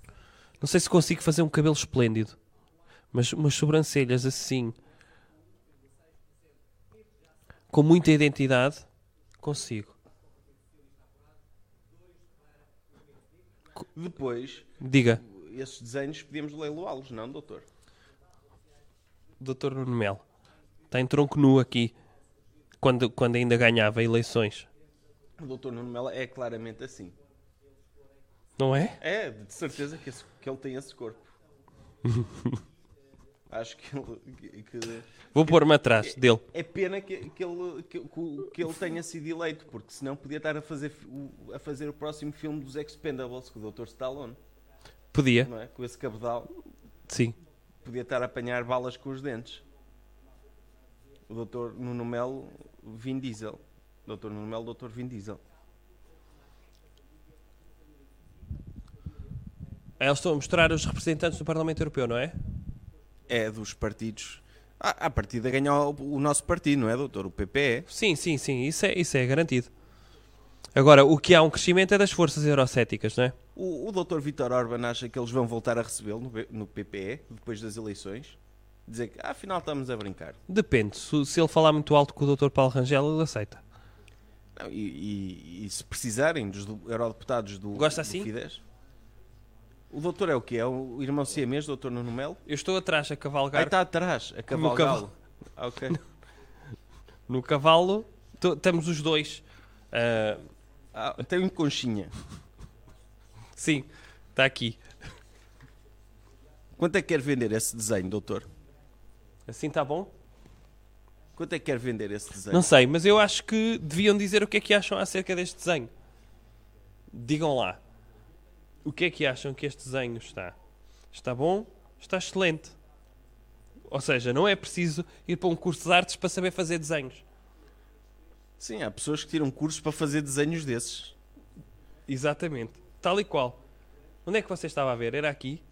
[SPEAKER 3] Ah.
[SPEAKER 2] Não sei se consigo fazer um cabelo esplêndido. Mas umas sobrancelhas assim. Com muita identidade. Consigo.
[SPEAKER 3] Depois,
[SPEAKER 2] Diga,
[SPEAKER 3] esses desenhos podíamos leiloá-los, não, doutor?
[SPEAKER 2] Dr. Nuno Melo. Está em tronco nu aqui. Quando, quando ainda ganhava eleições.
[SPEAKER 3] O doutor Nuno Melo é claramente assim.
[SPEAKER 2] Não é?
[SPEAKER 3] É, de certeza que, esse- que ele tem esse corpo. Acho que ele. que- que-
[SPEAKER 2] Vou pôr-me atrás dele.
[SPEAKER 3] É pena que, que ele, que, que o- que ele tenha sido eleito, porque senão podia estar a fazer, fi- o- a fazer o próximo filme dos Expendables com o Dr. Stallone.
[SPEAKER 2] Podia.
[SPEAKER 3] Não é? Com esse cabedal.
[SPEAKER 2] Sim.
[SPEAKER 3] Podia estar a apanhar balas com os dentes. O Dr. Nuno Melo, Vin Diesel. Dr. Nuno Melo, Dr. Vin Diesel.
[SPEAKER 2] Ah, Eles estão a mostrar os representantes do Parlamento Europeu, não é?
[SPEAKER 3] É dos partidos. Ah, a partida ganhou o o nosso partido, não é, doutor? O PPE.
[SPEAKER 2] Sim, sim, sim. Isso é, isso é garantido. Agora, o que há um crescimento é das forças eurocéticas, não é?
[SPEAKER 3] O, o doutor Vítor Orban acha que eles vão voltar a recebê-lo no, B- no PPE depois das eleições? Dizer que ah, afinal estamos a brincar.
[SPEAKER 2] Depende. Se, se ele falar muito alto com o Dr. Paulo Rangel, ele aceita.
[SPEAKER 3] Não, e, e- e se precisarem dos do- eurodeputados do,
[SPEAKER 2] Gosta
[SPEAKER 3] do
[SPEAKER 2] assim?
[SPEAKER 3] Fidesz? O doutor é o quê? É o irmão siamês, doutor Nuno Melo?
[SPEAKER 2] Eu estou atrás a
[SPEAKER 3] Aí tá.
[SPEAKER 2] cavalgar.
[SPEAKER 3] está atrás, a
[SPEAKER 2] Como o
[SPEAKER 3] cavalgá-lo. Ah, ok.
[SPEAKER 2] No cavalo, to- estamos os dois. Ah,
[SPEAKER 3] tem um conchinha.
[SPEAKER 2] Sim, está aqui.
[SPEAKER 3] Quanto é que quer vender esse desenho, doutor?
[SPEAKER 2] Assim está bom?
[SPEAKER 3] Quanto é que quer vender esse desenho?
[SPEAKER 2] Não sei, mas eu acho que deviam dizer o que é que acham acerca deste desenho. Digam lá. O que é que acham que este desenho está? Está bom? Está excelente. Ou seja, não é preciso ir para um curso de artes para saber fazer desenhos.
[SPEAKER 3] Sim, há pessoas que tiram cursos para fazer desenhos desses.
[SPEAKER 2] Exatamente. Tal e qual. Onde é que você estava a ver? Era aqui?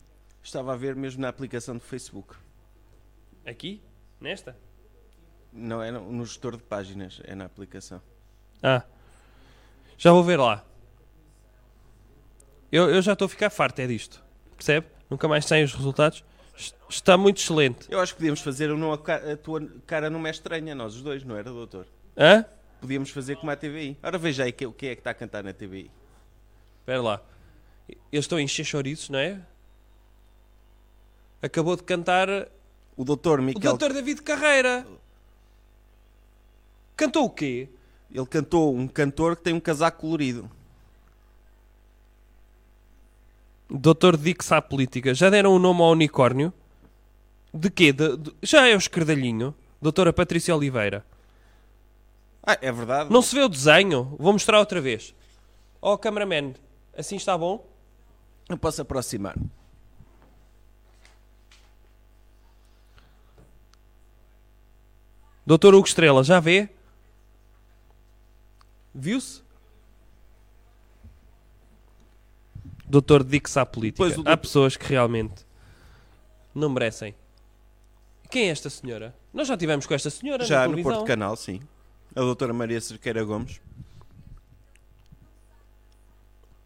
[SPEAKER 3] Estava a ver mesmo na aplicação do Facebook.
[SPEAKER 2] Aqui? Nesta?
[SPEAKER 3] Não é no no gestor de páginas, é na aplicação.
[SPEAKER 2] Ah. Já vou ver lá. Eu, eu já estou a ficar farto, é disto. Percebe? Nunca mais saem os resultados. Es- Está muito excelente.
[SPEAKER 3] Eu acho que podíamos fazer um não a, ca- a tua cara não é estranha, nós os dois, não era, doutor?
[SPEAKER 2] Hã?
[SPEAKER 3] Podíamos fazer como a TVI. Ora veja aí que- o que é que está a cantar na TVI.
[SPEAKER 2] Espera lá. Eles estão a encher chouriços, não é? Acabou de cantar
[SPEAKER 3] o doutor
[SPEAKER 2] o
[SPEAKER 3] Miquel.
[SPEAKER 2] Dr. David Carreira. Cantou o quê?
[SPEAKER 3] Ele cantou um cantor que tem um casaco colorido.
[SPEAKER 2] Dr. Dix à política. Já deram o nome ao unicórnio? De quê? De- de- Já é o escardalhinho? Doutora Patrícia Oliveira.
[SPEAKER 3] Ah, é verdade.
[SPEAKER 2] Não se vê o desenho? Vou mostrar outra vez. Oh, cameraman, assim está bom?
[SPEAKER 3] Não posso aproximar.
[SPEAKER 2] Doutor Hugo Estrela, já vê? Viu-se? Doutor Dix à política.
[SPEAKER 3] Depois o
[SPEAKER 2] Há
[SPEAKER 3] doutor-
[SPEAKER 2] pessoas que realmente não merecem. Quem é esta senhora? Nós já tivemos com esta senhora na
[SPEAKER 3] Já no
[SPEAKER 2] televisão.
[SPEAKER 3] Porto Canal, sim. A doutora Maria Cerqueira Gomes.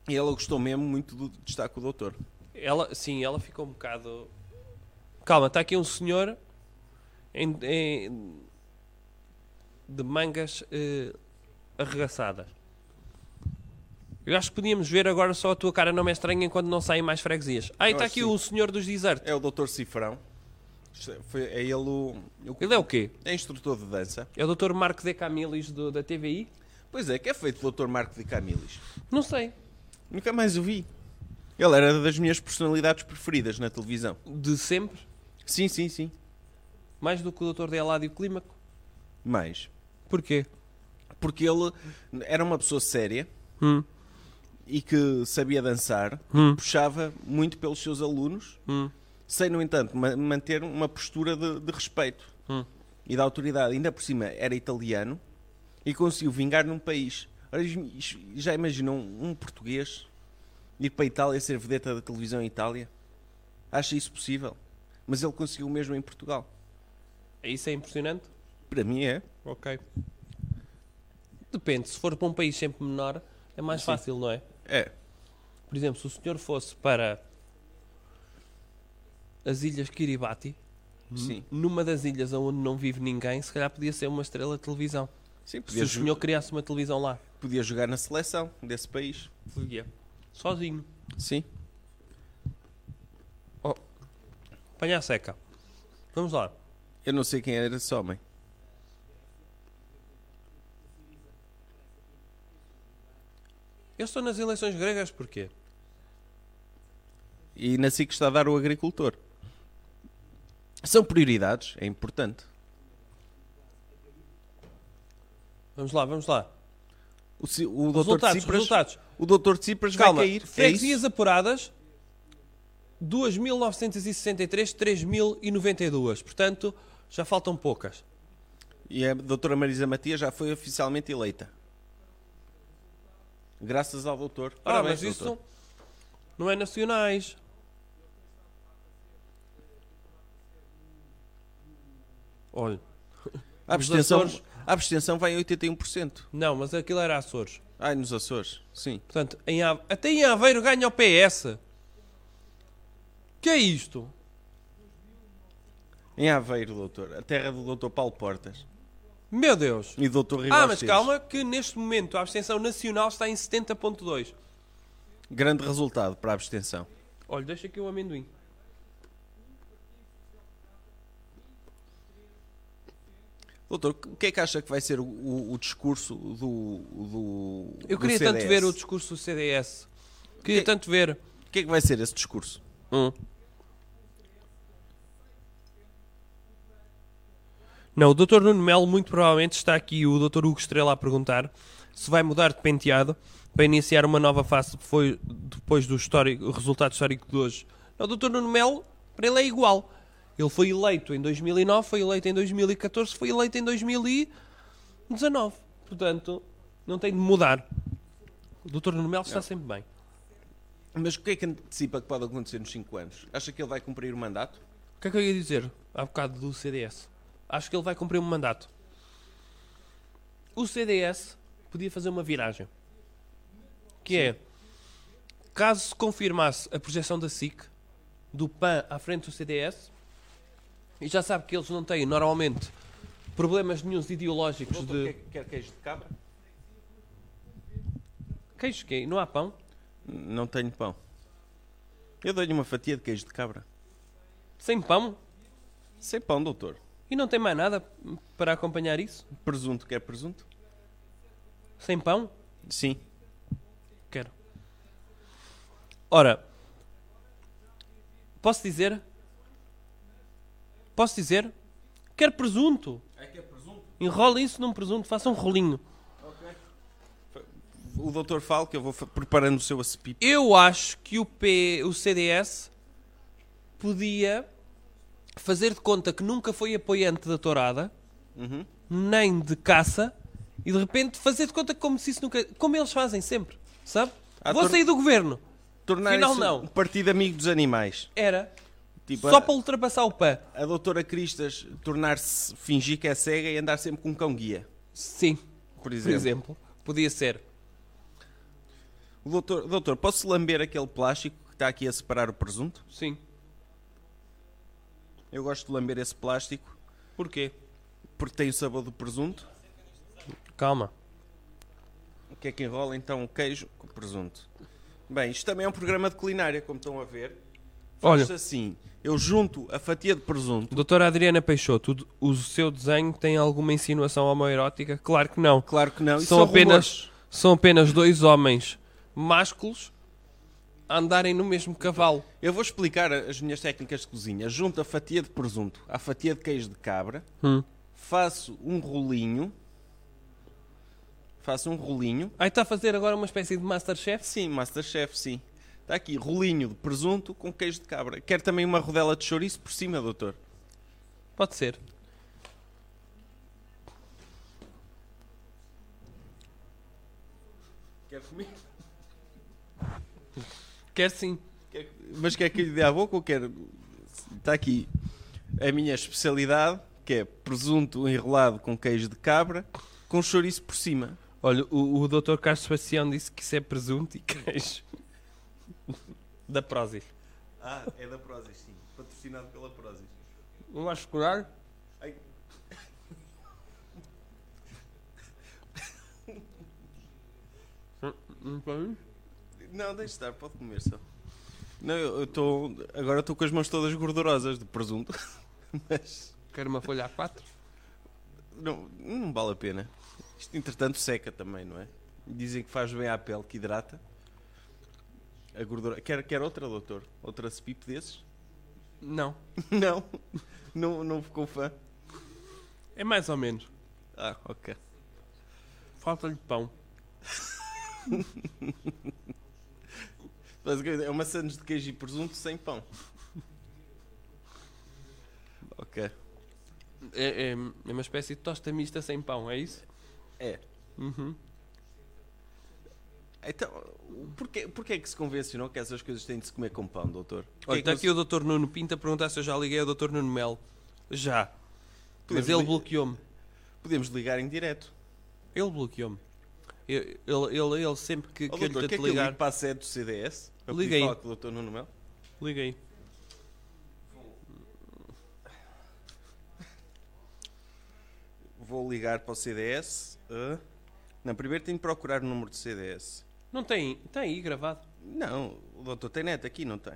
[SPEAKER 3] E ela gostou mesmo muito do destaque do doutor.
[SPEAKER 2] Ela, sim, ela ficou um bocado. Calma, está aqui um senhor em, em- de mangas eh, arregaçadas. Eu acho que podíamos ver agora só a tua cara não me é estranha enquanto não saem mais freguesias. Ah, e
[SPEAKER 3] Eu
[SPEAKER 2] está
[SPEAKER 3] acho
[SPEAKER 2] aqui
[SPEAKER 3] que
[SPEAKER 2] o senhor dos desertos.
[SPEAKER 3] É o doutor Cifrão. Isto é- Foi, é ele o... eu-
[SPEAKER 2] Ele é o quê?
[SPEAKER 3] É instrutor de dança.
[SPEAKER 2] É o Dr. Marco de Camilis do- da TVI?
[SPEAKER 3] Pois é, que é feito do Dr. Marco de Camilis.
[SPEAKER 2] Não sei.
[SPEAKER 3] Nunca mais o vi. Ele era das minhas personalidades preferidas na televisão.
[SPEAKER 2] De sempre?
[SPEAKER 3] Sim, sim, sim.
[SPEAKER 2] Mais do que o Dr. de Eládio Clímaco?
[SPEAKER 3] Mais.
[SPEAKER 2] Porquê?
[SPEAKER 3] Porque ele era uma pessoa séria
[SPEAKER 2] Hum.
[SPEAKER 3] e que sabia dançar,
[SPEAKER 2] Hum.
[SPEAKER 3] puxava muito pelos seus alunos,
[SPEAKER 2] Hum.
[SPEAKER 3] sem, no entanto, ma- manter uma postura de, de respeito
[SPEAKER 2] Hum.
[SPEAKER 3] e de autoridade. Ainda por cima, era italiano e conseguiu vingar num país. Ora, is- Já imaginou um português ir para a Itália ser vedeta da televisão em Itália? Acha isso possível? Mas ele conseguiu mesmo em Portugal.
[SPEAKER 2] Isso é impressionante?
[SPEAKER 3] Para mim é.
[SPEAKER 2] Ok. Depende, se for para um país sempre menor, é mais
[SPEAKER 3] Sim.
[SPEAKER 2] fácil, não é?
[SPEAKER 3] É.
[SPEAKER 2] Por exemplo, se o senhor fosse para as ilhas Kiribati, n-
[SPEAKER 3] Sim.
[SPEAKER 2] numa das ilhas onde não vive ninguém, se calhar podia ser uma estrela de televisão.
[SPEAKER 3] Sim,
[SPEAKER 2] Se
[SPEAKER 3] podia,
[SPEAKER 2] o
[SPEAKER 3] jo-
[SPEAKER 2] senhor criasse uma televisão lá,
[SPEAKER 3] podia jogar na seleção desse país.
[SPEAKER 2] podia. Sozinho.
[SPEAKER 3] Sim.
[SPEAKER 2] Apanha a seca. Vamos lá.
[SPEAKER 3] Eu não sei quem era esse homem.
[SPEAKER 2] Eu estou nas eleições gregas porquê?
[SPEAKER 3] E na SIC está a dar o agricultor. São prioridades, é importante.
[SPEAKER 2] Vamos lá, vamos lá.
[SPEAKER 3] O, Ci- o doutor
[SPEAKER 2] Resultados,
[SPEAKER 3] Tsipras,
[SPEAKER 2] resultados.
[SPEAKER 3] o doutor Tsipras vai
[SPEAKER 2] Calma,
[SPEAKER 3] cair. É isso?
[SPEAKER 2] freguesias apuradas 2.963, 3.092. Portanto, já faltam poucas.
[SPEAKER 3] E a doutora Marisa Matias já foi oficialmente eleita. Graças ao doutor.
[SPEAKER 2] Ah,
[SPEAKER 3] Parabéns,
[SPEAKER 2] mas isso
[SPEAKER 3] doutor.
[SPEAKER 2] não é nacionais. Olha,
[SPEAKER 3] A abstenção,
[SPEAKER 2] Açores-
[SPEAKER 3] a abstenção vai em 81%.
[SPEAKER 2] não, mas aquilo era Açores.
[SPEAKER 3] Ai, nos Açores. Sim.
[SPEAKER 2] Portanto, em Ave- até em Aveiro ganha o PS. Que é isto?
[SPEAKER 3] Em Aveiro, doutor. A terra do doutor Paulo Portas.
[SPEAKER 2] Meu Deus.
[SPEAKER 3] E do doutor Ribeiro
[SPEAKER 2] Ah, mas calma que neste momento a abstenção nacional está em 70.2.
[SPEAKER 3] Grande resultado para a abstenção.
[SPEAKER 2] Olha, deixa aqui o amendoim.
[SPEAKER 3] Doutor, o que é que acha que vai ser o, o- o discurso do, do
[SPEAKER 2] Eu queria
[SPEAKER 3] do
[SPEAKER 2] tanto
[SPEAKER 3] CDS?
[SPEAKER 2] ver o discurso do CDS. Queria tanto ver.
[SPEAKER 3] O que é que vai ser esse discurso?
[SPEAKER 2] Não, o Dr. Nuno Melo muito provavelmente está aqui o Dr. Hugo Estrela a perguntar se vai mudar de penteado para iniciar uma nova fase depois, depois do histórico, resultado histórico de hoje. Não, o Dr. Nuno Melo, para ele é igual. Ele foi eleito em 2009, foi eleito em 2014, foi eleito em 2019. Portanto, não tem de mudar. O Dr. Nuno Melo está
[SPEAKER 3] Não.
[SPEAKER 2] sempre bem.
[SPEAKER 3] Mas o que é que antecipa que pode acontecer nos 5 anos? Acha que ele vai cumprir o mandato?
[SPEAKER 2] O que é que eu ia dizer há bocado do CDS? Acho que ele vai cumprir um mandato. O CDS podia fazer uma viragem. Que é, caso se confirmasse a projeção da SIC, do PAN à frente do CDS, e já sabe que eles não têm normalmente problemas nenhuns ideológicos de...
[SPEAKER 3] Quer queijo de cabra?
[SPEAKER 2] Queijo que é, Não há pão?
[SPEAKER 3] Não tenho pão. Eu dou-lhe uma fatia de queijo de cabra.
[SPEAKER 2] Sem pão?
[SPEAKER 3] Sem pão, doutor.
[SPEAKER 2] E não tem mais nada para acompanhar isso?
[SPEAKER 3] Presunto, quer presunto?
[SPEAKER 2] Sem pão?
[SPEAKER 3] Sim.
[SPEAKER 2] Quero. Ora, posso dizer? Posso dizer? Quero presunto.
[SPEAKER 3] É que é presunto?
[SPEAKER 2] Enrola isso num presunto, faça um rolinho.
[SPEAKER 3] O doutor fala que eu vou fa- preparando o seu acepipo.
[SPEAKER 2] Eu acho que o, P, o CDS podia fazer de conta que nunca foi apoiante da tourada,
[SPEAKER 3] Uhum.
[SPEAKER 2] nem de caça, e de repente fazer de conta como se isso nunca. como eles fazem sempre, sabe?
[SPEAKER 3] Ah,
[SPEAKER 2] Vou
[SPEAKER 3] tor-
[SPEAKER 2] sair do governo.
[SPEAKER 3] Tornar
[SPEAKER 2] Final
[SPEAKER 3] isso
[SPEAKER 2] não.
[SPEAKER 3] um partido amigo dos animais.
[SPEAKER 2] Era.
[SPEAKER 3] Tipo,
[SPEAKER 2] Só
[SPEAKER 3] a-
[SPEAKER 2] para ultrapassar o pé.
[SPEAKER 3] A doutora Cristas tornar-se, fingir que é cega e andar sempre com um cão-guia.
[SPEAKER 2] Sim.
[SPEAKER 3] Por exemplo.
[SPEAKER 2] exemplo, podia ser.
[SPEAKER 3] O doutor, doutor, posso lamber aquele plástico que está aqui a separar o presunto?
[SPEAKER 2] Sim.
[SPEAKER 3] Eu gosto de lamber esse plástico.
[SPEAKER 2] Porquê?
[SPEAKER 3] Porque tem o sabor do presunto.
[SPEAKER 2] Calma.
[SPEAKER 3] O que é que enrola então o queijo com o presunto? Bem, isto também é um programa de culinária, como estão a ver.
[SPEAKER 2] Olha.
[SPEAKER 3] Faz-se assim, eu junto a fatia de presunto.
[SPEAKER 2] Doutora Adriana Peixoto, o d- o seu desenho tem alguma insinuação homoerótica? Claro que não.
[SPEAKER 3] Claro que não, isso
[SPEAKER 2] São
[SPEAKER 3] são
[SPEAKER 2] apenas, são apenas dois homens másculos a andarem no mesmo cavalo.
[SPEAKER 3] Eu vou explicar as minhas técnicas de cozinha. Junto a fatia de presunto à fatia de queijo de cabra,
[SPEAKER 2] Hum.
[SPEAKER 3] faço um rolinho. Faço um rolinho.
[SPEAKER 2] Aí está a fazer agora uma espécie de Masterchef?
[SPEAKER 3] Sim, Masterchef, sim. Está aqui, rolinho de presunto com queijo de cabra. Quer também uma rodela de chouriço por cima, doutor?
[SPEAKER 2] Pode ser.
[SPEAKER 3] Quer comer?
[SPEAKER 2] Quer sim.
[SPEAKER 3] Mas quer que lhe dê à boca ou quer... Está aqui a minha especialidade, que é presunto enrolado com queijo de cabra com chouriço por cima.
[SPEAKER 2] Olha, o, o Dr. Carlos Sebastião disse que isso é presunto e [LAUGHS] queijo. da Prozis.
[SPEAKER 3] Ah, é da Prozis, sim. Patrocinado pela Prozis.
[SPEAKER 2] Não vais procurar?
[SPEAKER 3] Não, deixe estar, pode comer só. Não, eu eu estou... Agora estou com as mãos todas gordurosas de presunto. [LAUGHS] Mas...
[SPEAKER 2] Quero uma folha A4?
[SPEAKER 3] Não, não vale a pena. Isto, entretanto, seca também, não é? Dizem que faz bem à pele, que hidrata. A gordura. Quer, quer outra, doutor? Outra spip desses? [LAUGHS]
[SPEAKER 2] Não.
[SPEAKER 3] Não. não. Não ficou fã?
[SPEAKER 2] É mais ou menos.
[SPEAKER 3] Ah, ok.
[SPEAKER 2] Falta-lhe pão.
[SPEAKER 3] Basicamente, é uma sandes de queijo e presunto sem pão. Ok.
[SPEAKER 2] É, é- é uma espécie de tosta mista sem pão, é isso?
[SPEAKER 3] É.
[SPEAKER 2] Uhum.
[SPEAKER 3] Então, porquê, porquê é que se convencionou que essas coisas têm de se comer com pão, doutor? Porquê
[SPEAKER 2] Olha,
[SPEAKER 3] é que
[SPEAKER 2] está
[SPEAKER 3] não
[SPEAKER 2] aqui o Dr. Nuno Pinta a perguntar se eu já liguei ao Dr. Nuno Melo. Já.
[SPEAKER 3] Podemos
[SPEAKER 2] Mas ele
[SPEAKER 3] li-
[SPEAKER 2] bloqueou-me.
[SPEAKER 3] se- Podemos ligar em direto.
[SPEAKER 2] Ele bloqueou-me. Eu- Ele, ele, ele sempre que,
[SPEAKER 3] Ó,
[SPEAKER 2] que eu lhe
[SPEAKER 3] doutor, quer
[SPEAKER 2] tento
[SPEAKER 3] que eu ligue
[SPEAKER 2] ligar.
[SPEAKER 3] para a sede do CDS? Eu
[SPEAKER 2] Liga aí.
[SPEAKER 3] falar com o doutor Nuno Melo?
[SPEAKER 2] Liga aí.
[SPEAKER 3] Vou ligar para o CDS. ah. Não, primeiro tenho de procurar o número do CDS.
[SPEAKER 2] Não tem, tem aí gravado?
[SPEAKER 3] Não, o doutor tem neto aqui, não tem?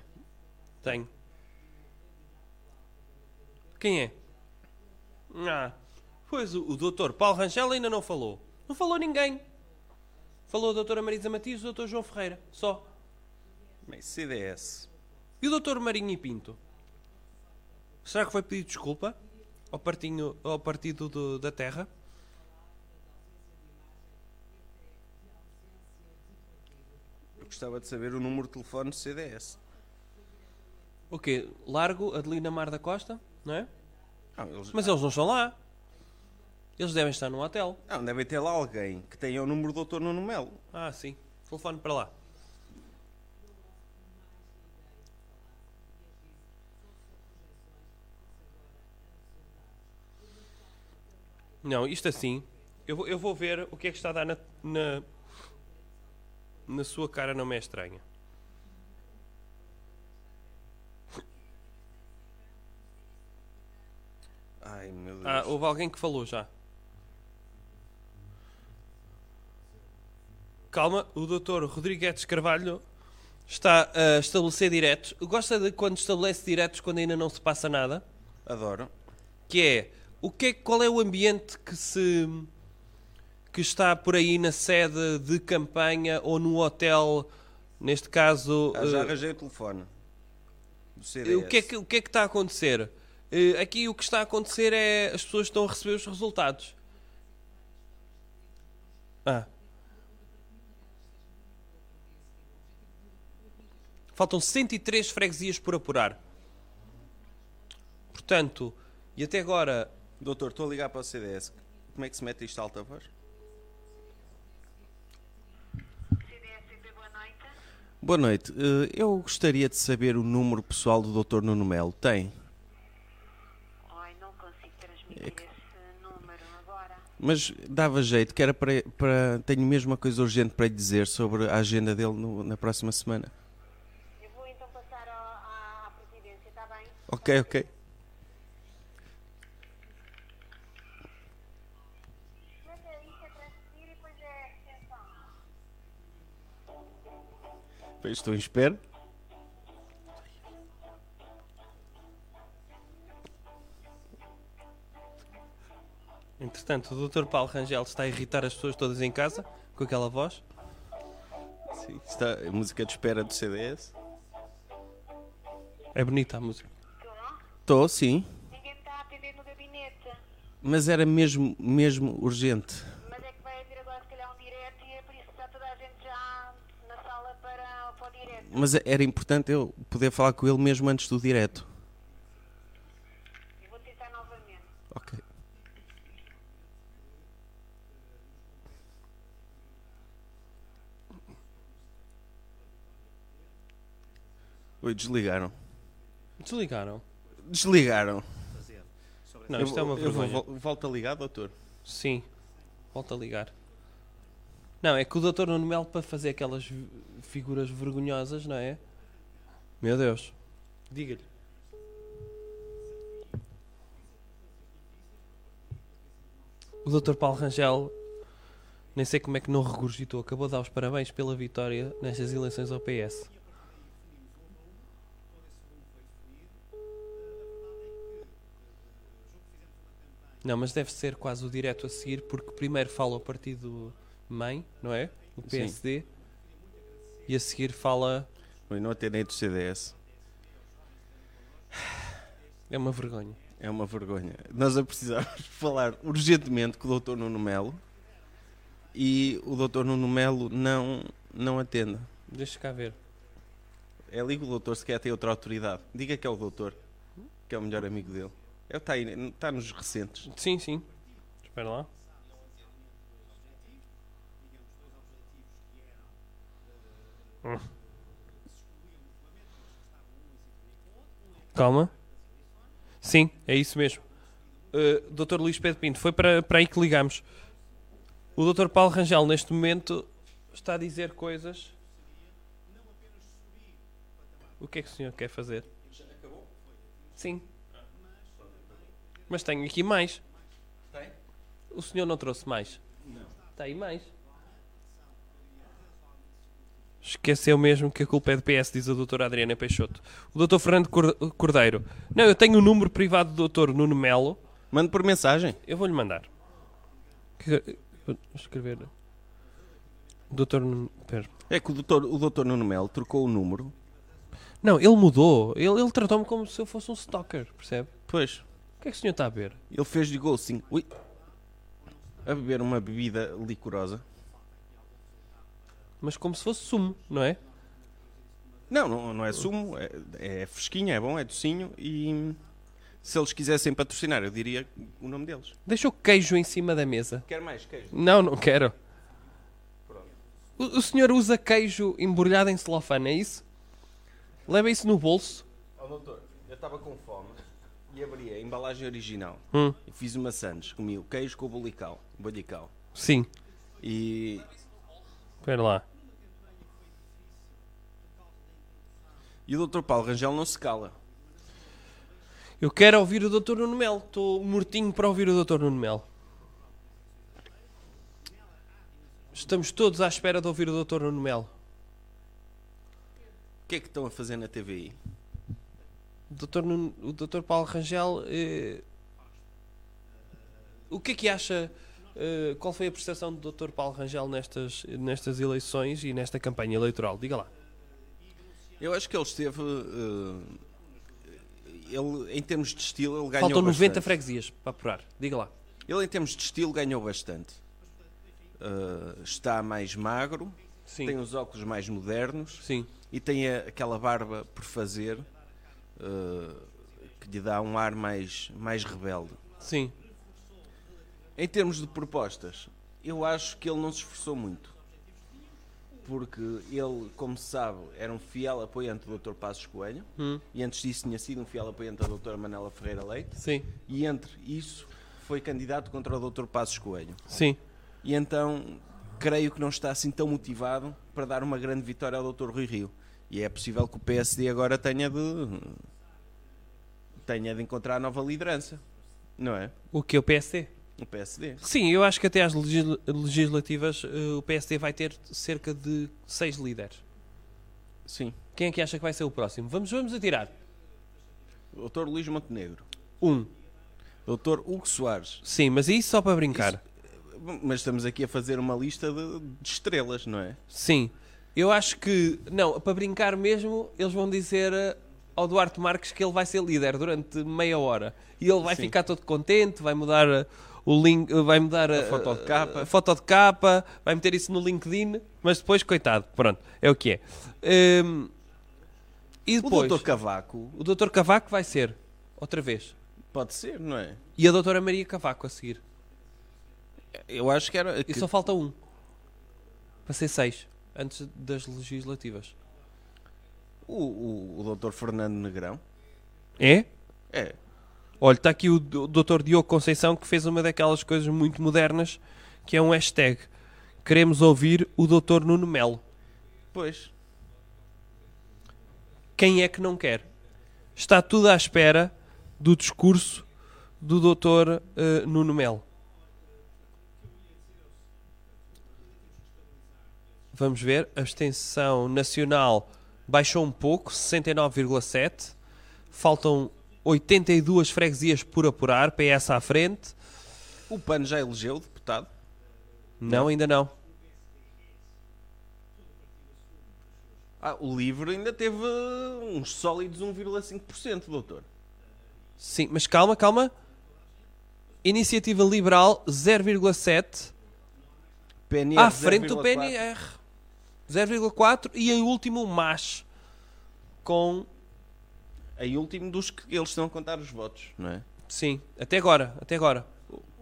[SPEAKER 2] Tenho. Quem é? Ah, Pois, o, o doutor Paulo Rangel ainda não falou. Não falou ninguém. Falou a doutora Marisa Matias e o doutor João Ferreira. Só. Bem, CDS. E o doutor Marinho e Pinto? Será que foi pedir desculpa ao, partinho, ao partido do- da terra?
[SPEAKER 3] Eu gostava de saber o número de telefone do CDS.
[SPEAKER 2] O quê? Largo, Adelina Mar da Costa, não é?
[SPEAKER 3] eles-
[SPEAKER 2] Mas eles não estão lá. Eles devem estar num hotel.
[SPEAKER 3] Não, deve ter lá alguém que tenha o número do Dr. Nuno Melo.
[SPEAKER 2] Ah, sim. Telefone para lá. Não, isto assim. Eu vou, eu vou ver o que é que está a dar na, na, na sua cara, não me é estranha.
[SPEAKER 3] Ai, meu Deus.
[SPEAKER 2] Ah, houve alguém que falou já. Calma, o Dr. Rodrigues Carvalho está a estabelecer diretos. Gosta de quando estabelece diretos quando ainda não se passa nada?
[SPEAKER 3] Adoro.
[SPEAKER 2] Que é, o que é- qual é o ambiente que se que está por aí na sede de campanha ou no hotel, neste caso,
[SPEAKER 3] Ah, já
[SPEAKER 2] eh,
[SPEAKER 3] arranjei o telefone. Do CDS.
[SPEAKER 2] o que, é que, o que é que está a acontecer? Eh, aqui o que está a acontecer é as pessoas estão a receber os resultados. Ah. Faltam 103 freguesias por apurar. Portanto, e até agora.
[SPEAKER 3] Doutor, estou a ligar para o CDS. Como é que se mete isto a alta voz? Boa noite. Eh, Eu gostaria de saber o número pessoal do Dr. Nuno Melo. Tem?
[SPEAKER 2] É
[SPEAKER 3] Ai, não consigo transmitir esse número agora. Mas dava jeito, que era para, para- Tenho mesmo uma coisa urgente para lhe dizer sobre a agenda dele no- na próxima semana. Eu vou então passar à, presidência, está bem? Ok, ok. Pois, Estou em espera.
[SPEAKER 2] Entretanto, o Dr. Paulo Rangel está a irritar as pessoas todas em casa com aquela voz.
[SPEAKER 3] Sim, está a música de espera do CDS.
[SPEAKER 2] É bonita a música.
[SPEAKER 3] Estou, sim. Mas era mesmo, mesmo urgente. um é Mas é- era importante eu poder falar com ele mesmo antes do direto. Eu vou tentar novamente. Ok. Oi, desligaram.
[SPEAKER 2] Desligaram.
[SPEAKER 3] Desligaram.
[SPEAKER 2] Não,
[SPEAKER 3] Eu
[SPEAKER 2] isto é uma
[SPEAKER 3] vou- eu vou-
[SPEAKER 2] vergonha.
[SPEAKER 3] Volta a ligar, doutor.
[SPEAKER 2] Sim, volta a ligar. Não, é que o Dr. Nuno Melo, para fazer aquelas vi- figuras vergonhosas, não é? Meu Deus. Diga-lhe. O Dr. Paulo Rangel, nem sei como é que não regurgitou, acabou de dar os parabéns pela vitória nestas eleições ao PS. Não, mas deve ser quase o direto a seguir, porque primeiro fala o partido mãe, não é? O
[SPEAKER 3] Sim.
[SPEAKER 2] PSD. E a seguir fala.
[SPEAKER 3] Oi, não atendei do CDS.
[SPEAKER 2] É uma vergonha.
[SPEAKER 3] É uma vergonha. Nós a precisávamos [LAUGHS] falar urgentemente com o Dr. Nuno Melo e o Dr. Nuno Melo não, não atende.
[SPEAKER 2] Deixa cá ver.
[SPEAKER 3] É liga o doutor se quer ter outra autoridade. Diga que é o doutor, que é o melhor amigo dele. É, está, aí, está nos recentes.
[SPEAKER 2] Sim, sim. Espera lá. Calma. Sim, é isso mesmo. Uh, Dr. Luís Pedro Pinto, foi para, para aí que ligamos. O Dr. Paulo Rangel, neste momento, está a dizer coisas. O que é que o senhor quer fazer? Sim. Mas tenho aqui mais.
[SPEAKER 3] Tem?
[SPEAKER 2] O senhor não trouxe mais?
[SPEAKER 3] Não.
[SPEAKER 2] Está aí mais. Esqueceu mesmo que a culpa é de PS, diz a doutora um Adriana Peixoto. O doutor Fernando Cor- Cordeiro. Não, eu tenho o número privado do doutor Nuno Melo.
[SPEAKER 3] Mande por mensagem.
[SPEAKER 2] Eu vou-lhe mandar. Que- Vou escrever. Doutor Nuno. Pera.
[SPEAKER 3] É que o doutor, o doutor Nuno Melo trocou o número.
[SPEAKER 2] Não, ele mudou. Ele, ele tratou-me como se eu fosse um stalker, percebe?
[SPEAKER 3] Pois.
[SPEAKER 2] O que é que o senhor está a ver?
[SPEAKER 3] Ele fez de ghosting. Ui. A beber uma bebida licorosa.
[SPEAKER 2] Mas como se fosse sumo, não é?
[SPEAKER 3] Não, não, não é sumo. É, é fresquinho, é bom, é docinho. E se eles quisessem patrocinar, eu diria o nome deles.
[SPEAKER 2] Deixou queijo em cima da mesa.
[SPEAKER 3] Quer mais queijo?
[SPEAKER 2] Não, não quero. O, o senhor usa queijo embrulhado em celofane, é isso? Leva isso no bolso?
[SPEAKER 3] Ó doutor, eu estava com fome e abri a embalagem original.
[SPEAKER 2] Hum.
[SPEAKER 3] E fiz uma sandes. Comi o queijo com o bolical. Bolical.
[SPEAKER 2] Sim.
[SPEAKER 3] E
[SPEAKER 2] Espera lá.
[SPEAKER 3] E o Dr. Paulo Rangel não se cala.
[SPEAKER 2] Eu quero ouvir o Dr. Nuno Melo. Estou mortinho para ouvir o Dr. Nuno Melo. Estamos todos à espera de ouvir o Dr. Nuno Melo.
[SPEAKER 3] O que é que estão a fazer na TVI?
[SPEAKER 2] O Dr. Nuno- o Dr. Paulo Rangel... eh, O que é que acha... eh, qual foi a prestação do Dr. Paulo Rangel nestas, nestas eleições e nesta campanha eleitoral? Diga lá.
[SPEAKER 3] Eu acho que ele esteve. eh, ele, em termos de estilo, ele ganhou.
[SPEAKER 2] Faltam 90
[SPEAKER 3] bastante.
[SPEAKER 2] freguesias para apurar. Diga lá.
[SPEAKER 3] Ele, em termos de estilo, ganhou bastante. Eh, está mais magro, tem os óculos mais modernos e tem a- aquela barba por fazer eh, que lhe dá um ar mais, mais rebelde.
[SPEAKER 2] Sim.
[SPEAKER 3] Em termos de propostas, eu acho que ele não se esforçou muito. Porque ele, como se sabe, era um fiel apoiante do Dr. Passos Coelho
[SPEAKER 2] Hum.
[SPEAKER 3] e antes disso tinha sido um fiel apoiante da Dra. Manela Ferreira Leite.
[SPEAKER 2] Sim.
[SPEAKER 3] E entre isso foi candidato contra o Dr. Passos Coelho.
[SPEAKER 2] Sim.
[SPEAKER 3] E então creio que não está assim tão motivado para dar uma grande vitória ao Dr. Rui Rio. E é possível que o PSD agora tenha de tenha de encontrar nova liderança, não é?
[SPEAKER 2] O que? O PSD?
[SPEAKER 3] O PSD.
[SPEAKER 2] Sim, eu acho que até às legisla- legislativas eh, o PSD vai ter cerca de seis líderes.
[SPEAKER 3] Sim.
[SPEAKER 2] Quem é que acha que vai ser o próximo? Vamos, vamos atirar.
[SPEAKER 3] Doutor Luís Montenegro.
[SPEAKER 2] Um.
[SPEAKER 3] Doutor Hugo Soares.
[SPEAKER 2] Sim, mas isso só para brincar.
[SPEAKER 3] Mas estamos aqui a fazer uma lista de, de estrelas, não é?
[SPEAKER 2] Sim. Eu acho que, não, para brincar mesmo, eles vão dizer eh, ao Duarte Marques que ele vai ser líder durante meia hora. E ele vai
[SPEAKER 3] Sim.
[SPEAKER 2] ficar todo contente, vai mudar eh, o link, eh, vai mudar a,
[SPEAKER 3] foto de capa.
[SPEAKER 2] a foto de capa, vai meter isso no LinkedIn, mas depois, coitado, pronto, é o que é. Ehm, e depois,
[SPEAKER 3] o Dr. Cavaco
[SPEAKER 2] o Dr. Cavaco vai ser, outra vez.
[SPEAKER 3] pode ser, não é?
[SPEAKER 2] E a Doutora Maria Cavaco a seguir.
[SPEAKER 3] Eu acho que era.
[SPEAKER 2] E só falta um. Para ser seis. Antes das legislativas.
[SPEAKER 3] O, o, o doutor Fernando Negrão.
[SPEAKER 2] É?
[SPEAKER 3] É.
[SPEAKER 2] Olha, está aqui o do- Dr. Diogo Conceição que fez uma daquelas coisas muito modernas que é um hashtag. Queremos ouvir o Dr. Nuno Melo.
[SPEAKER 3] Pois.
[SPEAKER 2] Quem é que não quer? Está tudo à espera do discurso do Dr. eh, Nuno Melo. Vamos ver, a abstenção nacional baixou um pouco, 69,7. Faltam 82 freguesias por apurar, PS à frente.
[SPEAKER 3] O PAN já elegeu o deputado.
[SPEAKER 2] Não, ainda não.
[SPEAKER 3] Ah, o livro ainda teve uns sólidos 1,5%, doutor.
[SPEAKER 2] Sim, mas calma, calma. Iniciativa Liberal 0,7
[SPEAKER 3] PNR,
[SPEAKER 2] à frente do
[SPEAKER 3] 0,4.
[SPEAKER 2] PNR. 0,4 e em último o MAS com
[SPEAKER 3] Em último dos que eles estão a contar os votos, não é?
[SPEAKER 2] Sim, até agora, até agora.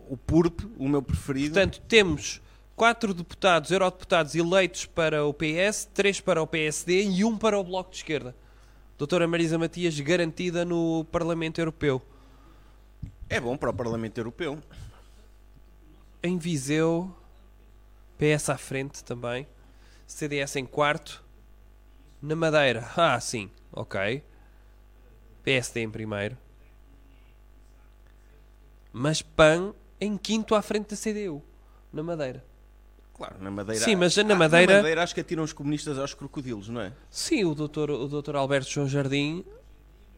[SPEAKER 3] O PURP, o meu preferido.
[SPEAKER 2] Portanto, temos quatro deputados, eurodeputados eleitos para o PS, três para o PSD e um para o Bloco de Esquerda. Doutora Marisa Matias garantida no Parlamento Europeu.
[SPEAKER 3] É bom para o Parlamento Europeu.
[SPEAKER 2] Em Viseu, PS à frente também. CDS em quarto. Na Madeira. Ah, sim. Ok. PSD em primeiro. Mas PAN em quinto à frente da CDU. Na Madeira.
[SPEAKER 3] Claro, na Madeira.
[SPEAKER 2] Sim, mas na
[SPEAKER 3] Ah,
[SPEAKER 2] Madeira-
[SPEAKER 3] Na Madeira acho que atiram os comunistas aos crocodilos, não é?
[SPEAKER 2] Sim, o doutor, o doutor Alberto João tá Jardim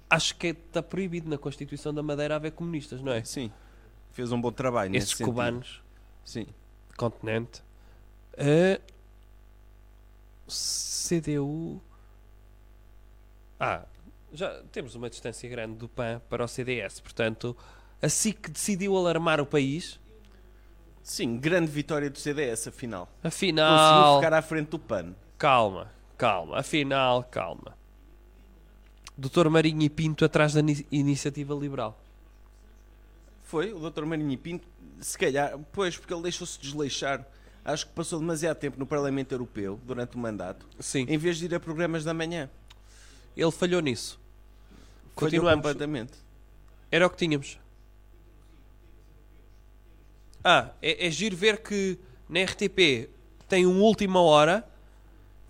[SPEAKER 2] acho que está proibido na Constituição da Madeira haver comunistas, não é?
[SPEAKER 3] Sim. Fez um bom trabalho.
[SPEAKER 2] Esses
[SPEAKER 3] nesse sentido.
[SPEAKER 2] cubanos.
[SPEAKER 3] Sim.
[SPEAKER 2] Continente. Ah, CDU. Ah, já temos uma distância grande do PAN para o CDS, portanto, a SIC decidiu alarmar o país.
[SPEAKER 3] Sim, grande vitória do CDS, afinal.
[SPEAKER 2] Afinal.
[SPEAKER 3] Conseguiu ficar à frente do PAN.
[SPEAKER 2] Calma, calma, afinal, calma. Doutor Marinho e Pinto atrás da ni- iniciativa liberal.
[SPEAKER 3] Foi, o Dr. Marinho e Pinto, se calhar, pois, porque ele deixou-se desleixar. Acho que passou demasiado tempo no Parlamento Europeu, durante o mandato,
[SPEAKER 2] Sim.
[SPEAKER 3] em vez de ir a programas da manhã.
[SPEAKER 2] Ele falhou nisso.
[SPEAKER 3] Falhou
[SPEAKER 2] Continuamos.
[SPEAKER 3] completamente.
[SPEAKER 2] Era o que tínhamos. Ah, é, é giro ver que na RTP tem uma última hora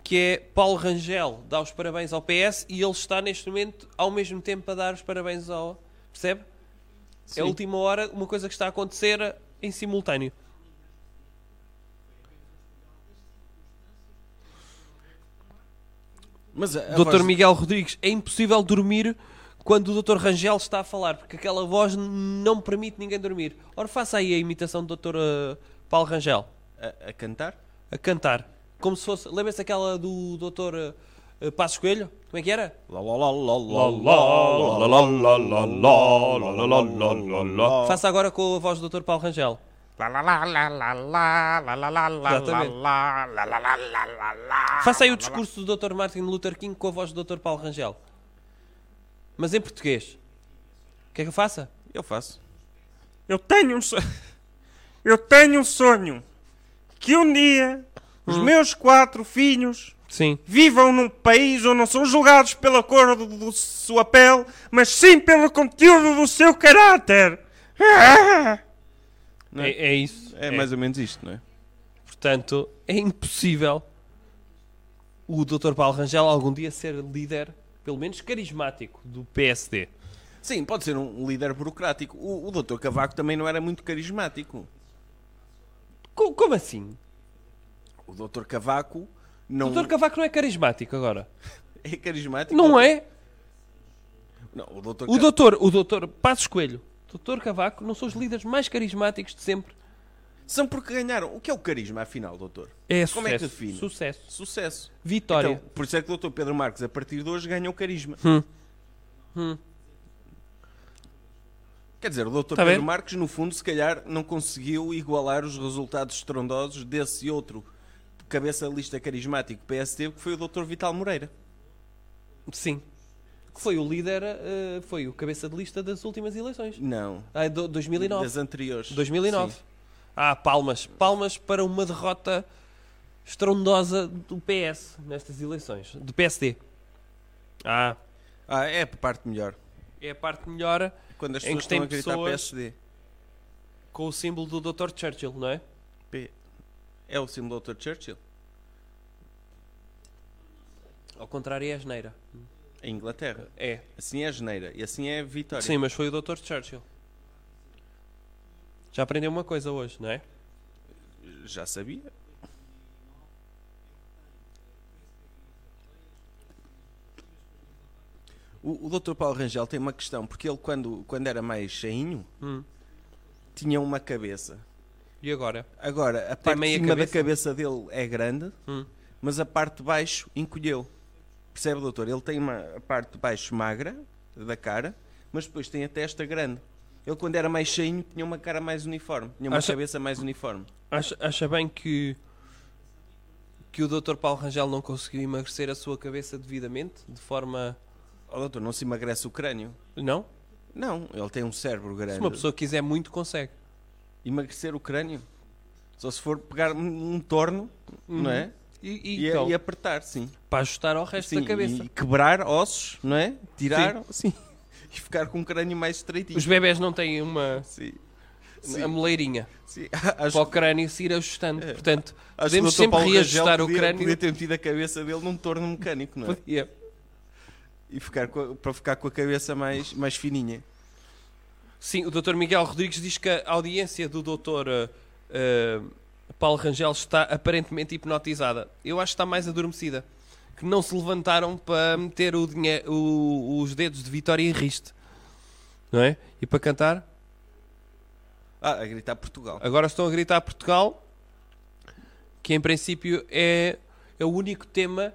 [SPEAKER 2] que é Paulo Rangel dá os parabéns ao PS e ele está neste momento ao mesmo tempo a dar os parabéns ao. Percebe? É a
[SPEAKER 3] Sim.
[SPEAKER 2] última hora, uma coisa que está a acontecer eh, em simultâneo.
[SPEAKER 3] Mas a, a
[SPEAKER 2] Dr.
[SPEAKER 3] voz-
[SPEAKER 2] Miguel Rodrigues, é impossível dormir quando o Dr. Rangel está a falar, porque aquela voz n- não permite ninguém dormir. Ora, faça aí a imitação do Dr. eh, Paulo Rangel.
[SPEAKER 3] A, cantar?
[SPEAKER 2] A cantar. Como se fosse. Lembra-se aquela do Dr. eh, Passos Coelho? Como é que era? Faça agora com a voz do Dr. Paulo Rangel. Exatamente. Faça aí o discurso do Dr. Martin Luther King com a voz do Dr. Paulo Rangel. Mas em português. Quer que eu faça?
[SPEAKER 3] Eu faço.
[SPEAKER 4] Eu tenho um sonho. [LAUGHS] Eu tenho um sonho. Que um dia
[SPEAKER 2] Hum.
[SPEAKER 4] os meus quatro filhos
[SPEAKER 2] Sim.
[SPEAKER 4] vivam num país onde não são julgados pela cor do, do sua pele, mas sim pelo conteúdo do seu caráter. [LAUGHS] Ah!
[SPEAKER 3] não é?
[SPEAKER 2] É, isso.
[SPEAKER 3] É mais ou menos isto, não é?
[SPEAKER 2] Portanto, é impossível o Dr. Paulo Rangel algum dia ser líder, pelo menos carismático, do PSD.
[SPEAKER 3] Sim, pode ser um líder burocrático. O, o Dr. Cavaco também não era muito carismático.
[SPEAKER 2] Co- Como, assim?
[SPEAKER 3] O Dr. Cavaco não
[SPEAKER 2] O Dr. Cavaco não é carismático agora.
[SPEAKER 3] é carismático.
[SPEAKER 2] Não é?
[SPEAKER 3] Não, o Dr.
[SPEAKER 2] O
[SPEAKER 3] Ca-
[SPEAKER 2] doutor, o doutor Passos Coelho, doutor Cavaco, não são os líderes mais carismáticos de sempre.
[SPEAKER 3] São porque ganharam. O que é o carisma, afinal, doutor?
[SPEAKER 2] É
[SPEAKER 3] Como é que
[SPEAKER 2] sucesso.
[SPEAKER 3] define?
[SPEAKER 2] Sucesso.
[SPEAKER 3] Sucesso.
[SPEAKER 2] Vitória.
[SPEAKER 3] Então, por isso é que o doutor Pedro Marques, a partir de hoje, ganhou carisma.
[SPEAKER 2] Hum. Hum.
[SPEAKER 3] Quer dizer, o doutor
[SPEAKER 2] Tá
[SPEAKER 3] Pedro
[SPEAKER 2] bem.
[SPEAKER 3] Marques, no fundo, se calhar não conseguiu igualar os resultados estrondosos desse outro cabeça de lista carismático PST, que foi o doutor Vital Moreira.
[SPEAKER 2] Sim. Que foi o líder, eh, foi o cabeça de lista das últimas eleições.
[SPEAKER 3] Não.
[SPEAKER 2] Ah, do, 2009.
[SPEAKER 3] Das anteriores.
[SPEAKER 2] 2009.
[SPEAKER 3] Sim.
[SPEAKER 2] Ah, palmas. Palmas para uma derrota estrondosa do PS nestas eleições. Do PSD. Ah.
[SPEAKER 3] Ah, é a parte melhor.
[SPEAKER 2] É a parte melhor
[SPEAKER 3] Quando as
[SPEAKER 2] em
[SPEAKER 3] pessoas
[SPEAKER 2] que tem
[SPEAKER 3] estão a gritar
[SPEAKER 2] pessoas
[SPEAKER 3] PSD.
[SPEAKER 2] com o símbolo do Dr. Churchill, não é?
[SPEAKER 3] P- É o símbolo do Dr. Churchill.
[SPEAKER 2] Ao contrário é a geneira.
[SPEAKER 3] Em Inglaterra.
[SPEAKER 2] É.
[SPEAKER 3] Assim é a geneira. E assim é a vitória.
[SPEAKER 2] Sim, mas foi o Dr. Churchill. Já aprendeu uma coisa hoje, não é?
[SPEAKER 3] Já sabia. O, o Dr. Paulo Rangel tem uma questão, porque ele, quando, quando era mais cheinho,
[SPEAKER 2] Hum.
[SPEAKER 3] tinha uma cabeça.
[SPEAKER 2] E agora?
[SPEAKER 3] Agora,
[SPEAKER 2] Tem
[SPEAKER 3] a parte de
[SPEAKER 2] meia
[SPEAKER 3] cima
[SPEAKER 2] cabeça?
[SPEAKER 3] da cabeça dele é grande,
[SPEAKER 2] Hum.
[SPEAKER 3] mas a parte de baixo encolheu. Percebe, doutor? Ele tem uma a parte de baixo magra, da cara, mas depois tem a testa grande. Ele, quando era mais cheinho, tinha uma cara mais uniforme, tinha uma
[SPEAKER 2] Acha-
[SPEAKER 3] cabeça mais uniforme.
[SPEAKER 2] Acha, acha bem que que o Dr. Paulo Rangel não conseguiu emagrecer a sua cabeça devidamente, de forma
[SPEAKER 3] Oh, doutor, não se emagrece o crânio?
[SPEAKER 2] não?
[SPEAKER 3] Não, ele tem um cérebro grande.
[SPEAKER 2] Se uma pessoa quiser muito consegue.
[SPEAKER 3] Emagrecer o crânio? Só se for pegar um um torno, não é?
[SPEAKER 2] Uhum. E, e,
[SPEAKER 3] E,
[SPEAKER 2] então,
[SPEAKER 3] e apertar, sim.
[SPEAKER 2] para ajustar ao resto
[SPEAKER 3] Sim,
[SPEAKER 2] da cabeça.
[SPEAKER 3] E quebrar ossos, não é? Tirar, sim. E ficar com o crânio mais estreitinho.
[SPEAKER 2] Os bebés não têm uma
[SPEAKER 3] Sim.
[SPEAKER 2] a
[SPEAKER 3] Sim.
[SPEAKER 2] moleirinha.
[SPEAKER 3] Sim. [LAUGHS]
[SPEAKER 2] Para o crânio se ir ajustando. Portanto,
[SPEAKER 3] Acho
[SPEAKER 2] podemos
[SPEAKER 3] que o Dr.
[SPEAKER 2] sempre
[SPEAKER 3] Paulo Rangel
[SPEAKER 2] reajustar o
[SPEAKER 3] podia-
[SPEAKER 2] crânio.
[SPEAKER 3] Podia ter metido a cabeça dele num torno mecânico, não é?
[SPEAKER 2] Podia.
[SPEAKER 3] E ficar com a- para ficar com a cabeça mais, mais fininha.
[SPEAKER 2] Sim, o Dr. Miguel Rodrigues diz que a audiência do Dr. eh, eh, Paulo Rangel está aparentemente hipnotizada. Eu acho que está mais adormecida. Que não se levantaram para meter o dinhe- o- os dedos de Vitória em riste. Não é? E para cantar?
[SPEAKER 3] Ah, a gritar Portugal.
[SPEAKER 2] Agora estão a gritar Portugal, que em princípio é, é o único tema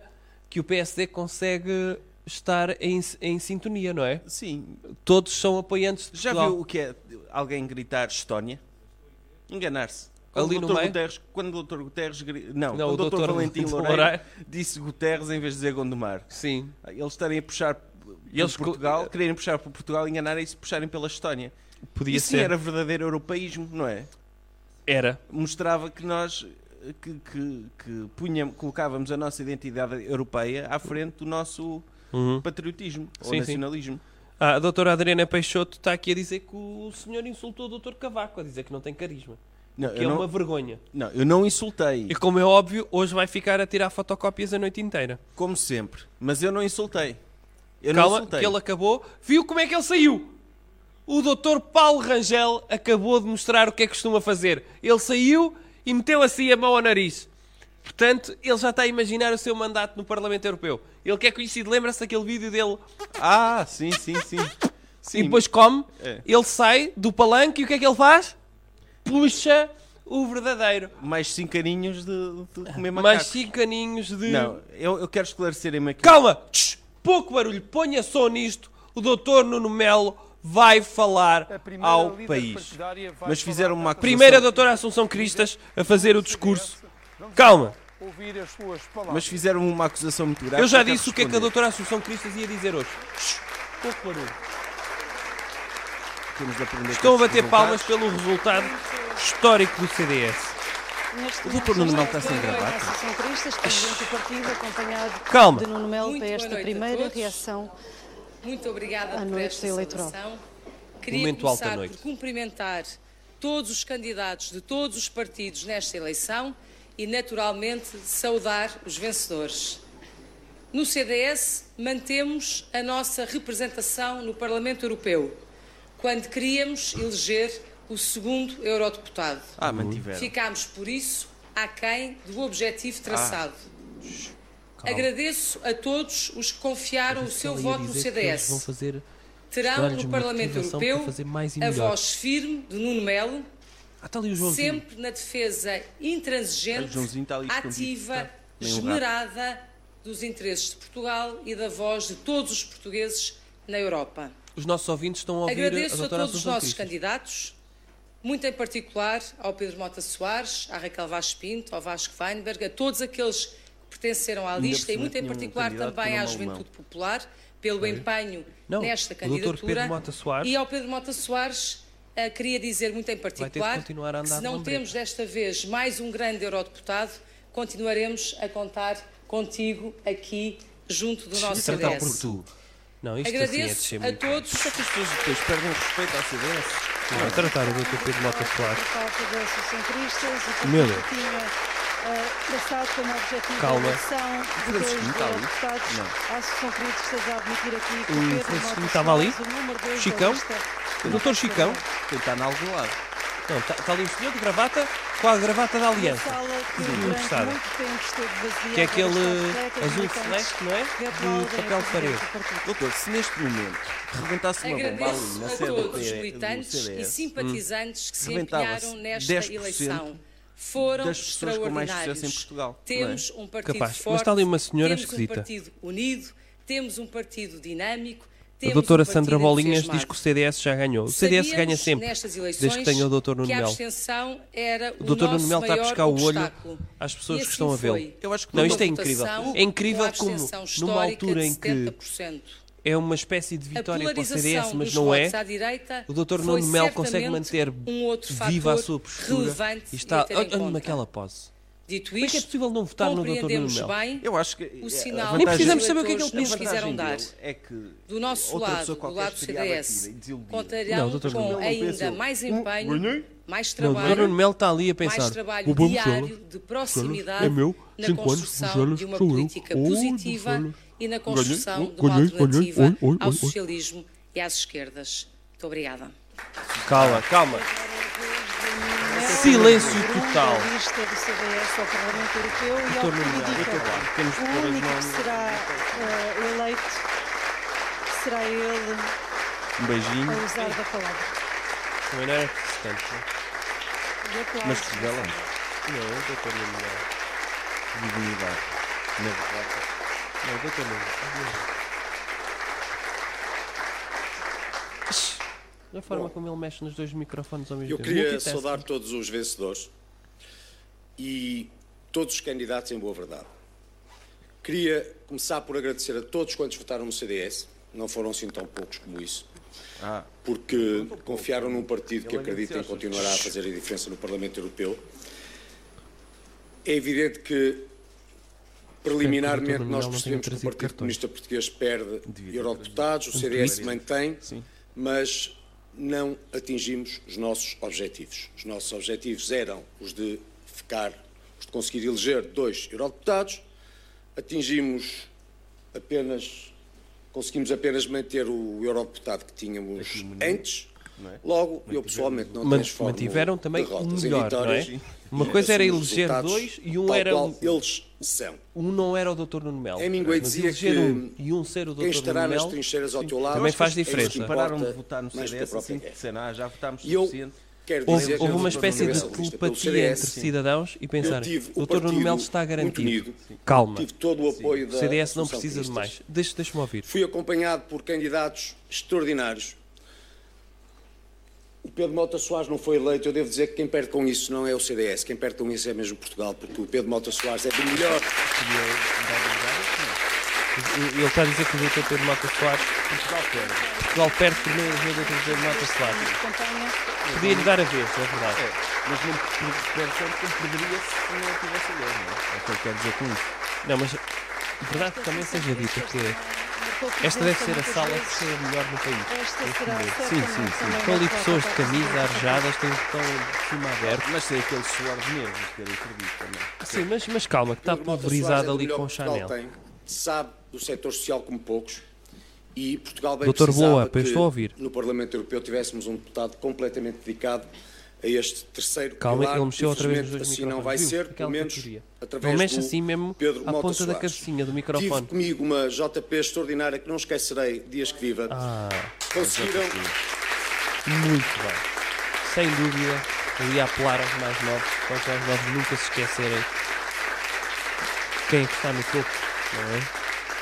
[SPEAKER 2] que o PSD consegue estar em, em sintonia, não é?
[SPEAKER 3] Sim.
[SPEAKER 2] Todos são apoiantes de
[SPEAKER 3] Já
[SPEAKER 2] Portugal.
[SPEAKER 3] viu o que é alguém gritar Estónia? Enganar-se. Quando
[SPEAKER 2] Ali
[SPEAKER 3] o
[SPEAKER 2] no
[SPEAKER 3] Dr.
[SPEAKER 2] meio?
[SPEAKER 3] Guterres, quando o Dr. Guterres gri- não,
[SPEAKER 2] Não,
[SPEAKER 3] quando
[SPEAKER 2] o
[SPEAKER 3] o Dr.
[SPEAKER 2] Dr.
[SPEAKER 3] Valentim
[SPEAKER 2] Loureiro.
[SPEAKER 3] Loureiro disse Guterres em vez de dizer Gondomar.
[SPEAKER 2] Sim.
[SPEAKER 3] Eles estarem a puxar
[SPEAKER 2] E
[SPEAKER 3] eles
[SPEAKER 2] eles co-
[SPEAKER 3] Portugal, quererem puxar por Portugal, enganarem-se e puxarem pela Estónia.
[SPEAKER 2] Podia
[SPEAKER 3] Isso sim
[SPEAKER 2] ser.
[SPEAKER 3] era verdadeiro europeísmo, não é?
[SPEAKER 2] Era.
[SPEAKER 3] Mostrava que nós eh, que, que, que punham- colocávamos a nossa identidade europeia à frente do nosso
[SPEAKER 2] Uhum.
[SPEAKER 3] patriotismo ou
[SPEAKER 2] Sim, sim.
[SPEAKER 3] nacionalismo.
[SPEAKER 2] Ah, a doutora Adriana Peixoto está aqui a dizer que o senhor insultou o doutor Cavaco, a dizer que não tem carisma.
[SPEAKER 3] Não,
[SPEAKER 2] que
[SPEAKER 3] eu
[SPEAKER 2] é
[SPEAKER 3] não-
[SPEAKER 2] uma vergonha.
[SPEAKER 3] Não, eu não insultei.
[SPEAKER 2] E como é óbvio, hoje vai ficar a tirar fotocópias a noite inteira.
[SPEAKER 3] Como sempre. Mas eu não insultei. Eu não
[SPEAKER 2] Calma,
[SPEAKER 3] insultei.
[SPEAKER 2] que ele acabou. Viu como é que ele saiu? O doutor Paulo Rangel acabou de mostrar o que é que costuma fazer. Ele saiu e meteu assim a mão ao nariz. Portanto, ele já está a imaginar o seu mandato no Parlamento Europeu. Ele que é conhecido, lembra-se daquele vídeo dele?
[SPEAKER 3] Ah, sim, sim, sim.
[SPEAKER 2] E depois come,
[SPEAKER 3] É.
[SPEAKER 2] ele sai do palanque e o que é que ele faz? Puxa o verdadeiro.
[SPEAKER 3] Mais cinco caninhos de, de comer macacos.
[SPEAKER 2] Mais cinco caninhos de...
[SPEAKER 3] Não, eu, eu quero esclarecerem-me aqui.
[SPEAKER 2] Calma! Tsh! pouco barulho, ponha só nisto. O doutor Nuno Melo vai falar ao país.
[SPEAKER 3] Mas fizeram uma acusação.
[SPEAKER 2] Primeiro a doutora Assunção Cristas a fazer o discurso. Calma,
[SPEAKER 9] Ouvir as suas
[SPEAKER 3] Mas
[SPEAKER 9] palavras.
[SPEAKER 3] fizeram uma acusação muito grave.
[SPEAKER 2] eu já
[SPEAKER 3] eu quero
[SPEAKER 2] disse o que é que a
[SPEAKER 3] responder.
[SPEAKER 2] doutora Assunção Cristas ia dizer hoje. Shhh, pouco barulho.
[SPEAKER 3] Temos de aprender
[SPEAKER 2] Estão a
[SPEAKER 3] com estes
[SPEAKER 2] bater palmas
[SPEAKER 3] resultados.
[SPEAKER 2] pelo resultado histórico do CDS.
[SPEAKER 13] Neste
[SPEAKER 3] O doutor Nuno Melo está sem
[SPEAKER 13] gravata.
[SPEAKER 3] gravata.
[SPEAKER 13] Associação Cristas, presidente do partido, acompanhado
[SPEAKER 2] Calma. Um
[SPEAKER 13] de Nuno Melo
[SPEAKER 14] Muito
[SPEAKER 13] para
[SPEAKER 14] boa
[SPEAKER 13] esta
[SPEAKER 14] noite a
[SPEAKER 13] primeira
[SPEAKER 14] todos.
[SPEAKER 13] reação.
[SPEAKER 14] Muito obrigada
[SPEAKER 13] À
[SPEAKER 14] por
[SPEAKER 13] noite
[SPEAKER 14] esta
[SPEAKER 13] eleitoral.
[SPEAKER 14] saudação. Queria
[SPEAKER 2] Momento alta
[SPEAKER 14] começar
[SPEAKER 2] noite.
[SPEAKER 14] por cumprimentar todos os candidatos de todos os partidos nesta eleição e, naturalmente, saudar os vencedores. No CDS, mantemos a nossa representação no Parlamento Europeu, quando queríamos eleger o segundo eurodeputado.
[SPEAKER 3] Ah, mantiveram.
[SPEAKER 14] Ficámos, por isso, aquém do objetivo traçado. Agradeço a todos os que confiaram o seu
[SPEAKER 2] Ela ia
[SPEAKER 14] voto no
[SPEAKER 2] dizer que eles vão
[SPEAKER 14] CDS.
[SPEAKER 2] fazer
[SPEAKER 14] Terão
[SPEAKER 2] dar-lhes
[SPEAKER 14] no
[SPEAKER 2] uma
[SPEAKER 14] Parlamento
[SPEAKER 2] motivação
[SPEAKER 14] Europeu
[SPEAKER 2] para fazer mais e
[SPEAKER 14] a
[SPEAKER 2] melhor.
[SPEAKER 14] voz firme de Nuno Melo,
[SPEAKER 2] Ah, está ali o Joãozinho.
[SPEAKER 14] sempre na defesa
[SPEAKER 3] Ah, o Joãozinho
[SPEAKER 14] intransigente,
[SPEAKER 3] está ali escondido,
[SPEAKER 14] ativa,
[SPEAKER 3] está. Nem um rato.
[SPEAKER 14] esmerada dos interesses de Portugal e da voz de todos os portugueses na Europa.
[SPEAKER 2] Os nossos ouvintes estão a ouvir a
[SPEAKER 14] Agradeço a,
[SPEAKER 2] doutora
[SPEAKER 14] todos os
[SPEAKER 2] Assunção
[SPEAKER 14] nossos
[SPEAKER 2] Cristas.
[SPEAKER 14] candidatos, muito em particular ao Pedro Mota Soares, à Raquel Vaz Pinto, ao Vasco Weinberg, a todos aqueles que pertenceram à
[SPEAKER 2] Ainda por
[SPEAKER 14] lista e
[SPEAKER 2] cima
[SPEAKER 14] muito em
[SPEAKER 2] tinha um
[SPEAKER 14] particular
[SPEAKER 2] candidato que
[SPEAKER 14] também
[SPEAKER 2] era
[SPEAKER 14] à
[SPEAKER 2] um alemão.
[SPEAKER 14] Juventude Popular, pelo empenho
[SPEAKER 2] Não,
[SPEAKER 14] nesta
[SPEAKER 2] o doutor
[SPEAKER 14] candidatura.
[SPEAKER 2] Pedro Mota Soares.
[SPEAKER 14] E ao Pedro Mota Soares eh, queria dizer muito em particular
[SPEAKER 2] continuar a
[SPEAKER 14] que
[SPEAKER 2] andar
[SPEAKER 14] se
[SPEAKER 2] de
[SPEAKER 14] não
[SPEAKER 2] lambreta.
[SPEAKER 14] temos desta vez mais um grande eurodeputado, continuaremos a contar contigo aqui junto do nosso
[SPEAKER 2] Tratar por
[SPEAKER 14] CDS.
[SPEAKER 2] tu. Não, isto assim é de
[SPEAKER 14] Agradeço
[SPEAKER 2] ser
[SPEAKER 14] a
[SPEAKER 2] muito...
[SPEAKER 14] todos.
[SPEAKER 3] Depois perdem o respeito ao CDS.
[SPEAKER 2] Não, tratar o doutor Pedro Mota Soares.
[SPEAKER 13] Parte da Associação Cristas, o
[SPEAKER 2] Meu Deus.
[SPEAKER 13] partido tinha eh, traçado como objetivo
[SPEAKER 2] Calma.
[SPEAKER 13] a eleição de dois
[SPEAKER 2] Francisco está ali?
[SPEAKER 13] deputados.
[SPEAKER 2] Não.
[SPEAKER 13] A Associação Cristas a admitir aqui que
[SPEAKER 2] O
[SPEAKER 13] Pedro
[SPEAKER 2] Francisco
[SPEAKER 13] Mota
[SPEAKER 2] estava ali?
[SPEAKER 13] Soares, o número dois da
[SPEAKER 2] Chicão?
[SPEAKER 13] lista,
[SPEAKER 2] O doutor Chicão.
[SPEAKER 3] Ele está na algum lado.
[SPEAKER 2] Não, está está ali o senhor de gravata com a gravata da
[SPEAKER 13] uma
[SPEAKER 2] aliança.
[SPEAKER 13] sala que
[SPEAKER 2] Sim,
[SPEAKER 13] durante
[SPEAKER 2] encostada.
[SPEAKER 13] muito tempo esteve vazia.
[SPEAKER 2] É. Que é aquele
[SPEAKER 13] agora está
[SPEAKER 2] azul
[SPEAKER 13] repleta de
[SPEAKER 2] celeste, não é?
[SPEAKER 13] militantes
[SPEAKER 2] Do
[SPEAKER 13] atual da
[SPEAKER 2] papel de parede.
[SPEAKER 3] Doutor, se neste momento rebentasse uma bomba ali
[SPEAKER 14] Agradeço
[SPEAKER 3] na
[SPEAKER 14] a
[SPEAKER 3] sede do
[SPEAKER 14] todos os
[SPEAKER 3] PD do
[SPEAKER 14] militantes e
[SPEAKER 3] CDS,
[SPEAKER 14] simpatizantes que se
[SPEAKER 3] Rebentava-se
[SPEAKER 14] empenharam nesta
[SPEAKER 3] 10%
[SPEAKER 14] eleição. Foram
[SPEAKER 3] das pessoas com mais
[SPEAKER 14] extraordinários.
[SPEAKER 3] sucesso em Portugal, não é?
[SPEAKER 14] Temos um partido
[SPEAKER 2] Capaz. Mas
[SPEAKER 14] forte,
[SPEAKER 2] está ali uma senhora
[SPEAKER 14] temos
[SPEAKER 2] esquisita.
[SPEAKER 14] um partido unido, temos um partido dinâmico,
[SPEAKER 2] A
[SPEAKER 14] temos
[SPEAKER 2] doutora
[SPEAKER 14] um partido
[SPEAKER 2] Sandra Bolinhas diz
[SPEAKER 14] entusiasmado.
[SPEAKER 2] que o CDS já ganhou. O CDS
[SPEAKER 14] Sabíamos
[SPEAKER 2] ganha sempre,
[SPEAKER 14] nestas
[SPEAKER 2] desde
[SPEAKER 14] eleições
[SPEAKER 2] que tenha o doutor Nuno
[SPEAKER 14] que a
[SPEAKER 2] Melo.
[SPEAKER 14] abstenção era
[SPEAKER 2] O
[SPEAKER 14] o
[SPEAKER 2] doutor
[SPEAKER 14] nosso
[SPEAKER 2] Nuno Melo está a
[SPEAKER 14] maior
[SPEAKER 2] pescar o olho
[SPEAKER 14] obstáculo.
[SPEAKER 2] às pessoas
[SPEAKER 14] E
[SPEAKER 2] que estão a
[SPEAKER 14] assim
[SPEAKER 2] vê-lo.
[SPEAKER 14] foi.
[SPEAKER 2] Eu acho que
[SPEAKER 14] Uma
[SPEAKER 2] não, isto é incrível.
[SPEAKER 14] votação
[SPEAKER 2] É incrível
[SPEAKER 14] com a
[SPEAKER 2] como,
[SPEAKER 14] abstenção
[SPEAKER 2] numa
[SPEAKER 14] histórica
[SPEAKER 2] altura
[SPEAKER 14] de
[SPEAKER 2] em que
[SPEAKER 14] 70%.
[SPEAKER 2] é uma espécie de
[SPEAKER 14] A
[SPEAKER 2] vitória para o CDS,
[SPEAKER 14] polarização
[SPEAKER 2] mas
[SPEAKER 14] dos
[SPEAKER 2] não é,
[SPEAKER 14] votos à direita
[SPEAKER 2] o doutor
[SPEAKER 14] foi
[SPEAKER 2] Nuno Melo consegue
[SPEAKER 14] certamente
[SPEAKER 2] manter
[SPEAKER 14] um outro
[SPEAKER 2] viva a
[SPEAKER 14] fator
[SPEAKER 2] sua postura.
[SPEAKER 14] relevante
[SPEAKER 2] E está,
[SPEAKER 14] a ter em
[SPEAKER 2] olha-me
[SPEAKER 14] conta.
[SPEAKER 2] aquela pose.
[SPEAKER 14] Dito
[SPEAKER 2] Como é
[SPEAKER 14] isto,
[SPEAKER 2] que é possível não votar no doutor Nuno
[SPEAKER 14] compreendemos
[SPEAKER 2] Melo?
[SPEAKER 14] bem
[SPEAKER 3] Eu acho que
[SPEAKER 14] o
[SPEAKER 3] é, a
[SPEAKER 14] sinal que
[SPEAKER 3] vantagem-
[SPEAKER 14] os
[SPEAKER 2] precisamos saber o que é que
[SPEAKER 14] eleitores
[SPEAKER 2] eles
[SPEAKER 14] nos
[SPEAKER 3] A
[SPEAKER 14] quiseram
[SPEAKER 3] vantagem
[SPEAKER 14] dar.
[SPEAKER 3] dele É que
[SPEAKER 14] Do nosso
[SPEAKER 3] outra
[SPEAKER 14] lado,
[SPEAKER 3] pessoa
[SPEAKER 14] do
[SPEAKER 3] qualquer
[SPEAKER 14] lado do
[SPEAKER 3] estaria
[SPEAKER 14] CDS,
[SPEAKER 3] abatida e desiludida.
[SPEAKER 2] Não,
[SPEAKER 14] contarão
[SPEAKER 2] o doutor Nuno
[SPEAKER 14] com
[SPEAKER 2] Melo
[SPEAKER 14] ainda
[SPEAKER 3] pensou,
[SPEAKER 14] mais
[SPEAKER 3] "Hum,
[SPEAKER 14] empenho, mais
[SPEAKER 2] Não, o doutor
[SPEAKER 14] trabalho,
[SPEAKER 2] Nuno Melo está ali a pensar.
[SPEAKER 14] mais
[SPEAKER 2] "O
[SPEAKER 14] trabalho
[SPEAKER 2] Bambucelo,
[SPEAKER 14] diário
[SPEAKER 2] os
[SPEAKER 14] de
[SPEAKER 2] olhos,
[SPEAKER 14] proximidade
[SPEAKER 2] é meu,
[SPEAKER 14] na
[SPEAKER 2] cinco anos, os
[SPEAKER 14] construção
[SPEAKER 2] olhos,
[SPEAKER 14] de uma
[SPEAKER 2] sou eu.
[SPEAKER 14] política
[SPEAKER 2] Oi, os
[SPEAKER 14] positiva
[SPEAKER 2] olhos.
[SPEAKER 14] e na
[SPEAKER 2] Ganhei,
[SPEAKER 14] construção
[SPEAKER 2] oi,
[SPEAKER 14] de uma
[SPEAKER 2] ganhei, ganhei, oi,
[SPEAKER 14] alternativa
[SPEAKER 2] oi,
[SPEAKER 14] ao
[SPEAKER 2] oi, oi.
[SPEAKER 14] socialismo e às esquerdas. Muito obrigada.
[SPEAKER 2] Calma, calma. Silêncio total.
[SPEAKER 13] A lista do CDS ao Parlamento Europeu e ao
[SPEAKER 2] Doutor Nuno Melo, doutor Nuno Melo,
[SPEAKER 13] que
[SPEAKER 2] temos
[SPEAKER 13] indica
[SPEAKER 2] que
[SPEAKER 13] o
[SPEAKER 2] pôr as
[SPEAKER 13] único que
[SPEAKER 2] mãos.
[SPEAKER 13] será eh, eleito será ele
[SPEAKER 3] Um beijinho.
[SPEAKER 13] a usar da palavra.
[SPEAKER 2] Também não era preciso tanto, não é?
[SPEAKER 13] aplausos.
[SPEAKER 3] Mas que galã. Não, doutor Nuno. Dignidade. Na derrota. Não, doutor Nuno.
[SPEAKER 2] Da forma como ele mexe nos dois microfones ao mesmo
[SPEAKER 15] Eu
[SPEAKER 2] tempo.
[SPEAKER 15] queria
[SPEAKER 2] Multitasking.
[SPEAKER 15] saudar todos os vencedores e todos os candidatos em boa verdade. Queria começar por agradecer a todos quantos votaram no CDS, não foram assim tão poucos como isso,
[SPEAKER 3] Ah.
[SPEAKER 15] porque confiaram num partido que
[SPEAKER 16] Ele
[SPEAKER 15] acredita em
[SPEAKER 16] agradeceu,
[SPEAKER 15] continuará a fazer a diferença no Parlamento Europeu. É evidente que, preliminarmente,
[SPEAKER 16] Doutor Manuel,
[SPEAKER 15] nós
[SPEAKER 16] não tenho
[SPEAKER 15] percebemos que o
[SPEAKER 16] trazido
[SPEAKER 15] Partido
[SPEAKER 16] cartões.
[SPEAKER 15] Comunista Português perde eurodeputados, o
[SPEAKER 16] Um
[SPEAKER 15] CDS mantém, mas não atingimos os nossos objetivos. Os nossos objetivos eram os de ficar, os de conseguir eleger dois eurodeputados, atingimos apenas, conseguimos apenas manter o eurodeputado que tínhamos antes, logo eu pessoalmente não
[SPEAKER 2] Man-
[SPEAKER 15] transformo
[SPEAKER 2] mantiveram também
[SPEAKER 15] derrotas
[SPEAKER 2] um
[SPEAKER 15] em
[SPEAKER 2] melhor, não é?
[SPEAKER 15] vitórias.
[SPEAKER 2] Uma coisa era
[SPEAKER 15] Assumo os
[SPEAKER 2] eleger
[SPEAKER 15] assim, resultados
[SPEAKER 2] dois e um
[SPEAKER 15] tal
[SPEAKER 2] era
[SPEAKER 15] qual
[SPEAKER 2] o-
[SPEAKER 15] eles são.
[SPEAKER 2] Um não era o Dr. Nuno Melo.
[SPEAKER 15] Hemingway
[SPEAKER 2] mas
[SPEAKER 15] dizia
[SPEAKER 2] eleger
[SPEAKER 15] que
[SPEAKER 2] um e um ser o Dr.
[SPEAKER 15] quem estará
[SPEAKER 2] Nuno
[SPEAKER 15] nas
[SPEAKER 2] Melo,
[SPEAKER 15] trincheiras ao
[SPEAKER 2] sim,
[SPEAKER 15] teu lado
[SPEAKER 2] também faz
[SPEAKER 15] é isso que
[SPEAKER 2] diferença.
[SPEAKER 15] importa.
[SPEAKER 3] Pararam de votar no
[SPEAKER 15] mais que a
[SPEAKER 3] CDS assim
[SPEAKER 15] própria
[SPEAKER 3] que disseram, ah, já votámos
[SPEAKER 15] E eu
[SPEAKER 3] suficiente.
[SPEAKER 15] quero
[SPEAKER 2] Houve,
[SPEAKER 15] dizer que é
[SPEAKER 2] houve uma
[SPEAKER 15] eu
[SPEAKER 2] espécie
[SPEAKER 15] sou
[SPEAKER 2] de
[SPEAKER 15] nacionalista pelo
[SPEAKER 2] telepatia entre
[SPEAKER 15] CDS.
[SPEAKER 2] cidadãos e
[SPEAKER 15] Eu
[SPEAKER 2] pensar:
[SPEAKER 15] tive
[SPEAKER 2] o
[SPEAKER 15] o
[SPEAKER 2] Dr. Nuno Melo
[SPEAKER 15] partido
[SPEAKER 2] está
[SPEAKER 15] muito
[SPEAKER 2] garantido.
[SPEAKER 15] unido.
[SPEAKER 2] Calma.
[SPEAKER 15] Tive todo o apoio
[SPEAKER 2] o
[SPEAKER 15] da
[SPEAKER 2] CDS não
[SPEAKER 15] Associação
[SPEAKER 2] precisa de
[SPEAKER 15] de
[SPEAKER 2] mais. Deixa- Deixa-me ouvir.
[SPEAKER 15] Fui acompanhado por candidatos extraordinários. O Pedro Mota Soares não foi eleito. Eu devo dizer que quem perde com isso não é o CDS. Quem perde com isso é mesmo Portugal, porque o Pedro Mota Soares é do melhor.
[SPEAKER 2] Ele está a dizer que o Dr. Pedro Mata Soares. Portugal perde. Portugal perde primeiro o Dr. Pedro Mata Soares.
[SPEAKER 13] é
[SPEAKER 2] Podia-lhe dar a vez, é verdade.
[SPEAKER 3] Mas não percebe sempre que perderia se não tivesse eleito, não é?
[SPEAKER 2] É o que ele quer dizer com isso. Não, mas verdade que também seja dita que esta deve ser a sala que ser a melhor no país.
[SPEAKER 13] Esta
[SPEAKER 2] Neste
[SPEAKER 13] será
[SPEAKER 2] momento.
[SPEAKER 13] certamente Sim, sim, sim. também
[SPEAKER 2] Estão ali
[SPEAKER 13] uma
[SPEAKER 2] pessoas de
[SPEAKER 13] prova
[SPEAKER 2] camisa
[SPEAKER 13] para vocês.
[SPEAKER 2] arejadas, têm estão de cima aberto.
[SPEAKER 3] Mas tem aquele suor de nervos que ele acredita também.
[SPEAKER 2] Sim, mas, mas calma, que está
[SPEAKER 15] Pedro Mota Soares é
[SPEAKER 2] pulverizado
[SPEAKER 15] do
[SPEAKER 2] ali
[SPEAKER 15] melhor
[SPEAKER 2] com
[SPEAKER 15] que Portugal
[SPEAKER 2] Chanel.
[SPEAKER 15] tem. sabe do setor social como poucos e Portugal bem
[SPEAKER 2] Doutor
[SPEAKER 15] precisava
[SPEAKER 2] Blow Up, eu
[SPEAKER 15] que
[SPEAKER 2] estou a ouvir.
[SPEAKER 15] no Parlamento Europeu tivéssemos um deputado completamente dedicado a este terceiro
[SPEAKER 2] Calma,
[SPEAKER 15] pilar.
[SPEAKER 2] ele mexeu outra vez nos
[SPEAKER 15] Infelizmente,
[SPEAKER 2] dois
[SPEAKER 15] assim não
[SPEAKER 2] microfones,
[SPEAKER 15] vai
[SPEAKER 2] viu?
[SPEAKER 15] ser,
[SPEAKER 2] Aquela
[SPEAKER 15] pelo menos
[SPEAKER 2] categoria.
[SPEAKER 15] através
[SPEAKER 2] Ele mexe
[SPEAKER 15] do
[SPEAKER 2] assim mesmo
[SPEAKER 15] Pedro
[SPEAKER 2] à
[SPEAKER 15] Mota
[SPEAKER 2] ponta da
[SPEAKER 15] Soares.
[SPEAKER 2] cabecinha do
[SPEAKER 15] Tive
[SPEAKER 2] microfone.
[SPEAKER 15] comigo uma JP extraordinária que não esquecerei, dias que viva.
[SPEAKER 2] Ah,
[SPEAKER 15] Conseguiram
[SPEAKER 2] Muito bem. Sem dúvida, ali a apelar aos mais novos, para os mais novos nunca se esquecerem quem é que está no topo, não é?
[SPEAKER 3] Claro,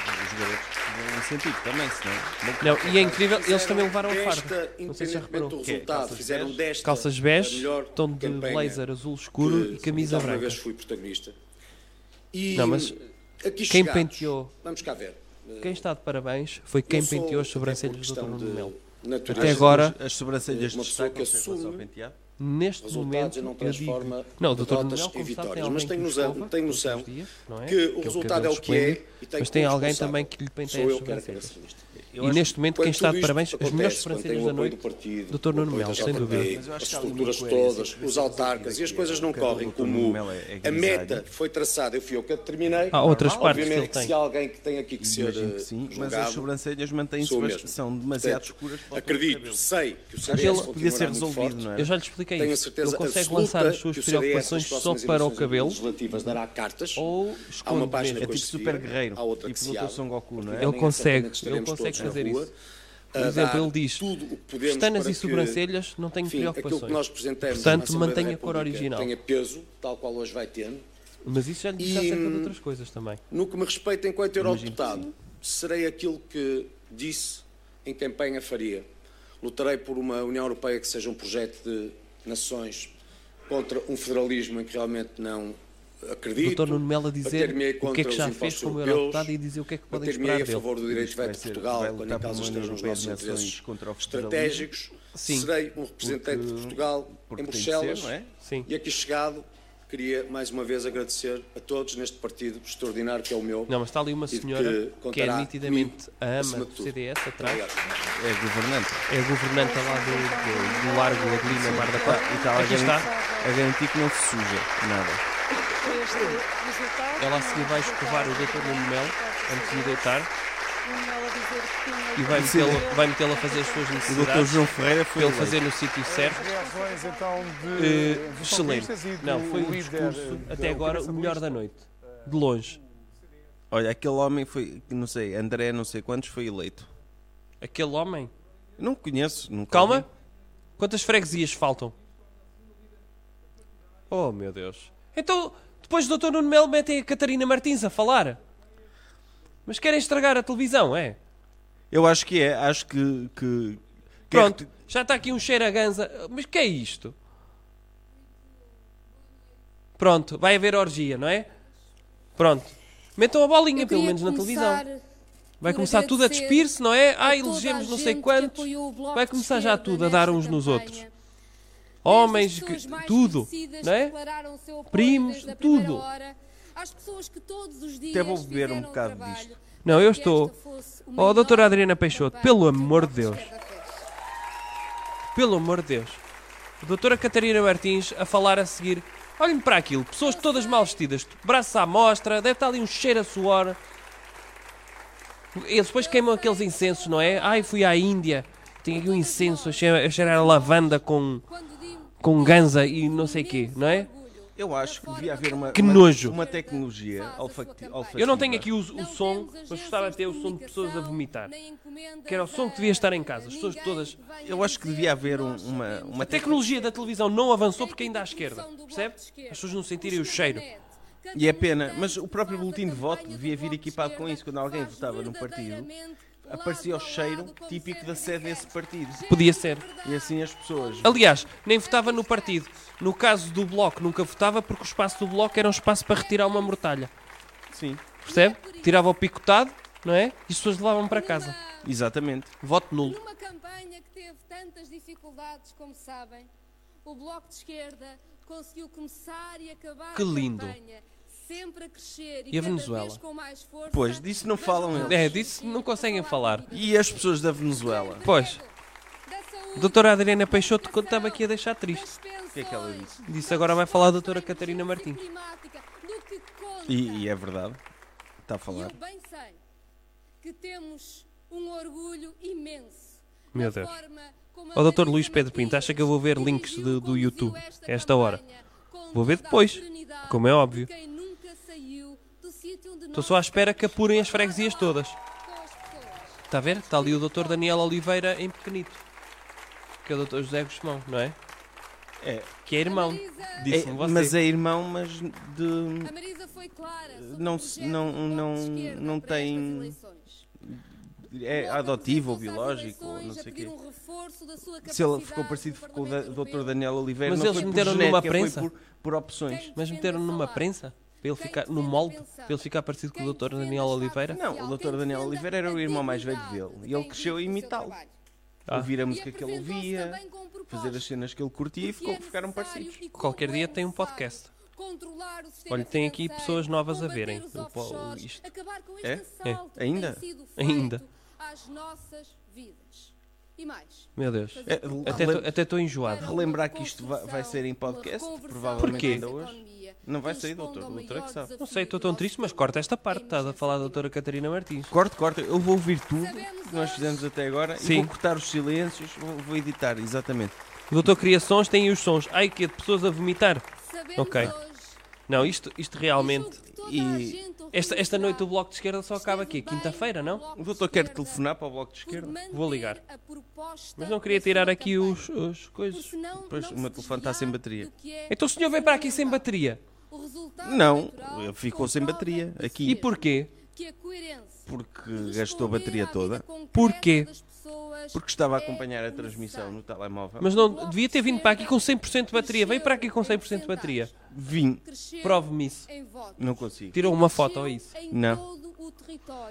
[SPEAKER 3] os garotos tinham um sentido também, senão.
[SPEAKER 2] Não, e é incrível, eles também levaram a
[SPEAKER 15] Desta,
[SPEAKER 2] farda. Não sei se já
[SPEAKER 15] independentemente
[SPEAKER 2] reparou. é
[SPEAKER 15] do resultado, fizeram desta
[SPEAKER 2] Calças
[SPEAKER 15] a
[SPEAKER 2] bege,
[SPEAKER 15] melhor
[SPEAKER 2] tom de
[SPEAKER 15] campanha
[SPEAKER 2] blazer azul escuro
[SPEAKER 15] que,
[SPEAKER 2] e camisa
[SPEAKER 15] mais uma
[SPEAKER 2] branca.
[SPEAKER 15] vez fui protagonista. E
[SPEAKER 2] Não, mas
[SPEAKER 15] aqui
[SPEAKER 2] quem
[SPEAKER 15] chegados,
[SPEAKER 2] penteou-
[SPEAKER 15] Vamos cá ver.
[SPEAKER 2] Quem está de parabéns foi quem
[SPEAKER 15] Eu sou,
[SPEAKER 2] penteou as
[SPEAKER 15] até
[SPEAKER 2] sobrancelhas do
[SPEAKER 15] por
[SPEAKER 2] Dr.
[SPEAKER 15] questão
[SPEAKER 2] Nuno
[SPEAKER 15] de
[SPEAKER 2] Melo.
[SPEAKER 15] natureza,
[SPEAKER 2] Até agora,
[SPEAKER 3] As sobrancelhas
[SPEAKER 15] É uma pessoa que assume
[SPEAKER 2] neste momento,
[SPEAKER 15] resultados e não
[SPEAKER 2] eu digo...
[SPEAKER 15] transforma
[SPEAKER 2] Não, o Dr. Nuno Melo, como
[SPEAKER 15] derrotas em
[SPEAKER 2] sabe, tem
[SPEAKER 15] vitórias.
[SPEAKER 2] alguém
[SPEAKER 15] Mas
[SPEAKER 2] que
[SPEAKER 15] tenho
[SPEAKER 2] o
[SPEAKER 15] noção,
[SPEAKER 2] escova,
[SPEAKER 15] tenho noção
[SPEAKER 2] não é?
[SPEAKER 15] que o
[SPEAKER 2] Aquele
[SPEAKER 15] resultado é o
[SPEAKER 2] cabelo
[SPEAKER 15] que é.
[SPEAKER 2] esplêndido,
[SPEAKER 15] e tenho
[SPEAKER 2] mas tem
[SPEAKER 15] como
[SPEAKER 2] alguém
[SPEAKER 15] responsável.
[SPEAKER 2] também que lhe penteia
[SPEAKER 15] Sou
[SPEAKER 2] as
[SPEAKER 15] eu que era
[SPEAKER 2] sobrancelhas.
[SPEAKER 15] cabeça de lista.
[SPEAKER 2] E
[SPEAKER 15] Eu acho
[SPEAKER 2] neste
[SPEAKER 15] que
[SPEAKER 2] momento,
[SPEAKER 15] quando
[SPEAKER 2] quem está
[SPEAKER 15] tudo
[SPEAKER 2] de
[SPEAKER 15] isto
[SPEAKER 2] parabéns, as
[SPEAKER 15] acontece,
[SPEAKER 2] melhores
[SPEAKER 15] quando tem
[SPEAKER 2] sobrancelhas
[SPEAKER 15] o
[SPEAKER 2] da
[SPEAKER 15] apoio
[SPEAKER 2] noite,
[SPEAKER 15] do partido,
[SPEAKER 2] Dr.
[SPEAKER 15] o
[SPEAKER 2] Nuno
[SPEAKER 15] apoio da
[SPEAKER 2] Melo, sem
[SPEAKER 15] JP,
[SPEAKER 2] dúvida.
[SPEAKER 15] As estruturas todas, os autarcas e
[SPEAKER 1] é
[SPEAKER 15] as coisas não
[SPEAKER 1] um
[SPEAKER 12] um
[SPEAKER 15] correm como
[SPEAKER 12] é
[SPEAKER 15] a meta foi traçada. Eu fui eu que a determinei.
[SPEAKER 2] Há outras
[SPEAKER 15] Normal,
[SPEAKER 2] partes que
[SPEAKER 15] Obviamente
[SPEAKER 2] ele
[SPEAKER 15] que se
[SPEAKER 2] tem.
[SPEAKER 15] há alguém que tem aqui que ser
[SPEAKER 3] Imagino
[SPEAKER 15] eh,
[SPEAKER 3] que sim, mas
[SPEAKER 15] julgado,
[SPEAKER 3] as sobrancelhas mantêm-se
[SPEAKER 15] sou
[SPEAKER 3] bas-
[SPEAKER 15] mesmo.
[SPEAKER 3] são demasiado
[SPEAKER 15] Portanto,
[SPEAKER 3] escuras para o
[SPEAKER 15] Acredito, sei que o
[SPEAKER 3] Acho
[SPEAKER 15] CDS
[SPEAKER 3] que ele
[SPEAKER 15] continuará
[SPEAKER 3] podia ser
[SPEAKER 15] muito
[SPEAKER 3] resolvido,
[SPEAKER 15] forte.
[SPEAKER 3] não é?
[SPEAKER 2] Eu já lhe expliquei
[SPEAKER 15] Tenho a
[SPEAKER 2] isso.
[SPEAKER 15] certeza
[SPEAKER 2] Ele consegue
[SPEAKER 15] absoluta
[SPEAKER 2] lançar as suas
[SPEAKER 15] que o CDS nas
[SPEAKER 2] preocupações só
[SPEAKER 15] próximas
[SPEAKER 2] para o
[SPEAKER 15] eleições
[SPEAKER 2] cabelo.
[SPEAKER 15] legislativas dará cartas.
[SPEAKER 2] Ou
[SPEAKER 15] Há uma página
[SPEAKER 3] mesmo. É tipo
[SPEAKER 15] que hoje se
[SPEAKER 3] super
[SPEAKER 15] vira,
[SPEAKER 3] guerreiro,
[SPEAKER 15] há outra
[SPEAKER 3] tipo
[SPEAKER 15] que se
[SPEAKER 3] Dr.
[SPEAKER 15] abre.
[SPEAKER 3] Son Goku, não é?
[SPEAKER 2] Ele consegue, ele
[SPEAKER 15] estaremos
[SPEAKER 2] consegue
[SPEAKER 15] todos na
[SPEAKER 2] fazer
[SPEAKER 15] rua
[SPEAKER 2] isso. Por
[SPEAKER 15] a
[SPEAKER 2] exemplo,
[SPEAKER 15] dar
[SPEAKER 2] ele diz:
[SPEAKER 15] tudo o que podemos
[SPEAKER 2] pestanas
[SPEAKER 15] para
[SPEAKER 2] e
[SPEAKER 15] que,
[SPEAKER 2] sobrancelhas não tenho
[SPEAKER 15] enfim, aquilo que
[SPEAKER 2] preocupações.
[SPEAKER 15] nós apresentamos na
[SPEAKER 2] Portanto,
[SPEAKER 15] Assembleia da
[SPEAKER 2] mantenha a cor
[SPEAKER 15] República
[SPEAKER 2] original.
[SPEAKER 15] Tenha peso, tal qual hoje vai tendo.
[SPEAKER 2] Mas isso já lhe disse
[SPEAKER 15] E,
[SPEAKER 2] acerca de
[SPEAKER 15] hum,
[SPEAKER 2] outras coisas também.
[SPEAKER 15] No que me respeita enquanto eurodeputado, serei aquilo que disse em campanha faria. Lutarei por uma União Europeia que seja um projeto de nações contra um federalismo em que realmente não acredito.
[SPEAKER 2] Dr. Nuno Melo a dizer
[SPEAKER 15] Bater-me-ei
[SPEAKER 2] o que é
[SPEAKER 15] contra
[SPEAKER 2] que já
[SPEAKER 15] os
[SPEAKER 2] fez
[SPEAKER 15] impostos
[SPEAKER 2] como
[SPEAKER 15] europeus,
[SPEAKER 2] eurodeputado e dizer o que é que podem
[SPEAKER 15] bater-me-ei
[SPEAKER 2] esperar
[SPEAKER 15] a
[SPEAKER 2] dele.
[SPEAKER 15] favor do direito de veto de Portugal,
[SPEAKER 3] vai
[SPEAKER 15] quando
[SPEAKER 3] lutar
[SPEAKER 15] em
[SPEAKER 3] por uma
[SPEAKER 15] causa
[SPEAKER 3] União
[SPEAKER 15] estejam os
[SPEAKER 3] Europeia de
[SPEAKER 15] nossos
[SPEAKER 3] nações
[SPEAKER 15] interesses
[SPEAKER 3] contra o federalismo.
[SPEAKER 15] estratégicos,
[SPEAKER 3] Sim.
[SPEAKER 15] serei um representante de Portugal
[SPEAKER 3] porque
[SPEAKER 15] em
[SPEAKER 3] tem de ser,
[SPEAKER 15] Bruxelas.
[SPEAKER 3] não é?
[SPEAKER 15] E aqui chegado, queria mais uma vez agradecer a todos neste partido extraordinário que é o meu.
[SPEAKER 2] Não, mas está ali uma
[SPEAKER 15] e de
[SPEAKER 2] senhora que, é
[SPEAKER 15] contará
[SPEAKER 2] nitidamente
[SPEAKER 15] comigo,
[SPEAKER 2] a ama
[SPEAKER 15] acima de
[SPEAKER 2] do
[SPEAKER 15] tudo.
[SPEAKER 2] CDS atrás.
[SPEAKER 3] É governante.
[SPEAKER 2] É governante lá do, do, do Largo Adelina Mar da Paz.
[SPEAKER 3] E está lá a
[SPEAKER 2] Aqui
[SPEAKER 3] garantir-
[SPEAKER 2] está.
[SPEAKER 3] a garantir que não se suja nada.
[SPEAKER 13] Este resultado.
[SPEAKER 2] Ela a seguir vai escovar o Dr. Nuno Melo antes de o deitar e vai metê-lo vai metê-lo a fazer as suas necessidades.
[SPEAKER 3] Dr. João Ferreira foi
[SPEAKER 2] Pelo
[SPEAKER 3] eleito.
[SPEAKER 2] fazer no sítio certo.
[SPEAKER 17] Reações então
[SPEAKER 2] Eh,
[SPEAKER 17] de. dos
[SPEAKER 2] excelente.
[SPEAKER 17] socialistas e do
[SPEAKER 2] Não, foi um
[SPEAKER 17] líder eh,
[SPEAKER 2] discurso
[SPEAKER 17] da
[SPEAKER 2] até agora o
[SPEAKER 17] Aliança
[SPEAKER 2] melhor da noite. De longe.
[SPEAKER 3] Olha, aquele homem foi, não sei, André não sei quantos foi eleito.
[SPEAKER 2] Aquele homem?
[SPEAKER 3] Não conheço, nunca.
[SPEAKER 2] Calma. Quantas freguesias faltam? Oh, meu Deus. Então, depois do Dr. Nuno Melo metem a Catarina Martins a falar. Mas querem estragar a televisão, é?
[SPEAKER 3] Eu acho que é, acho que. que- que é
[SPEAKER 2] Pronto, já está aqui um cheiro a ganza. Mas que é isto? Pronto, vai haver orgia, não é? Pronto. Metam a bolinha, pelo menos, na televisão. Vai começar tudo a despir-se, não é? Ah, elegemos não sei quantos. Vai começar já tudo a dar uns nos outros. Homens, que- tudo, não é? Primos, tutudo.
[SPEAKER 18] As pessoas que todos os dias
[SPEAKER 3] Até vou beber um bocado disto.
[SPEAKER 2] Não, eu estou. Oh, doutora Adriana Peixoto, pelo amor de Deus. Pelo amor de Deus. A doutora Catarina Martins a falar a seguir. Olhem para aquilo, pessoas todas mal vestidas, braço à mostra, deve estar ali um cheiro a suor. Eles depois queimam aqueles incensos, não é? Ai, fui à Índia, tinha aqui um incenso a cheirar a cheirar a lavanda com, com ganza e não sei quê, não é?
[SPEAKER 3] Eu acho que devia haver uma,
[SPEAKER 2] Que
[SPEAKER 3] uma-
[SPEAKER 2] nojo.
[SPEAKER 3] uma tecnologia olfacti- olfativa.
[SPEAKER 2] Eu não tenho aqui o, o som, mas gostava de ter o som de pessoas a vomitar. Que era o som que devia estar em casa. As pessoas todas.
[SPEAKER 3] Eu acho que devia haver um- uma,
[SPEAKER 2] A
[SPEAKER 3] uma
[SPEAKER 2] tecnologia da televisão não avançou porque ainda há esquerda. Percebe? As pessoas não sentirem o cheiro.
[SPEAKER 3] E é pena, mas o próprio boletim de voto devia vir equipado com isso. Quando alguém votava num partido, aparecia o cheiro típico da sede desse partido.
[SPEAKER 2] Podia ser.
[SPEAKER 3] E assim as pessoas.
[SPEAKER 2] Aliás, nem votava no partido. No caso do Bloco, nunca votava porque o espaço do Bloco era um espaço para retirar uma mortalha.
[SPEAKER 3] Sim.
[SPEAKER 2] Percebe? Tirava o picotado, não é? E as pessoas levavam para casa.
[SPEAKER 3] Exatamente.
[SPEAKER 2] Voto nulo.
[SPEAKER 18] Numa campanha que teve tantas dificuldades, como sabem, o Bloco de Esquerda conseguiu começar e acabar
[SPEAKER 2] Que lindo.
[SPEAKER 18] a campanha, sempre a crescer e,
[SPEAKER 2] E a
[SPEAKER 18] cada
[SPEAKER 2] Venezuela?
[SPEAKER 18] vez com mais força.
[SPEAKER 3] Pois, disso não falam eles.
[SPEAKER 2] É, disso não conseguem falar.
[SPEAKER 3] E as pessoas da Venezuela?
[SPEAKER 2] Pois. Doutora Adriana Peixoto co- estava aqui a deixar triste.
[SPEAKER 18] O
[SPEAKER 3] que é que ela disse?
[SPEAKER 2] Disse agora vai falar a doutora Catarina Martins.
[SPEAKER 18] climática, do que conta.
[SPEAKER 3] E, e é verdade. Está a
[SPEAKER 18] E
[SPEAKER 3] falar.
[SPEAKER 18] eu bem sei que temos um orgulho imenso.
[SPEAKER 2] Meu Deus. O doutor Luís Pedro Pinto, acha que eu vou ver links do, do YouTube a esta hora? Vou ver depois, como é óbvio. Estou só à espera que apurem as freguesias todas. Está a ver? Está ali o doutor Daniel Oliveira em pequenito. Que é o doutor José Guzmão, não é?
[SPEAKER 3] É.
[SPEAKER 2] Que é irmão.
[SPEAKER 3] É,
[SPEAKER 2] Disse-me você.
[SPEAKER 3] Mas é irmão, mas de. Não, se- não, não, não tem. É adotivo ou biológico, ou não sei o
[SPEAKER 18] um
[SPEAKER 3] quê. Se ele ficou parecido com o da- Dr. Daniel Oliveira,
[SPEAKER 2] Mas
[SPEAKER 3] não
[SPEAKER 2] eles
[SPEAKER 3] foi por
[SPEAKER 2] meteram
[SPEAKER 3] genética,
[SPEAKER 2] numa
[SPEAKER 3] foi
[SPEAKER 2] prensa.
[SPEAKER 3] por- por opções.
[SPEAKER 2] Mas meteram numa prensa? Para ele ficar no molde? Para ele ficar parecido com o Dr. Daniel Oliveira?
[SPEAKER 3] Não, o Dr. Daniel Oliveira era o irmão mais velho dele e ele cresceu a imitá-lo.
[SPEAKER 2] Ah.
[SPEAKER 3] Ouvir a música é que ele ouvia, fazer as cenas que ele curtia e é ficou, ficaram parecidos.
[SPEAKER 2] Qualquer dia tem um podcast. Olha, tem aqui pessoas novas a verem. o po- o- Isto.
[SPEAKER 3] É?
[SPEAKER 2] É.
[SPEAKER 3] Ainda?
[SPEAKER 2] Ainda.
[SPEAKER 18] às nossas vidas. E mais.
[SPEAKER 2] Meu Deus.
[SPEAKER 18] É, relem-
[SPEAKER 2] Até tô- Até estou enjoado.
[SPEAKER 3] Relembrar que isto vai, vai ser em podcast, provavelmente
[SPEAKER 2] Porquê?
[SPEAKER 3] ainda hoje. Não vai sair, doutor. Doutor é que sabe.
[SPEAKER 2] Não sei, estou tão triste, mas corta esta parte. Estás a falar da doutora Catarina Martins.
[SPEAKER 3] Corte, corte, eu vou ouvir tudo que nós fizemos até agora e
[SPEAKER 2] Sim.
[SPEAKER 3] vou cortar os silêncios, vou, vou editar, exatamente.
[SPEAKER 2] O doutor cria sons, tem aí os sons. Ai, que é de pessoas a vomitar.
[SPEAKER 18] Sabemos
[SPEAKER 2] Ok. Não, isto, isto realmente...
[SPEAKER 3] E
[SPEAKER 2] Esta, esta noite o Bloco de Esquerda só acaba aqui, quinta-feira, não?
[SPEAKER 3] O doutor quer telefonar para o Bloco de Esquerda?
[SPEAKER 2] Vou ligar. Mas não queria tirar aqui os, os coisas.
[SPEAKER 3] Pois, o meu telefone está sem bateria.
[SPEAKER 18] é
[SPEAKER 2] Então o senhor vem para aqui sem bateria?
[SPEAKER 3] Não, ele ficou sem bateria aqui.
[SPEAKER 2] E porquê?
[SPEAKER 18] é
[SPEAKER 3] Porque gastou a bateria toda.
[SPEAKER 2] Porquê?
[SPEAKER 3] Porque estava a acompanhar a transmissão no telemóvel.
[SPEAKER 2] Mas não devia ter vindo para aqui com 100% de bateria. Vem para aqui com 100% de bateria.
[SPEAKER 3] Vim.
[SPEAKER 2] Prove-me isso.
[SPEAKER 3] Não consigo.
[SPEAKER 2] Tirou uma foto a isso.
[SPEAKER 3] é Não.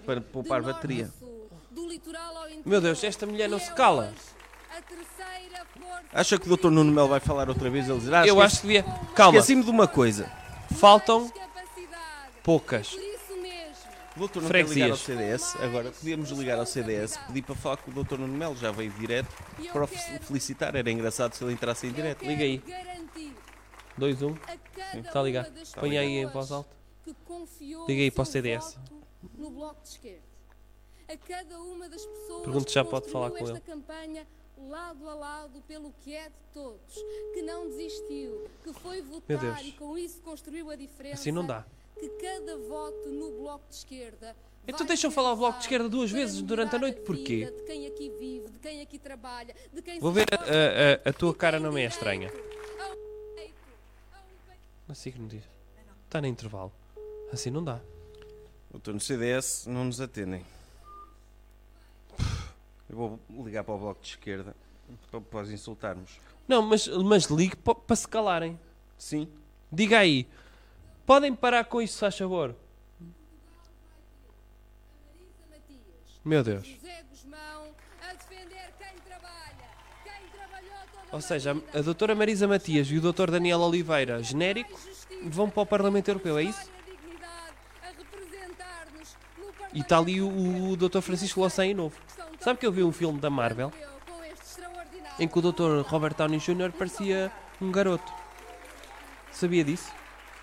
[SPEAKER 3] Para poupar bateria.
[SPEAKER 2] Meu Deus, esta mulher não se cala.
[SPEAKER 3] Acha que o Dr. Nuno Melo vai falar outra vez? Ele dirá,
[SPEAKER 2] Eu acho que devia. Calma.
[SPEAKER 3] Esqueci-me de uma coisa.
[SPEAKER 2] Faltam poucas.
[SPEAKER 3] O doutor não quer ligar ao
[SPEAKER 2] Freguesias.
[SPEAKER 3] CDS. Agora, podíamos ligar ao CDS, pedir para falar com o Dr. Nuno Melo. Já veio direto para o fe- felicitar. Era engraçado se ele entrasse em direto.
[SPEAKER 2] Liga aí. 2, 1.
[SPEAKER 18] Sim.
[SPEAKER 2] Está a ligar.
[SPEAKER 18] Está a
[SPEAKER 2] Põe
[SPEAKER 18] ligar.
[SPEAKER 2] aí em voz alta.
[SPEAKER 18] que confiou
[SPEAKER 2] Diga aí para o
[SPEAKER 18] seu
[SPEAKER 2] CDS.
[SPEAKER 18] voto no Bloco de Esquerda. A cada uma das pessoas
[SPEAKER 2] Pergunto se já pode
[SPEAKER 18] que
[SPEAKER 2] falar
[SPEAKER 18] construiu
[SPEAKER 2] com
[SPEAKER 18] esta campanha lado a lado pelo que é de todos, que não desistiu, que foi votar
[SPEAKER 2] Deus.
[SPEAKER 18] e com isso construiu a diferença.
[SPEAKER 2] Assim não dá.
[SPEAKER 18] Que cada voto no Bloco de Esquerda
[SPEAKER 2] Então deixam falar o Bloco de Esquerda duas vezes durante a noite. Porquê?
[SPEAKER 18] de quem aqui vive, de quem aqui trabalha, de quem
[SPEAKER 2] Vou eh,
[SPEAKER 18] se
[SPEAKER 2] é ver a, a- a- a tua cara não me é estranha. Assim que não diz. Está no intervalo. Assim não dá.
[SPEAKER 3] Estou no CDS, não nos atendem. Eu vou ligar para o Bloco de Esquerda para, para os insultarmos.
[SPEAKER 2] Não, mas, mas ligue pa- para se calarem.
[SPEAKER 3] Sim.
[SPEAKER 2] Diga aí. Podem parar com isso, se faz favor. Meu Deus.
[SPEAKER 18] José Guzmão a defender quem trabalha. Quem trabalhou toda
[SPEAKER 2] Ou seja, a doutora Marisa Matias e o doutor Daniel Oliveira, genérico, vão para o Parlamento Europeu, é isso?
[SPEAKER 18] a dignidade a representar-nos no
[SPEAKER 2] E está ali o, o doutor Francisco Lossem novo. Sabe que eu vi um filme da Marvel
[SPEAKER 18] Parlamento com este extraordinário.
[SPEAKER 2] em que o doutor Robert Downey Jr. parecia um garoto. Sabia disso?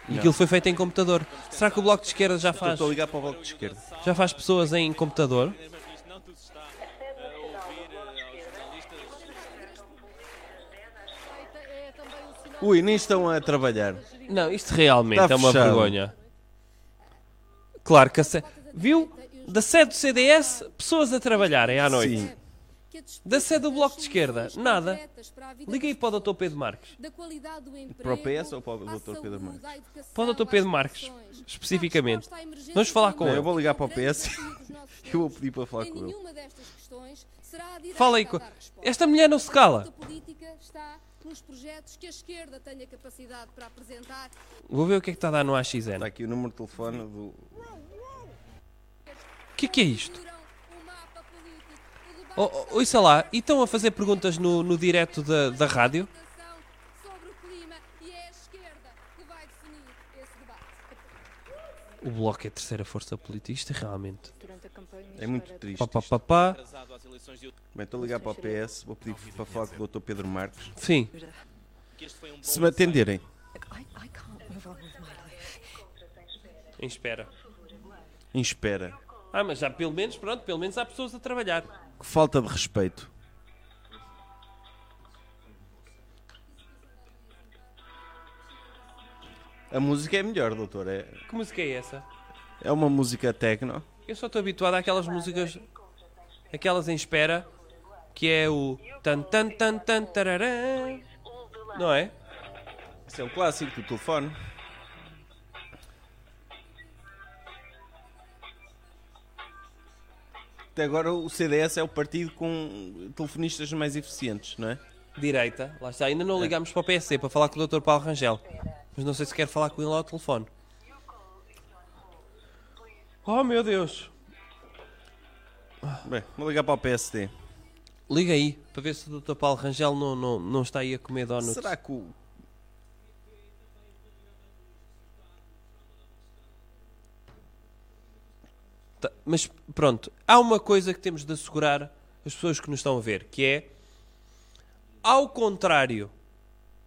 [SPEAKER 2] E
[SPEAKER 3] Não.
[SPEAKER 2] aquilo foi feito em computador. Será que o Bloco de Esquerda já
[SPEAKER 3] Estou-
[SPEAKER 2] faz,
[SPEAKER 3] Estou a ligar para o Bloco de Esquerda.
[SPEAKER 2] já faz pessoas em computador?
[SPEAKER 3] Ui, nem estão a trabalhar.
[SPEAKER 2] Não, isto realmente
[SPEAKER 3] Está
[SPEAKER 2] é uma
[SPEAKER 3] fechado.
[SPEAKER 2] vergonha. Claro que a se... Viu? Da sede do CDS, pessoas a trabalharem é à noite. Da sede do Bloco de Esquerda, nada. Liguei para o Dr. Pedro Marques.
[SPEAKER 18] Da qualidade do emprego.
[SPEAKER 2] Para o PS ou para o Dr. Pedro Marques?
[SPEAKER 18] à educação,
[SPEAKER 2] Para o Dr. Pedro Marques, especificamente.
[SPEAKER 18] à emergência
[SPEAKER 2] Vamos falar com
[SPEAKER 3] Não,
[SPEAKER 2] ele.
[SPEAKER 3] Eu vou ligar para o PS e [LAUGHS] eu vou pedir para falar com ele.
[SPEAKER 18] Nenhuma destas questões será a direita
[SPEAKER 2] Fala aí
[SPEAKER 18] a
[SPEAKER 2] com...
[SPEAKER 18] dar resposta.
[SPEAKER 2] Esta mulher não se cala.
[SPEAKER 18] A política está nos projetos que a esquerda tenha capacidade para apresentar.
[SPEAKER 2] Vou ver o que é que está a dar no AXN. Está
[SPEAKER 3] aqui o número de telefone
[SPEAKER 2] O
[SPEAKER 3] do...
[SPEAKER 2] que é que é isto?
[SPEAKER 18] um
[SPEAKER 2] Oh, oh, ouça lá, e estão a fazer perguntas no, no direto da, da rádio?
[SPEAKER 18] é
[SPEAKER 2] O Bloco é a terceira força política. Isto realmente...
[SPEAKER 3] É muito triste.
[SPEAKER 2] Pá, pá, pá, pá.
[SPEAKER 3] Bem, estou a ligar para o PS, vou pedir para falar com o Dr. Pedro Marques.
[SPEAKER 2] Sim.
[SPEAKER 3] Se me atenderem.
[SPEAKER 2] Em espera.
[SPEAKER 3] Em espera.
[SPEAKER 2] Ah, mas já pelo menos, pronto, pelo menos há pessoas a trabalhar.
[SPEAKER 3] Que falta de respeito. A música é melhor, doutor. É,
[SPEAKER 2] Que música é essa?
[SPEAKER 3] é uma música techno.
[SPEAKER 2] Eu só estou habituado àquelas músicas. Aquelas em espera. Que é o. Tan, tan, tan, tan, tararã. Não é?
[SPEAKER 3] Esse é um clássico do telefone. Até agora o CDS é o partido com telefonistas mais eficientes, não é?
[SPEAKER 2] Direita, lá está. Ainda não ligámos para o PSC para falar com o Dr. Paulo Rangel. Mas não sei se quer falar com ele ao telefone. Oh meu Deus!
[SPEAKER 3] Bem, vou ligar para o PSD.
[SPEAKER 2] Liga aí para ver se o Dr. Paulo Rangel não, não, não está aí a comer donuts.
[SPEAKER 3] Será que o.
[SPEAKER 2] Tá, Mas pronto, há uma coisa que temos de assegurar as pessoas que nos estão a ver, que é ao contrário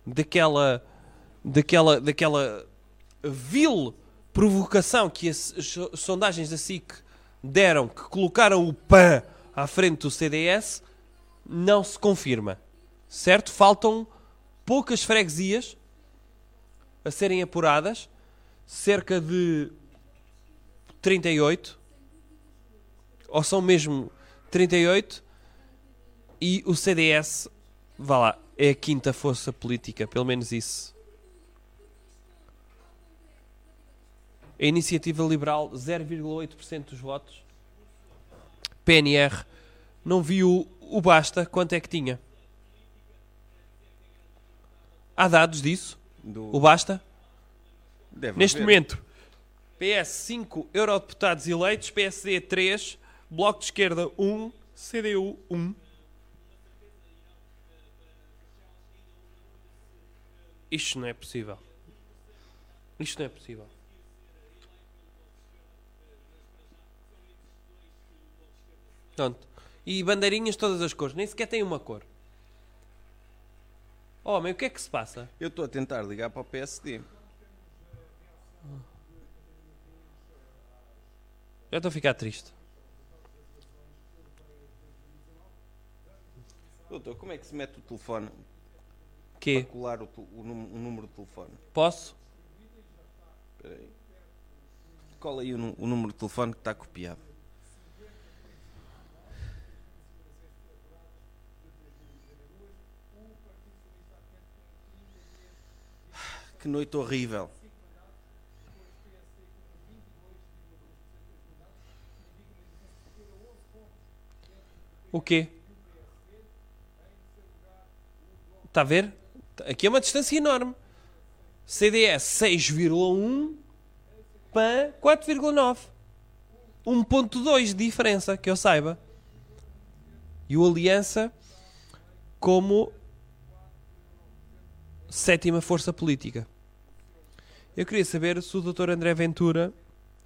[SPEAKER 2] daquela daquela daquela vil provocação que as so- sondagens da SIC deram, que colocaram o PAN à frente do CDS, não se confirma. Certo? Faltam poucas freguesias a serem apuradas, cerca de 38 ou são mesmo 38 e o CDS, vá lá, é a quinta força política, pelo menos isso. A Iniciativa Liberal, 0,8% dos votos. PNR, não viu o Basta, quanto é que tinha? Há dados disso?
[SPEAKER 3] Do-
[SPEAKER 2] O Basta?
[SPEAKER 3] Deve
[SPEAKER 2] Neste
[SPEAKER 3] haver.
[SPEAKER 2] momento, PS 5 eurodeputados eleitos, PSD 3, Bloco de Esquerda 1, CDU 1. Isto não é possível. Isto não é possível. Pronto. E bandeirinhas de todas as cores. Nem sequer tem uma cor. Homem, o que é que se passa?
[SPEAKER 3] Eu estou a tentar ligar para o PSD.
[SPEAKER 2] Já estou a ficar triste.
[SPEAKER 3] Doutor, como é que se mete o telefone?
[SPEAKER 2] Quê?
[SPEAKER 3] Para colar o, tu- o num- o número de telefone.
[SPEAKER 2] é, Posso?
[SPEAKER 3] Espera aí. Cola aí o, nu- o número de telefone que está copiado. Que noite horrível.
[SPEAKER 2] O quê? Está Tá a ver? Aqui é uma distância enorme. CDS 6,1 para 4,9. 1,2 de diferença, que eu saiba. E o Aliança como sétima força política. Eu queria saber se o Dr. André Ventura,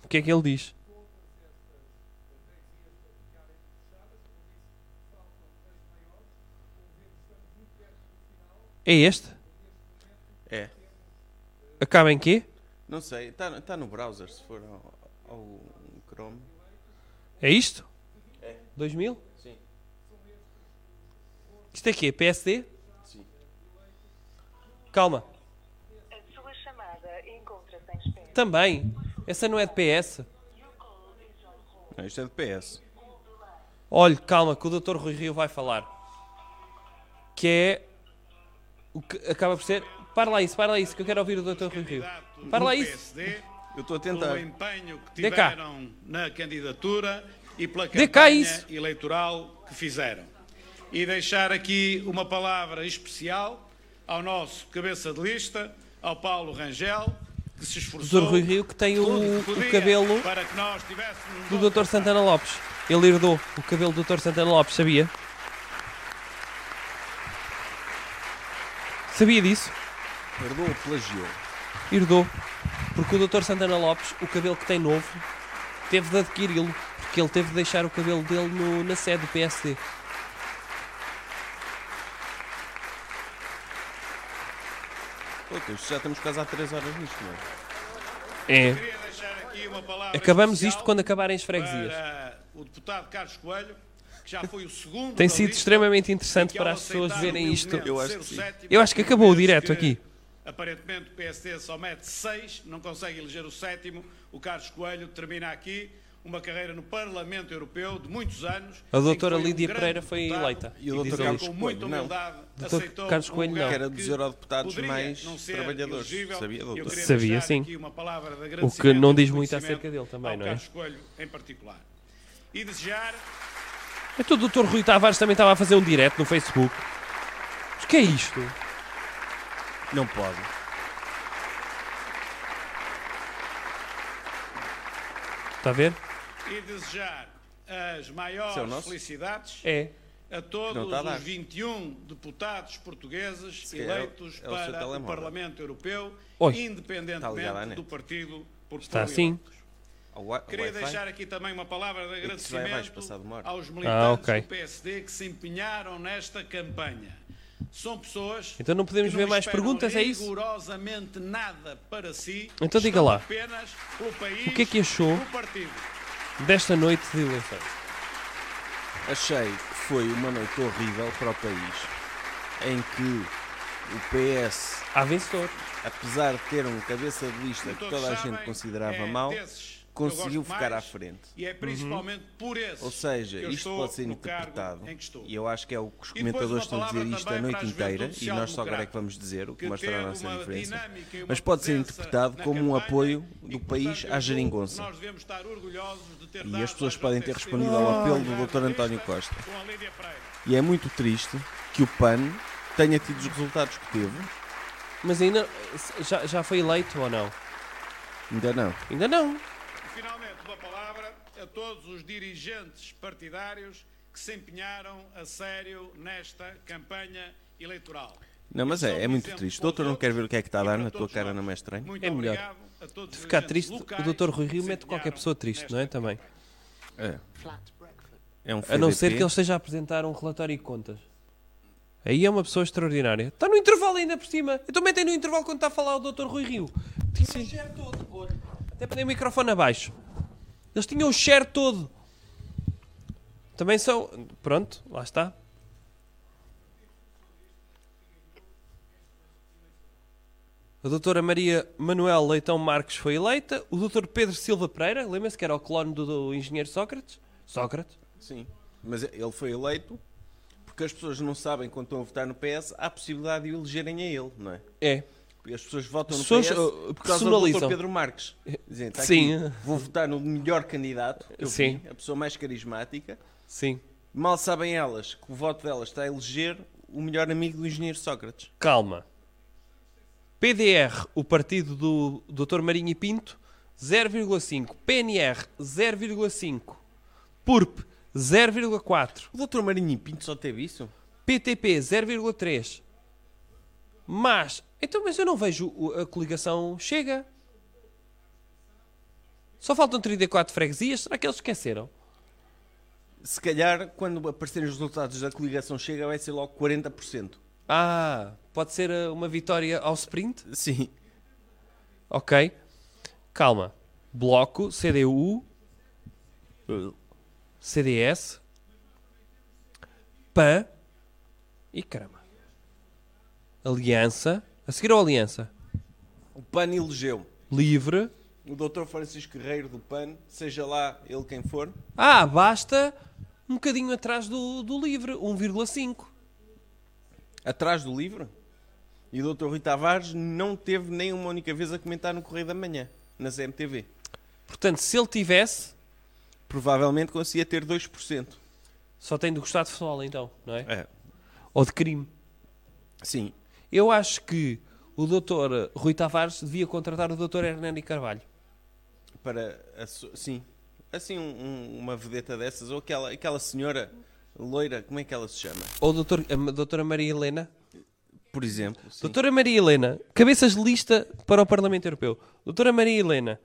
[SPEAKER 2] o que é que ele diz? É este?
[SPEAKER 3] É.
[SPEAKER 2] Acaba em quê?
[SPEAKER 3] Não sei, está tá no browser se for ao, ao Chrome.
[SPEAKER 2] É isto?
[SPEAKER 3] É.
[SPEAKER 2] 2000?
[SPEAKER 3] Sim.
[SPEAKER 2] Isto é quê? PSD?
[SPEAKER 3] Sim.
[SPEAKER 2] Calma. Também. Essa não é de PS.
[SPEAKER 3] Não, isto é de PS.
[SPEAKER 2] Olhe, calma, que o Dr. Rui Rio vai falar. Que é. O que acaba por ser. Para lá isso, para lá isso, que eu quero ouvir o Dr. Rui Rio. Para lá
[SPEAKER 19] do
[SPEAKER 2] isso.
[SPEAKER 19] PSD,
[SPEAKER 3] Eu estou a tentar.
[SPEAKER 19] Pelo empenho que
[SPEAKER 2] Dê cá.
[SPEAKER 19] tiveram na candidatura e pela
[SPEAKER 2] Dê cá
[SPEAKER 19] campanha
[SPEAKER 2] isso.
[SPEAKER 19] eleitoral que fizeram. E deixar aqui uma palavra especial ao nosso cabeça de lista, ao Paulo Rangel, que se esforçou
[SPEAKER 2] Dr. Rui Rio que tem o,
[SPEAKER 19] tudo que
[SPEAKER 2] o
[SPEAKER 19] podia
[SPEAKER 2] cabelo
[SPEAKER 19] para que nós tivéssemos
[SPEAKER 2] do Dr. Santana Lopes. Ele herdou o cabelo do Dr. Santana Lopes, sabia? Sabia disso?
[SPEAKER 3] Perdoa ou plagiou?
[SPEAKER 2] Herdou. Porque o Dr. Santana Lopes, o cabelo que tem novo, teve de adquiri-lo. Porque ele teve de deixar o cabelo dele no- na sede do PSD.
[SPEAKER 3] Puta, isto já estamos quase há 3 horas nisto, não é?
[SPEAKER 2] É.
[SPEAKER 19] uma palavra
[SPEAKER 2] Acabamos
[SPEAKER 19] especial
[SPEAKER 2] isto quando acabarem as freguesias.
[SPEAKER 19] para o deputado Carlos Coelho, que já foi o segundo
[SPEAKER 2] Tem
[SPEAKER 19] da
[SPEAKER 2] sido
[SPEAKER 19] lista
[SPEAKER 2] extremamente interessante para as pessoas verem isto.
[SPEAKER 19] humildemente ser o sétimo,
[SPEAKER 2] Eu acho que acabou o
[SPEAKER 19] desde
[SPEAKER 2] direto
[SPEAKER 19] que
[SPEAKER 2] aqui.
[SPEAKER 19] Aparentemente o PSD só mete seis, não consegue eleger o sétimo. O Carlos Coelho termina aqui uma carreira no Parlamento Europeu de muitos anos.
[SPEAKER 2] A doutora
[SPEAKER 19] em que foi um
[SPEAKER 2] Lídia
[SPEAKER 19] grande
[SPEAKER 2] Pereira foi
[SPEAKER 19] deputado
[SPEAKER 2] eleita.
[SPEAKER 19] E o
[SPEAKER 2] Diz
[SPEAKER 19] doutor
[SPEAKER 2] ali.
[SPEAKER 19] Carlos com muita humildade
[SPEAKER 2] Não. Dr.
[SPEAKER 19] aceitou
[SPEAKER 2] Carlos
[SPEAKER 19] um
[SPEAKER 2] Coelho
[SPEAKER 19] lugar
[SPEAKER 2] não.
[SPEAKER 19] que
[SPEAKER 2] Era dos eurodeputados
[SPEAKER 19] poderia
[SPEAKER 3] mais
[SPEAKER 19] não ser
[SPEAKER 3] trabalhadores,
[SPEAKER 19] elegível.
[SPEAKER 3] sabia,
[SPEAKER 19] Eu
[SPEAKER 3] doutor?
[SPEAKER 19] queria
[SPEAKER 2] Sabia,
[SPEAKER 19] deixar
[SPEAKER 2] sim.
[SPEAKER 19] aqui uma palavra de
[SPEAKER 2] O que
[SPEAKER 19] agradecimento
[SPEAKER 2] não
[SPEAKER 19] e
[SPEAKER 2] diz muito
[SPEAKER 19] reconhecimento
[SPEAKER 2] acerca dele também,
[SPEAKER 19] ao
[SPEAKER 2] não é?
[SPEAKER 19] Carlos Coelho em particular. E desejar
[SPEAKER 2] Então o Dr. Rui Tavares também estava a fazer um direto no Facebook. Mas que é isto?
[SPEAKER 3] Não pode.
[SPEAKER 2] Está a ver?
[SPEAKER 19] e desejar as maiores
[SPEAKER 2] Isso é o nosso?
[SPEAKER 19] felicidades
[SPEAKER 2] É.
[SPEAKER 19] a
[SPEAKER 2] Não
[SPEAKER 19] todos
[SPEAKER 2] está a dar.
[SPEAKER 19] os 21 deputados portugueses
[SPEAKER 3] tá Se calhar é o-
[SPEAKER 19] eleitos
[SPEAKER 3] é o seu
[SPEAKER 19] para o
[SPEAKER 3] telemóvel.
[SPEAKER 19] Parlamento Europeu,
[SPEAKER 3] Oi. Está ligado à
[SPEAKER 19] independentemente
[SPEAKER 3] net.
[SPEAKER 19] do partido por que
[SPEAKER 2] Está
[SPEAKER 19] for
[SPEAKER 2] assim.
[SPEAKER 19] eleito.
[SPEAKER 3] Ao wi- ao
[SPEAKER 19] Queria
[SPEAKER 3] Wi-Fi?
[SPEAKER 19] deixar aqui também uma palavra de
[SPEAKER 3] que se vai abaixo,
[SPEAKER 19] agradecimento
[SPEAKER 3] passado uma hora.
[SPEAKER 19] aos
[SPEAKER 3] Ah,
[SPEAKER 19] militantes
[SPEAKER 2] ok.
[SPEAKER 19] do PSD que se empenharam nesta campanha. São pessoas
[SPEAKER 2] Então não podemos
[SPEAKER 19] que
[SPEAKER 2] ver mais
[SPEAKER 19] esperam
[SPEAKER 2] perguntas, é isso?
[SPEAKER 19] rigorosamente nada para si.
[SPEAKER 2] Então diga
[SPEAKER 19] estão
[SPEAKER 2] lá.
[SPEAKER 19] Apenas pelo país,
[SPEAKER 2] O que é que achou
[SPEAKER 19] pelo partido.
[SPEAKER 2] desta noite de eleições?
[SPEAKER 3] Achei que foi uma noite horrível para o país, em que o PS, apesar de ter um cabeça de lista que
[SPEAKER 19] Todos
[SPEAKER 3] toda a
[SPEAKER 19] sabem,
[SPEAKER 3] gente considerava
[SPEAKER 19] é
[SPEAKER 3] mau,
[SPEAKER 19] desses que eu
[SPEAKER 3] conseguiu
[SPEAKER 19] gosto
[SPEAKER 3] ficar
[SPEAKER 19] mais
[SPEAKER 3] à frente. Uhum.
[SPEAKER 19] E é principalmente por esses
[SPEAKER 3] Ou seja,
[SPEAKER 19] que eu
[SPEAKER 3] isto
[SPEAKER 19] estou
[SPEAKER 3] pode ser
[SPEAKER 19] no cargo
[SPEAKER 3] interpretado,
[SPEAKER 19] em que estou.
[SPEAKER 3] e eu acho que é o que os
[SPEAKER 19] E depois
[SPEAKER 3] comentadores
[SPEAKER 19] uma
[SPEAKER 3] estão a dizer
[SPEAKER 19] palavra
[SPEAKER 3] isto a
[SPEAKER 19] também
[SPEAKER 3] noite
[SPEAKER 19] para a
[SPEAKER 3] inteira,
[SPEAKER 19] juventude
[SPEAKER 3] e nós só agora é que
[SPEAKER 19] social-democrata,
[SPEAKER 3] vamos dizer, o que,
[SPEAKER 19] que
[SPEAKER 3] mostra a
[SPEAKER 19] teve
[SPEAKER 3] nossa
[SPEAKER 19] uma
[SPEAKER 3] diferença,
[SPEAKER 19] dinâmica e uma
[SPEAKER 3] mas pode ser
[SPEAKER 19] presença
[SPEAKER 3] interpretado
[SPEAKER 19] na
[SPEAKER 3] como um apoio do país à geringonça.
[SPEAKER 19] Nós devemos estar orgulhosos de ter
[SPEAKER 3] E as
[SPEAKER 19] dado
[SPEAKER 3] pessoas
[SPEAKER 19] às
[SPEAKER 3] podem ter respondido ao apelo do Dr. António Costa.
[SPEAKER 19] com a Lídia Pereira.
[SPEAKER 3] E é muito triste que o PAN tenha tido os resultados que teve.
[SPEAKER 2] Mas ainda. Já, já foi eleito ou não?
[SPEAKER 3] Ainda não.
[SPEAKER 2] Ainda não.
[SPEAKER 19] Finalmente, uma palavra a todos os dirigentes partidários que se empenharam a sério nesta campanha eleitoral.
[SPEAKER 3] Não, mas é, é muito triste. Doutor, não quero ver o que é que está a dar na tua cara, não é estranho?
[SPEAKER 2] É melhor. De ficar triste, o Dr. Rui Rio mete qualquer pessoa triste, não é? Também.
[SPEAKER 3] É. É um
[SPEAKER 2] A não
[SPEAKER 3] FDP.
[SPEAKER 2] ser que ele esteja a apresentar um relatório e contas. Aí é uma pessoa extraordinária. Está no intervalo ainda por cima. Eu também tenho no intervalo quando está a falar o Dr. Rui Rio. Tinha o share todo. Olha, Até põe o microfone abaixo. Eles tinham o share todo. Também são. Pronto, lá está. A doutora Maria Manuel Leitão Marques foi eleita. O doutor Pedro Silva Pereira, lembra-se que era o clone do, do engenheiro Sócrates? Sócrates?
[SPEAKER 3] Sim. Mas ele foi eleito porque as pessoas não sabem quando estão a votar no PS, há a possibilidade de o elegerem a ele, não é?
[SPEAKER 2] É.
[SPEAKER 3] As pessoas votam no
[SPEAKER 2] Pessoas,
[SPEAKER 3] PS
[SPEAKER 2] uh,
[SPEAKER 3] por causa do Dr.
[SPEAKER 2] personalizam.
[SPEAKER 3] Pedro Marques. Dizem, tá
[SPEAKER 2] Sim.
[SPEAKER 3] aqui, vou votar no melhor candidato, que eu
[SPEAKER 2] Sim.
[SPEAKER 3] vi, a pessoa mais carismática.
[SPEAKER 2] Sim.
[SPEAKER 3] Mal sabem elas que o voto delas está a eleger o melhor amigo do engenheiro Sócrates.
[SPEAKER 2] Calma. PDR, o partido do Dr. Marinho e Pinto, 0,5. PNR, 0,5. PURP, 0,4.
[SPEAKER 3] O Dr. Marinho e Pinto só teve isso?
[SPEAKER 2] PTP, 0,3. Mas, então, mas eu não vejo o- a coligação chega. Só faltam 34 freguesias. Será que eles esqueceram?
[SPEAKER 3] Se calhar, quando aparecerem os resultados da coligação chega, vai ser logo 40%.
[SPEAKER 2] Ah, pode ser eh, uma vitória ao sprint?
[SPEAKER 3] Sim.
[SPEAKER 2] Ok. Calma. Bloco, CDU, CDS, PAN e caramba. Aliança. A seguir ao Aliança.
[SPEAKER 3] O PAN elegeu
[SPEAKER 2] Livre.
[SPEAKER 3] o Dr. Francisco Guerreiro do PAN, seja lá ele quem for.
[SPEAKER 2] Ah, basta um bocadinho atrás do, do livre, 1,5.
[SPEAKER 3] atrás do livro e o Dr. Rui Tavares não teve nem uma única vez a comentar no Correio da Manhã, na CMTV.
[SPEAKER 2] Portanto, se ele tivesse.
[SPEAKER 3] Provavelmente conseguia ter 2%.
[SPEAKER 2] Só tem de gostar de futebol, então, não é?
[SPEAKER 3] É.
[SPEAKER 2] Ou de crime.
[SPEAKER 3] Sim.
[SPEAKER 2] Eu acho que o doutor Rui Tavares devia contratar o doutor Hernani Carvalho.
[SPEAKER 3] Para a su- sim. Assim, um- um- uma vedeta dessas, ou aquela, aquela senhora loira, como é que ela se chama?
[SPEAKER 2] Ou doutor, a ma- doutora Maria Helena.
[SPEAKER 3] Por exemplo. sim.
[SPEAKER 2] Doutora Maria Helena, cabeças de lista para o Parlamento Europeu. Doutora Maria Helena.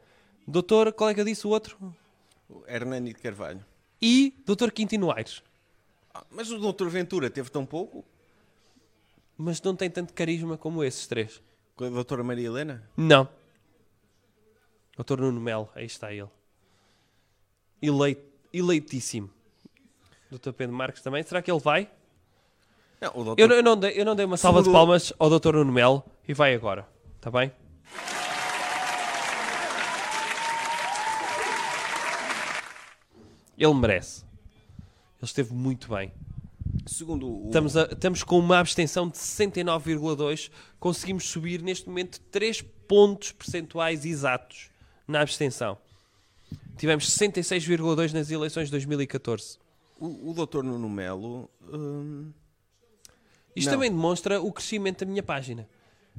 [SPEAKER 2] Doutor, qual é que eu disse o outro?
[SPEAKER 3] Hernani de Carvalho.
[SPEAKER 2] E doutor Quintino Aires.
[SPEAKER 3] Ah, Mas o Dr. Ventura teve tão pouco?
[SPEAKER 2] Mas não tem tanto carisma como esses três.
[SPEAKER 3] Com a doutora Maria Helena?
[SPEAKER 2] Não. Doutor Nuno Melo, aí está ele. Eleit, eleitíssimo. Doutor Pedro Marques também. Será que ele vai?
[SPEAKER 3] Não, o doutor...
[SPEAKER 2] Eu, não- eu não dei, eu não dei uma salva de
[SPEAKER 3] Segurou.
[SPEAKER 2] palmas ao Dr. Nuno Melo e vai agora. Está bem? Ele merece. Ele esteve muito bem.
[SPEAKER 3] Segundo o...
[SPEAKER 2] Estamos, a- estamos com uma abstenção de 69,2. Conseguimos subir neste momento 3 pontos percentuais exatos na abstenção. Tivemos 66,2 nas eleições de 2014.
[SPEAKER 3] O, o doutor Nuno Melo... hum,
[SPEAKER 2] Isto
[SPEAKER 3] não.
[SPEAKER 2] também demonstra o crescimento da minha página.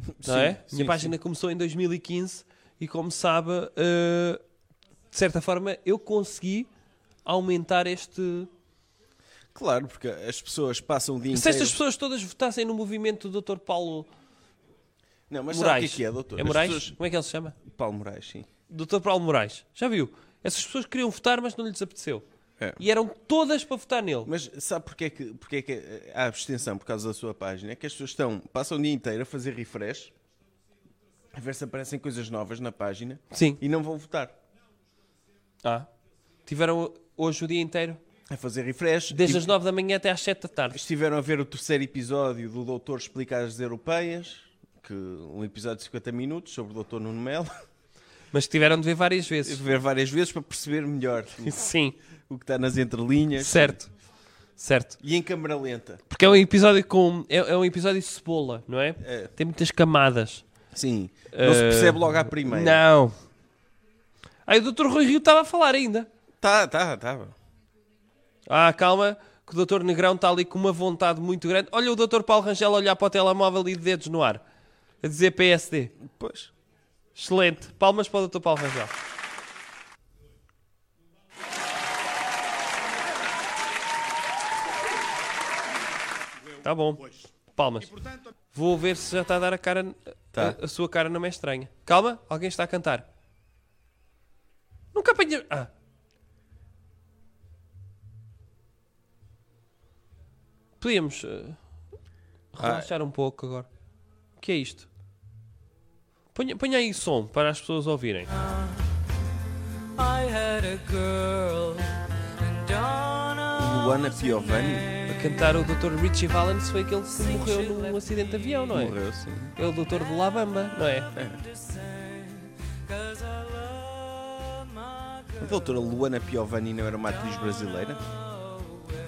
[SPEAKER 2] Não
[SPEAKER 3] Sim,
[SPEAKER 2] é?
[SPEAKER 3] sim,
[SPEAKER 2] minha página começou em 2015 e, como sabe, eh, de certa forma eu consegui aumentar este.
[SPEAKER 3] Claro, porque as pessoas passam o dia
[SPEAKER 2] Se
[SPEAKER 3] inteiro...
[SPEAKER 2] estas pessoas todas votassem no movimento do Dr. Paulo
[SPEAKER 3] Não, mas sabe o
[SPEAKER 2] Moraes.
[SPEAKER 3] que é que é, doutor?
[SPEAKER 2] É
[SPEAKER 3] As
[SPEAKER 2] Moraes?
[SPEAKER 3] pessoas-
[SPEAKER 2] Como é que ele se chama?
[SPEAKER 3] Paulo Moraes, sim.
[SPEAKER 2] Dr. Paulo Moraes. Já viu? Essas pessoas queriam votar, mas não lhes apeteceu.
[SPEAKER 3] É.
[SPEAKER 2] E eram todas para votar nele.
[SPEAKER 3] Mas sabe porque é que, porque é que eh, há abstenção por causa da sua página? É que as pessoas estão, passam o dia inteiro a fazer refresh, a ver se aparecem coisas novas na página
[SPEAKER 2] Sim.
[SPEAKER 3] e não vão votar.
[SPEAKER 2] Ah. Tiveram hoje o dia inteiro,
[SPEAKER 3] A fazer refresh.
[SPEAKER 2] desde
[SPEAKER 3] e
[SPEAKER 2] as 9 da manhã até às 7 da tarde.
[SPEAKER 3] Estiveram a ver o terceiro episódio do Doutor Explicar as Europeias, que, um episódio de 50 minutos sobre o Doutor Nuno Melo. [LAUGHS]
[SPEAKER 2] Mas tiveram de ver várias
[SPEAKER 3] E
[SPEAKER 2] vezes.
[SPEAKER 3] ver várias vezes para perceber melhor o-
[SPEAKER 2] Sim.
[SPEAKER 3] o que está nas entrelinhas.
[SPEAKER 2] Certo. Certo.
[SPEAKER 3] E em câmara lenta.
[SPEAKER 2] Porque é um episódio com. É, é um episódio de cebola, não é?
[SPEAKER 3] É.
[SPEAKER 2] Tem muitas camadas.
[SPEAKER 3] Sim. Não se
[SPEAKER 2] Eh,
[SPEAKER 3] percebe logo à primeira.
[SPEAKER 2] Não. Aí o Dr. Rui Rio estava a falar ainda.
[SPEAKER 3] Tá, tá, tá.
[SPEAKER 2] Ah, calma, que o Dr. Negrão está ali com uma vontade muito grande. Olha o Dr. Paulo Rangel a olhar para o telemóvel e de dedos no ar. A dizer PSD.
[SPEAKER 3] Pois.
[SPEAKER 2] Excelente. Palmas para o Dr. Paulo Rangel. Tá bom. Palmas. Vou ver se já está a dar a cara.
[SPEAKER 3] Tá.
[SPEAKER 2] A, a sua cara não me é estranha. Calma, alguém está a cantar. Nunca apanhei. Ah. Podíamos eh, relaxar um pouco agora. O que é isto? Ponha, ponha aí som para as pessoas ouvirem.
[SPEAKER 13] I had a girl and Donna
[SPEAKER 3] Luana Piovani
[SPEAKER 2] A cantar o Dr. Richie Valens foi aquele que morreu num acidente de avião, não é?
[SPEAKER 3] morreu, sim.
[SPEAKER 2] É o Dr. de La Bamba, não é?
[SPEAKER 13] Cause I love my
[SPEAKER 3] A doutora Luana Piovani não era uma atriz brasileira?
[SPEAKER 13] girl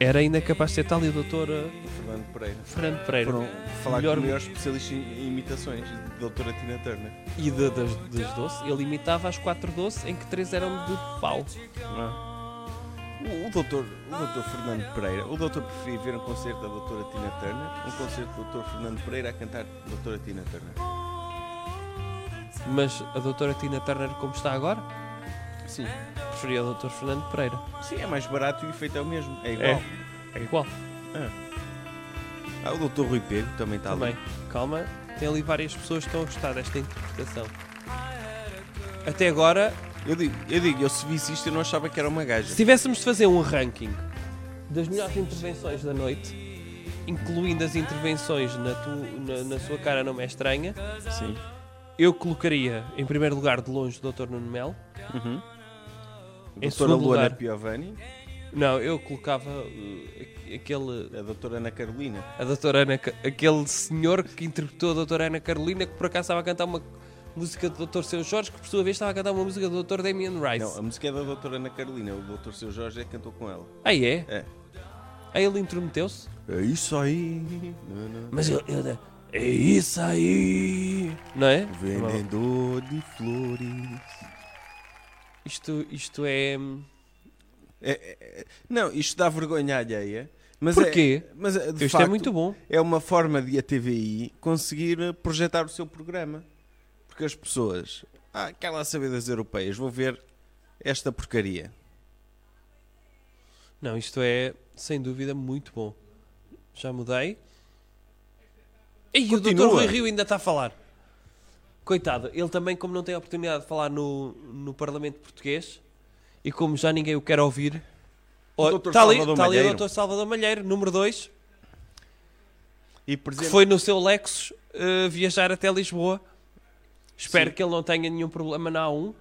[SPEAKER 2] Era ainda capaz de ser tal e o doutor eh,
[SPEAKER 3] Fernando Pereira.
[SPEAKER 2] Fernando Pereira.
[SPEAKER 3] Foram falar
[SPEAKER 2] Melhor-
[SPEAKER 3] com o melhor especialista em imitações, da doutora Tina Turner.
[SPEAKER 2] E da- das, das doce, ele imitava as quatro doce em que três eram de pau.
[SPEAKER 3] O, o doutor, o doutor Fernando Pereira, o doutor preferia ver um concerto da doutora Tina Turner, um concerto do doutor Fernando Pereira a cantar doutora Tina Turner.
[SPEAKER 2] Mas a doutora Tina Turner, como está agora? Sim. Preferia o doutor Fernando Pereira.
[SPEAKER 3] Sim, é mais barato e o efeito é o mesmo, é igual.
[SPEAKER 2] É, é igual.
[SPEAKER 3] Ah, o doutor Rui Pego também está
[SPEAKER 2] Também,
[SPEAKER 3] ali.
[SPEAKER 2] calma, tem ali várias pessoas que estão a gostar desta interpretação. Até agora...
[SPEAKER 3] Eu digo, eu digo, eu se visse isto eu não achava que era uma gaja.
[SPEAKER 2] Se tivéssemos de fazer um ranking das melhores intervenções da noite, incluindo as intervenções na, tu- na, na sua cara não me é estranha,
[SPEAKER 3] Sim.
[SPEAKER 2] eu colocaria em primeiro lugar de longe o Dr. Nuno Melo.
[SPEAKER 3] Uhum.
[SPEAKER 2] Em
[SPEAKER 3] Doutora
[SPEAKER 2] segundo
[SPEAKER 3] Luana
[SPEAKER 2] lugar,
[SPEAKER 3] Piovani.
[SPEAKER 2] Não, eu colocava uh, aquele.
[SPEAKER 3] A doutora Ana Carolina.
[SPEAKER 2] A doutora Ana. Ca- Aquele senhor que interpretou a doutora Ana Carolina, que por acaso estava a cantar uma música do Dr. Seu Jorge, que por sua vez estava a cantar uma música do Dr. Damien Rice.
[SPEAKER 3] Não, a música é da doutora Ana Carolina, o doutor Seu Jorge é que cantou com ela.
[SPEAKER 2] Ah, é?
[SPEAKER 3] É.
[SPEAKER 2] Aí ele intrometeu-se?
[SPEAKER 3] É isso aí.
[SPEAKER 2] Mas eu- eu- é isso aí. Não é?
[SPEAKER 3] Vendedor de flores.
[SPEAKER 2] Isto, isto é.
[SPEAKER 3] Não, isto dá vergonha alheia. Mas
[SPEAKER 2] Porquê?
[SPEAKER 3] É, mas é, de
[SPEAKER 2] Isto é
[SPEAKER 3] facto,
[SPEAKER 2] muito bom.
[SPEAKER 3] É uma forma de a TVI conseguir eh, projetar o seu programa. Porque as pessoas. Ah, quer lá saber das europeias, vou ver esta porcaria.
[SPEAKER 2] Não, isto é sem dúvida muito bom. Já mudei. E o Dr.
[SPEAKER 3] Continua.
[SPEAKER 2] Rui Rio ainda está a falar. Coitado, ele também, como não tem a oportunidade de falar no, no Parlamento Português e como já ninguém o quer ouvir,
[SPEAKER 3] O
[SPEAKER 2] ó,
[SPEAKER 3] Dr.
[SPEAKER 2] está ali,
[SPEAKER 3] Salvador
[SPEAKER 2] está ali o
[SPEAKER 3] Malheiro.
[SPEAKER 2] Dr. Salvador Malheiro, número 2,
[SPEAKER 3] E
[SPEAKER 2] que
[SPEAKER 3] presente-
[SPEAKER 2] foi no seu Lexus eh, viajar até Lisboa. Espero
[SPEAKER 3] Sim.
[SPEAKER 2] que ele não tenha nenhum problema na A1.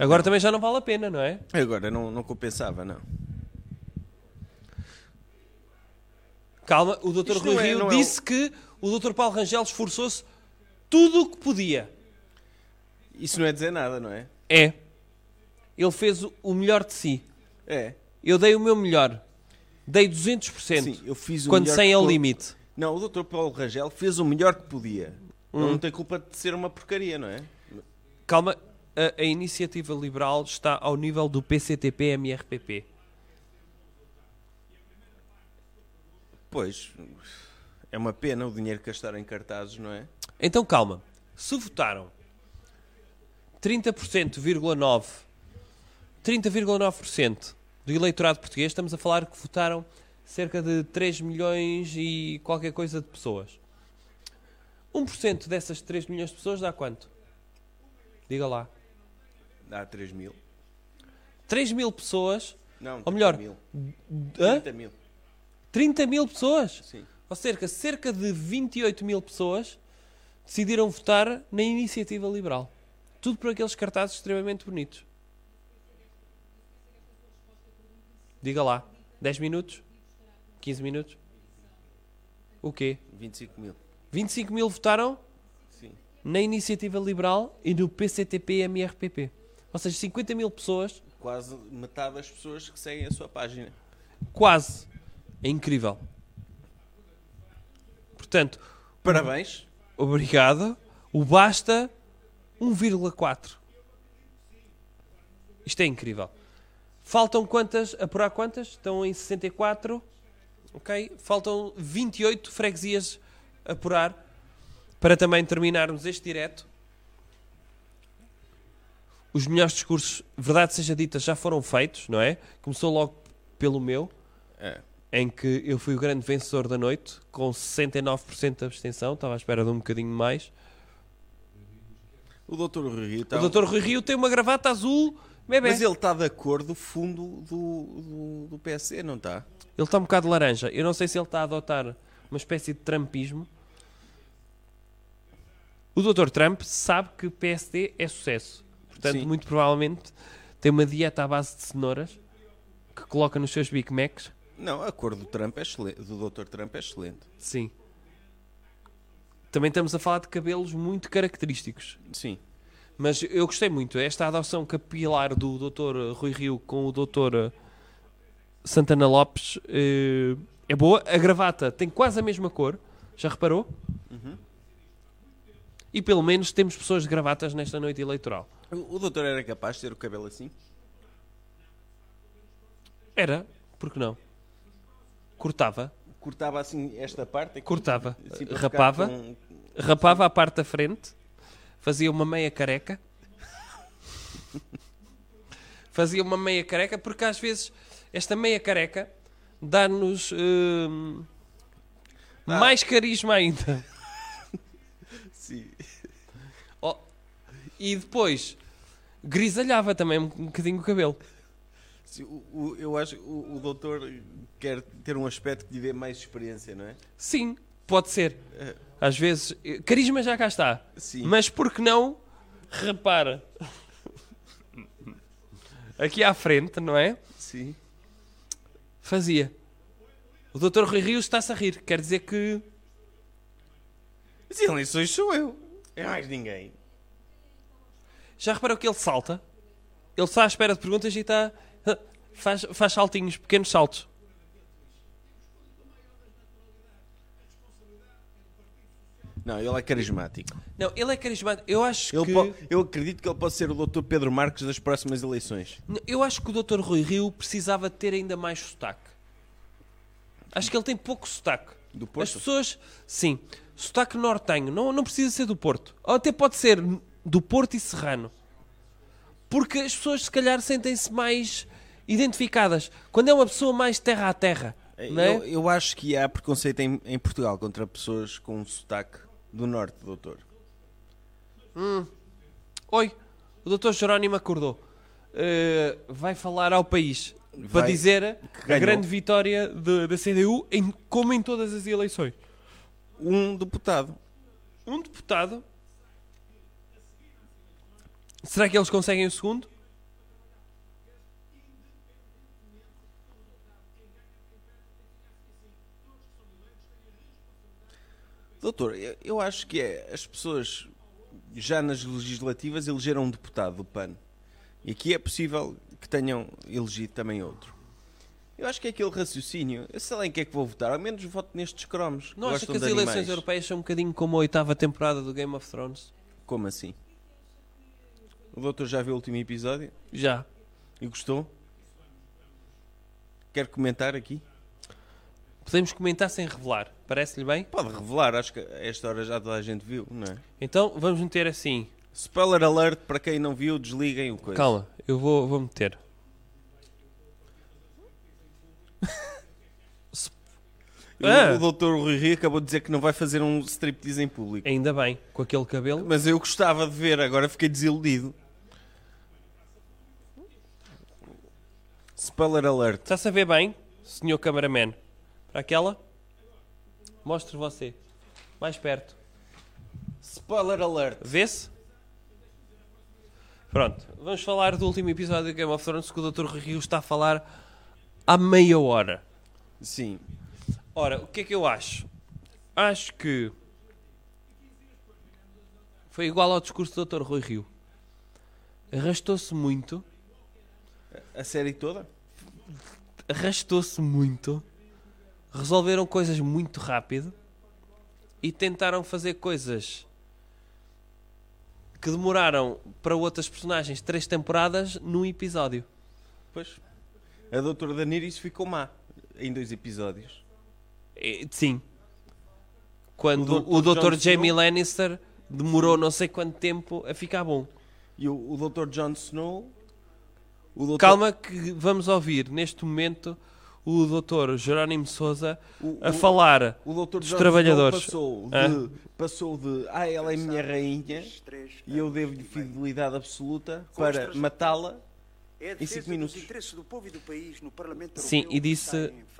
[SPEAKER 2] Agora também já não vale a pena, não é?
[SPEAKER 3] Agora não, não compensava, não.
[SPEAKER 2] Calma, o Dr.
[SPEAKER 3] Isto
[SPEAKER 2] Rui
[SPEAKER 3] não é-
[SPEAKER 2] Rio
[SPEAKER 3] não é o-
[SPEAKER 2] disse que o Dr. Paulo Rangel esforçou-se tudo o que podia.
[SPEAKER 3] Isso não é dizer nada, não é?
[SPEAKER 2] É. Ele fez o- o melhor de si.
[SPEAKER 3] É.
[SPEAKER 2] Eu dei o meu melhor. Dei 200%.
[SPEAKER 3] Sim, eu fiz o
[SPEAKER 2] Quando
[SPEAKER 3] melhor
[SPEAKER 2] 100 é
[SPEAKER 3] que
[SPEAKER 2] o
[SPEAKER 3] pude.
[SPEAKER 2] limite.
[SPEAKER 3] Não, o Dr. Paulo Rangel fez o melhor que podia.
[SPEAKER 2] Hum.
[SPEAKER 3] Ele não tem culpa de ser uma porcaria, não é?
[SPEAKER 2] Calma, a, a iniciativa liberal está ao nível do PCTP-MRPP.
[SPEAKER 3] Pois, é uma pena o dinheiro que gastaram em cartazes, não é?
[SPEAKER 2] Então calma. Se votaram 30,9% 30,9% do eleitorado português, estamos a falar que votaram cerca de 3 milhões e qualquer coisa de pessoas. 1% dessas 3 milhões de pessoas dá quanto? Diga lá.
[SPEAKER 3] Dá 3 mil.
[SPEAKER 2] 3 mil pessoas.
[SPEAKER 3] Não,
[SPEAKER 2] ou melhor,
[SPEAKER 3] 30
[SPEAKER 2] hã?
[SPEAKER 3] 30 mil.
[SPEAKER 2] 30 mil pessoas?
[SPEAKER 3] Sim.
[SPEAKER 2] Ou cerca, cerca de 28 mil pessoas decidiram votar na iniciativa liberal. Tudo por aqueles cartazes extremamente bonitos. Diga lá, 10 minutos? 15 minutos? O quê?
[SPEAKER 3] 25 mil.
[SPEAKER 2] 25 mil votaram
[SPEAKER 3] Sim.
[SPEAKER 2] na iniciativa liberal e no PCTP-MRPP. Ou seja, 50 mil pessoas
[SPEAKER 3] Quase metade das pessoas que seguem a sua página.
[SPEAKER 2] Quase. É incrível. Portanto.
[SPEAKER 3] Parabéns.
[SPEAKER 2] o- Obrigado. O basta 1,4. Isto é incrível. Faltam quantas? Apurar quantas? Estão em 64. Ok? Faltam 28 freguesias a apurar. Para também terminarmos este direto. Os melhores discursos, verdade seja dita, já foram feitos, não é? Começou logo pelo meu em que eu fui o grande vencedor da noite, com 69% de abstenção, estava à espera de um bocadinho mais.
[SPEAKER 3] O Dr. Rui Rio está...
[SPEAKER 2] O é Dr. Rui Rio tem uma gravata azul, bebê.
[SPEAKER 3] Então. Mas ele está da cor do fundo do, do, do PSC, não tá? está?
[SPEAKER 2] Ele está um bocado laranja. Eu não sei se ele está a adotar uma espécie de trampismo. O Dr. Trump sabe que PSD é sucesso. Portanto,
[SPEAKER 3] Sim.
[SPEAKER 2] muito provavelmente tem uma dieta à base de cenouras que coloca nos seus Big Macs.
[SPEAKER 3] Não, a cor do Trump é excelente, do Dr. Trump é excelente.
[SPEAKER 2] Sim. Também estamos a falar de cabelos muito característicos.
[SPEAKER 3] Sim.
[SPEAKER 2] Mas eu gostei muito. Esta adoção capilar do Dr. Rui Rio com o Dr. eh, Santana Lopes eh, é boa. A gravata tem quase a mesma cor, já reparou?
[SPEAKER 3] Uhum.
[SPEAKER 2] E pelo menos temos pessoas de gravatas nesta noite eleitoral.
[SPEAKER 3] O, o doutor era capaz de ter o cabelo assim?
[SPEAKER 2] Era, porque não? Cortava,
[SPEAKER 3] Cortava assim esta parte? aqui?
[SPEAKER 2] cortava,
[SPEAKER 3] Assim, para ficar
[SPEAKER 2] rapava,
[SPEAKER 3] com-
[SPEAKER 2] rapava a parte da frente, fazia uma meia careca. fazia uma meia careca, porque às vezes esta meia careca dá-nos hum, mais carisma ainda.
[SPEAKER 3] Sim.
[SPEAKER 2] Oh, e depois grisalhava também um bocadinho o cabelo.
[SPEAKER 3] Sim, o- o- eu acho que o, o doutor quer ter um aspecto que lhe dê mais experiência, não é?
[SPEAKER 2] Sim, pode ser. Às vezes, eh, carisma já cá está. Mas por que não? Repara. Aqui à frente, não é?
[SPEAKER 3] Sim.
[SPEAKER 2] Fazia. O Dr. Rui Rios está-se a rir. Quer dizer que.
[SPEAKER 3] Mas em eleições sou eu. É mais ninguém.
[SPEAKER 2] Já reparou que ele salta? Ele está à espera de perguntas e está. ah, Faz, faz saltinhos, pequenos saltos.
[SPEAKER 3] Não, ele é carismático.
[SPEAKER 2] Não, ele é carismático. Eu acho
[SPEAKER 3] Ele
[SPEAKER 2] que.
[SPEAKER 3] po- eu acredito que ele pode ser o doutor Pedro Marques das próximas eleições.
[SPEAKER 2] Eu acho que o Dr. Rui Rio precisava de ter ainda mais sotaque. Acho que ele tem pouco sotaque. Do Porto? As pessoas, sim, sotaque nortenho, não, não precisa ser do Porto. Ou até pode ser do Porto e Serrano. Porque as pessoas, se calhar, sentem-se mais identificadas. Quando é uma pessoa mais terra a terra, não é?
[SPEAKER 3] Eh, Eu, eu acho que há preconceito em, em Portugal contra pessoas com um sotaque do norte, doutor.
[SPEAKER 2] Hum. Oi, o Dr. Jerónimo acordou. Eh, vai falar ao país para
[SPEAKER 3] Vai,
[SPEAKER 2] dizer
[SPEAKER 3] que
[SPEAKER 2] a
[SPEAKER 3] ganhou.
[SPEAKER 2] grande vitória de- da CDU, em, como em todas as eleições.
[SPEAKER 3] Um deputado.
[SPEAKER 2] Um deputado. Será que eles conseguem o segundo?
[SPEAKER 3] Doutor, eu, eu acho que é. As pessoas já nas legislativas elegeram um deputado do PAN. E aqui é possível que tenham elegido também outro. Eu acho que é aquele raciocínio. Eu sei lá em que é que vou votar. Ao menos voto nestes cromos.
[SPEAKER 2] Não acha
[SPEAKER 3] gostam
[SPEAKER 2] que as
[SPEAKER 3] de
[SPEAKER 2] eleições
[SPEAKER 3] animais.
[SPEAKER 2] europeias são um bocadinho como a oitava temporada do Game of Thrones?
[SPEAKER 3] Como assim? O doutor já viu o último episódio?
[SPEAKER 2] Já.
[SPEAKER 3] E gostou? Quer comentar aqui?
[SPEAKER 2] Podemos comentar sem revelar. Parece-lhe bem?
[SPEAKER 3] Pode revelar, acho que a esta hora já toda a gente viu, não é?
[SPEAKER 2] Então vamos meter assim.
[SPEAKER 3] Spoiler alert para quem não viu, desliguem o coisa.
[SPEAKER 2] Calma, eu vou, vou meter.
[SPEAKER 3] O,
[SPEAKER 2] Ah!
[SPEAKER 3] o doutor Rui Rio acabou de dizer que não vai fazer um striptease em público.
[SPEAKER 2] Ainda bem, com aquele cabelo.
[SPEAKER 3] Mas eu gostava de ver, agora fiquei desiludido. Spoiler alert.
[SPEAKER 2] Está a saber bem, senhor cameraman? Para aquela? Mostre você. Mais perto.
[SPEAKER 3] Spoiler alert.
[SPEAKER 2] Vê-se? Pronto, vamos falar do último episódio do Game of Thrones que o Dr. Rui Rio está a falar há meia hora.
[SPEAKER 3] Sim.
[SPEAKER 2] Ora, o que é que eu acho? Acho que foi igual ao discurso do Dr. Rui Rio. Arrastou-se muito.
[SPEAKER 3] A série toda?
[SPEAKER 2] arrastou-se muito, resolveram coisas muito rápido e tentaram fazer coisas que demoraram para outras personagens três temporadas num episódio.
[SPEAKER 3] Pois. A doutora Daniris ficou má em dois episódios.
[SPEAKER 2] E- Sim. Quando
[SPEAKER 3] O
[SPEAKER 2] o
[SPEAKER 3] Dr. Jon
[SPEAKER 2] Dr. Jamie
[SPEAKER 3] Snow-
[SPEAKER 2] Lannister demorou não sei quanto tempo a ficar bom.
[SPEAKER 3] E o, o doutor Jon Snow... O doutor-
[SPEAKER 2] Calma que vamos ouvir neste momento o Dr. Jerónimo Souza a falar
[SPEAKER 3] o doutor
[SPEAKER 2] dos
[SPEAKER 3] Jon
[SPEAKER 2] trabalhadores.
[SPEAKER 3] Snow
[SPEAKER 2] Hã?
[SPEAKER 3] passou de, passou de ah, ela é minha rainha e eu devo-lhe fidelidade absoluta
[SPEAKER 20] Com os
[SPEAKER 3] para
[SPEAKER 20] três-
[SPEAKER 3] matá-la
[SPEAKER 20] É a
[SPEAKER 3] em 5
[SPEAKER 20] defesa
[SPEAKER 3] minutos.
[SPEAKER 20] dos interesses do povo e do país no Parlamento
[SPEAKER 2] Sim,
[SPEAKER 20] Europeu
[SPEAKER 2] e disse.
[SPEAKER 20] que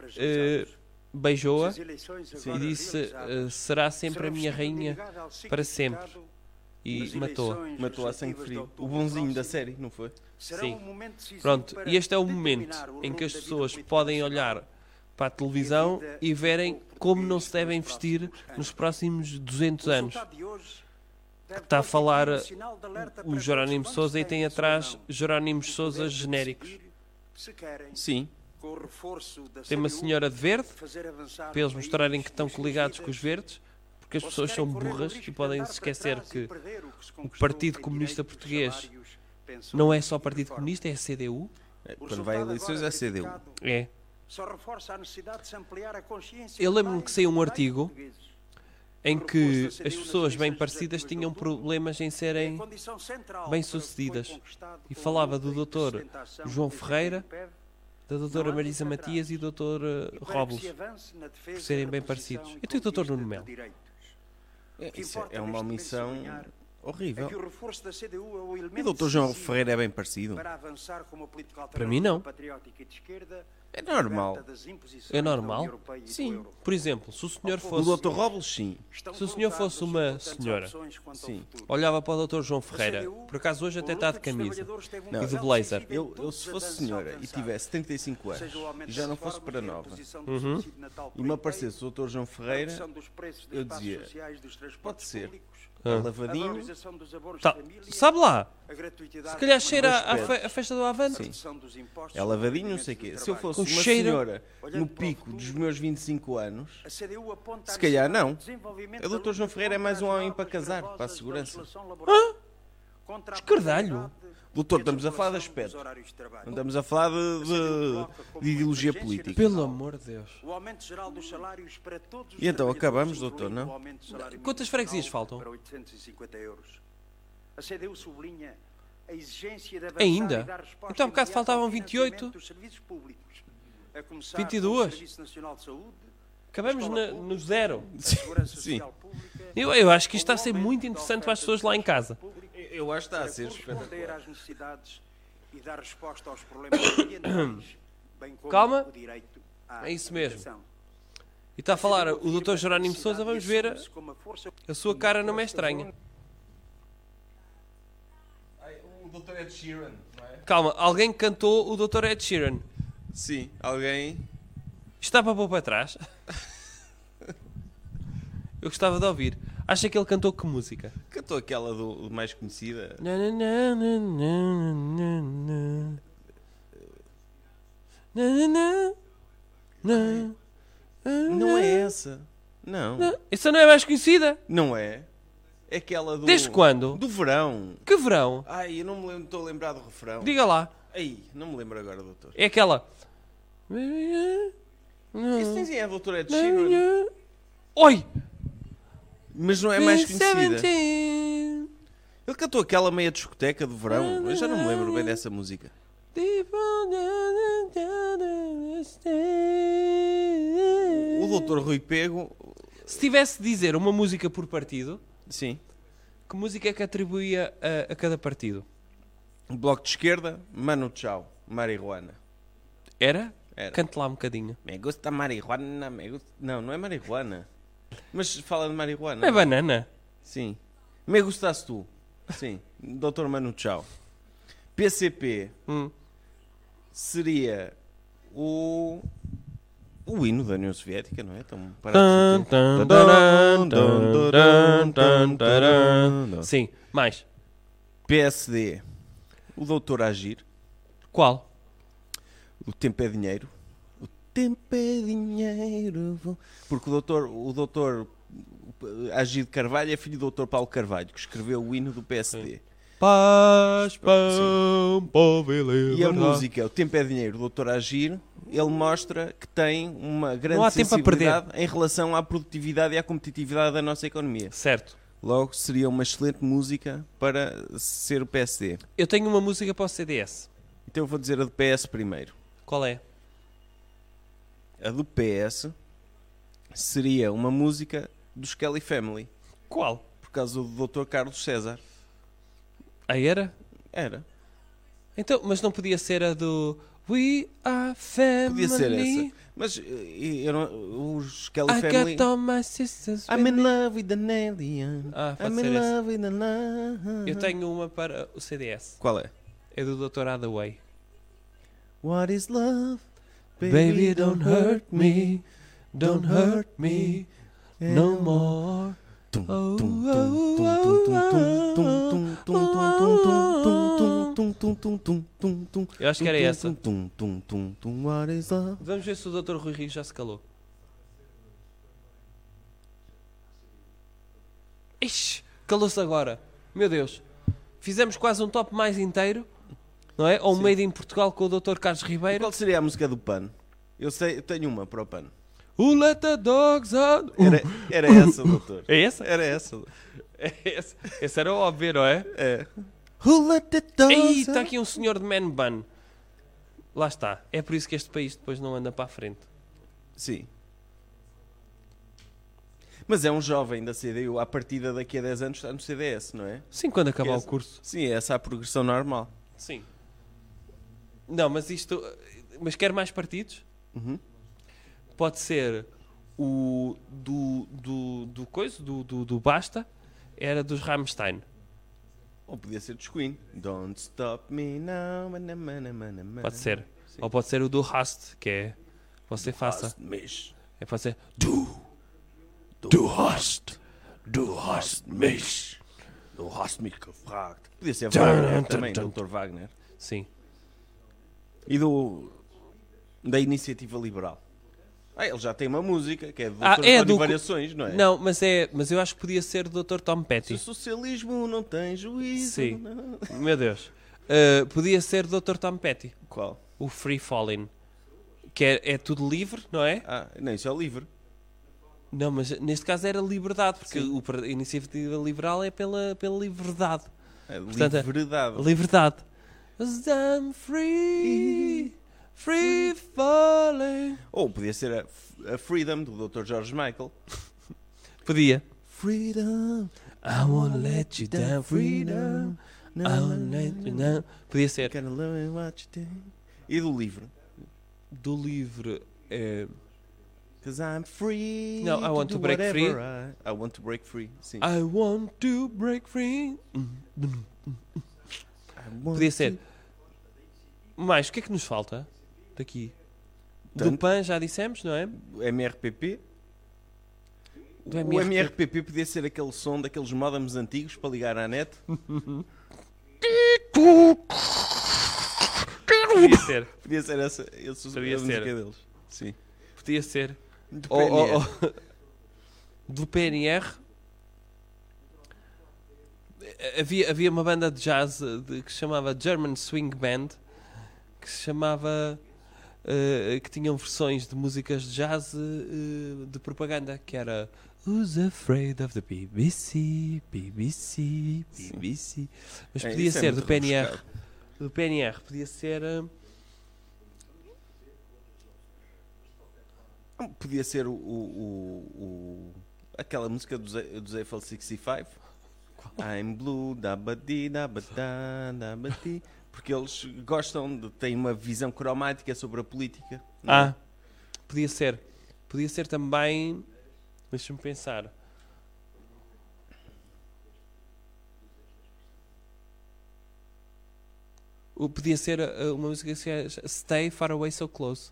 [SPEAKER 20] está em
[SPEAKER 2] eh, Beijou-a
[SPEAKER 20] Essas eleições
[SPEAKER 2] Sim. e
[SPEAKER 20] agora
[SPEAKER 2] disse:
[SPEAKER 20] realizadas
[SPEAKER 2] eh, Será sempre a
[SPEAKER 20] serão
[SPEAKER 2] minha
[SPEAKER 20] sempre
[SPEAKER 2] rainha
[SPEAKER 20] ligadas ao ciclo
[SPEAKER 2] para
[SPEAKER 20] de
[SPEAKER 2] sempre. E
[SPEAKER 20] nas
[SPEAKER 2] matou-a.
[SPEAKER 20] eleições
[SPEAKER 3] Matou a sangue
[SPEAKER 20] legislativas de
[SPEAKER 3] frio. O
[SPEAKER 20] outubro
[SPEAKER 3] bonzinho da série, não foi?
[SPEAKER 20] Será um momento decisivo
[SPEAKER 2] Pronto,
[SPEAKER 20] para
[SPEAKER 2] e este é o
[SPEAKER 20] determinar
[SPEAKER 2] momento
[SPEAKER 20] o
[SPEAKER 2] em
[SPEAKER 20] rumo
[SPEAKER 2] que as
[SPEAKER 20] da vida
[SPEAKER 2] pessoas
[SPEAKER 20] política
[SPEAKER 2] podem olhar para a televisão e verem como não se devem vestir nos próximos 200 anos. Que está a falar o Jerónimo Souza e tem atrás Jerónimos Souza genéricos.
[SPEAKER 20] Se querem
[SPEAKER 3] Sim.
[SPEAKER 20] Tem uma senhora de verde,
[SPEAKER 2] para eles mostrarem que estão coligados com os verdes, porque as pessoas são burras e podem se esquecer que o Partido Comunista Português não é só Partido Comunista, é a CDU.
[SPEAKER 3] Quando vai a eleições é a CDU.
[SPEAKER 2] É.
[SPEAKER 20] Só reforça a necessidade de se ampliar a consciência.
[SPEAKER 2] Eu lembro-me que saiu um artigo em que as pessoas bem parecidas tinham problemas em serem bem-sucedidas. E falava do doutor João Ferreira, da doutora Marisa Matias e do doutor eh, Robles, por serem bem parecidos. E tu e o doutor Nuno Melo?
[SPEAKER 3] É, isso é uma omissão horrível.
[SPEAKER 20] o reforço da CDU é o
[SPEAKER 3] E o
[SPEAKER 20] elemento
[SPEAKER 3] Dr. João Ferreira é bem parecido.
[SPEAKER 20] para avançar com uma política
[SPEAKER 3] Para mim, não.
[SPEAKER 20] alternativa patriótica e de esquerda.
[SPEAKER 3] É normal.
[SPEAKER 2] É normal? Sim. Por exemplo, se o senhor fosse.
[SPEAKER 3] O Dr. Robles, sim.
[SPEAKER 2] Se o senhor fosse uma senhora,
[SPEAKER 3] Sim.
[SPEAKER 2] olhava para o Dr. João Ferreira, por acaso hoje até está de camisa
[SPEAKER 20] um
[SPEAKER 2] e de blazer.
[SPEAKER 3] Eu, eu se fosse senhora e tivesse 35 anos e já não fosse para nova
[SPEAKER 2] Uhum.
[SPEAKER 3] e me aparecesse o Dr. João Ferreira, eu dizia: pode ser.
[SPEAKER 2] Ah.
[SPEAKER 3] É lavadinho.
[SPEAKER 2] Tá. Sabe lá? Se
[SPEAKER 3] gratuitidade
[SPEAKER 2] calhar
[SPEAKER 3] dos
[SPEAKER 2] cheira à
[SPEAKER 3] impostos.
[SPEAKER 2] fe- à festa do Avante.
[SPEAKER 3] Sim. É lavadinho, não sei o quê. Se eu fosse
[SPEAKER 2] Com
[SPEAKER 3] uma
[SPEAKER 2] cheiro.
[SPEAKER 3] senhora no pico dos meus 25 anos,
[SPEAKER 20] A CDU aponta
[SPEAKER 3] se calhar não.
[SPEAKER 20] Desenvolvimento
[SPEAKER 3] O Dr. João Ferreira é mais um homem para casar, para a segurança.
[SPEAKER 2] Escardalho.
[SPEAKER 3] Doutor, estamos a falar de aspecto. Não estamos a falar de, de- de ideologia política.
[SPEAKER 2] Pelo amor de Deus.
[SPEAKER 20] O aumento geral dos salários para todos os
[SPEAKER 3] E então acabamos,
[SPEAKER 20] trabalhadores,
[SPEAKER 3] doutor,
[SPEAKER 20] incluindo
[SPEAKER 3] não?
[SPEAKER 20] o aumento do salário
[SPEAKER 2] Quantas
[SPEAKER 20] mínimo
[SPEAKER 2] freguesias
[SPEAKER 20] nacional
[SPEAKER 2] faltam?
[SPEAKER 20] Para 850 euros. A CDU sublinha a exigência de avançar
[SPEAKER 2] Ainda?
[SPEAKER 20] e dar resposta
[SPEAKER 2] Então, há bocado
[SPEAKER 20] imediata ao
[SPEAKER 2] faltavam
[SPEAKER 20] financiamento
[SPEAKER 2] 28.
[SPEAKER 20] dos serviços públicos. A começar
[SPEAKER 2] 22.
[SPEAKER 20] pelo Serviço Nacional de Saúde,
[SPEAKER 2] Acabamos na- no zero.
[SPEAKER 3] Sim.
[SPEAKER 2] Eu, eu acho que isto está a ser muito interessante para as pessoas lá em casa.
[SPEAKER 3] Eu acho que está a ser
[SPEAKER 20] responder às necessidades e dar resposta aos problemas ambientais, bem como
[SPEAKER 2] Calma.
[SPEAKER 20] o direito à
[SPEAKER 2] É isso mesmo.
[SPEAKER 20] habitação.
[SPEAKER 2] E está a falar o Dr. Jerónimo Souza, vamos ver. a- A sua cara não me é estranha.
[SPEAKER 3] O doutor Ed Sheeran, não é?
[SPEAKER 2] Calma, alguém cantou o Dr. Ed Sheeran.
[SPEAKER 3] Sim, alguém.
[SPEAKER 2] Está para pôr para trás? [LAUGHS] Eu gostava de ouvir. Acha que ele cantou que música?
[SPEAKER 3] Cantou aquela do, mais conhecida.
[SPEAKER 2] Na, na, na, na, na, na, na. Na, na, na, na.
[SPEAKER 3] Não é essa. Não.
[SPEAKER 2] Não, Essa não é mais conhecida?
[SPEAKER 3] Não é? É aquela do.
[SPEAKER 2] Desde quando?
[SPEAKER 3] Do verão.
[SPEAKER 2] Que verão?
[SPEAKER 3] Ai, eu não me lembro, estou a lembrar do refrão.
[SPEAKER 2] Diga lá.
[SPEAKER 3] Ai, não me lembro agora, doutor.
[SPEAKER 2] É aquela.
[SPEAKER 3] Isso nem é a doutora Ed
[SPEAKER 2] Hum.
[SPEAKER 3] Sheeran.
[SPEAKER 2] Oi!
[SPEAKER 3] Mas não é mais conhecida. Ele cantou aquela meia discoteca do verão. Eu já não me lembro bem dessa música. O doutor Rui Pego.
[SPEAKER 2] Se tivesse de dizer uma música por partido,
[SPEAKER 3] Sim.
[SPEAKER 2] que música é que atribuía a, a cada partido?
[SPEAKER 3] Bloco de esquerda, Mano Tchau, Marihuana.
[SPEAKER 2] Era?
[SPEAKER 3] Era.
[SPEAKER 2] Cante lá um bocadinho.
[SPEAKER 3] Me gusta marihuana, me gusta... Não, não é marihuana. Mas fala de marihuana.
[SPEAKER 2] Não é banana?
[SPEAKER 3] Sim. Me gustas tu. Sim. Doutor Manu Tchau. PCP seria o. O hino da União Soviética, não é? Tão parado assim. de sentir.
[SPEAKER 2] Sim, mais.
[SPEAKER 3] PSD. O Doutor Agir.
[SPEAKER 2] Qual?
[SPEAKER 3] O tempo é dinheiro. O tempo é dinheiro. vou- Porque o doutor, o doutor Agir de Carvalho é filho do doutor Paulo Carvalho, que escreveu o hino do PSD.
[SPEAKER 2] Paz,
[SPEAKER 3] pão,
[SPEAKER 2] povo
[SPEAKER 3] E a música, o tempo é dinheiro, o doutor Agir, ele mostra que tem uma grande
[SPEAKER 2] Não há tempo a
[SPEAKER 3] sensibilidade em relação à produtividade e à competitividade da nossa economia.
[SPEAKER 2] Certo.
[SPEAKER 3] Logo, seria uma excelente música para ser o PSD.
[SPEAKER 2] Eu tenho uma música para o CDS.
[SPEAKER 3] Então eu vou dizer a do PS primeiro.
[SPEAKER 2] Qual é?
[SPEAKER 3] A do PS seria uma música do Skelly Family.
[SPEAKER 2] Qual?
[SPEAKER 3] Por causa do Dr. Carlos César.
[SPEAKER 2] A Ah, era?
[SPEAKER 3] Era.
[SPEAKER 2] Então, mas não podia ser a do We Are Family.
[SPEAKER 3] Podia ser essa. Mas eh, eu não- os Skelly
[SPEAKER 2] I
[SPEAKER 3] Family.
[SPEAKER 2] got all my sisters.
[SPEAKER 3] I'm
[SPEAKER 2] with
[SPEAKER 3] in
[SPEAKER 2] me.
[SPEAKER 3] love with an alien.
[SPEAKER 2] Ah, pode
[SPEAKER 3] I'm
[SPEAKER 2] ser
[SPEAKER 3] in
[SPEAKER 2] essa.
[SPEAKER 3] love with an alien.
[SPEAKER 2] Eu tenho uma para o CDS.
[SPEAKER 3] Qual é?
[SPEAKER 2] É do Dr. Hathaway.
[SPEAKER 3] What is love?
[SPEAKER 2] Baby, don't hurt me. Don't hurt me. No more. Oh, oh, oh, oh, oh, oh, oh, oh, oh, oh,
[SPEAKER 3] tum, tum, tum, tum, tum.
[SPEAKER 2] Eu acho que era
[SPEAKER 3] tum,
[SPEAKER 2] essa.
[SPEAKER 3] Tum, tum, tum, tum, what is love?
[SPEAKER 2] Vamos ver se o Dr. Rui Rio já se calou. Ixi, calou-se agora. Meu Deus. Fizemos quase um top mais inteiro, não é? Ou um Made in Portugal com o Dr. Carlos Ribeiro.
[SPEAKER 3] Qual seria a música do Pan? Eu sei, eu tenho uma para o Pan.
[SPEAKER 2] Who let the dogs out?
[SPEAKER 3] Era, era essa, [LAUGHS] doutor.
[SPEAKER 2] É essa?
[SPEAKER 3] Era essa.
[SPEAKER 2] [LAUGHS] É essa. Essa era óbvio, não é?
[SPEAKER 3] É.
[SPEAKER 2] Who
[SPEAKER 3] let the dogs
[SPEAKER 2] Ei,
[SPEAKER 3] out?
[SPEAKER 2] está aqui um senhor de man bun. Lá está. É por isso que este país depois não anda para a frente.
[SPEAKER 3] Sim. Mas é um jovem da CDU, à partida daqui a 10 anos está no CDS, não é?
[SPEAKER 2] Sim, quando acabar
[SPEAKER 3] Que é-
[SPEAKER 2] o curso.
[SPEAKER 3] Sim, essa é a progressão normal.
[SPEAKER 2] Sim. Não, mas isto. Mas quer mais partidos?
[SPEAKER 3] Uhum.
[SPEAKER 2] Pode ser o do, do, do coisa, do, do, do Basta, era dos Rammstein.
[SPEAKER 3] Ou podia ser dos Queen. Don't stop me now. mana, mana, mana, mana.
[SPEAKER 2] Pode ser.
[SPEAKER 3] Sim.
[SPEAKER 2] Ou pode ser o do Hast, que é você faça.
[SPEAKER 3] Hast, mas.
[SPEAKER 2] É, pode ser do.
[SPEAKER 3] Du hast, du hast mich, du hast mich gefragt. Podia ser Wagner também, Dr. Wagner.
[SPEAKER 2] Sim.
[SPEAKER 3] E do da iniciativa liberal. Ah, ele já tem uma música que é do Dr.
[SPEAKER 2] Ah, é
[SPEAKER 3] António
[SPEAKER 2] do.
[SPEAKER 3] Variações, não é?
[SPEAKER 2] Não, mas, é, mas eu acho que podia ser do Dr. Tom Petty.
[SPEAKER 3] O socialismo não tem juízo.
[SPEAKER 2] Sim.
[SPEAKER 3] não.
[SPEAKER 2] Meu Deus. Uh, podia ser Dr. Tom Petty.
[SPEAKER 3] Qual?
[SPEAKER 2] O Free Falling. Que é, é tudo livre, não é?
[SPEAKER 3] Ah, não, isso é o livre.
[SPEAKER 2] Não, mas neste caso era liberdade, porque o, par- a iniciativa liberal é pela, pela liberdade.
[SPEAKER 3] É
[SPEAKER 2] Portanto,
[SPEAKER 3] liberdade.
[SPEAKER 2] Liberdade. 'Cause I'm free, free falling.
[SPEAKER 3] Ou podia ser a, a Freedom do Dr. George Michael.
[SPEAKER 2] Podia.
[SPEAKER 3] Freedom.
[SPEAKER 2] I won't let you down, freedom. I won't let you down. Podia ser.
[SPEAKER 3] Gotta love and watch it. E do livro.
[SPEAKER 2] Do livro. eh,
[SPEAKER 3] Cause I'm free.
[SPEAKER 2] Não, I want
[SPEAKER 3] do
[SPEAKER 2] to break
[SPEAKER 3] whatever
[SPEAKER 2] free. Ah,
[SPEAKER 3] I, I want to break free. Sim.
[SPEAKER 2] I want to break free. Podia ser. Mais, o que é que nos falta daqui? Do
[SPEAKER 3] Tanto.
[SPEAKER 2] PAN já dissemos, não é?
[SPEAKER 3] O MRPP.
[SPEAKER 2] Do
[SPEAKER 3] O
[SPEAKER 2] MRP.
[SPEAKER 3] MRPP podia ser aquele som daqueles modems antigos para ligar à net.
[SPEAKER 2] Podia ser.
[SPEAKER 3] Podia ser essa, essa
[SPEAKER 2] Podia
[SPEAKER 3] a música
[SPEAKER 2] ser. Oh,
[SPEAKER 3] deles. Sim.
[SPEAKER 2] Podia ser.
[SPEAKER 3] Do
[SPEAKER 2] Ou- ou-
[SPEAKER 3] PNR.
[SPEAKER 2] ou- do PNR. Havia, havia uma banda de jazz eh, de- que se chamava German Swing Band que se chamava. eh, que tinham versões de músicas de jazz eh, eh, de propaganda que era Who's Afraid of the BBC, BBC, BBC. Mas
[SPEAKER 3] É,
[SPEAKER 2] podia
[SPEAKER 3] isso é
[SPEAKER 2] ser
[SPEAKER 3] muito
[SPEAKER 2] do PNR.
[SPEAKER 3] rebuscado.
[SPEAKER 2] Do PNR, podia ser. eh,
[SPEAKER 3] Não, Podia ser o, o- o- o- aquela música do, Ze- do Eiffel 65. I'm blue, da badi, da badá, da badi. Porque eles gostam de têm uma visão cromática sobre a política. não é?
[SPEAKER 2] Ah, podia ser. Podia ser também. Deixa-me pensar. Ou Podia ser uh, uma música que se chama Stay Far Away So Close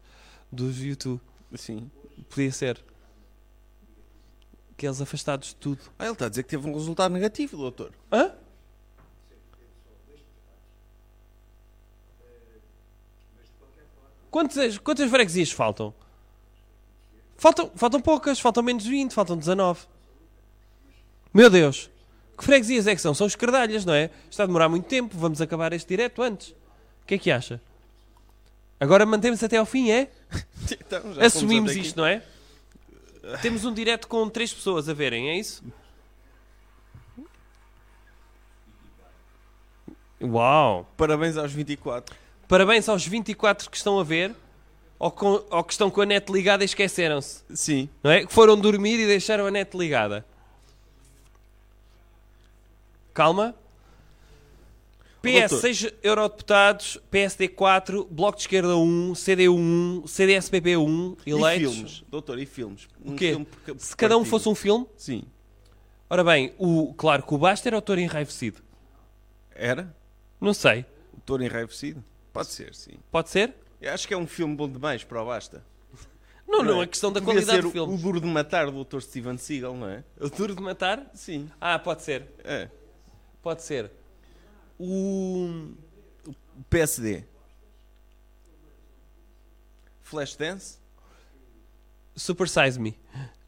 [SPEAKER 2] dos YouTube.
[SPEAKER 3] Sim.
[SPEAKER 2] Podia ser. Aqueles afastados de tudo.
[SPEAKER 3] Ah, ele está a dizer que teve um resultado negativo, doutor.
[SPEAKER 2] Hã? Quantas, quantas freguesias faltam? faltam? Faltam poucas, faltam menos 20, faltam 19. Meu Deus, que freguesias é que são? São os cardalhas, não é? Está a demorar muito tempo, vamos acabar este direto antes. O que é que acha? Agora mantemos até ao fim, é?
[SPEAKER 3] Então, já fomos
[SPEAKER 2] Assumimos
[SPEAKER 3] até aqui.
[SPEAKER 2] isto, não é? Temos um direto com três pessoas a verem, é isso? Uau!
[SPEAKER 3] Parabéns aos 24.
[SPEAKER 2] Parabéns aos 24 que estão a ver ou, com- ou que estão com a net ligada e esqueceram-se.
[SPEAKER 3] Sim.
[SPEAKER 2] Não é? Que foram dormir e deixaram a net ligada. Calma. PS
[SPEAKER 3] Doutor.
[SPEAKER 2] 6 eurodeputados, PSD 4, Bloco de Esquerda 1, CDU 1, CDSPP 1,
[SPEAKER 3] E
[SPEAKER 2] eleitos.
[SPEAKER 3] filmes, doutor, e filmes?
[SPEAKER 2] O
[SPEAKER 3] Um
[SPEAKER 2] quê?
[SPEAKER 3] filme por ca-
[SPEAKER 2] Se
[SPEAKER 3] por
[SPEAKER 2] cada um
[SPEAKER 3] partido.
[SPEAKER 2] fosse um filme?
[SPEAKER 3] Sim.
[SPEAKER 2] Ora bem, o, claro que o Basta era o Toro Enraivecido.
[SPEAKER 3] Era?
[SPEAKER 2] Não sei.
[SPEAKER 3] O Doutor Enraivecido? Pode ser, sim.
[SPEAKER 2] Pode ser?
[SPEAKER 3] Eu acho que é um filme bom demais para o Basta.
[SPEAKER 2] Não, não,
[SPEAKER 3] é?
[SPEAKER 2] a questão da
[SPEAKER 3] Podia
[SPEAKER 2] qualidade
[SPEAKER 3] ser
[SPEAKER 2] do
[SPEAKER 3] o-
[SPEAKER 2] filme.
[SPEAKER 3] O duro de matar do Dr. Steven Seagal, não é?
[SPEAKER 2] O Duro de Matar?
[SPEAKER 3] Sim.
[SPEAKER 2] Ah, pode ser.
[SPEAKER 3] É.
[SPEAKER 2] Pode ser. O...
[SPEAKER 3] o PSD. Flashdance?
[SPEAKER 2] Super Size Me.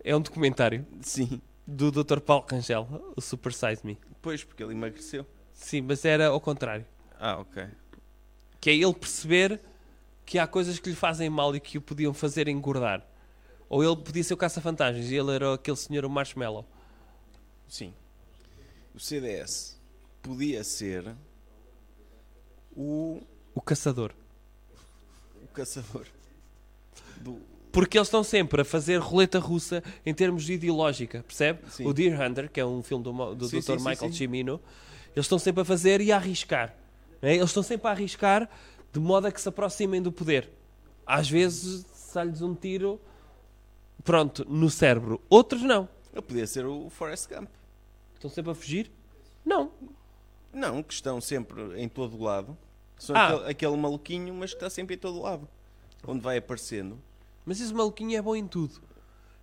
[SPEAKER 2] É um documentário.
[SPEAKER 3] Sim.
[SPEAKER 2] Do Dr. Paulo Rangel, o Super Size Me.
[SPEAKER 3] Pois, porque ele emagreceu.
[SPEAKER 2] Sim, mas era ao contrário.
[SPEAKER 3] Ah, ok.
[SPEAKER 2] Que é ele perceber que há coisas que lhe fazem mal e que o podiam fazer engordar. Ou ele podia ser o caça-fantasmas e ele era aquele senhor o Marshmallow.
[SPEAKER 3] Sim. O CDS podia ser o.
[SPEAKER 2] O caçador.
[SPEAKER 3] O caçador. Do...
[SPEAKER 2] Porque eles estão sempre a fazer roleta russa em termos de ideológica, percebe? Sim. O Deer Hunter, que é um filme do, do
[SPEAKER 3] Sim,
[SPEAKER 2] Dr.
[SPEAKER 3] sim, sim,
[SPEAKER 2] Michael
[SPEAKER 3] sim.
[SPEAKER 2] Cimino, eles estão sempre a fazer e a arriscar. não é? Eles estão sempre a arriscar de modo a que se aproximem do poder. Às vezes sai-lhes um tiro, pronto, no cérebro. Outros não.
[SPEAKER 3] Ele podia ser o Forrest Gump.
[SPEAKER 2] Estão sempre a fugir? Não.
[SPEAKER 3] Não, que estão sempre em todo lado. São
[SPEAKER 2] Ah.
[SPEAKER 3] aquele, aquele maluquinho, mas que está sempre em todo lado. Onde vai aparecendo.
[SPEAKER 2] Mas esse maluquinho é bom em tudo.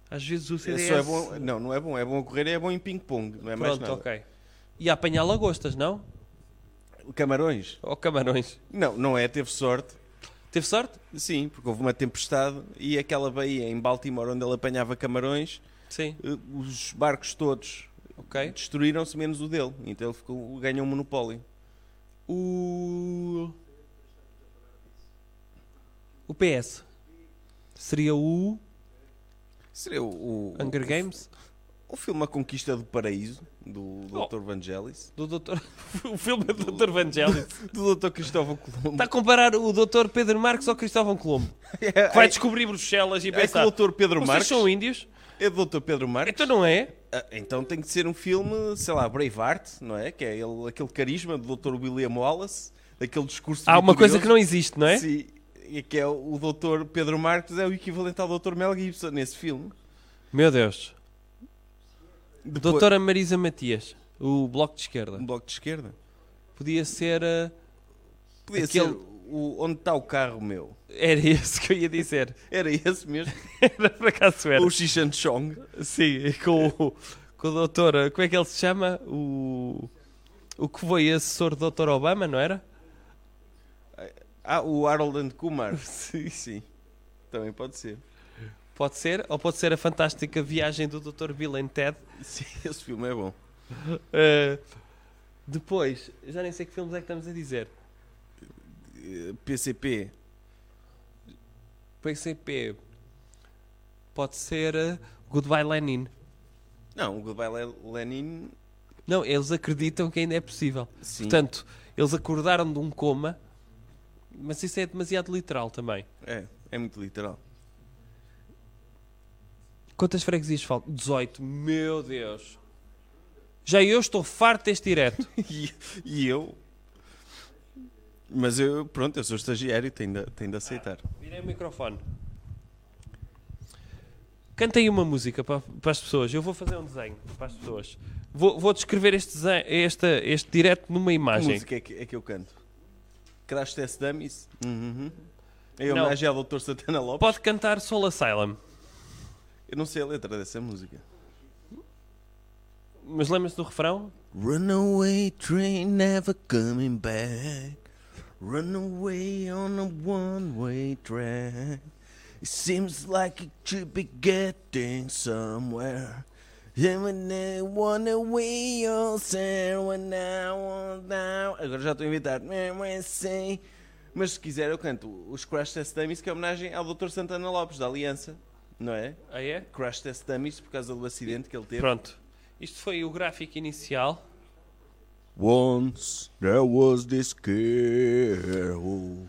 [SPEAKER 2] Às vezes o
[SPEAKER 3] Ele
[SPEAKER 2] CDS...
[SPEAKER 3] só é bom- não, não é bom. É bom a correr, é bom em ping-pong. Não é mais
[SPEAKER 2] Pronto,
[SPEAKER 3] nada.
[SPEAKER 2] ok. E a apanhar lagostas, não?
[SPEAKER 3] Camarões?
[SPEAKER 2] Ou camarões?
[SPEAKER 3] Não, não é. Teve sorte.
[SPEAKER 2] Teve sorte?
[SPEAKER 3] Sim, porque houve uma tempestade e aquela baía em Baltimore onde ele apanhava camarões,
[SPEAKER 2] Sim.
[SPEAKER 3] eh, os barcos todos
[SPEAKER 2] Ok.
[SPEAKER 3] destruíram-se menos o dele. Então ele ficou, ganhou um monopólio.
[SPEAKER 2] O. O PS. Seria o.
[SPEAKER 3] Seria o, o-
[SPEAKER 2] Hunger
[SPEAKER 3] o-
[SPEAKER 2] Games?
[SPEAKER 3] O filme A Conquista do Paraíso, do Dr.
[SPEAKER 2] Oh.
[SPEAKER 3] Vangelis.
[SPEAKER 2] Do Dr. [LAUGHS] o filme do Dr.
[SPEAKER 3] [LAUGHS]
[SPEAKER 2] Vangelis.
[SPEAKER 3] do Dr. Cristóvão Colombo.
[SPEAKER 2] Está a comparar o Dr. Pedro Marques ao Cristóvão
[SPEAKER 3] [LAUGHS]
[SPEAKER 2] Colombo. Que vai descobrir Bruxelas e
[SPEAKER 3] É que
[SPEAKER 2] pensar.
[SPEAKER 3] o Dr. Pedro
[SPEAKER 2] "Vocês
[SPEAKER 3] Marques-
[SPEAKER 2] são índios?
[SPEAKER 3] É do Dr. Pedro Marques.
[SPEAKER 2] Então não é?
[SPEAKER 3] Ah, Então tem que ser um filme, sei lá, Braveheart, não é? Que é ele- aquele carisma do Dr. William Wallace, aquele discurso.
[SPEAKER 2] Há uma coisa
[SPEAKER 3] vitorioso.
[SPEAKER 2] que não existe, não é?
[SPEAKER 3] é Sim, e que é o, o Dr. Pedro Marques é o equivalente ao Dr. Mel Gibson nesse filme.
[SPEAKER 2] Meu Deus.
[SPEAKER 3] Depois-
[SPEAKER 2] Doutora Marisa Matias. O Bloco de Esquerda.
[SPEAKER 3] Um bloco de esquerda.
[SPEAKER 2] Podia ser. ah,
[SPEAKER 3] Podia
[SPEAKER 2] aquele-
[SPEAKER 3] ser o, onde está o carro meu.
[SPEAKER 2] Era [LAUGHS] esse que eu ia dizer.
[SPEAKER 3] Era esse mesmo.
[SPEAKER 2] era por acaso era.
[SPEAKER 3] Ou o Xishan Chong.
[SPEAKER 2] Sim, com o, com o doutor. Como é que ele se chama? O. O que foi assessor do Dr. Obama, não era?
[SPEAKER 3] Ah, o Harold and
[SPEAKER 2] [LAUGHS]
[SPEAKER 3] Kumar.
[SPEAKER 2] Sim.
[SPEAKER 3] Sim. Também pode ser.
[SPEAKER 2] Pode ser? Ou pode ser a fantástica viagem do Dr. Bill and Ted?
[SPEAKER 3] Sim, esse filme é bom.
[SPEAKER 2] Eh, depois, já nem sei que filmes é que estamos a dizer.
[SPEAKER 3] Eh, PCP.
[SPEAKER 2] PCP. Pode ser eh, Goodbye Lenin.
[SPEAKER 3] Não, o Goodbye Le- Lenin.
[SPEAKER 2] Não, eles acreditam que ainda é possível.
[SPEAKER 3] Sim.
[SPEAKER 2] Portanto, eles acordaram de um coma, mas isso é demasiado literal também.
[SPEAKER 3] É, é muito literal.
[SPEAKER 2] Quantas freguesias faltam? 18. Meu Deus. Já eu estou farto deste direto.
[SPEAKER 3] e, e eu. Mas eu, pronto, eu sou estagiário, tenho de, tenho de aceitar.
[SPEAKER 2] Virei o microfone. Cantem uma música para, para as pessoas. Eu vou fazer um desenho para as pessoas. Vou, vou descrever este, desenho, este, este direto numa
[SPEAKER 3] Que
[SPEAKER 2] imagem.
[SPEAKER 3] música é que, é que eu canto? Crash Test Dummies? Uhum. É
[SPEAKER 2] Não.
[SPEAKER 3] homenagem ao Dr. Santana Lopes?
[SPEAKER 2] Pode cantar Soul Asylum,
[SPEAKER 3] Eu não sei a letra dessa música.
[SPEAKER 2] mas lembra-se do refrão?
[SPEAKER 3] Runaway train never coming back. Runaway on a one-way track. It seems like it should be getting somewhere. And I wanna way all somewhere now, now. Agora já estou a inventar. assim. Mas se quiser eu canto os Crash Test Dummies que é homenagem ao Dr. Santana Lopes da Aliança, não é?
[SPEAKER 2] Ah, é?
[SPEAKER 3] Crash Test Dummies por causa do acidente que ele teve.
[SPEAKER 2] Pronto. Isto foi o gráfico inicial.
[SPEAKER 1] Once there was this girl who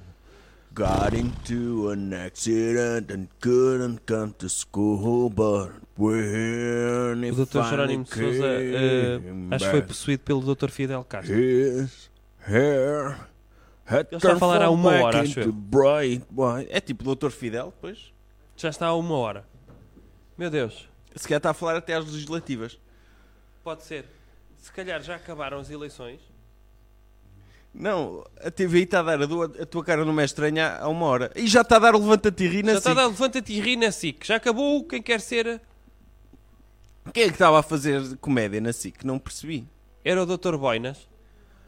[SPEAKER 1] got into an accident and couldn't come to school, but when
[SPEAKER 2] O
[SPEAKER 1] it
[SPEAKER 2] Dr.
[SPEAKER 1] finally
[SPEAKER 2] Jerónimo de Souza, eh,
[SPEAKER 1] came
[SPEAKER 2] acho que foi
[SPEAKER 1] back,
[SPEAKER 2] possuído pelo Dr. Fidel Castro.
[SPEAKER 1] his hair had
[SPEAKER 2] Ele está a falar há
[SPEAKER 1] turned
[SPEAKER 2] uma
[SPEAKER 1] back
[SPEAKER 2] hora, acho
[SPEAKER 1] into
[SPEAKER 2] eu.
[SPEAKER 1] bright white.
[SPEAKER 3] É tipo o Dr. Fidel, pois?
[SPEAKER 2] Já está há uma hora. Meu Deus.
[SPEAKER 3] Se calhar está a falar até às legislativas.
[SPEAKER 2] Pode ser. Se calhar já acabaram as eleições.
[SPEAKER 3] Não, a TVI está a dar a, do- a tua cara não é estranha há uma hora. E já está a dar o levanta-te e ri na
[SPEAKER 2] já está a
[SPEAKER 3] SIC.
[SPEAKER 2] dar levanta-te e ri na SIC. Já acabou o quem quer ser.
[SPEAKER 3] Quem é que estava a fazer comédia na SIC? Não percebi.
[SPEAKER 2] Era o Dr. Boinas.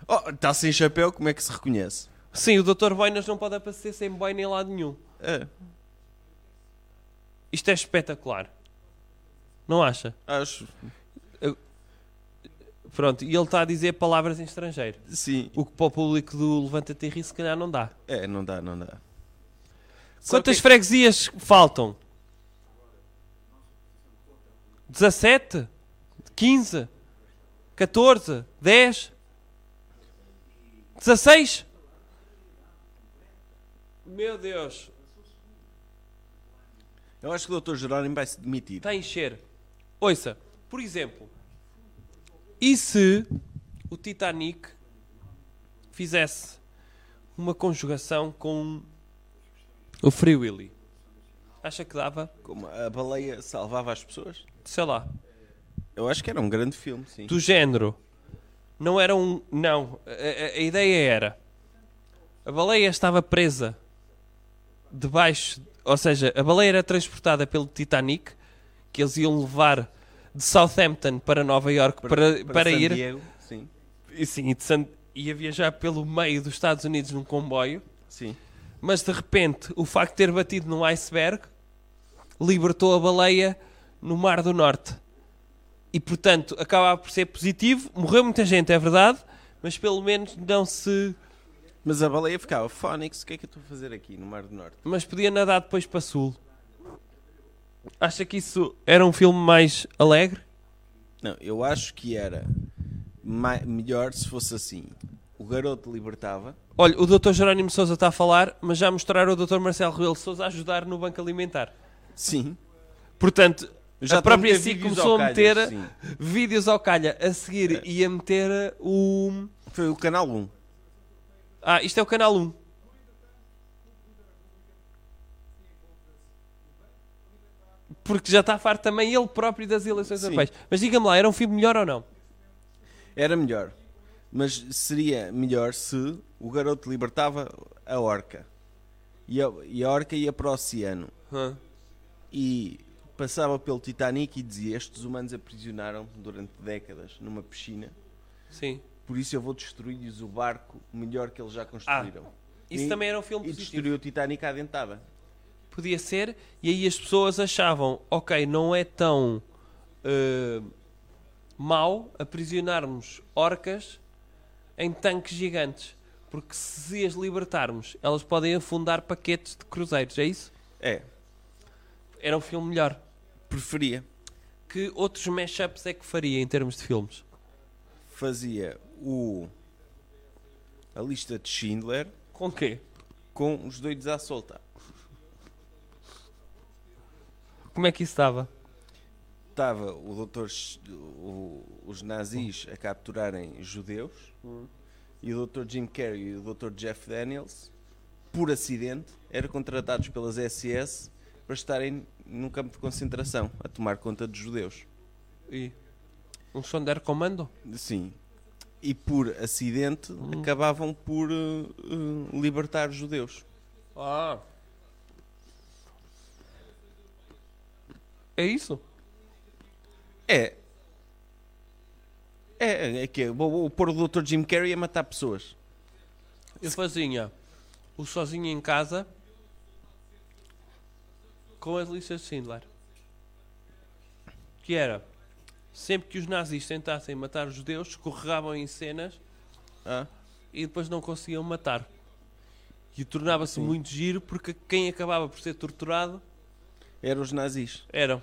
[SPEAKER 3] tá Oh, está sem chapéu, como é que se reconhece?
[SPEAKER 2] Sim, o Dr. Boinas não pode aparecer sem boina em lado nenhum. Isto é espetacular. Não acha?
[SPEAKER 3] Acho.
[SPEAKER 2] Pronto, e ele está a dizer palavras em estrangeiro.
[SPEAKER 3] Sim.
[SPEAKER 2] O que para o público do Levanta-te e ri, se calhar não dá.
[SPEAKER 3] É, não dá, não dá.
[SPEAKER 2] Quantas freguesias faltam? 17? 15? 14? 10? 16? Meu Deus.
[SPEAKER 3] Eu acho que o Dr. Jerónimo vai se demitir.
[SPEAKER 2] Está a encher. Ouça, por exemplo, e se o Titanic fizesse uma conjugação com o Free Willy? Acha que dava?
[SPEAKER 3] Como a baleia salvava as pessoas?
[SPEAKER 2] Sei lá.
[SPEAKER 3] Eu acho que era um grande filme, sim.
[SPEAKER 2] do género. Não era um. Não. A, a- a ideia era. A baleia estava presa debaixo. Ou seja, a baleia era transportada pelo Titanic, que eles iam levar de Southampton para Nova York para, para,
[SPEAKER 3] San
[SPEAKER 2] ir.
[SPEAKER 3] Diego, sim.
[SPEAKER 2] E sim, e de San- ia viajar pelo meio dos Estados Unidos num comboio.
[SPEAKER 3] Sim.
[SPEAKER 2] Mas de repente, o facto de ter batido num iceberg libertou a baleia no Mar do Norte. E portanto, acaba por ser positivo. Morreu muita gente, é verdade, mas pelo menos não se.
[SPEAKER 3] Mas a baleia ficava, Fónix, o que é que eu estou a fazer aqui no Mar do Norte?
[SPEAKER 2] Mas podia nadar depois para sul. Acha que isso era um filme mais alegre?
[SPEAKER 3] Não, eu acho que era ma- melhor se fosse assim. O garoto libertava.
[SPEAKER 2] Olha, o Dr. Jerónimo Souza está a falar, mas já mostraram o Dr. Marcelo Rebelo de Souza a ajudar no Banco Alimentar.
[SPEAKER 3] Sim.
[SPEAKER 2] Portanto,
[SPEAKER 3] Já
[SPEAKER 2] a própria
[SPEAKER 3] estão a meter
[SPEAKER 2] SIC
[SPEAKER 3] vídeos
[SPEAKER 2] começou
[SPEAKER 3] ao
[SPEAKER 2] a
[SPEAKER 3] calhas,
[SPEAKER 2] meter
[SPEAKER 3] sim. É.
[SPEAKER 2] vídeos ao calha. A seguir ia meter uh, o...
[SPEAKER 3] Foi o Canal 1.
[SPEAKER 2] Ah, isto é o Canal 1. Porque já está farto também ele próprio das eleições
[SPEAKER 3] Sim.
[SPEAKER 2] europeias. Mas diga-me lá, era um filme melhor ou não?
[SPEAKER 3] Era melhor. Mas seria melhor se o garoto libertava a orca. E a, e a orca ia para o oceano.
[SPEAKER 2] Hã?
[SPEAKER 3] E passava pelo Titanic e dizia: Estes humanos aprisionaram durante décadas numa piscina.
[SPEAKER 2] Sim.
[SPEAKER 3] Por isso eu vou destruir-lhes o barco melhor que eles já construíram.
[SPEAKER 2] isso também era um filme
[SPEAKER 3] E
[SPEAKER 2] positivo.
[SPEAKER 3] destruiu o Titanic à dentada.
[SPEAKER 2] Podia ser, e aí as pessoas achavam, ok, não é tão eh, mau aprisionarmos orcas em tanques gigantes, porque se as libertarmos, elas podem afundar paquetes de cruzeiros, é isso?
[SPEAKER 3] É.
[SPEAKER 2] Era um filme melhor.
[SPEAKER 3] Preferia.
[SPEAKER 2] Que outros mashups é que faria em termos de filmes?
[SPEAKER 3] Fazia o. A lista de Schindler.
[SPEAKER 2] Com quê?
[SPEAKER 3] Com os doidos à solta.
[SPEAKER 2] Como é que isso estava?
[SPEAKER 3] estava o doutor Sch- o- os nazis a capturarem judeus
[SPEAKER 2] Hum.
[SPEAKER 3] e o Dr. Jim Carrey e o Dr. Jeff Daniels por acidente eram contratados pelas SS para estarem num campo de concentração a tomar conta de judeus
[SPEAKER 2] E um Sonderkommando?
[SPEAKER 3] sim e por acidente acabavam por eh, eh, libertar judeus
[SPEAKER 2] Ah. É isso?
[SPEAKER 3] é é, é que vou, vou pôr o Dr. Jim Carrey a matar pessoas
[SPEAKER 2] Eu fazia o sozinho em casa com as listas de Schindler. Que era sempre que os nazis tentassem matar os judeus, escorregavam em cenas e depois não conseguiam matar. E tornava-se muito giro porque quem acabava por ser torturado
[SPEAKER 3] eram os nazis
[SPEAKER 2] eram.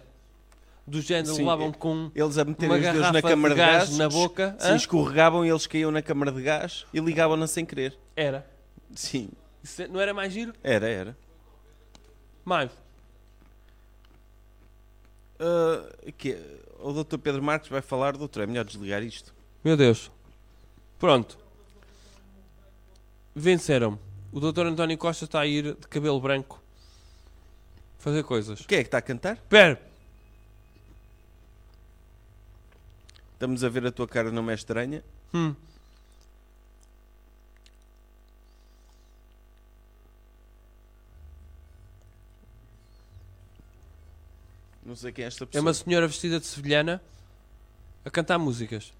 [SPEAKER 2] Do género
[SPEAKER 3] Sim,
[SPEAKER 2] levavam
[SPEAKER 3] e-
[SPEAKER 2] com
[SPEAKER 3] eles a meterem
[SPEAKER 2] uma
[SPEAKER 3] os dedos na
[SPEAKER 2] garrafa
[SPEAKER 3] câmara
[SPEAKER 2] de
[SPEAKER 3] de
[SPEAKER 2] gás
[SPEAKER 3] gás,
[SPEAKER 2] na boca,
[SPEAKER 3] se
[SPEAKER 2] hã?
[SPEAKER 3] escorregavam e eles caíam na câmara de gás e ligavam-na sem querer.
[SPEAKER 2] Era.
[SPEAKER 3] Sim,
[SPEAKER 2] Isso é, não era mais giro?
[SPEAKER 3] era, era.
[SPEAKER 2] Mais.
[SPEAKER 3] Ah, que, o Dr. Pedro Marques vai falar, doutor, é melhor desligar isto.
[SPEAKER 2] Meu Deus. Pronto. Venceram. O Dr. António Costa está a ir de cabelo branco fazer coisas.
[SPEAKER 3] Quem é que está a cantar?
[SPEAKER 2] Espera.
[SPEAKER 3] Estamos a ver a tua cara, não me é estranha.
[SPEAKER 2] Hum.
[SPEAKER 3] Não sei quem é esta
[SPEAKER 2] É
[SPEAKER 3] pessoa.
[SPEAKER 2] uma senhora vestida de sevilhana a cantar músicas.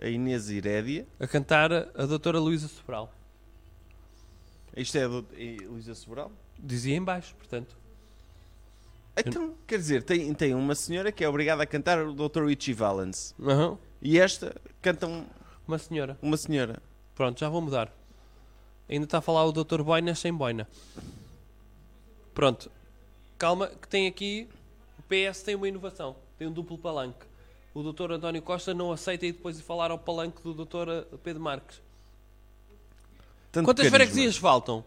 [SPEAKER 3] a É Inês Irédia.
[SPEAKER 2] A cantar a doutora Luísa Sobral.
[SPEAKER 3] Isto é a do- e- Luísa Sobral?
[SPEAKER 2] Dizia em baixo, portanto.
[SPEAKER 3] Então, quer dizer, tem, tem uma senhora que é obrigada a cantar o Dr. Richie Valens.
[SPEAKER 2] Aham.
[SPEAKER 3] E esta canta um-
[SPEAKER 2] Uma senhora.
[SPEAKER 3] uma senhora.
[SPEAKER 2] Pronto, já vou mudar. Ainda está a falar o Dr. Boina sem boina. Pronto. Calma, que tem aqui. O PS tem uma inovação. Tem um duplo palanque. O Dr. António Costa não aceita ir depois de falar ao palanque do Dr. Pedro Marques.
[SPEAKER 3] Tanto
[SPEAKER 2] Quantas
[SPEAKER 3] carisma.
[SPEAKER 2] freguesias faltam?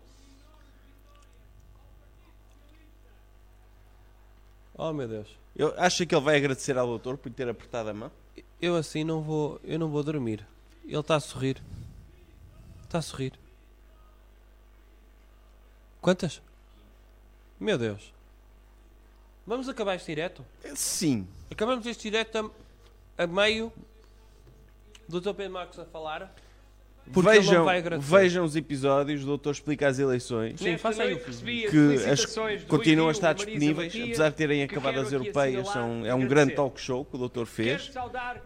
[SPEAKER 2] Oh meu Deus.
[SPEAKER 3] Eu acho que ele vai agradecer ao doutor por lhe ter apertado a mão.
[SPEAKER 2] Eu assim não vou, eu não vou dormir. Ele está a sorrir. Está a sorrir. Quantas? Meu Deus. Vamos acabar este direto?
[SPEAKER 3] Eh, Sim.
[SPEAKER 2] Acabamos este direto a, a meio do Dr. Pedro Marcos a falar. Porque ele não
[SPEAKER 3] vejam,
[SPEAKER 2] vai agradecer.
[SPEAKER 3] vejam os episódios do Doutor Explica as Eleições.
[SPEAKER 2] Sim, Nesta faça aí o noite filme. recebi as
[SPEAKER 3] Que as,
[SPEAKER 2] felicitações do Emílio,
[SPEAKER 3] continuam a estar
[SPEAKER 2] Marisa
[SPEAKER 3] disponíveis,
[SPEAKER 2] Matias,
[SPEAKER 3] apesar de terem
[SPEAKER 2] que
[SPEAKER 3] acabado
[SPEAKER 2] quero
[SPEAKER 3] as
[SPEAKER 2] aqui
[SPEAKER 3] europeias.
[SPEAKER 2] assinalar
[SPEAKER 3] São,
[SPEAKER 2] e
[SPEAKER 3] é um
[SPEAKER 2] agradecer.
[SPEAKER 3] grande talk show que o Doutor fez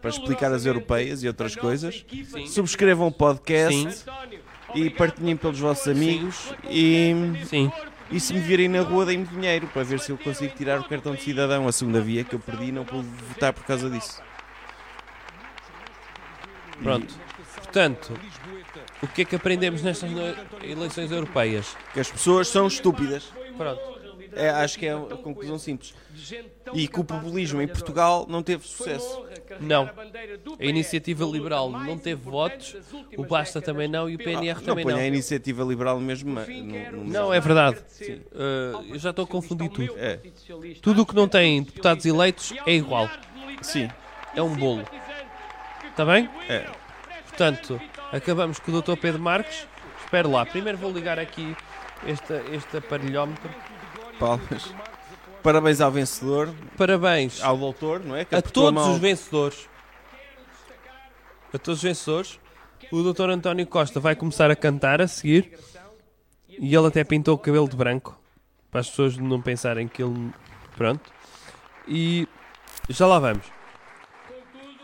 [SPEAKER 3] para explicar as europeias e outras coisas.
[SPEAKER 2] Sim.
[SPEAKER 3] Subscrevam o podcast
[SPEAKER 2] Sim.
[SPEAKER 3] e partilhem pelos vossos amigos. E, e se me virem na rua, deem-me dinheiro para ver se eu consigo tirar o cartão de cidadão, a segunda via que eu perdi e não pude votar por causa disso.
[SPEAKER 2] Pronto. Portanto, o que é que aprendemos nestas no- eleições europeias?
[SPEAKER 3] Que as pessoas são estúpidas.
[SPEAKER 2] Pronto.
[SPEAKER 3] É, acho que é a conclusão simples. E que o populismo em Portugal não teve sucesso.
[SPEAKER 2] Não. A iniciativa liberal não teve votos, o Basta também não e o PNR
[SPEAKER 3] não
[SPEAKER 2] também
[SPEAKER 3] ponha
[SPEAKER 2] não.
[SPEAKER 3] a iniciativa liberal no mesmo. ma- no- no
[SPEAKER 2] Não,
[SPEAKER 3] mesmo-
[SPEAKER 2] é verdade. Uh, eu já estou a confundir tudo.
[SPEAKER 3] É.
[SPEAKER 2] Tudo o que não tem deputados eleitos é igual.
[SPEAKER 3] Sim.
[SPEAKER 2] É um bolo. Está bem?
[SPEAKER 3] É.
[SPEAKER 2] Portanto, acabamos com o Dr. Pedro Marques. Espero lá. Primeiro vou ligar aqui este, este aparelhómetro.
[SPEAKER 3] Palmas. Parabéns ao vencedor.
[SPEAKER 2] Parabéns
[SPEAKER 3] ao doutor, não é? Que
[SPEAKER 2] a
[SPEAKER 3] apertou
[SPEAKER 2] todos
[SPEAKER 3] mão.
[SPEAKER 2] os vencedores. A todos os vencedores. O Dr. António Costa vai começar a cantar a seguir. E ele até pintou o cabelo de branco. Para as pessoas não pensarem que ele. Pronto. E já lá vamos.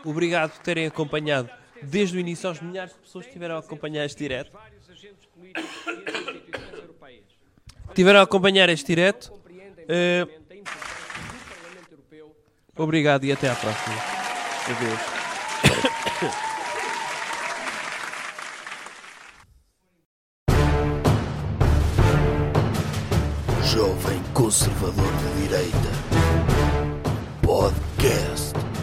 [SPEAKER 2] Obrigado por terem acompanhado desde o início aos milhares de pessoas que tiveram a acompanhar este direto. Tiveram a acompanhar este direto. Eh, Obrigado e até à próxima. Adeus.
[SPEAKER 1] Jovem Conservador de Direita. Podcast.